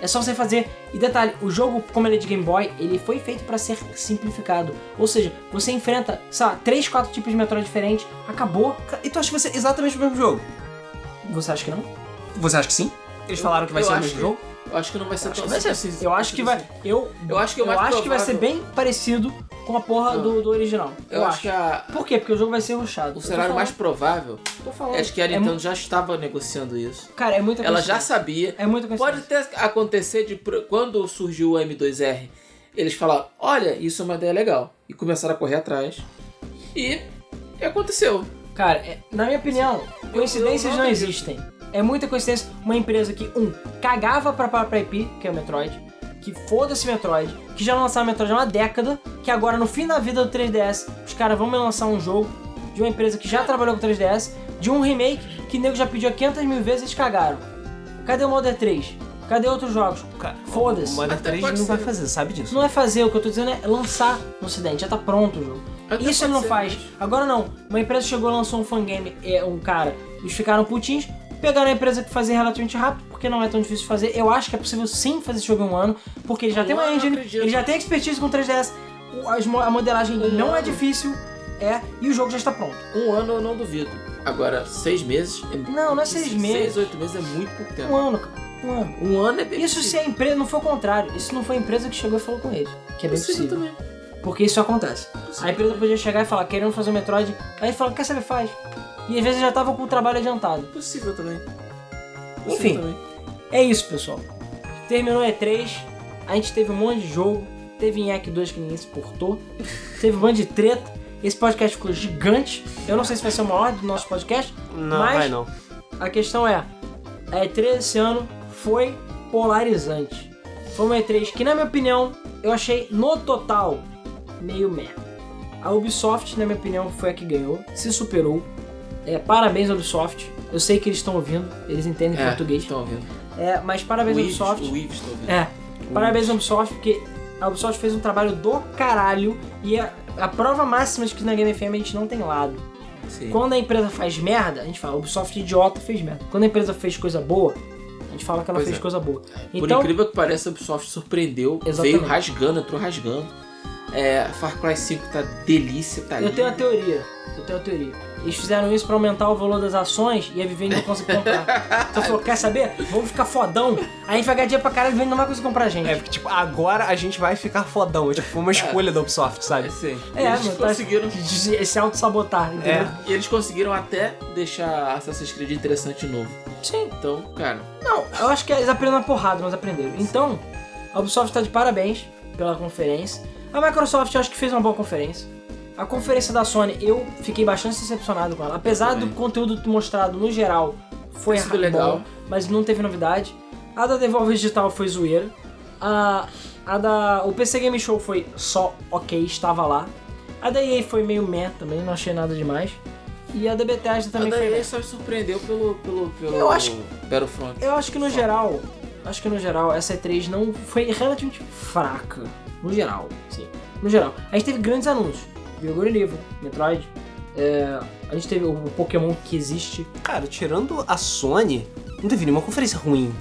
Speaker 2: É só você fazer. E detalhe, o jogo, como ele é de Game Boy, ele foi feito para ser simplificado. Ou seja, você enfrenta, sei lá, 3, 4 tipos de Metroid diferentes, acabou.
Speaker 1: Ca- E tu acha que vai ser exatamente o mesmo jogo?
Speaker 2: Você acha que não?
Speaker 1: Você acha que sim? Eles falaram que vai
Speaker 3: eu
Speaker 1: ser o
Speaker 3: acho
Speaker 1: mesmo
Speaker 3: que-
Speaker 1: jogo?
Speaker 3: Eu acho que não vai ser
Speaker 2: Acho
Speaker 3: tão
Speaker 2: que vai
Speaker 3: assim,
Speaker 2: ser. Eu acho que vai. Eu,
Speaker 3: Eu acho que é
Speaker 2: eu
Speaker 3: mais
Speaker 2: acho que vai ser
Speaker 3: provável-
Speaker 2: bem parecido com a porra
Speaker 3: Não.
Speaker 2: do, do original.
Speaker 3: Eu, acho que a-
Speaker 2: Por quê? Porque o jogo vai ser rushado.
Speaker 3: o cenário mais provável
Speaker 2: Tô falando.
Speaker 3: é de que a
Speaker 2: É
Speaker 3: Nintendo já estava negociando isso.
Speaker 2: Cara, é muita
Speaker 3: Ela já
Speaker 2: coincidência.
Speaker 3: sabia.
Speaker 2: É muita coisa.
Speaker 3: Pode até acontecer de pro- quando surgiu o M2R, eles falaram: olha, isso é uma ideia legal. E começaram a correr atrás. E aconteceu.
Speaker 2: Cara, é- na minha opinião, coincidências
Speaker 3: eu
Speaker 2: não,
Speaker 3: não acredito.
Speaker 2: existem. É muita coincidência uma empresa que, um, cagava pra, pra, pra IP, que é o Metroid, que foda-se Metroid, que já não lançava Metroid há uma década, que agora no fim da vida do 3DS, os caras vão me lançar um jogo de uma empresa que já trabalhou com 3DS, de um remake que o nego já pediu 500 mil vezes e eles cagaram. Cadê o Modern 3? Cadê outros jogos?
Speaker 1: O
Speaker 2: Foda-se.
Speaker 1: Mother
Speaker 3: Até
Speaker 1: 3
Speaker 3: pode
Speaker 1: não
Speaker 3: ser.
Speaker 1: vai fazer, sabe disso?
Speaker 2: Não é fazer, o que eu tô dizendo é lançar no ocidente, já tá pronto o jogo.
Speaker 3: Até
Speaker 2: Isso ele não
Speaker 3: pode ser,
Speaker 2: faz. Agora não. Uma empresa chegou e lançou um fangame, é, um cara, eles ficaram putins, pegaram a empresa que fazia relativamente rápido, porque não é tão difícil de fazer. Eu acho que é possível sim fazer esse jogo em um ano, porque ele já
Speaker 3: Um
Speaker 2: tem uma
Speaker 3: ano,
Speaker 2: engine,
Speaker 3: acredito.
Speaker 2: ele já tem expertise com 3DS, o- as mo- a modelagem
Speaker 3: Um
Speaker 2: não é
Speaker 3: ano.
Speaker 2: difícil, é, e o jogo já está pronto.
Speaker 3: Um ano eu não duvido. Agora, seis meses. É...
Speaker 2: Não, não é seis meses.
Speaker 3: Seis, oito meses é muito pouco tempo.
Speaker 2: Um ano, cara. Um ano.
Speaker 3: Um ano é bem
Speaker 2: Isso se
Speaker 3: possível.
Speaker 2: a empresa não foi o contrário, isso não foi a empresa que chegou e falou com ele, que é bem
Speaker 3: Possível
Speaker 2: possível.
Speaker 3: também.
Speaker 2: Porque isso acontece. A empresa podia chegar e falar, querendo fazer o Metroid, aí fala, quer saber, faz. E às vezes já tava com o trabalho adiantado.
Speaker 3: Possível também. Possível
Speaker 2: Enfim.
Speaker 3: também.
Speaker 2: É isso, pessoal. Terminou o E3, a gente teve um monte de jogo, teve em Hack 2 que ninguém se portou, teve um monte de treta, esse podcast ficou gigante. Eu não sei se vai ser o maior do nosso podcast,
Speaker 1: Não,
Speaker 2: Mas-
Speaker 1: vai não.
Speaker 2: a questão é, a E3 esse ano foi polarizante. Foi uma E3 que, na minha opinião, eu achei no total meio merda. A Ubisoft, na minha opinião, foi a que ganhou, se superou. É, parabéns, Ubisoft. Eu sei que eles estão ouvindo, eles entendem
Speaker 3: É,
Speaker 2: português.
Speaker 3: Estão ouvindo.
Speaker 2: É, mas
Speaker 3: O
Speaker 2: parabéns,
Speaker 3: Ives,
Speaker 2: Ubisoft.
Speaker 3: o Ives, estão ouvindo.
Speaker 2: É, parabéns, Ubisoft, porque a Ubisoft fez um trabalho do caralho e a, a prova máxima de que na Game FM a gente não tem lado.
Speaker 3: Sim.
Speaker 2: Quando a empresa faz merda, a gente fala, Ubisoft idiota fez merda. Quando a empresa fez coisa boa, a gente fala que ela
Speaker 3: Pois
Speaker 2: fez
Speaker 3: é.
Speaker 2: coisa boa.
Speaker 3: Por
Speaker 2: Então,
Speaker 3: incrível que pareça, a Ubisoft surpreendeu.
Speaker 2: Exatamente.
Speaker 3: Veio rasgando, entrou rasgando. É, Far Cry 5 tá delícia, tá
Speaker 2: eu
Speaker 3: lindo.
Speaker 2: tenho a teoria. Eu tenho a teoria. Eles fizeram isso pra aumentar o valor das ações e a Vivendi não conseguiu
Speaker 3: *laughs*
Speaker 2: comprar. Então falou, quer saber? Vamos ficar fodão. Aí a gente vai ganhar dinheiro pra caralho e a Vivendi não vai conseguir comprar a gente.
Speaker 1: É, porque, tipo, agora a gente vai ficar fodão. Tipo, *laughs* foi uma escolha da Ubisoft,
Speaker 3: É,
Speaker 1: sabe?
Speaker 3: sim.
Speaker 2: É,
Speaker 3: eles
Speaker 2: mano, tá-
Speaker 3: conseguiram.
Speaker 2: De se auto-sabotar, entendeu?
Speaker 1: É.
Speaker 3: E eles conseguiram até deixar Assassin's Creed interessante de novo.
Speaker 2: Sim.
Speaker 3: Então, cara,
Speaker 2: Não, eu acho que eles aprenderam na porrada, mas aprenderam. Então, a Ubisoft está de parabéns pela conferência. A Microsoft eu acho que fez uma boa conferência. A conferência da Sony, eu fiquei bastante decepcionado com ela. Apesar do
Speaker 3: também.
Speaker 2: conteúdo mostrado no geral foi
Speaker 3: Tem sido
Speaker 2: bom,
Speaker 3: legal.
Speaker 2: mas não teve novidade. A da Devolver Digital foi zoeira. A, a da. O PC Game Show foi só ok, estava lá. A da EA foi meio meh também, não achei nada demais. E a da Bethesda também
Speaker 3: a
Speaker 2: foi.
Speaker 3: daí
Speaker 2: meh.
Speaker 3: só me surpreendeu pelo, pelo, pelo
Speaker 2: Eu acho
Speaker 3: Battlefront.
Speaker 2: Eu acho que no geral, acho que no geral essa E3 não foi relativamente fraca. No geral, sim. No geral. A gente teve grandes anúncios. Vigor Livre, Metroid. é, a gente teve o Pokémon que existe.
Speaker 1: Cara, tirando a Sony, não teve nenhuma conferência ruim.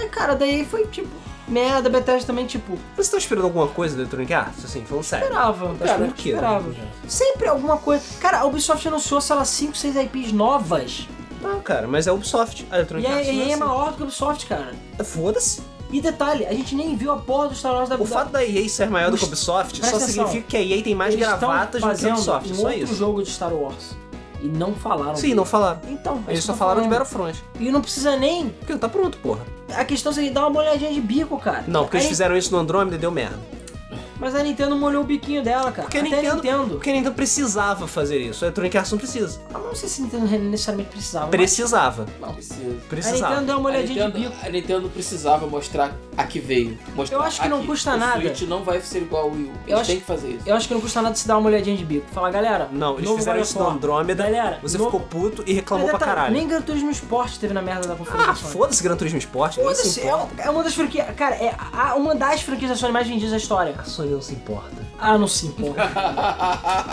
Speaker 2: É, cara, daí foi tipo. Merda, Bethesda também, tipo,
Speaker 1: Vocês estão tá esperando alguma coisa da Electronic Arts? Assim, falando sério.
Speaker 2: esperava.
Speaker 1: Tá esperando
Speaker 2: Cara,
Speaker 1: o quê?
Speaker 2: esperava. Sempre alguma coisa. Cara, a Ubisoft anunciou, sei lá, 5, 6 IPs novas.
Speaker 1: Não, cara, mas é a Ubisoft. A
Speaker 2: E
Speaker 1: Electronic
Speaker 2: a
Speaker 1: Arts não é
Speaker 2: EA é
Speaker 1: assim. É,
Speaker 2: maior do que a Ubisoft, cara.
Speaker 1: Foda-se.
Speaker 2: E detalhe, a gente nem viu a porra do Star Wars da
Speaker 1: O fato da EA ser maior do que a
Speaker 2: Os-
Speaker 1: Ubisoft só
Speaker 2: Presta atenção.
Speaker 1: significa que a EA tem mais
Speaker 2: Eles estão
Speaker 1: gravatas do que a
Speaker 2: fazendo
Speaker 1: Ubisoft. é
Speaker 2: um
Speaker 1: Só
Speaker 2: outro
Speaker 1: isso.
Speaker 2: jogo de Star Wars. E não falaram.
Speaker 1: Sim, não falaram.
Speaker 2: Então, é
Speaker 1: Eles
Speaker 2: isso que
Speaker 1: só
Speaker 2: eu tô
Speaker 1: falaram de
Speaker 2: falando.
Speaker 1: Battlefront.
Speaker 2: E não precisa nem.
Speaker 1: Porque não tá pronto, porra.
Speaker 2: A questão seria dar uma molhadinha de bico, cara.
Speaker 1: Não, porque eles
Speaker 2: A Ni-
Speaker 1: fizeram isso no Andrômeda e deu merda.
Speaker 2: Mas a Nintendo molhou o biquinho dela, cara.
Speaker 1: Porque a
Speaker 2: Até a
Speaker 1: Nintendo-
Speaker 2: Nintendo.
Speaker 1: Porque a Nintendo então, precisava fazer isso. A Electronic Arts não precisa.
Speaker 2: Eu não sei se a Nintendo necessariamente precisava.
Speaker 1: Precisava.
Speaker 3: Não precisa.
Speaker 2: mas a
Speaker 1: Precisava.
Speaker 2: Nintendo deu uma
Speaker 3: A
Speaker 2: molhadinha
Speaker 3: Nintendo,
Speaker 2: de bico.
Speaker 3: a Nintendo precisava mostrar a que veio. Mostrar
Speaker 2: Eu acho que não
Speaker 3: aqui.
Speaker 2: custa
Speaker 3: o
Speaker 2: nada.
Speaker 3: Switch não vai ser igual ao Wii U. Eles
Speaker 2: Eu acho-
Speaker 3: têm que fazer isso.
Speaker 2: Eu acho que não custa nada se dar uma molhadinha de bico. Falar, galera.
Speaker 1: Não, eles
Speaker 2: novo
Speaker 1: fizeram
Speaker 2: God
Speaker 1: isso
Speaker 2: of
Speaker 1: no
Speaker 2: War.
Speaker 1: Andrômeda.
Speaker 2: Galera,
Speaker 1: Você
Speaker 2: novo-
Speaker 1: ficou puto e reclamou
Speaker 2: Mas
Speaker 1: pra
Speaker 2: detalhe,
Speaker 1: caralho.
Speaker 2: Nem Gran Turismo Sport teve na merda da conferência.
Speaker 1: Ah,
Speaker 2: da Sony.
Speaker 1: foda-se Gran Turismo Esporte. nem se
Speaker 2: Foda-se, é,
Speaker 1: importa.
Speaker 2: um- é uma das franquias. Cara, é a- uma das franquias da Sony mais vendidas da história.
Speaker 1: A Sony não se importa.
Speaker 2: Ah, não se importa.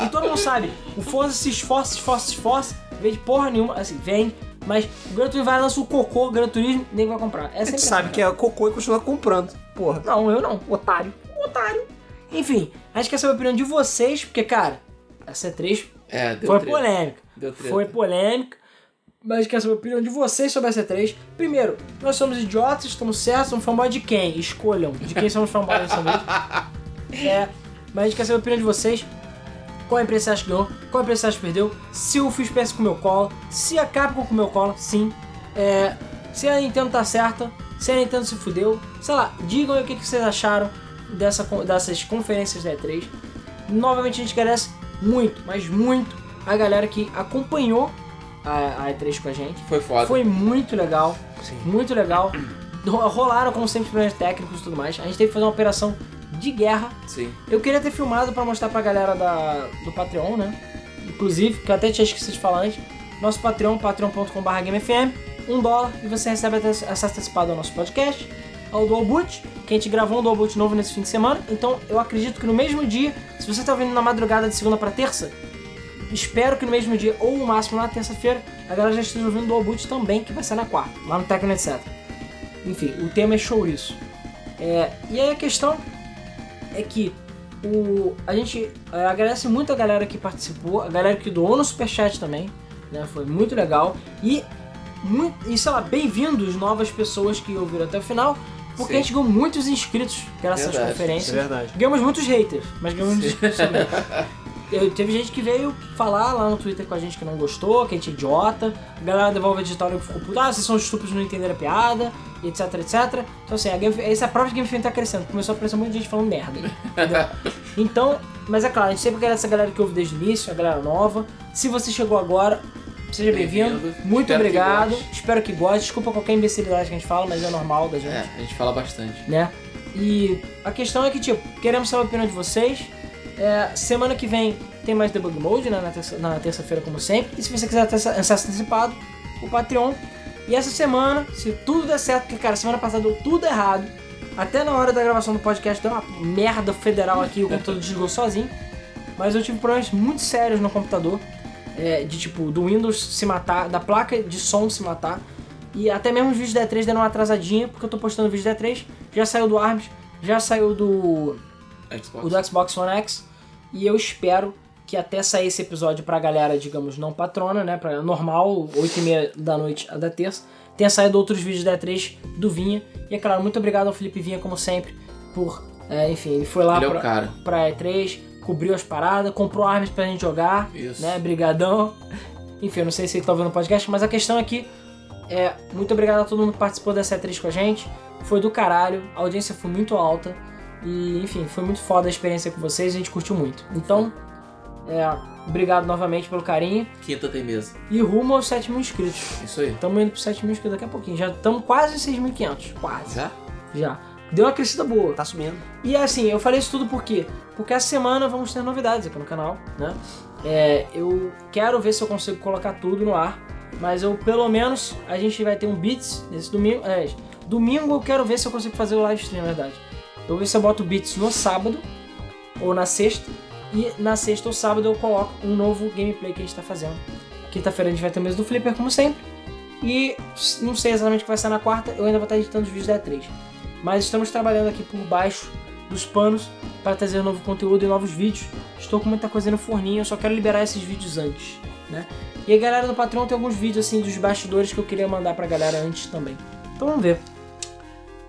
Speaker 2: e todo mundo sabe, o Forza se esforça, se esforça, se esforça, vende porra nenhuma, assim, vende, mas o Gran Turismo vai lançar o cocô, o Gran Turismo, nem vai comprar. É
Speaker 1: A
Speaker 2: sempre
Speaker 1: gente sabe
Speaker 2: assim,
Speaker 1: que é cocô e continua comprando. Porra.
Speaker 2: cara. Não, eu não, otário. Otário. Enfim, a gente quer saber a opinião de vocês, porque, cara, essa E3
Speaker 3: *laughs* É, deu
Speaker 2: foi
Speaker 3: treta.
Speaker 2: polêmica.
Speaker 3: Deu treta.
Speaker 2: Foi polêmica. mas quer saber a opinião de vocês sobre a C3. Primeiro, nós somos idiotas, estamos certos, somos fanboys de quem? Escolham de quem somos fanboys dessa vez. É, mas a gente quer saber a opinião de vocês. Qual a empresa você acha que ganhou? Qual a empresa você acha que perdeu? Se o Phil Spencer comeu cola? Se a Capcom comeu cola? Sim. É, se a Nintendo tá certa? Se a Nintendo se fudeu? Sei lá, digam aí o que que vocês acharam dessa, con- dessas conferências da E3. Novamente a gente agradece muito, mas muito, a galera que acompanhou a, a E3 com a gente.
Speaker 3: Foi foda.
Speaker 2: Foi muito legal. Muito legal. Ro- Rolaram, como sempre, problemas técnicos e tudo mais. A gente teve que fazer uma operação de guerra.
Speaker 3: Sim.
Speaker 2: Eu queria ter filmado pra mostrar pra galera da, do Patreon, né? Inclusive, que eu até tinha esquecido de falar antes. Nosso Patreon, patreon.com.br GameFM, um dólar e você recebe até- acesso antecipado ao nosso podcast, ao Dual Boot, que a gente gravou um Dual Boot novo nesse fim de semana. Então, eu acredito que no mesmo dia, se você tá ouvindo na madrugada de segunda pra terça, espero que no mesmo dia, ou no máximo na terça-feira, a galera já esteja ouvindo o Dual Boot também, que vai ser na quarta, lá no Tecno etc. Enfim, o tema é chouriço. É, e aí a questão é que o, a gente é, agradece muito a galera que participou, a galera que doou no Superchat também, né? Foi muito legal. E, muito, e sei lá, bem-vindos novas pessoas que ouviram até o final, porque
Speaker 3: Sim.
Speaker 2: a gente ganhou muitos inscritos graças às
Speaker 3: Verdade,
Speaker 1: Isso é
Speaker 2: conferências.
Speaker 1: verdade.
Speaker 2: Ganhamos muitos haters, mas ganhamos muitos haters também. Eu- teve gente que veio falar lá no Twitter com a gente que não gostou, que a gente é idiota. A galera devolve a digital e ficou puto, ah, vocês são estúpidos, não entenderam a piada, e etc, etc. Então assim, a Game, essa é a prova de que a Game Fame tá crescendo. Começou a aparecer um monte de gente falando merda. *laughs* entendeu? então, mas é claro, a gente sempre agradece a galera que ouve desde o início, a galera nova. Se você chegou agora, seja bem-vindo.
Speaker 3: Bem-vindo.
Speaker 2: Muito
Speaker 3: Espero que
Speaker 2: obrigado.
Speaker 3: goste.
Speaker 2: Espero que goste. Desculpa qualquer imbecilidade que a gente fala, mas é normal da gente
Speaker 3: É, a gente fala bastante.
Speaker 2: né? E a questão é que, tipo, queremos saber a opinião de vocês. É, semana que vem tem mais debug mode, né? Na terça- na terça-feira, como sempre. E se você quiser ter essa- acesso antecipado, o Patreon. E essa semana, se tudo der certo, porque, cara, semana passada deu tudo errado. Até na hora da gravação do podcast deu uma merda federal aqui, o computador desligou sozinho. Mas eu tive problemas muito sérios no computador. é, de tipo, do Windows se matar, da placa de som se matar. E até mesmo os vídeos da E3 deram uma atrasadinha, porque eu tô postando vídeo da E3. Já saiu do ARMS, já saiu do,
Speaker 3: Xbox.
Speaker 2: o do Xbox One X. E eu espero que até sair esse episódio pra galera, digamos, não patrona, né? Pra normal, 8h30 da noite a da terça. Tenha saído outros vídeos da E3 do Vinha. E é claro, muito obrigado ao Felipe Vinha, como sempre, por. é, enfim, ele foi lá
Speaker 3: Ele é
Speaker 2: pra,
Speaker 3: o cara.
Speaker 2: pra E3, cobriu as paradas, comprou armas pra gente jogar
Speaker 3: Isso.
Speaker 2: né? Brigadão. Enfim, eu não sei se ele tá ouvindo o podcast, mas a questão aqui é muito obrigado a todo mundo que participou dessa E3 com a gente. Foi do caralho, a audiência foi muito alta. E, enfim, foi muito foda a experiência com vocês, a gente curtiu muito. Então, é, obrigado novamente pelo carinho.
Speaker 3: Quinta tem mesa.
Speaker 2: E rumo aos 7 mil inscritos.
Speaker 3: Isso aí.
Speaker 2: Estamos indo pros 7 mil inscritos daqui a pouquinho. Já estamos quase em 6.500. Quase.
Speaker 3: Já?
Speaker 2: Já. Deu uma crescida boa.
Speaker 1: Tá sumindo.
Speaker 2: E assim, eu falei isso tudo por quê? Porque essa semana vamos ter novidades aqui no canal, né? É, eu quero ver se eu consigo colocar tudo no ar, mas eu pelo menos a gente vai ter um Beats nesse domingo. É, domingo eu quero ver se eu consigo fazer o live stream, na verdade. Eu vou ver se eu boto o Beats no sábado ou na sexta. E na sexta ou sábado eu coloco um novo gameplay que a gente tá fazendo. Quinta-feira a gente vai ter o mês do Flipper, como sempre. E não sei exatamente o que vai ser na quarta, eu ainda vou estar editando os vídeos da E3. Mas estamos trabalhando aqui por baixo dos panos para trazer novo conteúdo e novos vídeos. Estou com muita coisa no forninho, eu só quero liberar esses vídeos antes, né? E a galera do Patreon tem alguns vídeos assim dos bastidores que eu queria mandar pra galera antes também. Então vamos ver.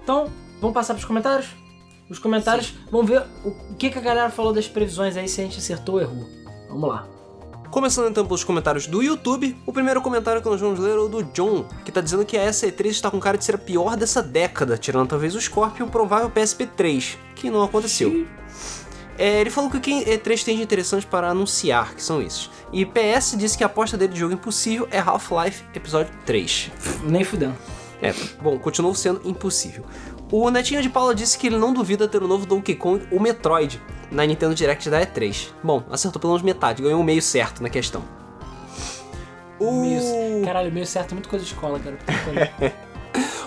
Speaker 2: Então, vamos passar pros comentários? Os comentários, vamos ver o, o que, que a galera falou das previsões aí, se a gente acertou ou errou. Vamos lá.
Speaker 1: Começando então pelos comentários do YouTube, o primeiro comentário que nós vamos ler é o do John, que tá dizendo que a SE3 está com cara de ser a pior dessa década, tirando talvez o Scorpio e o provável PSP3, que não aconteceu. É, ele falou que o que a E3 tem de interessante para anunciar, que são esses. E PS disse que a aposta dele de jogo impossível é Half-Life Episódio 3.
Speaker 2: Nem fudendo.
Speaker 1: É, bom, continuou sendo impossível. O Netinho de Paula disse que ele não duvida ter o novo Donkey Kong, o Metroid, na Nintendo Direct da E3. Bom, acertou pelo menos metade, ganhou um meio certo na questão. O,
Speaker 2: Caralho, meio certo, muito coisa de escola, cara.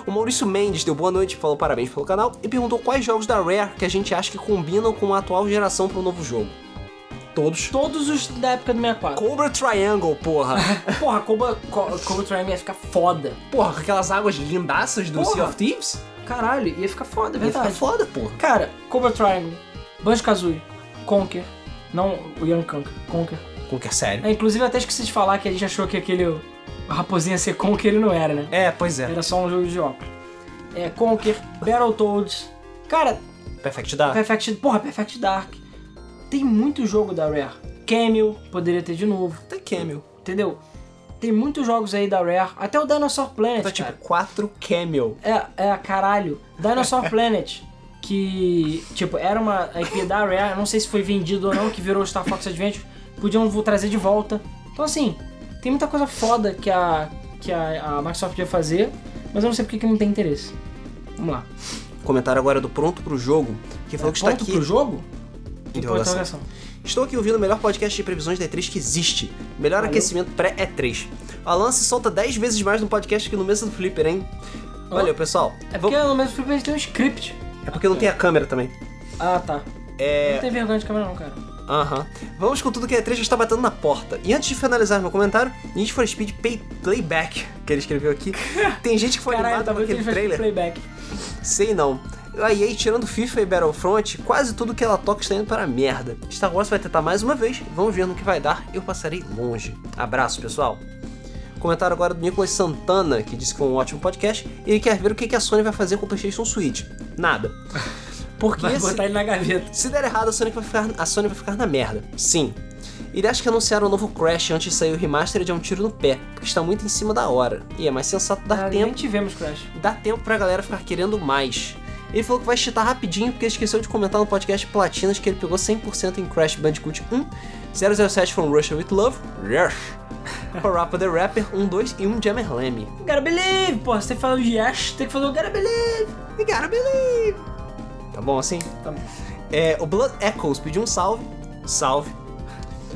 Speaker 1: o Maurício Mendes deu boa noite, falou parabéns pelo canal e perguntou quais jogos da Rare que a gente acha que combinam com a atual geração para o novo jogo. Todos.
Speaker 2: Todos os da época do 64.
Speaker 1: Cobra Triangle, porra!
Speaker 2: *laughs* Porra, Cobra, Co- Cobra Triangle ia ficar foda.
Speaker 1: porra, com aquelas águas lindaças do
Speaker 2: Porra.
Speaker 1: Sea of Thieves?
Speaker 2: Caralho, ia ficar foda, é
Speaker 1: Ia ficar
Speaker 2: verdade.
Speaker 1: foda, porra.
Speaker 2: Cara, Cobra Triangle, Banjo Kazooie, Conker, Não o Young Conker. Conker.
Speaker 1: Com que é sério.
Speaker 2: É, inclusive, eu até esqueci de falar que a gente achou que aquele raposinha ia ser Conker, ele não era, né?
Speaker 1: É, pois é.
Speaker 2: Era só um jogo de óculos. É, Conker, Battletoads. Cara,
Speaker 1: Perfect Dark.
Speaker 2: Perfect... Porra, Perfect Dark. Tem muito jogo da Rare. Camel, poderia ter de novo,
Speaker 1: Até Camel.
Speaker 2: entendeu? Tem muitos jogos aí da Rare. Até o Dinosaur Planet,
Speaker 1: Tá
Speaker 2: cara.
Speaker 1: tipo 4 Camel.
Speaker 2: É, é, caralho. Dinosaur Planet, que, tipo, era uma IP da Rare, não sei se foi vendido ou não, que virou Star Fox Adventure, podiam vo- trazer de volta. Então, assim, tem muita coisa foda que a, que a, a Microsoft ia fazer, mas eu não sei porque que não tem interesse. Vamos lá.
Speaker 1: Comentário agora do Pronto Pro Jogo, que falou que está
Speaker 2: Ponto
Speaker 1: aqui...
Speaker 2: É, pro jogo?
Speaker 1: Interrogação.
Speaker 2: Interrogação.
Speaker 1: Estou aqui ouvindo o melhor podcast de previsões da E3 que existe. Melhor aquecimento pré-E3. Alan se solta 10 vezes mais no podcast que no mesa do Flipper, hein? Valeu, pessoal.
Speaker 2: É
Speaker 1: Vou-
Speaker 2: porque no mesmo filme a gente tem um script.
Speaker 1: é porque não tem a câmera também.
Speaker 2: Ah, tá.
Speaker 1: É.
Speaker 2: Não tem vergonha de câmera não, cara.
Speaker 1: Aham. Vamos com tudo que a E3 já está batendo na porta. E antes de finalizar meu comentário, Need for Speed Pay- Playback, que ele escreveu
Speaker 2: *laughs*
Speaker 1: aqui. Tem gente que foi
Speaker 2: Caralho,
Speaker 1: animada
Speaker 2: tá
Speaker 1: com
Speaker 2: vendo que
Speaker 1: aquele
Speaker 2: ele faz
Speaker 1: trailer?
Speaker 2: playback.
Speaker 1: Sei não. A EA tirando FIFA e Battlefront, quase tudo que ela toca está indo para a merda. Star Wars vai tentar mais uma vez, vamos ver no que vai dar, eu passarei longe. Abraço, pessoal. Comentário agora do Nicolas Santana, que disse que foi um ótimo podcast, e ele quer ver o que que a Sony vai fazer com o PlayStation Switch. Nada. Porque
Speaker 2: Vai
Speaker 1: se,
Speaker 2: botar ele na gaveta.
Speaker 1: se der errado, a Sony, vai ficar, a Sony vai ficar na merda. Sim. Ele acha que anunciaram o novo Crash antes de sair o remastered é um tiro no pé, porque está muito em cima da hora. E é mais sensato dar
Speaker 2: Caralho,
Speaker 1: tempo
Speaker 2: Ah, Nem tivemos Crash.
Speaker 1: dá tempo pra galera ficar querendo mais. Ele falou que vai chitar rapidinho porque esqueceu de comentar no podcast Platinas que ele pegou 100% em Crash Bandicoot 1, 007 From um Russia With Love, Rush, Parappa the Rapper 1, 2 e um Jammer Lammy.
Speaker 2: Gotta believe, pô. Você tem que falar o yes, tem que falar o gotta believe.
Speaker 1: You gotta believe! Tá bom assim?
Speaker 2: Tá bom.
Speaker 1: É, o Blood Echoes pediu um salve. Salve.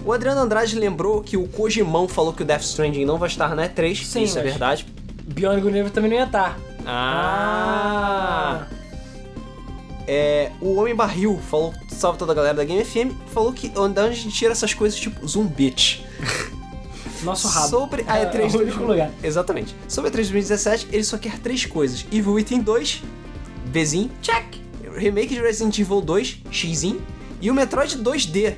Speaker 1: O Adriano Andrade lembrou que o Kojimão falou que o Death Stranding não vai estar na E3.
Speaker 2: Sim,
Speaker 1: isso é
Speaker 2: mas-
Speaker 1: verdade.
Speaker 2: Bionic Universe também não ia tá. estar.
Speaker 1: ah. É, o Homem Barril falou, salve toda a galera da Game FM, falou que onde a gente tira essas coisas tipo zumbite.
Speaker 2: Nosso rabo.
Speaker 1: Sobre a
Speaker 2: É,
Speaker 1: E3
Speaker 2: o único lugar.
Speaker 1: Exatamente. Sobre a E3 2017, ele só quer três coisas: Evil Within 2, Bzinho,
Speaker 2: Check!
Speaker 1: remake de Resident Evil 2, Xzinho, e o Metroid 2D,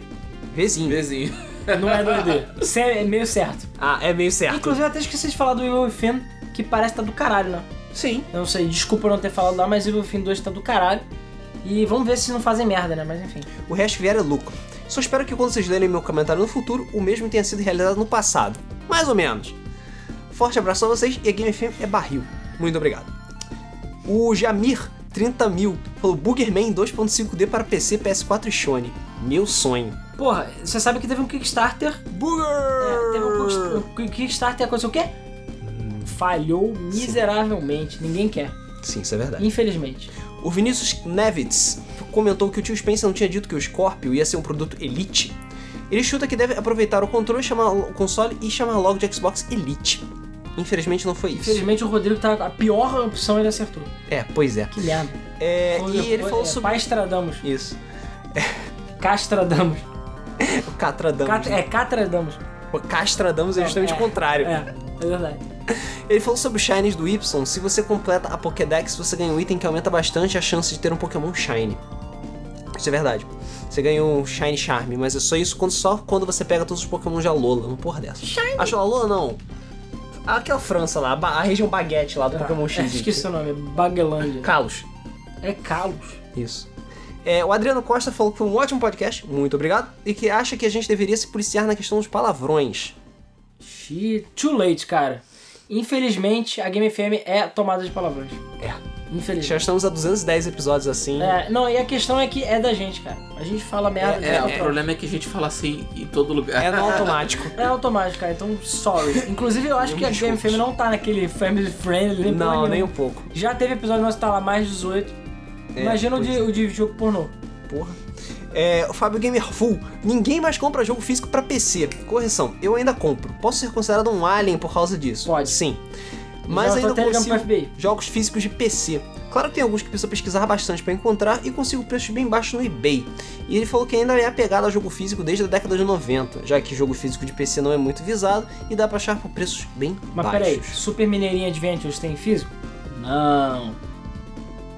Speaker 1: Vzinho.
Speaker 3: Vizinho.
Speaker 2: Não
Speaker 1: *laughs*
Speaker 2: é 2D. Cê- É meio certo.
Speaker 1: Ah, é meio certo.
Speaker 2: Inclusive, eu até esqueci de falar do Evil Within, que parece que tá do caralho, né?
Speaker 1: Sim.
Speaker 2: Eu não sei, desculpa eu não ter falado lá, mas Evil Within 2 tá do caralho. E vamos ver se não fazem merda, né? Mas enfim.
Speaker 1: O resto que vier é lucro. Só espero que quando vocês lerem meu comentário no futuro, o mesmo tenha sido realizado no passado. Mais ou menos. Forte abraço a vocês e a Game FM é barril. Muito obrigado. O Jamir 30 mil falou Boogerman 2.5D para PC, PS4 e Sony. Meu sonho.
Speaker 2: Porra, você sabe que teve um Kickstarter É, teve um custo-
Speaker 1: Booger!
Speaker 2: o que- Kickstarter aconteceu o quê?
Speaker 1: Hum.
Speaker 2: Falhou miseravelmente. Ninguém quer.
Speaker 1: Sim, isso é verdade.
Speaker 2: Infelizmente.
Speaker 1: O Vinícius Nevitz comentou que o tio Spencer não tinha dito que o Scorpio ia ser um produto Elite. Ele chuta que deve aproveitar o controle, chamar o console e chamar logo de Xbox Elite. Infelizmente não foi isso.
Speaker 2: Infelizmente o Rodrigo tá. A pior opção ele acertou.
Speaker 1: É, pois é.
Speaker 2: Que merda.
Speaker 1: É,
Speaker 2: Foi-
Speaker 1: e ele
Speaker 2: foi-
Speaker 1: falou
Speaker 2: é,
Speaker 1: sobre
Speaker 2: Pastradamos.
Speaker 1: isso.
Speaker 2: Castradamos.
Speaker 1: O Catradamus.
Speaker 2: Cat- é, Catradamos.
Speaker 1: O Castradamus é
Speaker 2: Não,
Speaker 1: justamente
Speaker 2: é,
Speaker 1: o contrário.
Speaker 2: É, é verdade.
Speaker 1: Ele falou sobre o Shines do Y. Se você completa a Pokédex, você ganha um item que aumenta bastante a chance de ter um Pokémon Shine. Isso é verdade. Você ganha um Shine Charme, mas é só isso quando, só quando você pega todos os Pokémon de Alola. Uma porra dessa. Shine! Acho Alola não. Aquela França lá, a ba- a região Baguette lá do Pokémon
Speaker 2: É,
Speaker 1: X.
Speaker 2: esqueci o nome. é Bagelândia.
Speaker 1: um Kalos.
Speaker 2: É Calos.
Speaker 1: Isso. É, o Adriano Costa falou que foi um ótimo podcast, muito obrigado, e que acha que a gente deveria se policiar na questão dos palavrões.
Speaker 2: Shit. Too late, cara. Infelizmente, a Game FM é tomada de palavrões.
Speaker 1: É. Já
Speaker 2: Infelizmente.
Speaker 1: estamos a 210 episódios assim.
Speaker 2: É, não, e a questão é que é da gente, cara. A gente fala merda.
Speaker 3: É,
Speaker 2: né?
Speaker 3: o problema é que a gente fala assim em todo lugar.
Speaker 1: É no automático.
Speaker 2: É automático, cara, então sorry. Inclusive, eu acho
Speaker 1: Não
Speaker 2: que a
Speaker 1: me
Speaker 2: Game
Speaker 1: chute.
Speaker 2: FM não tá naquele family friendly. nem porra
Speaker 1: Não, nem
Speaker 2: nenhuma.
Speaker 1: um pouco.
Speaker 2: Já teve episódio nosso que tá lá mais 18.
Speaker 1: É,
Speaker 2: Imagina o de,
Speaker 1: pois
Speaker 2: o de jogo pornô.
Speaker 1: Porra. É, o Fábio Gamer Full. Ninguém mais compra jogo físico pra PC. Correção, eu ainda compro. Posso ser considerado um alien por causa disso?
Speaker 2: Pode.
Speaker 1: Sim. Mas
Speaker 2: Já tô
Speaker 1: ainda
Speaker 2: até ligando
Speaker 1: consigo
Speaker 2: pro FBI.
Speaker 1: jogos físicos de PC. Claro que tem alguns que precisa pesquisar bastante pra encontrar e consigo preços bem baixos no eBay. E ele falou que ainda é apegado ao jogo físico desde a década de 90, já que jogo físico de PC não é muito visado e dá pra achar por preços bem
Speaker 2: Mas
Speaker 1: baixos.
Speaker 2: peraí, Super Mineirinha Adventures tem físico? Não.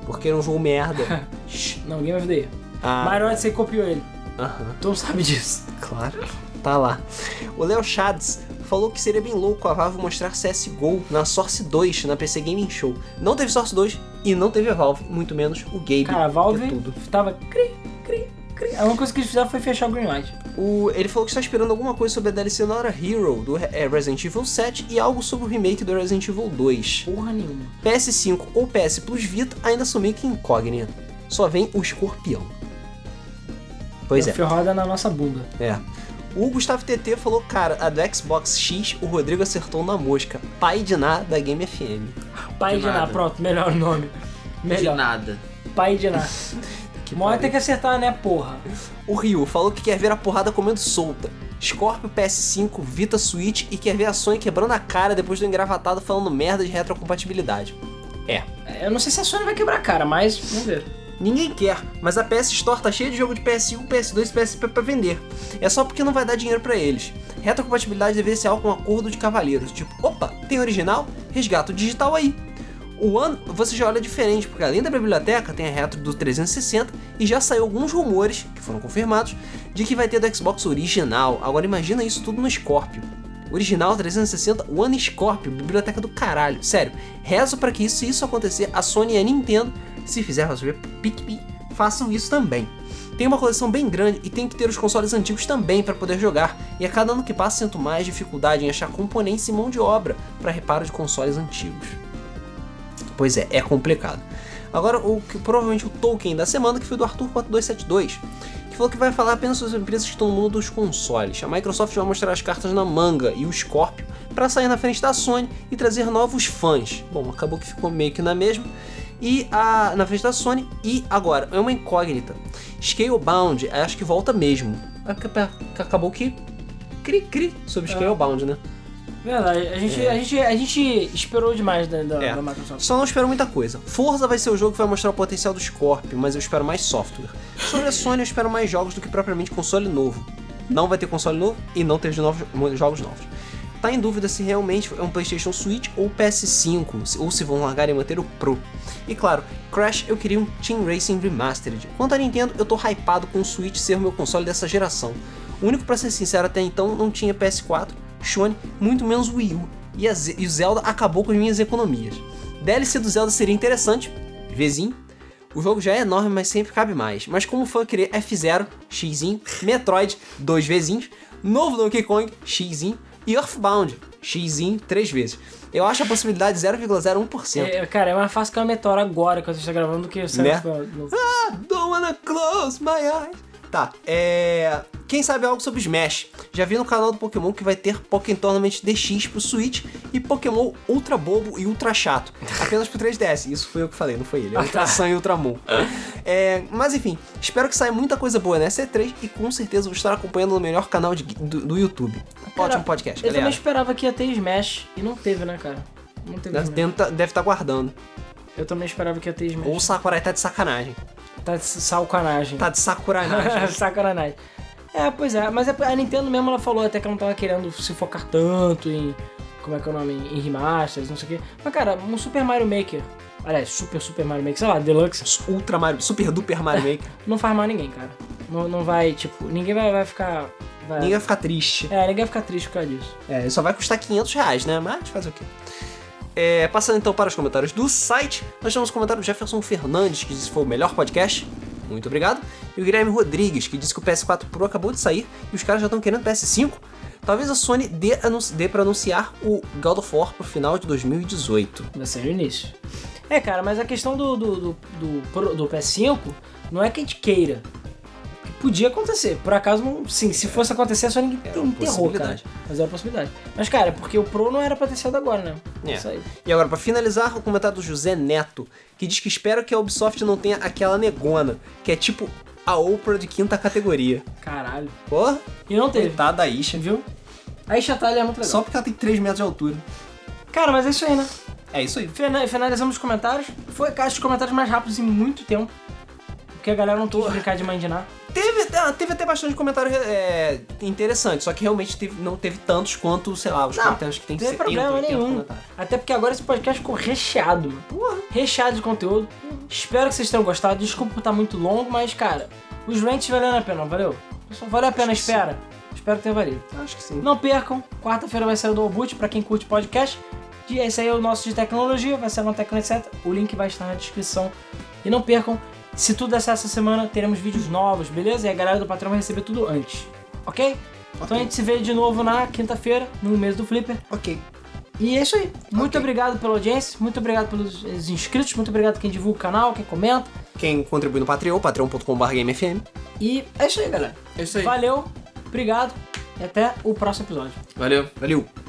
Speaker 1: Porque era um jogo merda. Shhh.
Speaker 2: *laughs* Não, Game of the Year.
Speaker 1: ah,
Speaker 2: Mario Odyssey copiou ele.
Speaker 1: Aham,
Speaker 5: Tu não sabe disso.
Speaker 1: claro. Tá lá. O Léo Chads falou que seria bem louco a Valve mostrar CSGO na Source 2, na PC Gaming Show. Não teve Source 2 e não teve a Valve, muito menos o Gabe.
Speaker 2: Cara, a Valve
Speaker 1: que é tudo.
Speaker 2: tava cri, cri, cri. A única coisa que eles fizeram foi fechar o Greenlight.
Speaker 1: O- ele falou que está esperando alguma coisa sobre a DLC Nora Hero do Re- é, Resident Evil 7 e algo sobre o remake do Resident Evil 2.
Speaker 2: Porra nenhuma.
Speaker 1: PS5 ou PS Plus Vita ainda são meio que incógnita. Só vem o escorpião. Pois
Speaker 2: Deu
Speaker 1: é.
Speaker 2: Ferrada na nossa bunda.
Speaker 1: É. O Gustavo TT falou, cara, a do Xbox X, o Rodrigo acertou na mosca. Pai de Ná da Game FM.
Speaker 2: Pai
Speaker 3: De
Speaker 2: de, Ná,
Speaker 3: nada.
Speaker 2: pronto, melhor *laughs* nome.
Speaker 3: De
Speaker 2: Melhor.
Speaker 3: nada.
Speaker 2: Pai de Ná.
Speaker 1: Que
Speaker 2: Uma hora
Speaker 1: pariu.
Speaker 2: tem *laughs* que acertar, né, porra?
Speaker 1: O Ryu falou que quer ver a porrada comendo solta. Scorpio PS5, Vita Switch e quer ver a Sony quebrando a cara depois do engravatado falando merda de retrocompatibilidade.
Speaker 2: Eu não sei se a Sony vai quebrar a cara, mas vamos ver.
Speaker 1: Ninguém quer, mas a PS Store tá cheia de jogo de PS1, PS2 e PSP pra vender. É só porque não vai dar dinheiro pra eles. Retrocompatibilidade deveria ser algo um acordo de cavalheiros, tipo, opa, tem original? Resgata o digital aí. O One você já olha diferente, porque além da biblioteca tem a retro do 360 e já saiu alguns rumores, que foram confirmados, de que vai ter do Xbox original. Agora imagina isso tudo no Scorpio. Original 360 One Scorpio, biblioteca do caralho. Sério, rezo pra que isso, se isso acontecer, a Sony e a Nintendo, se fizer fazer PicPay, façam isso também. Tem uma coleção bem grande e tem que ter os consoles antigos também para poder jogar, e a cada ano que passa sinto mais dificuldade em achar componentes e mão de obra para reparo de consoles antigos. Pois é, é complicado. Agora, o que provavelmente o Tolkien da semana, que foi do Arthur4272, que falou que vai falar apenas sobre as empresas que estão no mundo dos consoles. A Microsoft vai mostrar as cartas na manga e o Scorpio para sair na frente da Sony e trazer novos fãs. Bom, acabou que ficou meio que na mesma. E a, na frente da Sony, e agora, é uma incógnita. Scalebound, acho que volta mesmo. É porque pe- que Acabou que. Cri-cri sobre Scalebound, né?
Speaker 2: Verdade, a gente, a gente, a gente esperou demais da, da,
Speaker 1: É.
Speaker 2: da Microsoft.
Speaker 1: Só não espero muita coisa. Forza vai ser o jogo que vai mostrar o potencial do Scorpio, mas eu espero mais software. Sobre a Sony, eu espero mais jogos do que propriamente console novo. Não vai ter console novo e não ter de novos, mo- jogos novos. Tá em dúvida se realmente é um PlayStation Switch ou PS5, se- ou se vão largar e manter o Pro. E claro, Crash eu queria um Team Racing Remastered. Quanto à Nintendo, eu tô hypado com o Switch ser o meu console dessa geração. O único, pra ser sincero, até então não tinha PS4, Sony, muito menos Wii U. E, a Ze- e o Zelda acabou com as minhas economias. DLC do Zelda seria interessante, vizinho. O jogo já é enorme, mas sempre cabe mais. Mas como fã eu queria F0, Xzinho, Metroid, dois vezinhos, novo Donkey Kong, Xzinho e Earthbound, Xzinho, três vezes. Eu acho a possibilidade 0,01%.
Speaker 2: É, cara, é mais fácil que uma meteora agora que você está gravando do que o
Speaker 1: Né?
Speaker 2: no...
Speaker 1: Don't wanna close my eyes. Tá, é. Quem sabe algo sobre Smash? Já vi no canal do Pokémon que vai ter Pokémon Tournament DX pro Switch e Pokémon Ultra Bobo e Ultra Chato. Apenas pro 3DS. Isso foi eu que falei, não foi ele. É Ultra Sun e Ultra Moon. É, mas enfim, espero que saia muita coisa boa nessa E3 e com certeza vou estar acompanhando no melhor canal de- do, do YouTube. Ótimo podcast,
Speaker 2: Eu também
Speaker 1: galera.
Speaker 2: esperava que ia ter Smash e não teve, né, cara? Não teve Smash.
Speaker 1: Deve estar guardando.
Speaker 2: Eu também esperava que ia ter Smash.
Speaker 1: Ou o Sakurai tá de sacanagem.
Speaker 2: Tá de sacanagem.
Speaker 1: Tá de sacuranagem.
Speaker 2: *laughs* sacanagem. É, pois é, mas a a Nintendo mesmo ela falou até que ela não tava querendo se focar tanto em. Como é que é o nome? Em remasters, não sei o quê. Mas, cara, um Super Mario Maker. Aliás, Super Super Mario Maker, sei lá, Deluxe.
Speaker 1: Ultra Mario, Super Duper Mario Maker.
Speaker 2: Não faz mal a ninguém, cara. Não, não vai, tipo, ninguém vai, vai ficar. vai-
Speaker 1: Ninguém vai ficar triste.
Speaker 2: É, ninguém vai ficar triste por causa disso.
Speaker 1: É, só vai custar 500 reais, né? Mas fazer o quê? É, passando então para os comentários do site, nós temos o comentário do Jefferson Fernandes, que disse que foi o melhor podcast. Muito obrigado. E o Guilherme Rodrigues, que disse que o PS4 Pro acabou de sair e os caras já estão querendo PS5. Talvez a Sony dê, anunci- dê para anunciar o God of War pro final de 2018.
Speaker 2: Vai ser o início. É, cara, mas a questão do, do, do, do pro- do PS5 não é que a gente queira. Podia acontecer. Por acaso, não, sim, se fosse acontecer, é só ninguém
Speaker 1: Era uma
Speaker 2: enterrou, cara.
Speaker 1: possibilidade.
Speaker 2: Mas era uma possibilidade. Mas, cara, é porque o Pro não era pra ter saído agora, né?
Speaker 1: É.
Speaker 2: Isso aí.
Speaker 1: E agora, pra finalizar, o comentário do José Neto, que diz que espera que a Ubisoft não tenha aquela negona, que é tipo a Oprah de quinta categoria.
Speaker 2: Caralho.
Speaker 1: Porra,
Speaker 2: E não teve.
Speaker 1: coitada da Isha.
Speaker 2: Viu?
Speaker 1: tá
Speaker 2: Aí Chatalha é muito legal.
Speaker 1: Só porque ela tem 3 metros de altura.
Speaker 2: Cara, mas é isso aí, né?
Speaker 1: É isso aí.
Speaker 2: Fina- Finalizamos os comentários. Foi, cara, os comentários mais rápidos em muito tempo. Porque a galera não quis brincar de mandinar.
Speaker 1: Teve, ah, teve até bastante comentário é, interessante, só que realmente teve- não teve tantos quanto, sei lá, os
Speaker 2: Não,
Speaker 1: comentários que tem
Speaker 2: Não
Speaker 1: que ser.
Speaker 2: tem problema nenhum. Até porque agora esse podcast ficou recheado, mano. Recheado de conteúdo. Espero que vocês tenham gostado. Desculpa por estar muito tá longo, mas, cara, Os rants valeram a pena, valeu? Pessoal, valeu a pena,
Speaker 1: Acho que
Speaker 2: espera. Espero que tenha valido.
Speaker 1: Acho que sim.
Speaker 2: Não percam, quarta-feira vai sair o Dolboot pra quem curte podcast. E esse aí é o nosso de tecnologia, vai ser no Tecno etc. O link vai estar na descrição. E não percam, se tudo der certo essa semana, teremos vídeos novos, beleza? E a galera do Patreon vai receber tudo antes, ok? Então a gente se vê de novo na quinta-feira, no mês do Flipper.
Speaker 1: Ok.
Speaker 2: E é isso aí. Muito
Speaker 1: Ok.
Speaker 2: obrigado pela audiência, muito obrigado pelos eh, inscritos, muito obrigado quem divulga o canal, quem comenta.
Speaker 1: Quem contribui no Patreon, patreon.com.br GameFM.
Speaker 2: E é isso aí, galera.
Speaker 3: É isso aí.
Speaker 2: Valeu, obrigado e até o próximo episódio.
Speaker 3: Valeu.
Speaker 1: Valeu!